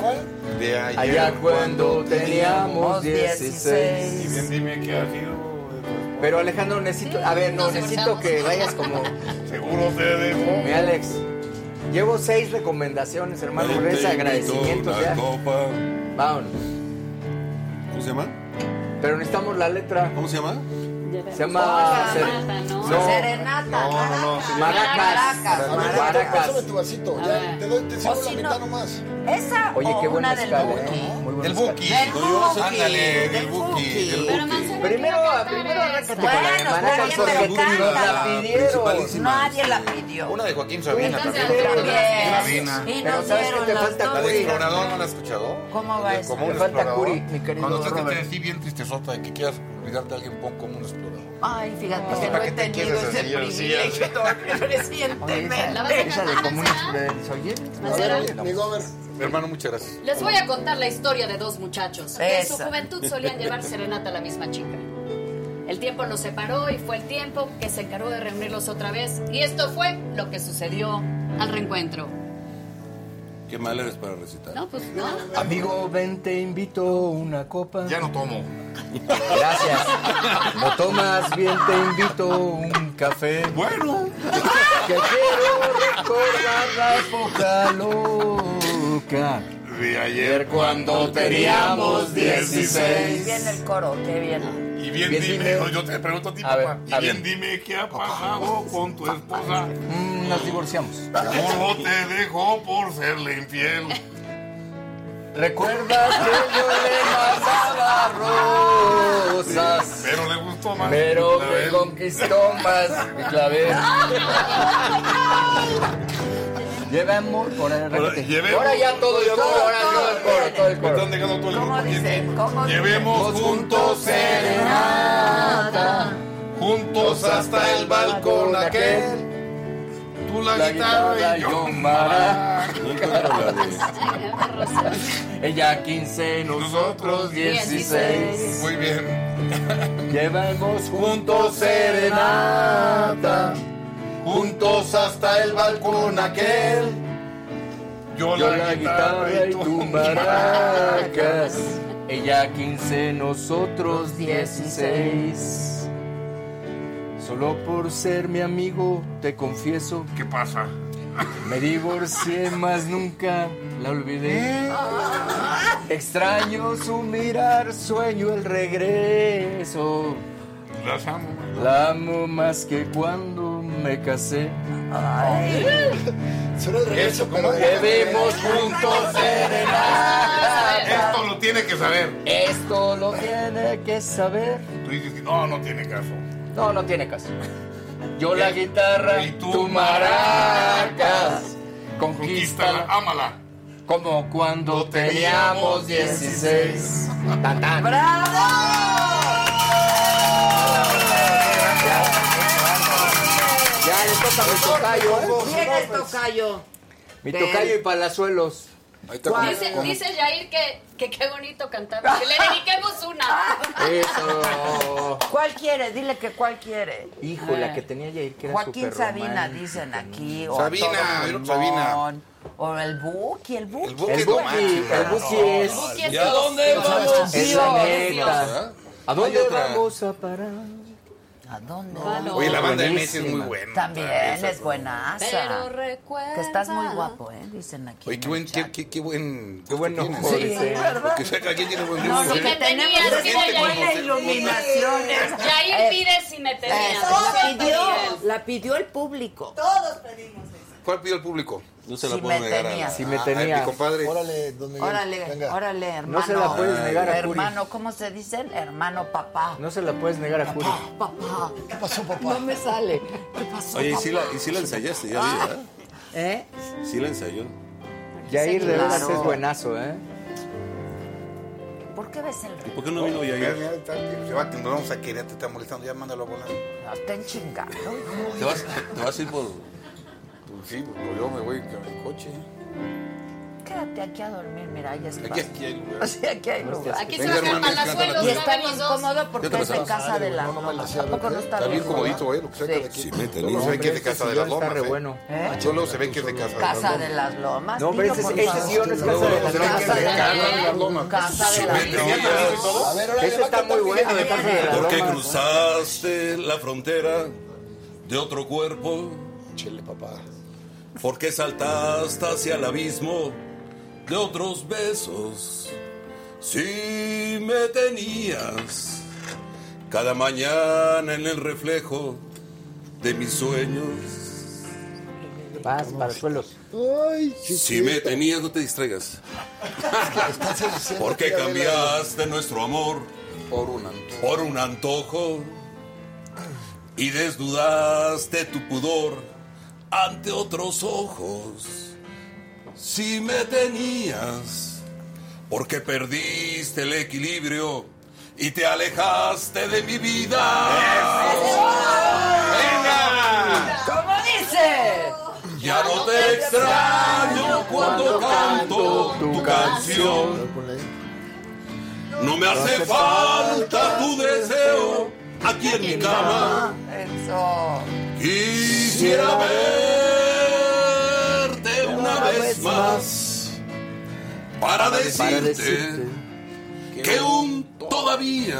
E: De ayer.
G: Allá cuando teníamos 16.
B: Bien, dime qué ha sido.
G: Pero Alejandro, necesito. A ver, no, necesito que vayas como.
B: Seguro se dejó.
G: Mi Alex. Llevo seis recomendaciones, hermano.
E: Ven, te invito
G: Reza agradecimientos
E: una
G: ya.
E: copa.
G: Vámonos.
E: ¿Cómo se llama?
G: Pero necesitamos la letra.
E: ¿Cómo se llama?
G: Se llama.
F: Hola, Marta, ¿no?
G: No.
A: Serenata.
B: no,
A: Caracas.
G: Maracas.
A: Maracas,
D: A ver,
A: Maracas.
G: Maracas.
D: Pásame tu vasito, ya. Te doy, te sirvo
A: O
D: la
A: si
D: mitad
A: no-
D: nomás.
A: Esa
G: Oye,
A: o
G: qué buena
A: Oh, una del
G: escala, ¿eh?
A: Buki.
G: Muy buena
E: Del
G: escala.
E: Buki.
A: Del
E: No, yo-
A: Buki,
E: Ándale, del
A: del
E: Buki.
A: Buki.
E: Del
F: Pero
E: Buki.
F: Marcela,
G: Primero,
F: quiero cantar
G: primero arráncate
F: esta.
G: con la
A: Bueno,
G: de Maracas,
A: está bien,
G: porque
A: pero
G: nos la
A: canta.
G: pidieron.
A: Nadie la pidió.
L: Una de Joaquín Sabina
G: Una
L: también.
G: de-
A: También.
L: Sabina.
A: Y
G: Pero
A: nos
G: ¿sabes qué
A: dieron
G: te
A: las
G: falta,
A: dos.
L: La de
G: Curi?
L: explorador, ¿no la has escuchado?
A: ¿Cómo va esa?
L: Como un
G: Te falta
L: explorador.
G: Curi, mi querido
L: Cuando estás que te
G: Robert.
L: así bien tristezota de que quieras olvidarte a alguien, pon como un explorador.
A: Ay, fíjate que no
L: ¿para
A: he
L: qué te
A: tenido
L: quieres
A: ese
L: así, así,
A: privilegio.
G: Oye,
A: Recientemente.
F: La vas a
G: esa- Esa de
F: cantar,
G: Común
F: Marcela.
G: Express, oye.
D: A ver, mi Gober.
L: Hermano, muchas gracias.
F: Les voy a contar la historia de dos muchachos que en su
A: Esa.
F: juventud solían llevar serenata a la misma chica. El tiempo nos separó y fue el tiempo que se encargó de reunirlos otra vez. Y esto fue lo que sucedió al reencuentro.
E: Qué mal eres para recitar.
F: No, pues no.
G: Amigo, ven, te invito una copa.
L: Ya no tomo.
G: Gracias. No tomas bien, te invito un café.
E: Bueno.
G: Que quiero recordar la época loca.
E: De ayer.
L: Pero cuando teníamos 16.
A: Viene el coro, qué bien.
B: Y bien,
G: Bien,
B: dime,
G: dime.
B: no, yo te pregunto a ti,
G: A
B: papá.
G: ver,
B: y
G: a
B: bien,
G: ver.
B: dime qué ha pasado con tu esposa.
G: Mm, nos divorciamos.
B: ¿Cómo te dejó por serle infiel?
G: ¿Recuerdas que yo le mandaba rosas?
B: Pero le gustó más.
G: Pero
B: La
G: me
B: vez-
G: conquistó más mi clavel. Lleva amor por el
B: Ahora,
G: recorte.
B: llevemos-
G: Ahora ya todo el coro, ahora yo el coro, todo el
B: Me están
G: coro.
B: dejando todo el
A: ¿Cómo
B: grupo aquí.
A: dice? ¿Cómo dice?
B: Llevemos juntos
A: serenata.
B: Juntos hasta el balcón aquel. Tú la,
G: La
B: guitarra
G: guitarra
B: y yo.
G: yo maraca.
E: No encuentro la de-
G: Ella 15, nosotros 16.
B: Muy bien.
G: Llevamos juntos serenata,
L: Juntos hasta el balcón aquel.
B: Yo,
G: yo la guitarra y tú maracas. Ella 15, nosotros 16. Solo por ser mi amigo, te confieso,
B: ¿Qué pasa?
G: me divorcié, más nunca la olvidé. Extraño su mirar, sueño el regreso.
B: Las amo. man.
G: La amo más que cuando me casé.
D: Solo el regreso,
B: ¿cómo
D: pero
B: es?
G: Llevemos juntos serenata.
B: Esto lo tiene que saber.
G: Esto lo tiene que saber.
B: Tú dices, "Oh, no, no tiene caso.
G: No, no tiene caso. Yo la guitarra
B: Y
G: y
B: tú
G: tú maracas.
B: Conquístala,
G: Conquístala
B: ámala.
G: como cuando teníamos 16. Tan, tan. Ya le toca a mi tocayo.
A: ¿Quién es tocayo?
G: ¿eh? Mi tocayo y palazuelos.
H: Ahí está como-
F: Dice,
H: como-
F: dice Jair que que qué bonito cantamos. Que le dediquemos una.
G: Eso.
A: ¿Cuál quiere? Dile que cuál quiere.
G: Hijo, la que tenía Jair, que era
A: Joaquín
G: súper
A: Sabina,
G: romántico,
A: dicen
G: ¿no?
A: aquí. O
G: Sabina,
A: a todo
G: yo creo que Sabina.
A: pulmón, O el Buki, el Buki. El
G: Buki es no manches, el Buki es- El Buki es ¿Y a Dios. dónde Es vamos? la neta. ¿A dónde vamos
A: a parar? ¿A dónde?
F: Vamos?
H: Oye, la banda de Messi es muy buena.
A: También
H: Esa
A: es buenaza.
F: Pero recuerda.
A: Que estás muy guapo, ¿eh? Dicen aquí.
H: Oye, qué buen, qué, qué, qué buen,
E: Pues
H: qué buen
A: ojo, Sí, dice. ¿verdad?
H: Porque sea, cada quien tiene buen
A: No,
H: gusto,
A: sí
H: ¿eh?
A: que tenemos,
H: Cada
A: sí,
H: quien tiene
A: buena
H: buen gusto.
A: iluminación.
F: Jair pide si me tenías.
A: Eh, Eso, la pidió, la pidió el público. Todos pedimos.
H: ¿Cuál pidió el público? No
A: se la Si puedo me negar a- tenías.
E: Ah,
G: Si me
H: a-
G: tenías.
H: a mi compadre.
D: Órale, don Miguel.
A: Órale, órale, hermano.
G: No se la puedes negar a Curi.
A: Hermano, ¿cómo se dicen? Hermano, papá.
G: No se la puedes negar a Curi.
A: Papá. ¿Qué pasó, papá? No me sale. ¿Qué pasó?
E: Oye, y sí la,
A: papá?
E: y sí la ensayaste, ya
A: Ah.
E: vi, ¿verdad?
A: ¿Eh?
E: Sí la ensayó.
G: Jair, de verdad,
A: Claro.
G: es buenazo, ¿eh?
A: ¿Por qué ves el
H: ¿Y
A: río?
H: por qué no vino ya ayer? Se va, que nos vamos a querer, te está molestando, ya mándalo a volar.
A: No, estén chingando. hijo.
H: ¿Te vas, te vas a ir por...? Pues sí, pues yo me voy en el coche.
A: Quédate aquí a dormir, mira, ya está.
H: Aquí, aquí hay lugar.
A: O sea, aquí hay
H: Gracias.
A: lugar.
H: Aquí se Venga, van a hermano, Palazuelos,
A: Y
H: graben
A: está bien
F: los dos.
A: cómodo porque
H: ¿Ya te
A: es de
H: pasaste?
A: casa de la loma. ¿A poco no está
H: Está bien
A: cómoda?
H: comodito, ¿eh? Lo que saca de aquí.
A: Sí.
H: me
G: No,
H: Se ve
G: hombre,
H: que es de
G: este
H: Casa de las
G: sillón está
H: Lomas,
G: re
H: ¿eh?
G: bueno.
A: ¿Eh?
H: Solo se ve que es de Casa de las
A: Casa
H: Lomas.
A: de las Lomas.
G: No, pero
A: dilo,
G: ese es-
A: por
G: ese
A: favor.
G: sillón es Casa de las Lomas.
A: Casa de
G: Casa de
A: las
G: las
A: Lomas.
G: Lomas.
A: Casa de
E: Sí,
A: las
E: me
A: Lomas.
E: tenías.
A: A ver, órale,
G: Ese
A: va a
G: está
A: cantar
G: muy bueno, de Casa de la
E: Porque
G: Loma.
E: cruzaste la frontera de otro cuerpo. Chele, papá. Porque saltaste hacia el abismo de otros besos. Si me tenías cada mañana en el reflejo de mis sueños.
G: Vas, Palazuelos.
D: Ay,
E: Si me tenías, no te distraigas. Porque cambiaste nuestro amor por un antojo. y desnudaste tu pudor ante otros ojos. Si me tenías, porque perdiste el equilibrio y te alejaste de mi vida.
A: ¿Cómo dice?
E: Ya no te extraño cuando canto tu canción. No me hace falta tu deseo aquí en mi cama.
A: Eso.
E: Quisiera verte una vez más para decirte que un todavía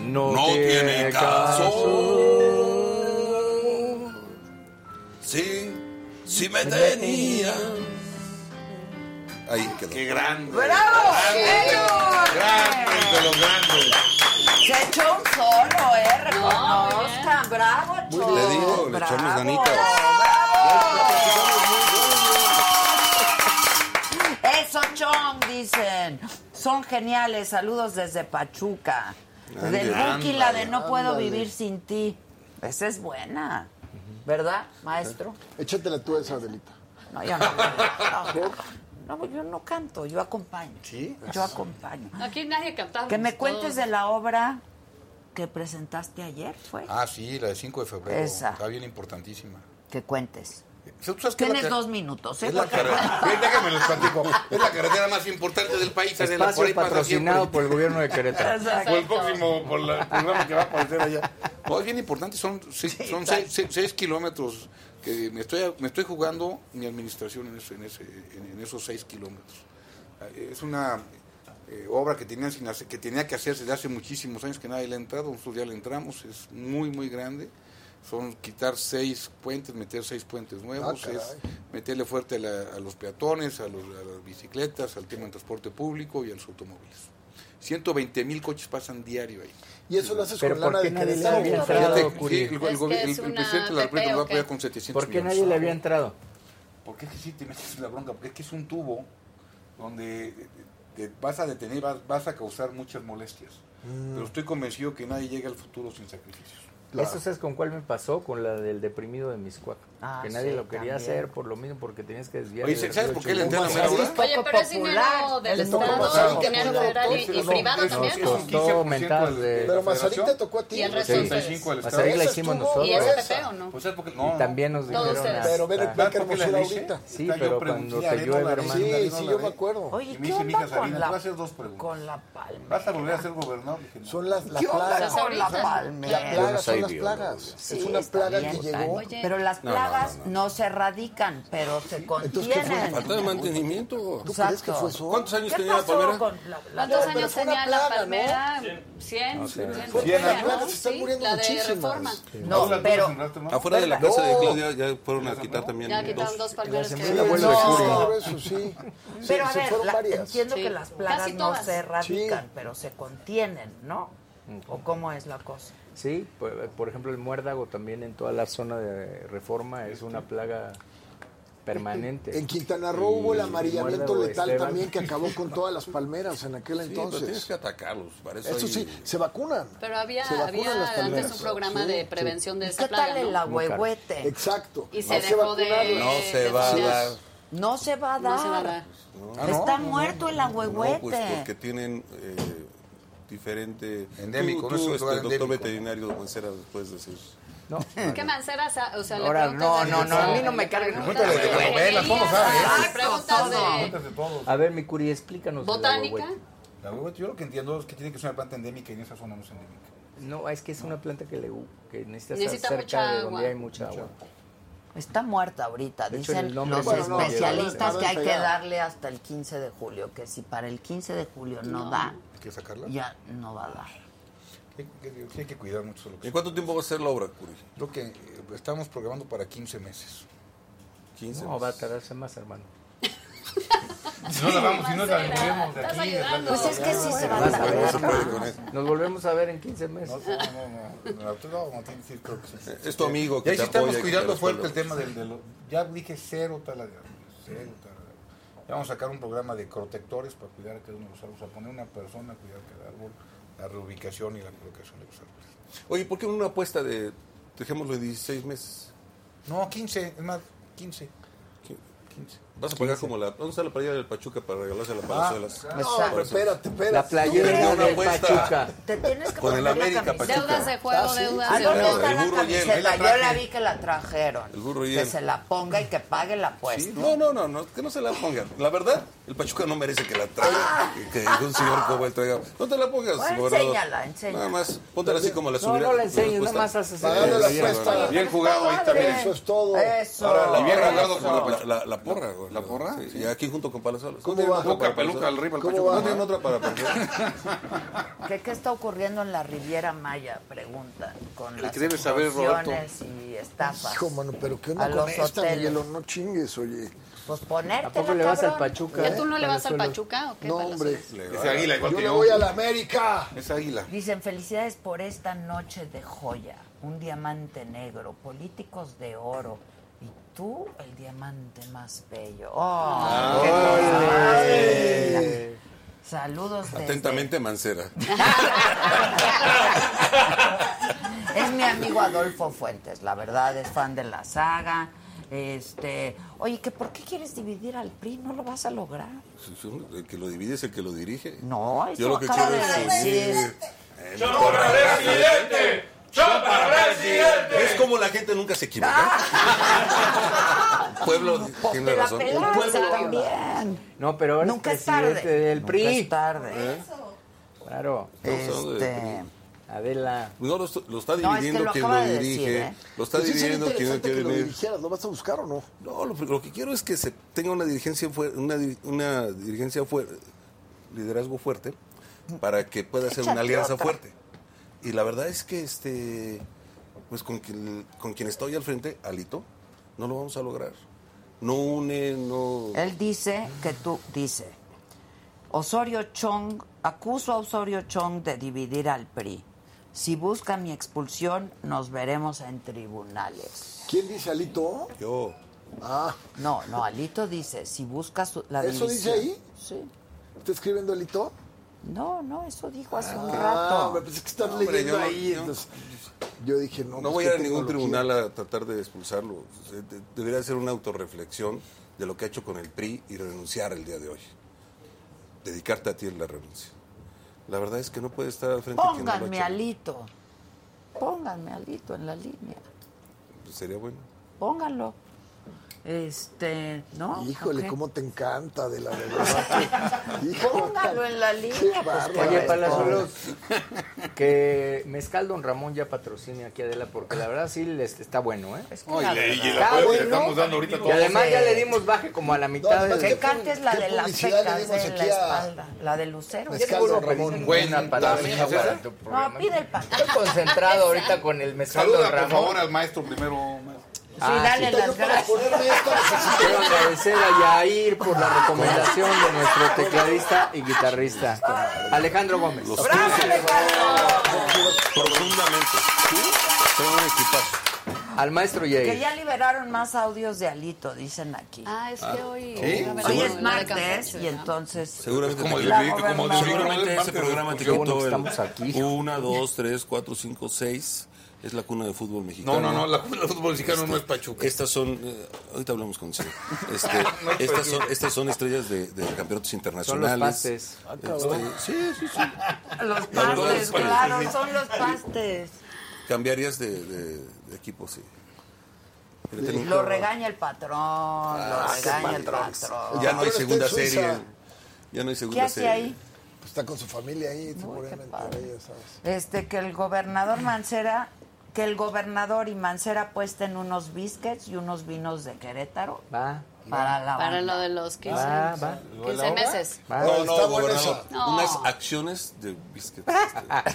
E: no tiene caso. Sí, sí me tenía. Ahí quedó. Qué grande.
A: ¡Bravo!
H: Grande de los grandes.
A: Se echó un solo, ¿eh? Reconozcan. Bravo, Chon.
E: Le digo, le
A: Bravo.
E: echamos ganitas.
A: Eso, Chon, dicen. Son geniales. Saludos desde Pachuca.
E: Ándale.
A: Del Buki, la de No puedo
D: Ándale.
A: vivir sin ti. Esa es buena. ¿Verdad, maestro?
D: Échatela tú esa, Adelita.
A: No, yo no. No, no, yo no canto, yo acompaño. ¿Sí? Yo acompaño.
F: Aquí nadie cantaba.
A: Que me cuentes de la obra que presentaste ayer, ¿fue?
H: Ah, sí, la de 5 de febrero.
A: Esa.
H: Está bien importantísima.
A: Que cuentes.
H: ¿Tú sabes que
A: Tienes
H: la car-
A: dos minutos, ¿eh?
H: Es la
A: Porque-
H: carretera. Déjame los platico. Es la carretera más importante del país. es de la por ahí
G: Espacio
H: pasa
G: patrocinado
H: siempre.
G: por el gobierno de Querétaro.
H: Por el próximo, por la- el programa que va a aparecer allá. No, es bien importante, son 6 kilómetros que me estoy, me estoy jugando mi administración en, eso- en ese- en- en esos 6 kilómetros. Es una eh, obra que tenía, sin hacer- que tenía que hacerse desde hace muchísimos años que nadie le ha entrado, nosotros ya le entramos, es muy, muy grande. Son quitar seis puentes, meter seis puentes nuevos,
D: Ah, caray.
H: es meterle fuerte a, la- a los peatones, a, los- a las bicicletas, al tema del transporte público y a los automóviles. 120 mil coches pasan diario ahí.
D: Y eso lo haces
G: Pero
D: con lana
G: ¿por qué
D: de
G: nadie le
D: Querétaro.
G: había
D: ¿no?
G: entrado,
H: Fíjate,
G: Curi?
H: sí, el, el-
F: Es que
H: el-
F: es
H: el
F: una
H: presidente de la República nos va a apoyar
F: PP,
H: con 700
G: ¿Por qué
H: millones.
G: nadie le había entrado?
H: Porque es que sí te metes en la bronca, porque es que es un tubo donde te vas a detener,
G: Mm.
H: vas, vas a causar muchas molestias. Pero estoy convencido que nadie llega al futuro sin sacrificios.
D: Claro.
G: Eso sabes con cuál me pasó, con la del deprimido de Miscuac.
A: Ah,
G: que nadie
A: sí,
G: lo
A: también.
G: quería hacer por lo mismo, porque tenías que desviar.
L: Oye,
G: de
L: ¿sabes por qué le
G: ocho
L: entré a la
G: mil?
L: mera hora?
F: Oye, pero es dinero del
G: Le tocó
F: Estado,
G: pasar.
F: dinero federal y, y
G: Entonces, no,
F: privado
G: nos
F: también.
G: costó mental de-
D: Pero Mazarik te tocó a ti.
F: Y el resto pues,
G: Sí.
F: ustedes.
G: Mazarik la hicimos nosotros.
F: ¿Y es FP o no?
G: Pues es porque- no. Y también nos
F: Todos
G: dijeron
F: ustedes.
G: hasta- Pero ve- ve
D: Ve qué
G: porque la
D: hermosura
G: hice.
D: ahorita.
G: Sí, Está yo pero preguntando, cuando te la llueve, haré, no la hermano. haré,
D: Sí,
G: no
D: sí,
G: la
D: yo
G: haré.
D: me acuerdo.
A: ¿eh? Oye,
D: Y
A: ¿qué onda con la,
D: dos preguntas.
A: con la palma?
D: Vas a volver a ser gobernador. Son las, las
A: ¿Qué onda
D: plagas.
A: con la palma?
D: Las plagas son
M: soy
D: las
M: biólogo.
D: plagas.
A: Sí,
D: es una
A: está
D: plaga
A: bien,
D: que
A: está
D: llegó.
A: bien. Pero las
D: No, no,
A: plagas no, se erradican, pero se contienen.
E: Falta de mantenimiento.
A: ¿Tú crees que fue eso?
E: ¿Cuántos años
A: ¿Qué
E: tenía la
A: pasó
E: palmera?
A: con la- la-
F: ¿Cuántos
A: No, pero
F: años
A: fue
F: tenía
A: una
F: la
A: plaga, ¿no?
F: palmera? 100.
E: Cien.
F: Las
E: Cien.
F: se están muriendo La de reforma.
A: No, pero...
E: Afuera de la
A: ¿verdad?
E: casa de Claudia ya fueron a quitar también
F: Ya quitaron dos
E: dos.
F: palmeras que...
E: la abuela de Curio.
D: Eso sí.
A: Pero a
D: se
A: ver,
D: fueron
A: la-
D: varias.
A: entiendo
F: Sí.
A: que las plagas
F: Casi
A: no
F: todas.
A: se erradican,
G: Sí.
A: pero se contienen, ¿no? ¿O cómo es la cosa?
G: Sí, por, por ejemplo, el muérdago también en toda la zona de reforma es una plaga permanente.
D: En Quintana Roo
G: Y
D: hubo el
G: el
D: amarillamiento
G: muérdago de
D: letal
G: Esteban-
D: también que acabó con todas las palmeras en aquel
E: Sí, pero tienes
D: entonces.
E: que atacarlos. Para eso,
D: Eso
E: hay-
D: sí, se vacunan.
F: Pero había,
D: Se vacunan las
F: había antes
D: palmeras.
F: un programa
D: Sí,
F: de
D: sí.
F: prevención de
A: ¿Y
F: esa
A: qué
F: plaga,
A: tal el
F: ¿no?
A: agüehuete?
D: Exacto.
F: Y se dejó de...
E: No se va a
F: de-
E: dar.
A: No se va a dar.
F: No se va a dar.
E: Ah, no.
A: Está muerto el agüehuete.
E: No, pues porque tienen eh, diferente...
L: Endémico,
E: Tú-
L: no es
E: tú,
L: un
E: este,
L: lugar
E: doctor
L: endémico.
E: veterinario de Mancera, puedes decir.
G: No.
F: Es que Mancera, sa- o sea, le
A: Ahora,
F: preguntas
A: no,
F: de-
A: no, no, a mí no me
F: le
A: carguen.
F: preguntas
A: Pregúntale de novelas, ¿cómo sabe?
F: Le
A: Exacto,
F: preguntas de...
G: A ver, mi Curi, explícanos. de la
F: ¿Botánica?
G: huehuete.
H: La huevo, yo lo que entiendo es que tiene que ser una planta endémica y en esa zona no es endémica.
G: No, es que es una planta que, le, que necesita,
F: Necesita
G: estar cerca
F: mucha
G: de
F: agua.
G: donde hay mucha agua.
A: Está muerta ahorita,
G: De hecho,
A: dicen
G: el nombre
A: los
G: mismo lleva-
A: especialistas
G: lleva
A: que hay que
G: pegado.
A: darle hasta el 15 de julio, que si para el 15 de julio no, da,
H: ¿Hay que sacarla?
A: ya no va a dar.
H: Hay que- sí hay que cuidar mucho lo que
E: ¿En cuánto tiempo va a ser la obra, Curi?
H: Creo que eh, estamos programando para 15 meses.
E: 15.
G: No, va a tardarse más, hermano.
H: Si no la vamos, si no la movemos de
F: Estás
H: aquí.
F: ayudando.
A: Pues es que sí se va a
G: Más,
A: tardar.
G: no se
A: más.
G: puede con eso. Nos volvemos a ver en 15 meses.
H: No, no, no, no, tú no, no, tienes que ir, creo que sí.
E: Es tu amigo que
H: Y ahí
E: te
H: sí estamos
E: apoya, que te
H: cuidando
E: respalda.
H: fuerte el tema del... de lo- ya dije cero taladrar. Cero taladrar. Ya vamos a sacar un programa de protectores para cuidar a cada uno de los árboles. A poner una persona a cuidar cada árbol. La reubicación y la colocación de los árboles.
E: Oye, ¿por qué una apuesta de, dejémoslo, de 16 meses?
H: No, 15, es más, 15. 15.
E: Vas a pagar como la... ¿Dónde está la playera del Pachuca para regalarse a
G: Ah,
E: la
L: Ah,
E: Palazuelas?
A: No,
D: No, pero espérate, espérate.
G: La playera
D: ¿Tú
E: de
D: crees?
E: una apuesta.
A: Te tienes que
E: Con
A: poner
E: el
A: la
E: América,
A: camiseta.
E: Pachuca.
F: Deudas de juego,
D: Ah, sí.
F: deudas
A: Ah,
F: de
A: ¿dónde
E: Claro,
F: juego.
A: está
E: el
A: la
E: burro y él,
A: camiseta?
E: ahí la
A: Yo
E: traje.
A: la vi que la trajeron.
E: El burro y
A: Que
E: él.
A: se la ponga y que pague la apuesta.
E: Sí, no, no, no, no, que no se la pongan. La verdad, el Pachuca no merece que la
G: Ah.
E: traiga, y que un señor como él traiga. No te la pongas,
A: Bueno,
E: gobernador.
A: enséñala, enséñala.
E: Nada más, póntela así como la pues,
G: No,
E: subirá.
G: no la enseñes, nada más haces
D: Pagando la
E: Sí,
D: apuesta.
L: Bien jugado ahí también.
D: Eso es todo.
A: Eso.
L: Ahora, la- bien
A: Eso.
L: jugado con la
E: La, la, la porra, güey.
L: ¿La porra?
E: Sí, Y aquí junto con Palazuelas.
D: ¿Cómo va?
L: Poca peluca al rival
D: ¿Cómo
L: Pachuca.
D: va?
E: ¿No tienen otra para Pachuca?
A: ¿Qué, qué está ocurriendo en la Riviera Maya? Pregunta. Con
L: El
A: las
L: que debe saber, Roberto.
A: extorsiones y estafas.
D: Hijo, mano, pero ¿qué
A: A
D: onda con
A: los
D: esta,
A: hoteles.
D: Miguelo? No chingues, oye.
A: Pues
G: ¿A
A: ponértela,
G: poco le vas al
A: cabrón.
G: Pachuca?
F: ¿Ya tú no le vas al
G: Palazuelos?
F: Pachuca o qué?
D: No,
F: Palazuelos?
D: hombre.
L: Ese águila igual
D: Yo
L: que
D: le
L: yo.
D: voy a la América.
L: Es águila.
A: Dicen felicidades por esta noche de joya, un diamante negro, políticos de oro y tú el diamante más bello. ¡Oh!
E: Ah,
A: qué cosa más linda! Saludos desde-
E: Atentamente, Mancera.
A: Es mi amigo Adolfo Fuentes, la verdad es fan de la saga. Este, oye, que por qué quieres dividir al PRI? No lo vas a lograr.
E: El que lo divide es el que lo dirige.
A: No, eso
E: Yo lo que
A: acaba
E: quiero
A: de
E: es
A: decir.
E: unir. presidente! presidente! Es como la gente nunca se equivoca. Pueblo
A: Pues
E: tiene
A: te la
E: razón.
A: pelaste también.
G: No, pero ahora
A: Nunca
G: es
A: es tarde.
G: presidente del
A: Nunca
G: PRI.
A: es
E: ¿Eh?
A: tarde.
G: Claro.
E: Estamos hablando de
A: Este,
G: Adela.
E: No, lo, est- lo está
A: No, es que
E: dividiendo
A: lo
E: quien
A: acaba
E: lo
A: de decir,
E: dirige.
A: ¿eh?
E: Lo está
D: Pues sí sería
E: dividiendo quien lo
D: interesante que
E: quiere
D: lo
E: dirigir.
D: dirigieras. ¿Lo vas a buscar o no?
E: No, lo, lo que quiero es que se tenga una dirigencia fuerte, una, di- una dirigencia fuerte, liderazgo fuerte, para que pueda ser una
A: Échate
E: alianza
A: otra.
E: fuerte. Y la verdad es que este, pues con quien, con quien estoy al frente, Alito, no lo vamos a lograr. No une, no.
A: Él dice que tú dice. Osorio Chong, acuso a Osorio Chong de dividir al PRI. Si busca mi expulsión, nos veremos en tribunales.
D: ¿Quién dice Alito?
E: Yo.
D: Ah,
A: No, no, Alito dice, si busca su- la
D: ¿Eso
A: división.
D: dice ahí?
A: Sí.
D: ¿está escribiendo Alito?
A: No, no, eso dijo hace un
D: Ah,
A: rato.
D: hombre, pensé que estás
E: Hombre,
D: leyendo
E: yo no-
D: ahí.
E: yo-
D: entonces. Yo dije, no.
E: No
D: pues,
E: voy
D: ¿qué
E: a ir a ningún
D: tecnología?
E: tribunal a tratar de expulsarlo. Se- de- Debería hacer una autorreflexión de lo que ha hecho con el PRI y renunciar el día de hoy. Dedicarte a ti en la renuncia. La verdad es que no puede estar frente a quien no lo ha
A: Pónganme
E: hecho.
A: alito. Pónganme alito en la línea.
E: Pues sería bueno.
A: Pónganlo. Este, ¿no?
D: Híjole,
A: Ok.
D: cómo te encanta de la verdad.
A: Póngalo en la línea, pues, que
G: Oye,
A: responda.
G: Palazuelos, que Mezcal Don Ramón ya patrocine aquí a Adela, porque la verdad sí les está bueno, ¿eh?
A: que Ay, la le- verdad-
B: y el apoyo que le estamos dando ahorita
G: Y
B: todos.
G: además ya
B: Sí.
G: le dimos baje como a la mitad.
A: Que
G: de
A: cantes la de las pecas en la espalda, la de Lucero.
G: Es que puro Ramón, buena palabra. para tu
A: No, pide el pan.
G: Estoy concentrado ahorita con el Mezcal Don
L: Saluda,
G: Ramón.
L: por favor, al maestro primero. maestro.
A: Sí, dale las gracias.
G: Quiero agradecer a Yair por la recomendación de nuestro tecladista y guitarrista, Alejandro Gómez.
E: Profundamente.
G: Al maestro
A: Que
G: Yair.
A: ya liberaron más audios de Alito, dicen aquí.
F: Ah, es que hoy...
A: Sí,
F: la verdad,
A: Hoy
F: no,
A: es
F: no le
A: martes
F: cambió.
A: y entonces...
E: Seguramente,
A: Como
E: te-
A: el grito, como el
E: seguramente
A: grito.
E: ese programa te
G: Qué bueno
E: quitó
G: que
E: el
G: estamos aquí.
E: Una, dos, tres, cuatro, cinco, seis. Es la cuna de fútbol mexicano.
L: No, no, no, la cuna de fútbol mexicano no es Pachuca.
E: Estas son, eh, ahorita hablamos con Ciro. Este,
L: No es
E: estas, son,
L: Pachuca.
E: estas son estrellas de, de campeonatos internacionales.
G: pastes.
A: Ah,
E: Este,
A: cabrón.
E: sí, sí, sí.
A: Los
E: La verdad es
A: pastes,
E: que
A: pues, claro, son los pastes.
E: Cambiarías de, de- de equipo, sí. Pero tengo-
A: Lo regaña el patrón, lo
E: Ah, qué
A: regaña el
E: patrón.
A: patrón.
E: Ya no hay
D: Pero está
E: segunda
D: en Suiza.
E: serie. Ya no hay
A: ¿Qué
E: segunda
A: hace
E: serie.
A: ahí?
D: Pues está con su familia ahí, seguramente. ahí, ¿sabes?
A: Este, que el gobernador Mancera, que el gobernador y Mancera puesten unos biscuits y unos vinos de Querétaro
G: Va.
A: para la
F: Para
A: banda.
F: lo de los 15
G: Va,
A: Ah,
F: años.
G: va.
F: 15 meses.
G: Va.
E: No,
D: está
E: no,
D: buena
E: gobernador.
F: esa.
E: Unas
F: No.
E: acciones de biscuits.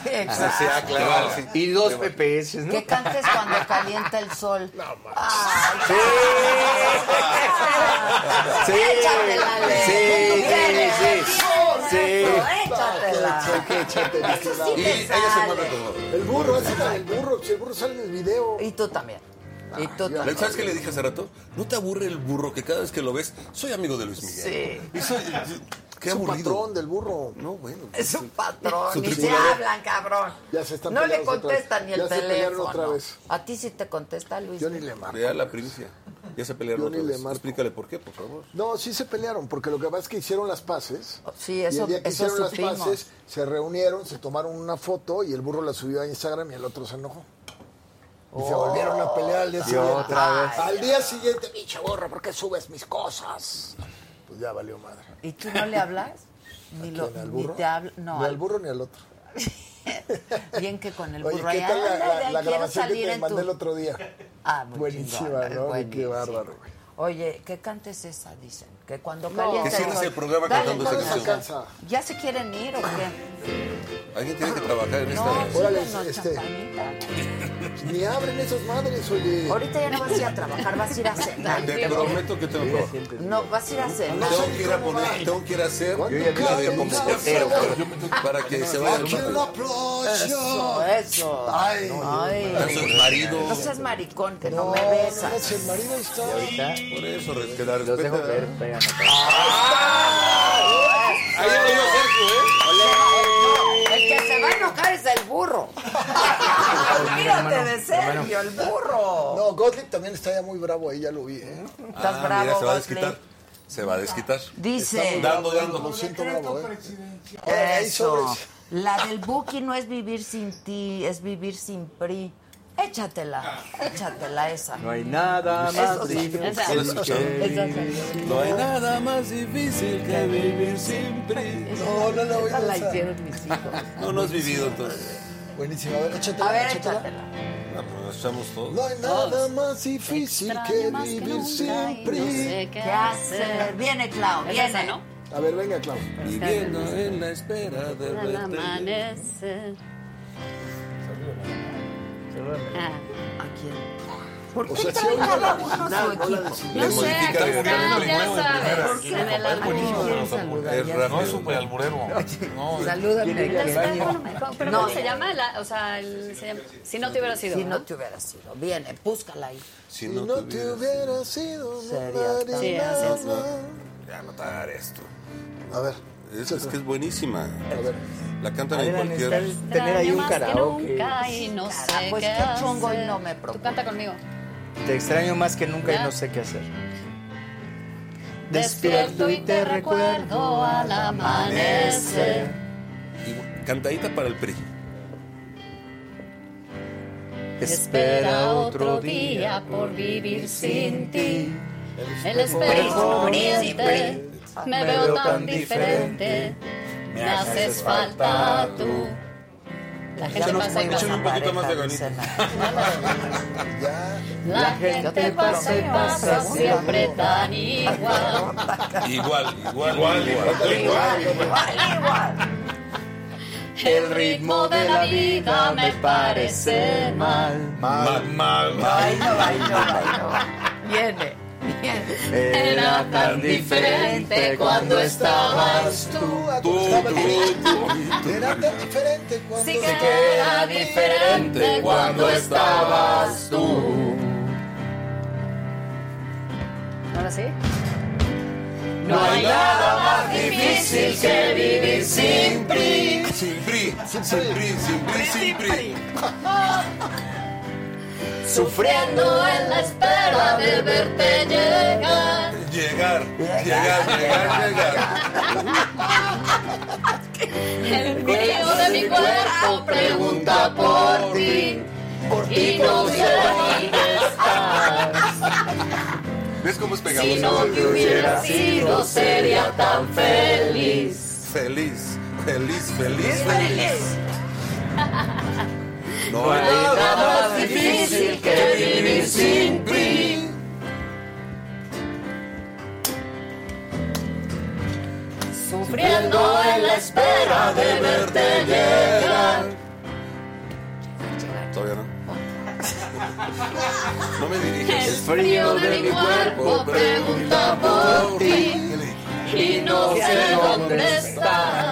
E: este.
A: Exacto.
G: Y dos PPS, ¿no?
A: Que cantes cuando calienta el sol. Ay,
G: Sí. Sí.
A: Échatela, Ale.
G: Sí,
A: Viene,
G: sí, sí. Sí.
A: Échatela.
D: Ah,
A: Eso sí te sale.
D: El burro, ese era el burro. Si el burro sale en el video.
A: Y tú también. Y tú
E: ¿Le-
A: también.
E: ¿Sabes qué le dije hace rato? ¿No te aburre el burro que cada vez que lo ves, soy amigo de Luis Miguel? Sí. qué
D: es un
E: aburrido.
D: patrón del burro.
E: No, bueno.
A: Es un patrón.
E: Su
A: Ni se
E: tripulador.
A: hablan, cabrón.
D: Ya se están
A: No le
D: peleados otra vez.
A: contestan ni
D: Ya
A: el
D: se pelearon otra
A: teléfono.
D: vez.
A: A ti sí te contesta, Luis.
D: Yo ni le marco.
E: Vea la primicia. Ya se pelearon
D: Yo
E: otra
D: ni le
E: vez.
D: marco.
E: Explícale por qué, por favor.
D: No, sí se pelearon, porque lo que pasa es que hicieron las paces.
A: Oh, Sí, eso-
D: y el día que
A: eso
D: hicieron las
A: supimos.
D: paces, se reunieron, se tomaron una foto y el burro la subió a Instagram y el otro se enojó. Y se volvieron a pelear al día siguiente.
G: Oh. otra vez.
D: Al día siguiente, pinche burro, ¿por qué subes mis cosas? Pues ya valió madre.
A: ¿Y tú no le hablas? Ni, lo,
D: ¿Quién, al
A: ni
D: burro?
A: te habla. No,
D: ni
A: al
D: al burro ni al otro.
A: Bien que con el
D: Oye,
A: burro
D: ¿qué
A: ahí,
D: tal la,
A: anda,
D: la-
A: de ahí
D: la
A: quiero
D: grabación que
A: salir
D: te
A: en
D: mandé
A: tu-
D: el otro día?
A: Ah, muy
D: Buenísima,
A: chingona,
D: ¿no? Oye, qué
A: buenísima.
D: bárbaro, güey.
A: Oye, que cantes esa, dicen. Que cuando caliente
E: Que
A: el
E: cierres
A: sol.
E: el programa
A: Dale,
E: cantando
A: ¿cuándo
E: esa
A: se
D: canción.
A: alcanza? ¿Ya se quieren ir o qué?
E: Alguien tiene que trabajar en esta.
A: No,
D: Órale,
A: síguenos,
D: este.
A: champañita.
D: Pues Ni abren esas madres, oye.
A: Ahorita ya no vas a ir a trabajar, vas a ir a cenar.
E: Te prometo que tengo que trabajar.
A: No, vas a ir a cenar.
E: Tengo que ir a poner, tengo que ir a hacer
D: ¿Cuánto
E: la de
D: cabe?
E: como
D: Portero,
E: para que se vaya
D: Aquí
E: el
D: un aplauso.
A: Eso, eso.
D: Ay,
A: Ay.
E: marido.
A: No seas maricón, que no,
D: no,
A: me
D: no,
A: besas.
D: no, si el marido está.
G: Ahorita
E: Por eso, res- que la
G: los dejo
E: respeta.
G: ver, vean acá.
L: Ahí lo vio Sergio, ¿eh?
A: El que se va a enojar es el burro. Olvídate de Sergio, el burro.
D: No, Gottlieb también está ya muy bravo ahí, ya lo vi, ¿eh?
A: Estás
E: Ah,
A: bravo,
E: mira, se va a
A: Gottlieb.
E: desquitar. Se va a desquitar.
A: Dice,
E: Dando, dando.
D: Lo siento bravo, ¿eh? Ahí
A: eso.
D: sobres.
A: La del Buki no es vivir sin ti, es vivir sin PRI. Échatela, échatela esa.
G: No hay nada más difícil que vivir. No hay nada más difícil que vivir sin prisa.
D: No, no la voy a
A: Esa la
D: lanzar.
A: hicieron mis hijos.
E: No, no has vivido entonces.
D: Buenísima, a ver, échatela,
A: A ver,
D: échatela.
A: échatela.
E: No, pues nos echamos todos.
D: No hay nada más difícil que vivir sin
F: siempre. No
D: PRI.
F: sé
A: ¿Qué
F: qué
A: hacer?
F: hacer.
A: Viene, Clau,
F: Es
A: viene.
F: esa, ¿no?
D: A ver, venga, Clau.
E: Viviendo en la espera de
F: Al
E: verte.
F: amanecer. Ah,
A: ¿A quién? ¿Por
D: O
A: qué
D: sea, sí,
A: traen
D: oiga,
A: cada uno
D: no,
A: su
D: no la
A: equipo?
F: No sé, aquí
E: modifican el
F: está,
E: movimiento
F: ya sabes. En el
A: buenísimo.
F: álbum.
E: Es rápido.
L: alburero. No,
A: Salúdame.
F: Entonces,
A: Baño.
F: ¿cómo- ¿Pero
A: No.
F: cómo se llama? La- o sea, el- se llama- si no te hubiera sido.
A: Si no te hubiera sido. Viene, búscala ahí.
E: Si
D: Si
E: no
D: no te
E: tuvieras-
D: hubiera sido
A: Sería
D: nada,
A: tan-
F: Sí, así es.
D: nada.
E: Ya no te daré esto.
D: A ver,
E: Es, es que es buenísima. La cantan en
G: Adela,
E: cualquier.
G: necesitas tener ahí un karaoke.
F: y no sé
A: Carajo, es
F: qué
A: que chungo y
F: hacer.
A: no me
F: Tú canta conmigo.
G: Te extraño más que nunca y
F: Ya.
G: no sé qué hacer.
F: Despierto y te recuerdo al amanecer.
E: Y cantadita para el PRI.
F: Espera otro día por vivir sin ti. El espejo oriente me veo tan diferente. Me haces falta tú. La gente
E: Échanos-
F: pasa y
E: échale un poquito más de
A: ganito.
F: La gente pasa y pasa siempre tan igual.
E: Igual, igual, igual,
F: igual, El ritmo de la vida me parece mal.
E: Mal, mal, mal.
A: Viene, viene.
F: Era tan diferente cuando estabas tú.
D: Era tan diferente cuando
F: Sí que era diferente cuando estabas tú. Ahora sí. No hay nada más difícil que vivir sin ti.
E: Sin PRI, sin PRI, sin PRI, sin PRI.
F: Sufriendo en la espera de verte llegar.
E: Llegar, llegar, llegar, llegar.
F: El brillo de mi cuerpo pregunta por ti. Por ti no sé dónde estás.
E: ¿Ves cómo es pegajoso?
F: Si no te hubiera sido, sería tan feliz.
E: Feliz, feliz, feliz,
F: Feliz.
E: feliz.
F: No hay nada más difícil que vivir sin ti. Sufriendo en la espera de verte llegar.
E: Todavía no. No me
F: El
E: diriges.
F: frío de mi cuerpo pregunta por ti. Y no sé dónde estás.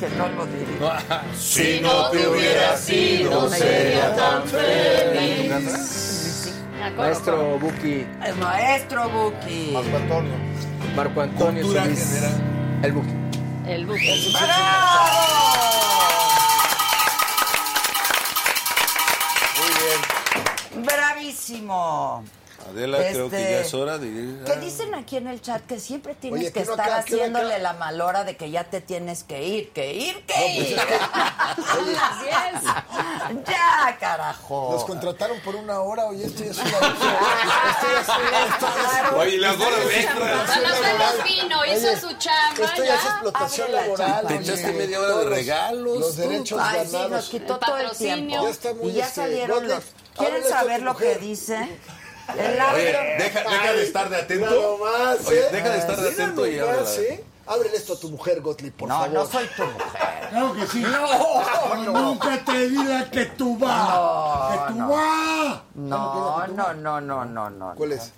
A: Que no lo digas.
F: Si no te hubiera sido, sería tan feliz.
G: Maestro Buki,
A: El maestro Buki.
G: Marco Antonio. Marco Antonio
A: Cultura
G: Solís. El Buki.
F: El
A: Bravísimo.
E: Adela, creo que
A: Este-
E: ya es hora de ir.
A: Te dicen aquí en el chat que siempre tienes
D: Oye,
A: que
D: ¿qué hora
A: estar
D: acá? ¿Qué hora
A: haciéndole
D: acá?
A: la malora de que ya te tienes que ir, que ir, que
D: pues,
A: ir. ya, carajo.
D: Nos contrataron por una hora, oye, esto ya es una... Esto ya es una...
E: Oye, las horas
D: extras.
F: vino, hizo su chamba.
D: Esto ya es explotación laboral.
E: Te
D: oye.
E: echaste media hora de
D: Todos los-
E: regalos,
D: Los
E: todo.
D: derechos
A: Ay, sí, nos
D: ganados.
A: quitó todo el tiempo.
D: Ya está muy
A: y ya
D: este,
A: salieron
D: Godley,
A: los... ¿Quieren
D: háblale a esta
A: saber lo que
D: mujer.
A: dice? El
E: Oye,
A: árbitro...
E: deja, deja de estar de
D: Nada
E: atento.
D: más,
E: Oye,
D: ¿eh?
E: deja de estar de
D: Mira
E: atento y habla.
D: nomás, ¿eh? Ábrele esto a tu mujer, Gottlieb, por
A: No,
D: favor.
A: no soy tu mujer.
I: Claro que sí.
A: No, no.
I: Nunca te diga que tú vas. que tú
A: no.
I: vas.
A: No, no, no, no, no, no.
D: ¿Cuál es?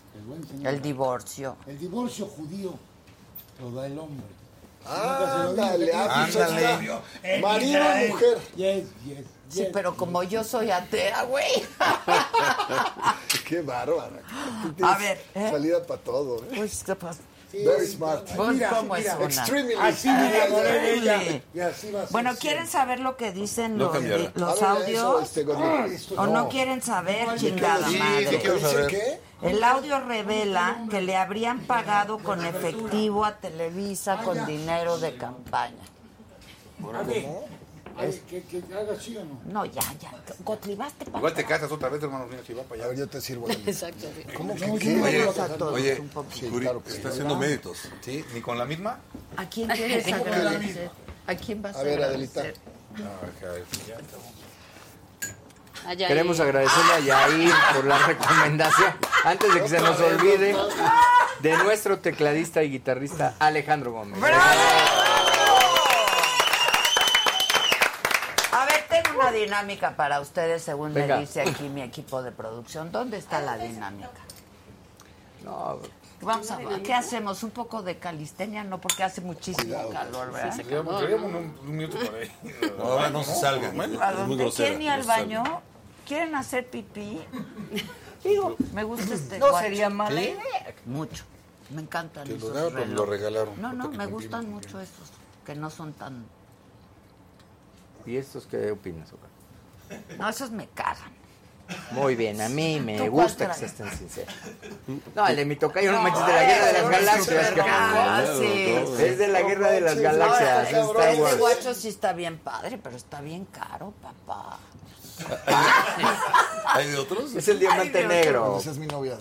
A: El divorcio.
I: El divorcio judío lo da el hombre.
D: Ándale,
E: Ándale.
D: ándale. Marido,
A: eh.
D: mujer.
I: Yes, yes,
A: Sí,
I: yes.
A: pero como yo soy atea, güey.
D: Qué bárbara. Tú tienes
A: A ver, ¿eh?
D: Salida para todo. ¿eh?
A: Pues, ¿qué pasa?
D: Very smart.
A: Pues,
I: Mira,
A: ¿cómo es
I: mira,
A: una?
D: Extremely
I: Así me enamoré de ella. Y así va a ser
A: Bueno, ¿quieren
I: siempre.
A: saber lo que dicen
E: No
A: los,
E: cambiará.
A: los
D: Ábrele eso,
A: audios?
D: este, Gottlieb.
I: Ah, esto
A: ¿O no
D: No.
A: quieren saber,
I: Ay,
A: chingada
E: sí,
A: madre?
E: sí quiero
D: ¿Dice
E: saber.
D: qué?
A: El audio revela que le habrían pagado con efectivo a Televisa con dinero de campaña.
I: A ver, a ver, que, que haga así o no.
A: No, ya, ya. Gotlibaste
L: Igual te casas otra vez, hermano mío, si va para
D: A
L: allá.
D: ver, yo te sirvo.
F: Exacto.
D: ¿Cómo que
I: No,
D: qué?
I: yo-
E: Oye,
A: a todos
E: oye,
A: un poquito.
E: Curi,
D: claro que
E: está
D: sí.
E: haciendo méritos.
L: ¿Sí? ¿Ni con la misma?
A: ¿A quién quieres agradecer? ¿A quién vas a
D: A ver,
A: agradecer?
D: Adelita.
G: Queremos agradecerle a Yair por la recomendación, antes de que se nos olvide, de nuestro tecladista y guitarrista Alejandro Gómez.
A: A ver, tengo una dinámica para ustedes, según
G: Venga.
A: me dice aquí mi equipo de producción. ¿Dónde está la dinámica?
G: No,
A: Vamos a ¿qué hacemos? Un poco de calistenia, no, porque hace muchísimo calor, ¿verdad?
L: Llevamos llevamos un, un minuto por ahí.
E: No, ahora no se salgan.
A: ¿A
E: Es muy
A: dónde
E: grosera.
A: quieren ir al
E: no se salgan.
A: baño? ¿Quieren hacer pipí? Digo, me gusta este
G: no
A: guacho.
G: sería mala idea.
A: Mucho. Me encantan
L: Te lo
A: esos
L: daban, pero me lo
A: relojes.
L: regalaron.
A: No, no,
L: Ahorita que
A: me
L: cumplimos.
A: gustan mucho esos. que no son tan...
G: ¿Y estos qué opinas, Oca?
A: No, esos me cagan.
G: Muy bien, a mí me
A: ¿Tú
G: gusta que
A: cuál
G: seas
A: traes?
G: tan sincero. No, el de mi tocayo no manches de la guerra de las galaxias. cabrón. Es de la guerra de las galaxias.
A: ah, Ahora,
G: Star
A: este
G: Wars.
A: guacho sí está bien padre, pero está bien caro, papá.
E: ¿Hay de otros?
G: Es el diamante
A: Ay, Dios.
G: negro.
D: pues, Esa es mi novia.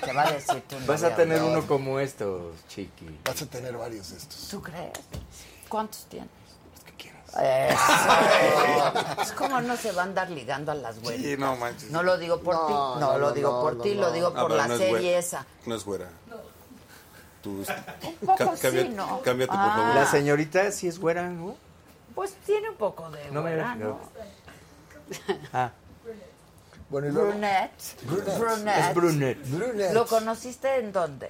A: Te va a decir tu
G: Vas a
A: novia,
G: tener
A: ¿verdad?
G: uno como estos, chiqui.
D: Vas a tener varios de estos.
A: ¿Tú crees? ¿Cuántos tienes? Los que quieras. Es como no se va a andar ligando a las güeyes.
L: Sí, no manches.
A: No lo digo por ti, no,
L: no,
A: lo
L: no,
A: digo
L: no,
A: por
L: no,
A: ti,
L: no.
A: lo digo
E: Ah,
A: por
E: pero
A: la
E: no es
A: serie
E: güera.
A: esa.
E: No es güera. Tú,
A: poco
E: ca-
A: sí,
E: cámbiate,
A: ¿no?
E: cámbiate,
A: Ah.
E: por favor.
G: La señorita sí es güera, ¿no?
A: Pues tiene un poco de
G: No me
A: güera,
G: había
A: ¿no?
G: Ah,
D: Bueno, y luego-
A: Brunette.
D: Brunette.
A: Ah,
G: Es brunette.
D: Brunette.
A: ¿Lo conociste en dónde?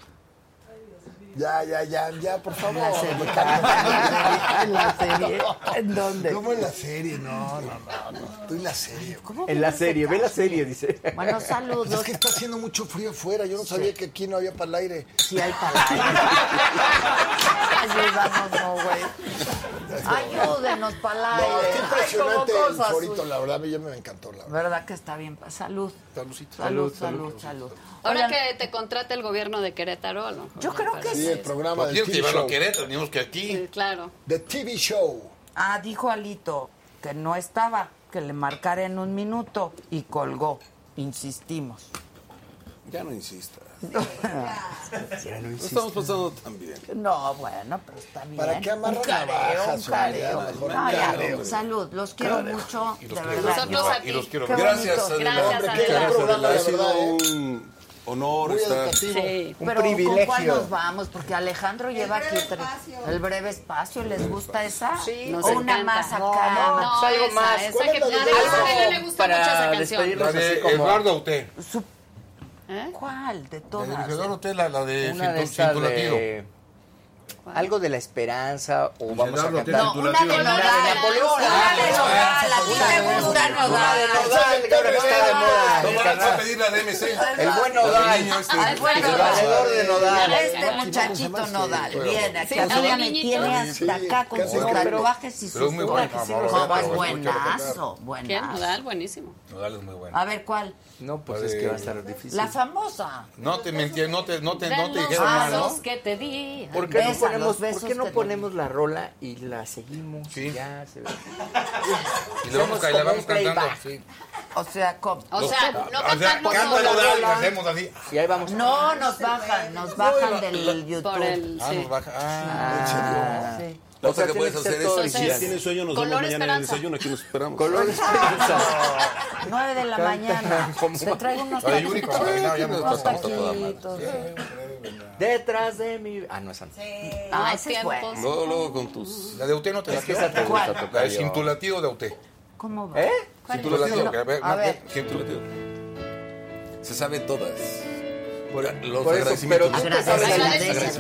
D: Ya, ya, ya, ya, por favor.
A: La serie.
D: me cago.
A: En la serie. ¿En dónde?
D: ¿Cómo en la serie? No, no, no. no. Tú en la serie.
A: ¿Cómo
G: En la serie, ve la serie, dice.
A: Bueno, saludos.
D: Es que está haciendo mucho frío afuera. Yo no sabía que aquí no había para el aire.
A: Sí hay palabras. Ayúdanos, no, güey. Ayúdenos,
D: No,
A: palabras.
D: qué impresionante el forito. La verdad, yo me encantó. La verdad.
A: ¿Verdad que está bien? pa- Salud.
D: Salucita.
A: Salud,
D: Salud,
A: salud, salud.
F: Ahora que te contrata el gobierno de Querétaro, a lo mejor
A: Yo
F: ya
A: creo
F: para-
A: que
D: Sí, el programa del
L: Tienes que
D: TV
L: llevarlo a
D: show.
L: Querétaro, tenemos que aquí.
F: Sí, Claro.
D: The TV show.
A: Ah, dijo Alito que no estaba, que le marcara en un minuto y colgó. Insistimos.
E: Ya no insistas.
G: Ya no
E: No
G: hiciste.
E: estamos pasando tan bien.
A: No, bueno, pero está bien.
D: ¿Para qué amarran
A: Un careo, un
D: navajas, hombre? Ya,
A: careo.
D: mejor
A: No,
D: un
A: ya,
D: careo.
A: Salud, los quiero mucho, de verdad.
F: Nosotros a ti.
A: Qué bonito.
E: Gracias, Adela.
F: Gracias,
E: Hombre,
F: Adela.
E: qué gracias,
D: programa,
E: Adela. Ha
D: la
E: sido
D: verdad, ¿eh?
E: un honor
D: Muy
E: estar.
D: educativo.
F: Sí.
G: Un
A: Pero ¿con cuál
G: privilegio.
A: nos vamos? Porque Alejandro lleva aquí tres. El breve espacio, ¿les gusta esa?
F: Sí,
A: o
F: nos
A: una
F: encanta.
A: más acá.
F: No,
G: algo
F: esa,
G: más.
F: esa
D: ¿Cuál es
F: que-
D: la
F: a
D: de-
F: Adela le gusta mucho esa
G: Para
F: canción.
G: despedirnos así como...
L: Auté.
A: Su-
F: ¿Eh?
A: ¿Cuál de
L: La de
A: todas?
L: Eduardo Auté, la, la de
G: Una de
L: Cintu-
G: esas
L: Cintulativo.
G: de... Algo de la esperanza o vamos a
E: Leonardo,
G: cantar...
E: No,
A: Una de
F: Una de
A: Nodal. Una
F: Nodal.
A: de Nodal. A ti
G: Una
A: te
G: de
A: gusta
G: Nodal.
A: Nodal.
G: Nodal, que ahora está de moda,
E: No,
G: el
E: van a
G: carnal.
E: pedir la de MC.
G: El buen Nodal.
A: Al buen
G: El valedor de Nodal.
A: Este muchachito Nodal viene aquí.
F: Sí,
A: O sea,
F: al
A: me
F: niñito.
A: tiene hasta acá con
D: casi
A: sus
D: no, pero-
A: tatuajes y
L: pero
A: sus
L: es muy bueno, ¿eh?
A: tatuajes.
L: amor,
A: No,
L: pero
A: es
L: es muy bueno.
A: buenazo,
F: ¿Quién?
A: buenazo.
F: Nodal, buenísimo.
L: Nodal es muy bueno.
A: A ver, ¿cuál?
G: No, pues es que va a estar difícil.
A: La famosa.
L: No te mentí, no te, no te, no te
F: De los
L: dijeron mal,
F: pasos
L: ¿no?
F: que te di.
G: ¿Por qué no
A: Besa, los
G: ponemos,
A: besos
G: ¿por qué no
A: que te
G: ponemos la rola y la seguimos?
L: Sí.
G: Ya se ve.
L: Y le vamos,
G: Hacemos
L: y la
G: como
L: vamos
G: un playback.
L: cantando. Sí.
A: O sea, ¿cómo?
F: O sea, no
L: O sea,
F: cantamos
L: canta la
F: solo.
L: rola y la hacemos así.
G: Y ahí vamos.
A: No, nos bajan, nos bajan del
F: Por
A: YouTube.
F: el,
L: Ah,
F: sí.
L: nos baja. Ah,
G: Ah,
A: Sí.
E: La
G: O sea,
E: otra que
G: tiene
E: puedes
G: que ser
E: hacer
G: todo
E: es, si
F: original.
E: tienes sueño, nos
F: Color
E: vemos mañana en el
F: esperanza.
E: desayuno, aquí nos esperamos.
G: Color esperanza.
A: 9 de la mañana. Se trae unos
L: Oye, Yuri, cuando
A: taquitos.
L: caminaba ya me
A: Unos
L: tocó toda
A: taquitos.
G: Detrás de mi... Ah, no, es antes.
A: Ah,
F: Ah,
A: ese es
F: tiempos.
A: bueno.
E: Luego, luego con tus...
L: La de Auté no te la
G: Es que esa te
A: ¿Cuál?
G: gusta tocar.
L: La de Cintulativo de Auté.
A: ¿Cómo va?
G: ¿Eh?
L: Cintulativo. que A ver,
A: A ver.
L: Cintulativo.
E: Se sabe todas. Los
G: Por eso, pero
E: agradecimientos.
G: tú te sabes la letra.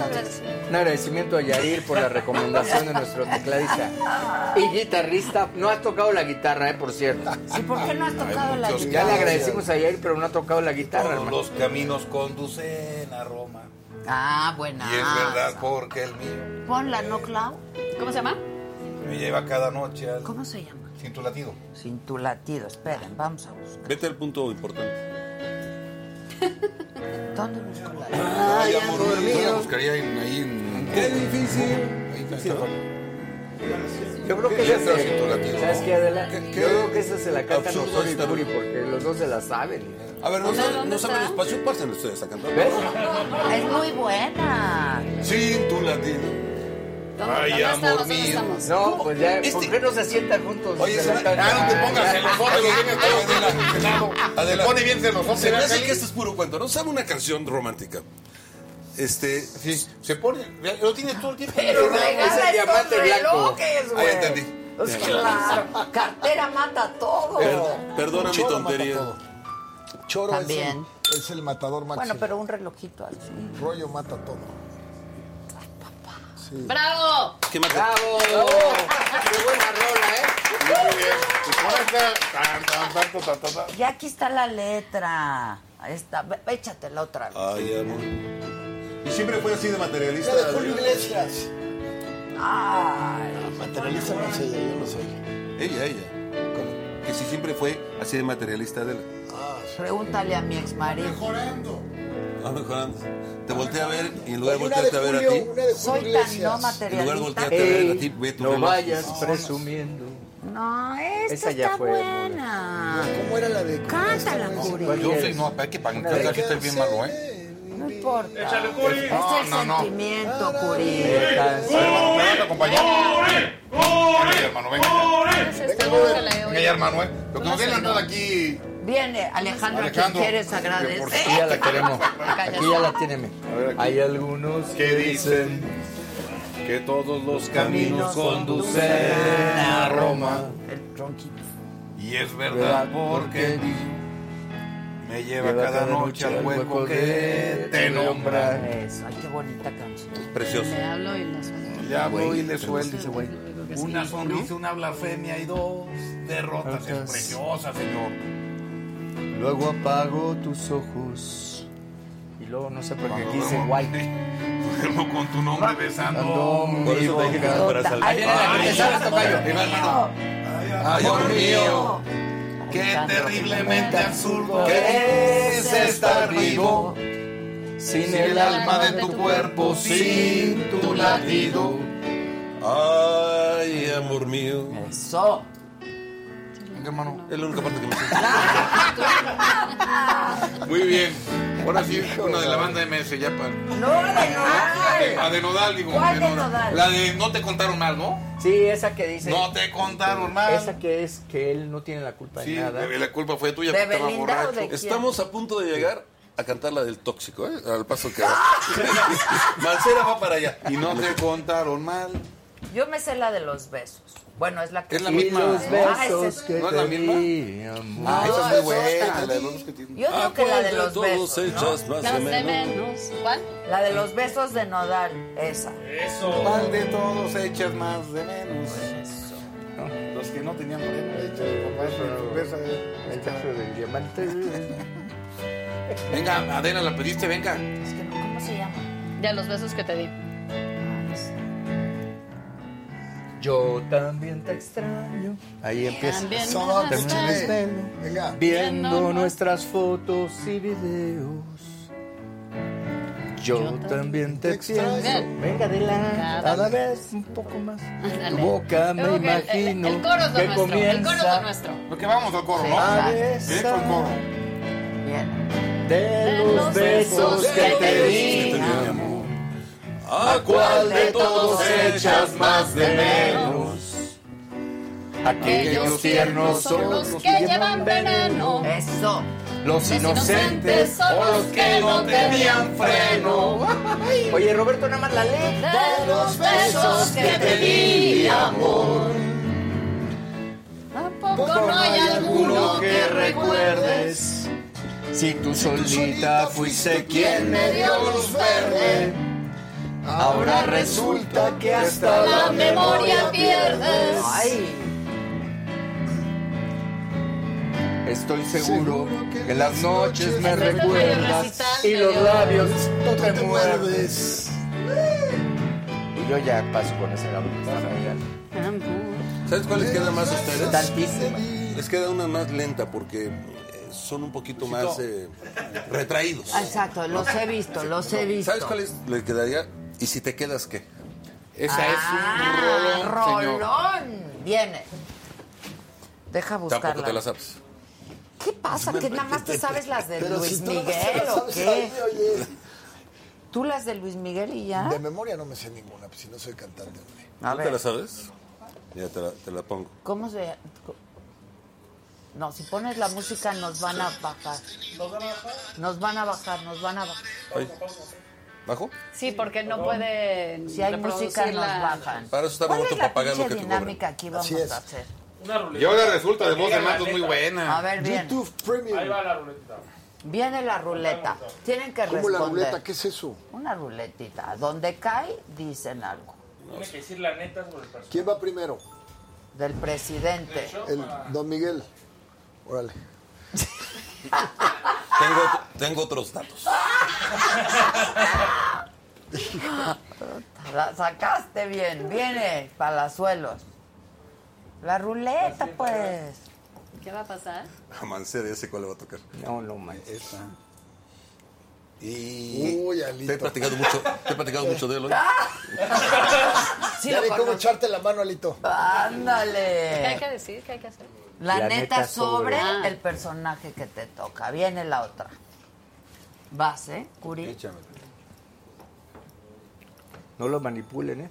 G: Un agradecimiento a Yarir por la recomendación de nuestro tecladista y guitarrista. No has tocado la guitarra, eh, por cierto.
A: ¿Y por qué no has tocado la
L: muchos
G: Ya le
A: guitarra?
G: agradecimos a Yair, pero no ha tocado la guitarra,
L: Todos
G: hermano.
L: los caminos conducen a Roma.
A: Ah, buena.
L: Y es verdad porque el mío
A: Ponla, ¿no, Clau?
F: ¿Cómo se llama?
L: me lleva cada noche al
A: ¿Cómo se llama?
L: Cintulativo.
A: Sin tu latido. Esperen, vamos a buscar.
E: Vete al punto importante.
A: ¿Dónde busco la letra?
L: Ay, amor mío. buscaría en- ahí en...
E: Qué difícil.
L: ahí está.
G: Yo creo que
L: ¿Qué
G: esa
L: letra sin tu latido,
G: se... ¿Sabes
L: no?
G: qué, Adela?
E: ¿Qué- qué
G: Yo creo que esa se la cantan
E: absurdo
G: Osorio y
E: está?
G: Curi, porque los dos se la saben.
E: A ver, no,
F: Hola,
E: saben-
F: ¿dónde
E: no saben
F: está?
E: espacio, pásenlo ustedes a cantar.
G: ¿Ves?
A: Ah, Es muy buena.
E: Sin tu latido.
F: ¿Dónde,
L: Ay,
F: dónde
L: amor
F: estamos? ¿Dónde
L: mío.
F: estamos?
G: No, pues ya, ¿por
L: Este-
G: qué no se sientan juntos?
E: Oye,
G: Se
E: se
G: la
E: me-
G: cantan.
L: Ah, no te pongas celosote, lo tienes todo
E: Adela.
L: Adela. Pone bien celosote.
E: Se me
L: ¿verdad,
E: hace
L: Cali?
E: que esto es puro cuento. ¿No sabe una canción romántica? Este...
L: Sí, se pone... Lo tiene todo el tiempo.
A: Pero regala
G: Es el diamante
A: estos
G: blanco.
A: relojes, güey.
E: Ah, ya entendí.
A: Pues claro, cartera mata todo.
E: Per- perdona mi
D: Choro mata
E: tontería.
D: todo. Choro es
A: También.
D: el, es el matador máximo.
A: Bueno, pero un relojito así.
D: Rollo mata todo. Sí.
F: ¡Bravo!
E: ¿Qué más?
G: ¡Bravo! ¡Qué buena rola, eh!
L: Muy bien. Y con esta, tan, tan, tan, tan, tan, tan.
A: Y aquí está la letra. Ahí está. Ve- Échatela otra vez.
E: Ay, amor. Y siempre fue así de materialista.
D: La de Julio Iglesias.
E: Ah.
A: Ah,
D: Materialista no es ella, yo no sé.
E: Ella, ella. Que si siempre fue así de materialista de la.
A: Pregúntale a mi exmarido.
E: Ah, mejorando. Te volteé a ver y en lugar de
A: Oye, una
E: voltearte a
A: de
E: ver a
A: Julio,
E: ti.
A: una de Julio Soy tan Iglesias. no
E: En lugar
A: materialista.
E: de voltearte a ver Eh, a ti,
G: Ey,
E: ve tu
G: no
E: reloj.
G: vayas
E: No,
G: presumiendo.
A: No, esta
G: Esa ya
A: está
G: fue,
A: buena.
D: ¿Cómo era la de
A: Cántala, Curi.
L: Yo sé, no, hay que para cantar sí estoy bien malo, ¿eh?
A: No importa.
L: Échale, Curi.
A: Es
L: No,
A: el
L: no, no.
A: sentimiento,
E: Ah,
A: Curi.
L: ¿Me vas a acompañar? Venga, hermano, venga. ya. Venga ya, hermano, ¿eh? Lo que nos viene a andar aquí...
A: Viene Alejandro, a quien
L: Alejandro,
A: quieres
L: que por
A: agradecer.
G: Aquí ya la queremos.
A: Cállate.
G: Aquí ya la tienen. Hay algunos que dicen
M: que todos los caminos conducen a Roma. Y es verdad porque me lleva cada noche al hueco que te nombra.
A: Eso, ay, qué bonita canción.
E: Precioso.
F: Le hablo y le suelto.
M: Ya voy y le
F: Güey,
M: suelto.
F: ese güey. Yo creo que
M: Una
F: sí,
M: sonrisa,
F: ¿no?
M: una blasfemia y dos derrotas. Es preciosa, señor.
G: Luego apago tus ojos. Y luego no sé por qué
M: Cuando
G: quise
M: duermo-
G: guay.
M: Duermo con tu nombre besando.
G: Ando mi boca. Ahí viene la este que te sabes, tocayo.
M: Ay, amor mío, qué terriblemente absurdo es estar vivo sin el alma de tu cuerpo, sin tu latido.
E: Ay, amor mío.
A: Eso.
E: hermano? Es la única parte que me Muy bien.
L: Ahora sí, una de la banda MS, ya para...
A: No, de Nodal.
L: La de Nodal, digo.
A: ¿Cuál
L: de
A: de Nodal?
L: La de No te contaron mal, ¿no?
G: Sí, esa que dice.
L: No te contaron mal.
G: Esa que es que él no tiene la culpa
L: Sí,
G: de nada.
L: la culpa fue tuya.
G: ¿De Belinda o de quién?
E: Estamos a punto de llegar a cantar la del tóxico, ¿eh? Al paso que va. Mancera va para allá.
L: Y no te contaron mal.
A: Yo me sé la de los besos. Bueno, es la que
L: Es la
A: Sí,
L: misma.
A: los besos Ah, esa-
G: que
L: ¿No es la
G: te
L: misma?
G: di,
L: Ah,
G: amor.
L: esa es muy buena. La de los que tienen.
A: Yo creo que la de los
E: todos
A: besos. ¿no?
E: hechas más de menos.
A: ¿Cuál? La de los besos de Nodal, esa.
M: Eso.
L: Pan de todos hechas más de menos.
M: Los que no tenían
G: El caso del diamante.
L: Venga, Adela, la pediste, venga.
F: ¿Cómo se llama? De los besos que te di.
G: Yo también te extraño. Ahí empieza.
F: También me
G: Te
F: vas
G: mueves
F: a
G: pelo,
D: Venga.
G: Viendo nuestras fotos y videos. Yo también te extraño. Venga, Adela. Cada vez un poco más. Tu boca me
F: Creo que el- el-
G: imagino
F: el coro es lo
G: que
F: nuestro, el coro es lo
G: comienza
F: nuestro.
L: Porque vamos al coro, ¿no?
G: a
L: Directo al coro.
G: besar de los besos que te di.
N: amor.
G: ¿A cuál de todos echas
N: hechas
G: más de menos? Aquellos tiernos son los que llevan veneno.
A: Eso.
G: Los inocentes son los que no tenían freno. Oye, Roberto, nada más la ley.
N: De los besos que te di, amor.
F: Tampoco no hay alguno que
G: recuerdes. Si tú solita fuiste quien me dio luz verde, ahora resulta que hasta la memoria pierdes. Estoy seguro que las noches me recuerdas y los labios tú te muerdes. Y yo ya paso con ese gabo que está bailando.
E: ¿Sabes cuál les queda más a ustedes?
G: Tantísima.
E: Les queda una más lenta porque eh, son un poquito más eh, retraídos.
A: Exacto, los he visto, los he visto.
E: ¿Sabes cuál es? Les quedaría. ¿Y si te quedas qué?
L: Esa
A: Ah,
E: rolón, señor.
A: rolón. Viene. Deja buscarla.
E: Tampoco te la sabes.
A: ¿Qué pasa? ¿Que nada más te sabes las de
D: Pero
A: Luis
D: si tú no te
A: Miguel
D: la
A: o
D: sabes,
A: qué?
D: ay, oye.
A: ¿Tú las de Luis Miguel y ya?
D: De memoria no me sé ninguna, pues si no soy cantante. hombre.
A: A
E: ¿No
A: ver.
E: te la sabes? Mira, te la, te la pongo.
A: ¿Cómo se.? No, si pones la música nos van a bajar. Nos van a bajar, nos van a bajar.
E: Ay. ¿Bajo?
F: Sí, porque no pueden
A: Si hay música, nos
F: reproducirla.
A: bajan.
E: Para eso está
A: ¿Cuál
E: Roberto
A: es la
E: para pagar lo
A: pinche
E: que te
A: dinámica aquí vamos a hacer?
L: Y ahora resulta de voz de Matos muy
D: Ah,
L: buena.
A: A ver, bien.
D: YouTube Premium.
A: Ahí va
D: la ruleta.
A: Viene la ruleta. Tienen que
D: ¿Cómo
A: responder.
D: la ruleta? ¿Qué es eso?
A: Una ruletita. Donde cae, dicen algo.
O: Tiene que decir la neta sobre el personaje.
D: ¿Quién va primero?
A: Del presidente.
D: El don Miguel. Órale.
E: Tengo, tengo otros datos.
A: La sacaste bien. Viene, palazuelos. La ruleta, pues.
F: ¿Qué va a pasar?
E: A Mancera, ya sé cuál le va a tocar.
G: No, no, manches.
E: Y
D: Uy, Alito.
E: te he platicado mucho, te he platicado mucho de él hoy.
A: Sí,
D: ya
A: lo
D: vi cómo
A: conozco.
D: echarte la mano, Alito.
F: ¿Qué hay
A: Ándale.
F: que decir? ¿Qué hay que hacer?
A: La,
D: La
A: neta,
D: neta
A: sobre,
F: sobre.
A: el personaje que te toca. Viene la otra. Vas, ¿eh, Curi?
G: No lo manipulen, ¿eh?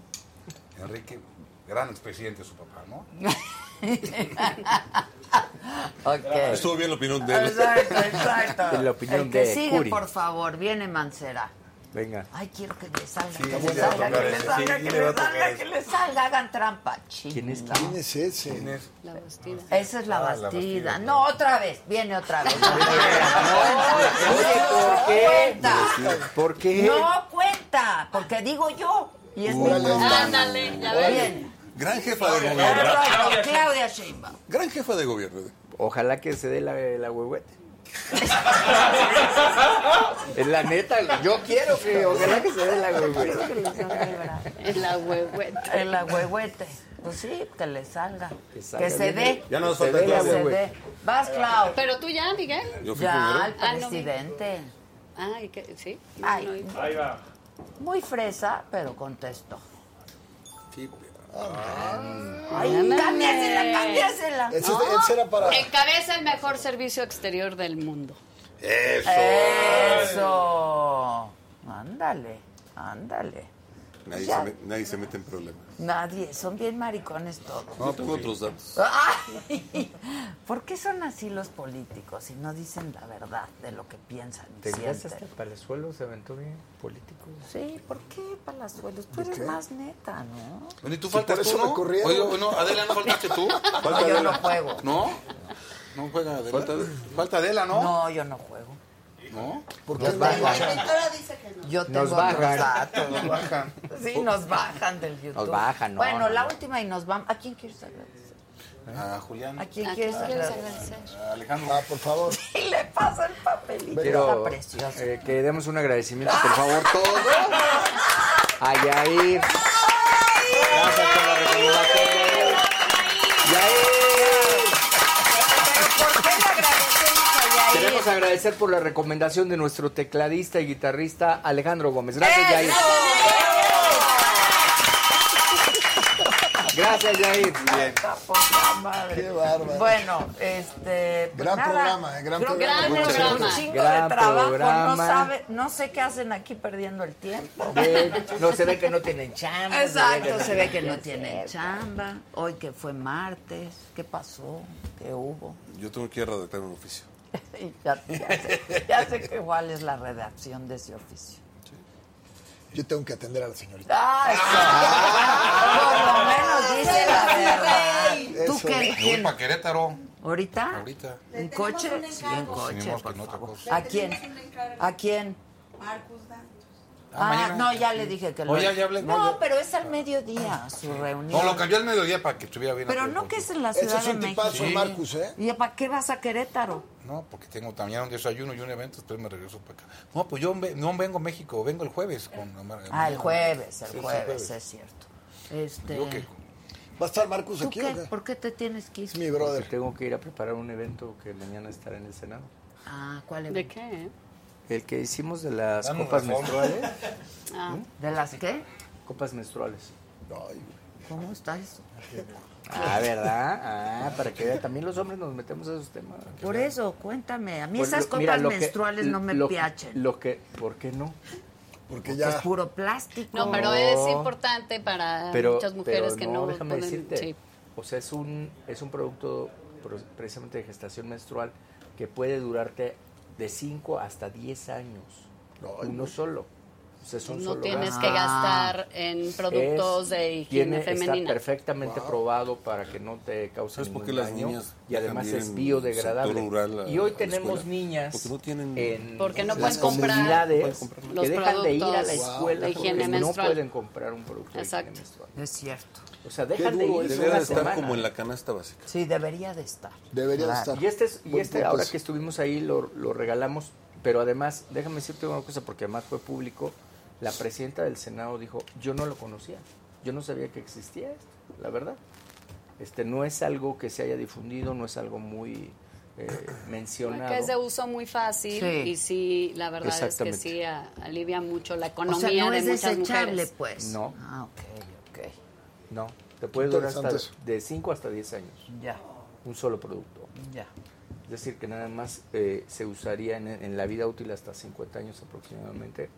M: Enrique, gran expresidente su papá, ¿no?
A: Ok.
E: Estuvo bien la opinión de él.
A: Exacto, exacto.
E: De la opinión
A: el que
E: de
A: sigue,
E: Curi.
A: por favor, viene Mancera.
G: Venga.
A: Ay, quiero que le salga,
G: Sí,
A: que
G: sí
A: le
G: le va a
A: salga,
G: tocar
A: que le
G: ese,
A: salga,
G: sí,
A: que
G: sí le va
A: le
G: a tocar
A: salga,
G: ese.
A: que le salga. Hagan trampa. ¿Quién es
D: ¿Quién es ese?
F: La Bastida.
A: Esa es la
D: Ah, la
A: bastida.
D: Bastida.
A: No, otra vez. Viene otra vez.
G: ¿Por qué?
A: No cuenta, porque digo yo. Y es mi
E: Órale.
A: programa.
E: Ándale, ya
A: Bien.
E: ves. Gran jefa de gobierno.
A: Perfecto, Claudia Sheinbaum.
E: Gran jefa de gobierno.
G: Ojalá que se dé la, la huehuete. Es la neta, yo quiero que ojalá que se dé la huehuete.
A: En la huehuete. En la huehuete. Pues sí, que le salga. Que,
G: salga
A: se
G: bien. ¿eh?
A: dé.
G: Ya no nos
A: Que
G: falta
A: se
G: el
A: dé,
G: clavo,
A: se
G: güey.
A: dé. Vas, Clau.
F: Pero tú ya, Miguel.
A: Yo fui Ya, primero. al presidente.
F: Ah, ¿y qué? ¿Sí?
A: Ay.
F: No, no, no.
A: Ahí va. Muy fresa, pero contesto.
L: Sí,
A: Ay,
F: Ándale.
A: cámbiasela, cámbiasela.
D: Ese- ese era para-
F: Ah. Encabeza el mejor servicio exterior del mundo.
L: Eso.
A: Eso. Ándale, ándale.
E: Nadie,
A: Ya.
E: se, me- nadie se mete en problemas.
A: Nadie, son bien maricones todos.
L: pues
E: No, tengo otros datos.
A: Ay, ¿Por qué son así los políticos y no dicen la verdad de lo que piensan y
G: ¿Te acuerdas
A: sienten?
G: hasta Palazuelo se aventó bien político?
A: Sí, ¿por qué Palazuelos? Tú eres más neta, ¿no?
L: Bueno, ¿y tú
A: Si
L: faltas
A: por
L: tú,
A: eso me
L: no?
A: corrieron.
L: Oye, bueno, Adela, ¿no faltaste tú?
A: Falta No, yo Adela. no juego.
L: ¿No? ¿No juega Adela? Falta, Adela, ¿no?
A: No, yo no juego.
L: ¿No?
D: ¿Por
L: qué?
A: Yo
L: Nos
A: tengo otros
L: bajan.
A: datos.
L: Nos bajan.
A: Sí, nos bajan del YouTube.
G: Nos bajan, no,
A: Bueno,
G: no,
A: la
G: no.
A: última y nos vamos. ¿A quién quieres agradecer?
L: A Julián.
A: ¿A
F: Ah,
A: quién quieres agradecer?
L: Alejandro.
D: Ah, por favor.
A: Y le pasa el papelito.
G: Quiero
A: Está precioso.
G: eh, que demos un agradecimiento, por favor, todos. A Yair. Gracias por la recomendación, Yair. Queremos agradecer por la recomendación de nuestro tecladista y guitarrista Alejandro Gómez. Gracias, Yair. Gracias, Yair.
A: Poca madre.
D: Qué bárbaro.
A: Bueno, este. pues
D: Gran
A: nada.
D: programa, eh, gran
A: Creo que
D: programa.
A: tenemos
D: Muchas
A: Un
D: gracias.
A: chingo
G: Gran
A: de trabajo. No,
G: programa.
A: sabe, no sé qué hacen aquí perdiendo el tiempo.
G: Ve, No se ve que no tienen chamba.
A: Exacto, se ve que no
G: tiene
A: tienen chamba. Hoy que fue martes, ¿qué pasó? ¿Qué hubo?
E: Yo tengo que ir a redactar un oficio.
A: Y ya, ya sé, ya sé que igual es la redacción de ese oficio.
D: Yo tengo que atender a la señorita.
A: Ah, eso. Por lo menos dice la verdad. Ah. ¿Tú
D: Eso.
A: qué
D: Me
A: quién?
L: para Querétaro.
A: ¿Ahorita?
L: Ahorita.
A: ¿Un coche?
P: un
A: Sí,
P: encargo.
A: un coche.
L: Tenemos
A: por
L: que no otra
A: favor.
L: cosa.
A: ¿A quién?
P: un encargo.
A: ¿A quién?
P: Marcus Dan.
L: Ah,
A: Ah,
L: mañana.
A: no, ya le dije que lo.
L: Oh, ya- ya hablé con
A: no,
L: ella.
A: pero es al mediodía su
L: No,
A: reunión.
L: lo cambió al mediodía para que estuviera bien.
A: Pero
L: aquí.
A: no que es en la
D: Eso
A: Ciudad
D: es
A: de
D: un
A: México.
D: tipazo, Marcus, ¿eh?
A: ¿Y para qué vas a Querétaro?
L: No, porque tengo también un desayuno y un evento, después me regreso para acá. No, pues yo ve- no vengo a México, vengo el jueves con Amar-
A: Ah, el jueves,
L: Sí, sí,
A: el jueves, es cierto. Este,
L: Digo que-
D: ¿Va a estar Marcus
A: ¿Tú
D: aquí o
A: qué?
D: qué?
A: ¿Por qué te tienes que ir?
D: Mi brother.
G: Tengo que ir a preparar un evento que mañana estará en el Senado.
A: Ah, ¿cuál es?
F: ¿De qué?
G: El que hicimos de las
L: Danos
G: copas
L: la foto.
G: menstruales.
F: Ah.
A: ¿De las qué?
G: Copas menstruales.
A: ¿Cómo está eso?
G: Ah, ¿verdad? Ah, para que vean, también los hombres nos metemos a esos temas.
A: Por eso, cuéntame. A mí
G: Pues
A: esas
G: lo-
A: copas
G: mira, lo que-
A: menstruales no me
G: lo-
A: piachen.
G: Lo que, ¿Por qué no?
F: Ah,
D: Porque
A: ya- es puro plástico.
F: No, pero es importante para
G: Pero-
F: muchas mujeres
G: pero
F: que no,
G: déjame
F: pueden-
G: decirte,
F: sí.
G: o sea, es un es un producto pro- precisamente de gestación menstrual que puede durarte de 5 hasta 10 años. uno solo. O sea, es un
F: No
G: solo
F: tienes
G: gasto.
F: que gastar en productos
G: Es-
F: de higiene
G: tiene-
F: femenina.
G: Está perfectamente probado para que no te cause
E: ¿Sabes por
G: ningún
E: qué las
G: daño
E: niñas
G: y además
E: dejan
G: es
E: de ir en
G: biodegradable.
E: sector rural a-
G: y hoy
E: a la
G: tenemos
E: escuela?
G: niñas
E: Porque no tienen-
G: en
F: Porque no
G: las
F: pueden comprar
G: comunidades
F: los
G: que dejan de ir a la
F: productos
G: escuela
F: de higiene
G: porque no
F: menstrual.
G: pueden comprar un producto de
F: Exacto.
G: higiene menstrual.
A: Es cierto.
G: O sea, dejan de ir una
E: Debería de estar
G: semana.
E: como en la canasta básica.
A: Sí, debería de estar.
D: Debería de
G: Claro.
D: estar.
G: Y este, es- y
D: Buen
G: este
D: punto
G: ahora
D: ese.
G: que estuvimos ahí lo, lo regalamos, pero además, déjame decirte una cosa porque además fue público, la presidenta del Senado dijo, yo no lo conocía, yo no sabía que existía esto, la verdad. Este, no es algo que se haya difundido, no es algo muy eh, mencionado.
F: Que es de uso muy fácil
G: Sí.
F: y sí, la verdad es que
G: Exactamente.
F: sí a- alivia mucho la
A: O
F: economía
A: sea, no
F: de
A: es
F: muchas
A: desechable,
F: mujeres.
A: pues.
G: No.
A: Ah, ok, ok.
G: No, te puede durar hasta
A: interesante
G: de 5 hasta 10 años.
A: Ya.
G: Un solo producto.
A: Ya.
G: Es decir, que nada más eh, se usaría en, en la vida útil hasta 50 años aproximadamente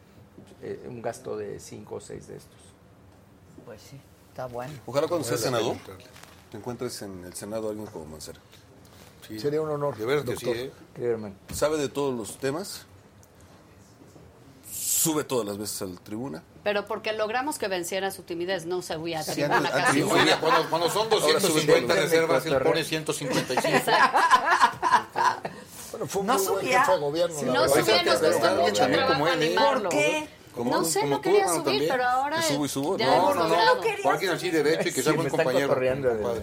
G: eh, un gasto de 5 o 6 de estos.
A: Pues sí, está bueno.
E: Ojalá cuando seas
A: Bueno,
E: senador, te encuentres en el Senado a alguien como Mancera.
D: Sería un honor.
E: De veras que
D: doctor.
E: sí, ¿eh? Sabe de todos los temas. Sube todas las veces a la tribuna.
F: Pero porque logramos que venciera su timidez, no se voy a
E: Sí,
F: tribuna
E: antes-
F: casi.
E: antes-
L: Oiga, cuando, cuando son
E: Ahora suben
L: 250
E: todos.
L: reservas, él pone
E: Cotorreo.
L: 155.
D: Bueno, fue un
L: No
D: muy buen
L: subía.
D: jefe de gobierno.
L: Si
D: la
L: no
D: verdad.
L: subía, nos costó
D: Pero,
L: mucho
D: pero,
L: trabajo
D: como él, ¿eh?
L: animarlo.
D: ¿Por qué?
L: Como-
F: No sé,
L: como
F: no
L: tú,
F: quería
L: hermano,
F: subir,
L: también.
F: pero ahora.
L: Yo subo y subo.
F: ya
L: No,
F: hemos
L: no, no.
F: logrado.
L: O alguien así derecho y que sea buen compañero.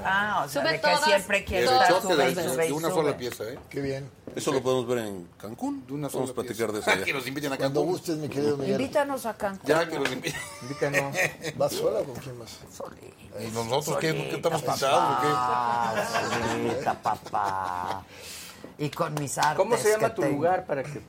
A: Ah, o sea,
F: Sube
A: de que
F: todas,
A: siempre quiere
L: El
A: estar
L: choque
A: sube, y
L: de,
A: sube,
L: de
A: y
L: una
A: sube.
L: sola pieza, ¿eh?
D: Qué bien.
E: Eso lo podemos ver en Cancún. De
L: una
E: Vamos a
L: sola
E: platicar
L: pieza.
E: de eso.
L: Que nos inviten a
D: Cuando
L: Cancún.
D: gustes, mi querido Miguel.
A: Invítanos a Cancún.
L: Ya que los inviten.
G: Invítanos.
D: ¿Vas sola o con quién vas?
L: ¿Y nosotros qué? ¿Por qué estamos
D: Solita,
L: pintados?
A: papá,
L: o qué?
A: solita, Ah, papá. Y con mis artes.
G: ¿Cómo se llama
A: que
G: tu
A: tengo.
G: lugar para que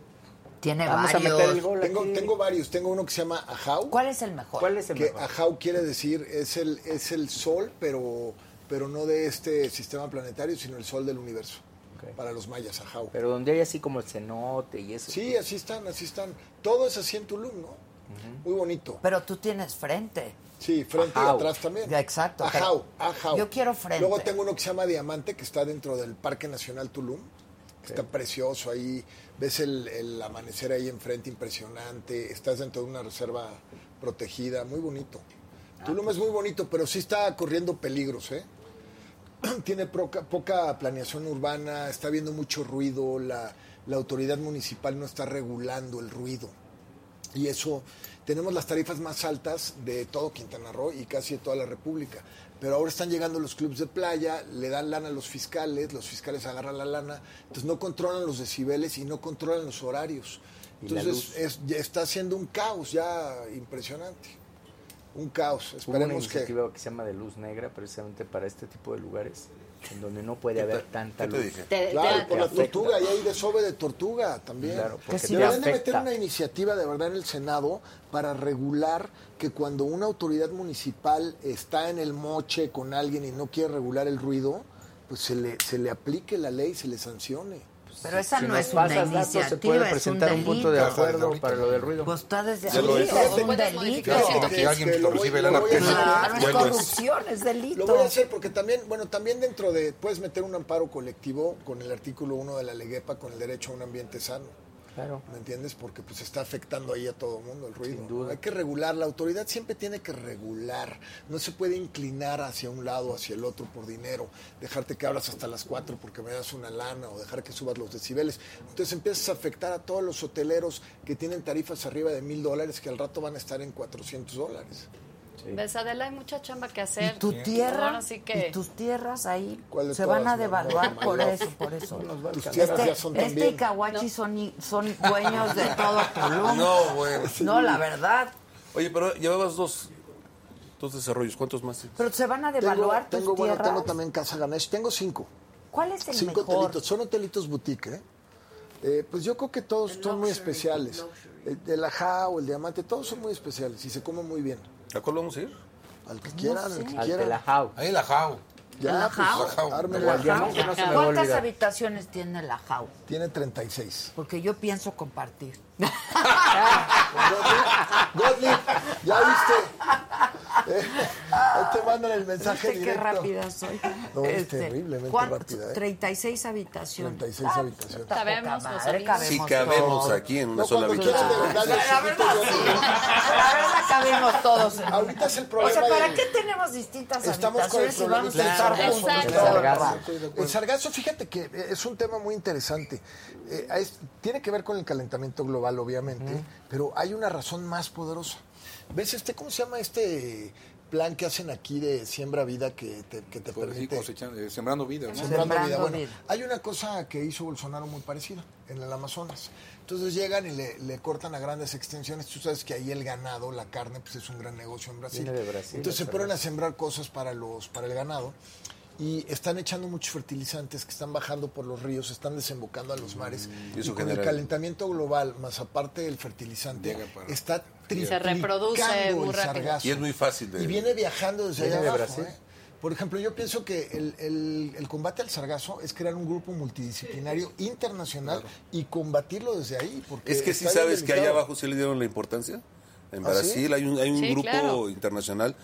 A: Tiene
D: Vamos a
A: varios.
D: meter el gol Tengo- aquí. tengo varios. Tengo uno que se llama Ajau.
A: ¿Cuál es el mejor?
G: ¿Cuál es
D: que Ajau quiere decir es el es el sol, pero pero no de este sistema planetario, sino el sol del universo. Para los mayas, Ajau.
G: Pero donde hay así como el cenote y eso. pues,
D: Sí, así están, así están. Todo es así en Tulum, ¿no? Muy bonito.
A: Pero tú tienes frente.
D: Sí, frente
A: Ajau.
D: y atrás también.
A: Ya, exacto.
D: Ajau, ajau.
A: Yo quiero frente.
D: Luego tengo uno que se llama Diamante, que está dentro del Parque Nacional Tulum. que Está precioso ahí. Ves el, el amanecer ahí enfrente, impresionante. Estás dentro de una reserva protegida, muy bonito.
A: Ah,
D: Tulum
A: pues
D: es muy bonito, pero sí está corriendo peligros, ¿eh? tiene proca- poca planeación urbana, está habiendo mucho ruido, la, la autoridad municipal no está regulando el ruido. Y eso, tenemos las tarifas más altas de todo Quintana Roo y casi de toda la República. Pero ahora están llegando los clubes de playa, le dan lana a los fiscales, los fiscales agarran la lana, entonces no controlan los decibeles y no controlan los horarios.
G: Y la
D: Entonces es- ya está siendo un caos ya impresionante. Un caos.
G: Hubo una
D: Esperemos que...
G: iniciativa que... se llama de luz negra precisamente para este tipo de lugares en donde no puede haber tanta
D: ¿Qué te
G: luz.
D: dije? claro, por la tortuga, y hay desove de tortuga también.
G: Claro, porque
D: Que si
G: te
D: Deberían de
G: afecta.
D: meter una iniciativa de verdad en el Senado para regular que cuando una autoridad municipal está en el moche con alguien y no quiere regular el ruido, pues se le, se le aplique la ley, se le sancione.
A: Pero esa
G: Si
A: no
G: nos
A: es una
G: pasas datos, se
A: iniciativa,
G: puede
A: es un
G: presentar un punto de
A: delito.
G: acuerdo para lo del ruido.
A: Pues está desde
G: Ya lo
A: ahorita,
G: hizo.
A: es un
G: Puedes
A: delito.
G: modificar. Siento que alguien
D: lo
G: recibe
D: voy-
G: lana
D: lo voy a
G: por
D: hacer.
G: eso. Claro, es Bueno, es- corrupción,
A: es delito.
D: Lo voy a hacer porque también, bueno, también dentro de, puedes meter un amparo colectivo con el artículo 1 de la Leguepa con el derecho a un ambiente sano.
G: Claro.
D: ¿Me entiendes? Porque pues está afectando ahí a todo el mundo el ruido. Hay que regular, la autoridad siempre tiene que regular. No se puede inclinar hacia un lado, hacia el otro por dinero, dejarte que hablas hasta las 4 porque me das una lana o dejar que subas los decibeles. Entonces empiezas a afectar a todos los hoteleros que tienen tarifas arriba de mil dólares que al rato van a estar en 400 dólares.
F: ¿Ves, Adela? Hay mucha chamba que hacer.
A: Tu tierra,
F: Ahora sí que.
A: y tus tierras ahí
D: ¿Cuál de
A: se van
D: todas,
A: a
D: mi
A: devaluar
D: amor?
A: por
D: My
A: eso,
D: love.
A: por eso.
D: No nos va a
A: Tus
D: alcanzar.
A: tierras
D: Este-
A: ya son
D: este
A: también. y Kawachi son, dueños de todo Tulum.
E: No, bueno.
A: No, la verdad.
E: Oye, pero llevabas dos, dos desarrollos. ¿cuántos más?
A: Pero se van a
D: Tengo-
A: devaluar
D: tengo,
A: tus
D: bueno,
A: tierras.
D: tengo también Casa Ganesh, tengo cinco.
A: ¿Cuál es el
D: cinco
A: mejor?
D: hotelitos. Son hotelitos boutique, ¿eh? Eh, Pues yo creo que todos son muy especiales. El, el ajá o el diamante, todos son muy especiales y se comen muy bien.
E: ¿A cuál vamos a ir?
D: Al que quieran, al que
G: Al
D: quieran.
G: de la Jau.
L: Ahí la Jau.
A: ¿El
D: Ya,
A: ajá?
D: pues, ármenla.
G: O al diamante, no se me va a
A: ¿Cuántas
G: olvidar.
A: habitaciones tiene la JAU?
D: Tiene 36.
A: Porque yo pienso compartir.
D: Gottlieb, ya viste. Eh, ahí te mandan el mensaje
A: ¿Viste qué
D: directo.
A: rápida soy?
D: No, es
A: Este,
D: terriblemente
A: ¿cuán-
D: rápida, ¿eh?
A: 36 habitaciones.
D: 36 habitaciones.
A: está poca
D: Cabemos,
A: madre,
D: nos sabemos.
E: Si
A: cabemos
E: cabemos
A: todos.
E: aquí en una
D: No,
E: sola
D: cuando quieras,
E: habitación.
D: de verdad,
A: La verdad, sí. La verdad, cabemos todos.
D: Ahorita es el
A: O sea,
D: problema
A: ¿para
D: del-
A: qué tenemos distintas
D: Estamos con el
A: habitaciones si
D: problema
A: vamos
D: del
A: a estar juntos?
D: sargazo.
A: todo el rato?
D: Estoy de acuerdo. El sargazo, fíjate que eh, es un tema muy interesante. Eh, es- tiene que ver con el calentamiento global, obviamente, pero hay una razón más poderosa. ¿Ves este, cómo se llama este plan que hacen aquí de siembra vida que te, que te
L: Pues sí,
D: permite
L: cosechan- eh, sembrando vida. ¿no?
D: Sembrando, vida. Bueno, hay una cosa que hizo Bolsonaro muy parecida en el Amazonas. Entonces llegan y le, le cortan a grandes extensiones. Tú sabes que ahí el ganado, la carne, pues es un gran negocio en Brasil.
G: Viene de Brasil,
D: Entonces se
G: la
D: ponen a
G: cerveza.
D: sembrar cosas para los para el ganado y están echando muchos fertilizantes que están bajando por los ríos, están desembocando a los mares.
L: Mm, Y
D: Y,
L: eso
D: con el
L: genera-
D: calentamiento global, más aparte del fertilizante,
L: Llega para-
D: está
F: Se reproduce
D: triplicando
F: muy
D: el
F: rápido.
D: sargazo.
L: Y es muy fácil de-
D: Y viene viajando desde
L: Viene
D: allá
L: de
D: abajo,
L: Brasil.
D: ¿eh? Por ejemplo, yo pienso que el, el- el combate al sargazo es crear un grupo multidisciplinario internacional y combatirlo desde ahí. Porque
G: Eh,
N: Es que si
D: si
N: sabes que allá abajo sí le dieron la importancia. En
D: ¿Ah, sí?
N: Brasil hay un, hay un
A: Sí,
N: grupo
A: claro.
N: internacional,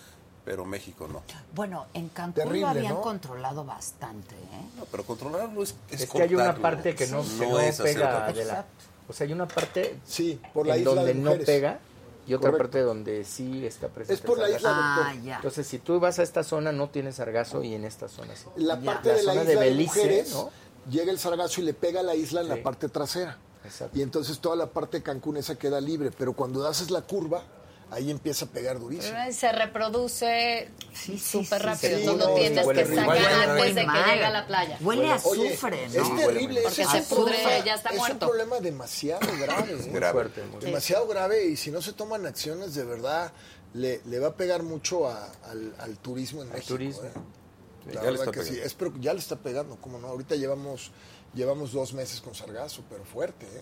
N: pero México no.
A: Bueno, en Cancún
N: Terrible,
A: lo habían
N: ¿no?
A: controlado bastante, ¿eh?
N: Pero controlarlo es, es,
G: Es que hay una
N: cortarlo.
G: parte que no,
N: Sí.
G: que
N: No
G: no
N: es hacer
G: pega
N: otra
G: de la-
N: cosa.
G: O sea, hay una parte
D: sí, por la
G: en
D: isla
G: donde
D: de
G: no
D: mujeres.
G: pega y otra
D: Correcto.
G: parte donde sí está presente.
D: por la
G: el sargazo.
D: isla, doctor. Ah, ya.
G: Entonces, si tú vas a esta zona, no tienes sargazo y en esta zona sí.
D: La
G: Ya.
D: parte de la
G: zona
D: isla de,
G: Belice,
D: mujeres
G: ¿no?
D: llega el sargazo y le pega a la isla en
G: Sí.
D: la parte trasera.
G: Exacto.
D: Y entonces toda la parte de Cancún esa queda libre. Pero cuando haces la curva, ahí empieza a pegar durísimo.
F: Pero eh, Se reproduce súper
D: sí,
F: rápido,
D: sí,
F: no lo
D: no,
F: tienes
D: sí,
F: que
D: huele
F: sacar
D: muy mal.
F: antes de que
D: Huele
F: llegue a
D: mal.
F: la playa.
A: Huele a
D: Oye, este
A: azufre,
D: es
A: ¿no?
D: terrible.
F: Porque
D: es
F: se
D: azufre.
F: pudre, ya está
D: Es un
F: muerto.
D: problema demasiado grave. ¿eh?
N: Grave. Fuerte, muy
D: Sí. demasiado grave y si no se toman acciones, de verdad, le, le va a pegar mucho a- al, al turismo en México. ¿eh? La
N: Ya le
D: verdad
N: está
D: que sí.
N: pegando.
D: Es, pero ya le está pegando, ¿cómo no? Ahorita llevamos, llevamos dos meses con sargazo, pero fuerte, ¿eh?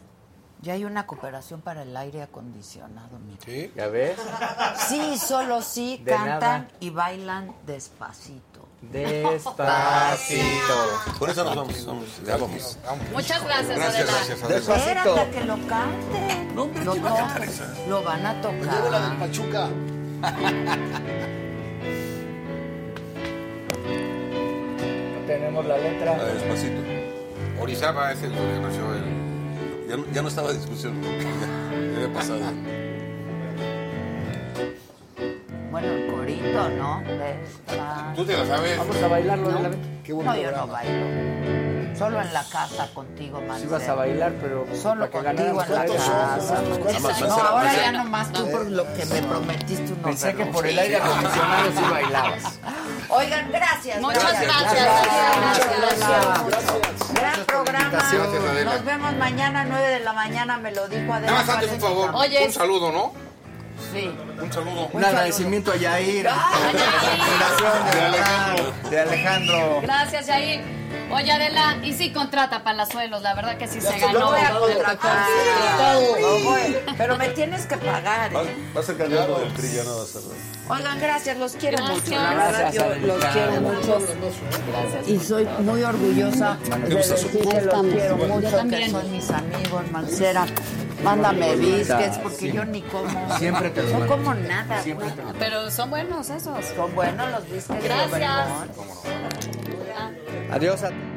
A: Ya hay una cooperación para el aire acondicionado, mira.
D: ¿Sí?
G: ¿Ya ves?
A: Sí, solo sí,
G: De
A: cantan
G: nada.
A: y bailan despacito.
G: Despacito.
N: Por eso nos vamos. vamos, ya vamos.
F: Muchas gracias,
N: Gracias,
F: Adela.
N: gracias, Adela.
A: Espérate a que lo canten. lo, tocan, lo van a tocar.
D: Llevo la del Pachuca.
G: Tenemos la letra.
N: Ah, Despacito. Orizaba es el donde nació el. Ya, no- ya no estaba discusión. Ya había pasado.
A: Bueno, el corito, ¿no? Despacito.
N: Tú te la sabes.
G: Vamos a bailarlo de la vez.
D: Qué
A: No, yo no bailo. Solo en la casa contigo, Mancera.
G: Sí vas a bailar, pero
A: Solo
G: para que
A: contigo
G: ganáramos
A: en la
G: algo.
A: casa. No, ahora ya nomás tú
G: Eh,
A: por lo que me prometiste unos
G: Pensé que
A: relojes.
G: por el aire acondicionado sí bailabas.
A: Oigan, gracias.
F: Muchas
A: gracias.
F: gracias.
A: Gracias.
F: Gracias.
A: Gran programa.
L: Gracias, Adela.
A: Nos vemos mañana a 9 de la mañana, me lo dijo Adela.
L: Nada más antes, un
A: Paredes.
L: favor.
A: Oye,
L: Un saludo, ¿no?
A: Sí.
L: Un saludo.
G: Un agradecimiento a Yair.
A: Ah.
F: Ay,
G: Fundación de Alejandro. De Alejandro.
F: Gracias, Jair. Oye, Adela, y sí contrata Palazuelos, la verdad que sí se
A: Lo
F: ganó.
A: voy a
F: el
A: contratar.
F: doctor.
A: Lo voy- Pero me tienes que pagar. ¿eh?
N: Vas a cambiar lo del PRI, ya no vas a ver.
A: Oigan, gracias, los quiero
F: Gracias.
A: mucho. La verdad, yo
N: Gracias,
A: los
N: Adela.
A: quiero mucho. Y soy muy orgullosa de decir que los quiero mucho, que son mis amigos, Mancera. Mándame biscuits, porque yo ni como.
G: Siempre te los
A: No
G: mando.
A: como nada.
G: Siempre
A: güey.
G: te los
F: Pero son buenos esos.
A: Son buenos los biscuits. de
F: Gracias.
A: Obregón.
G: Adiós a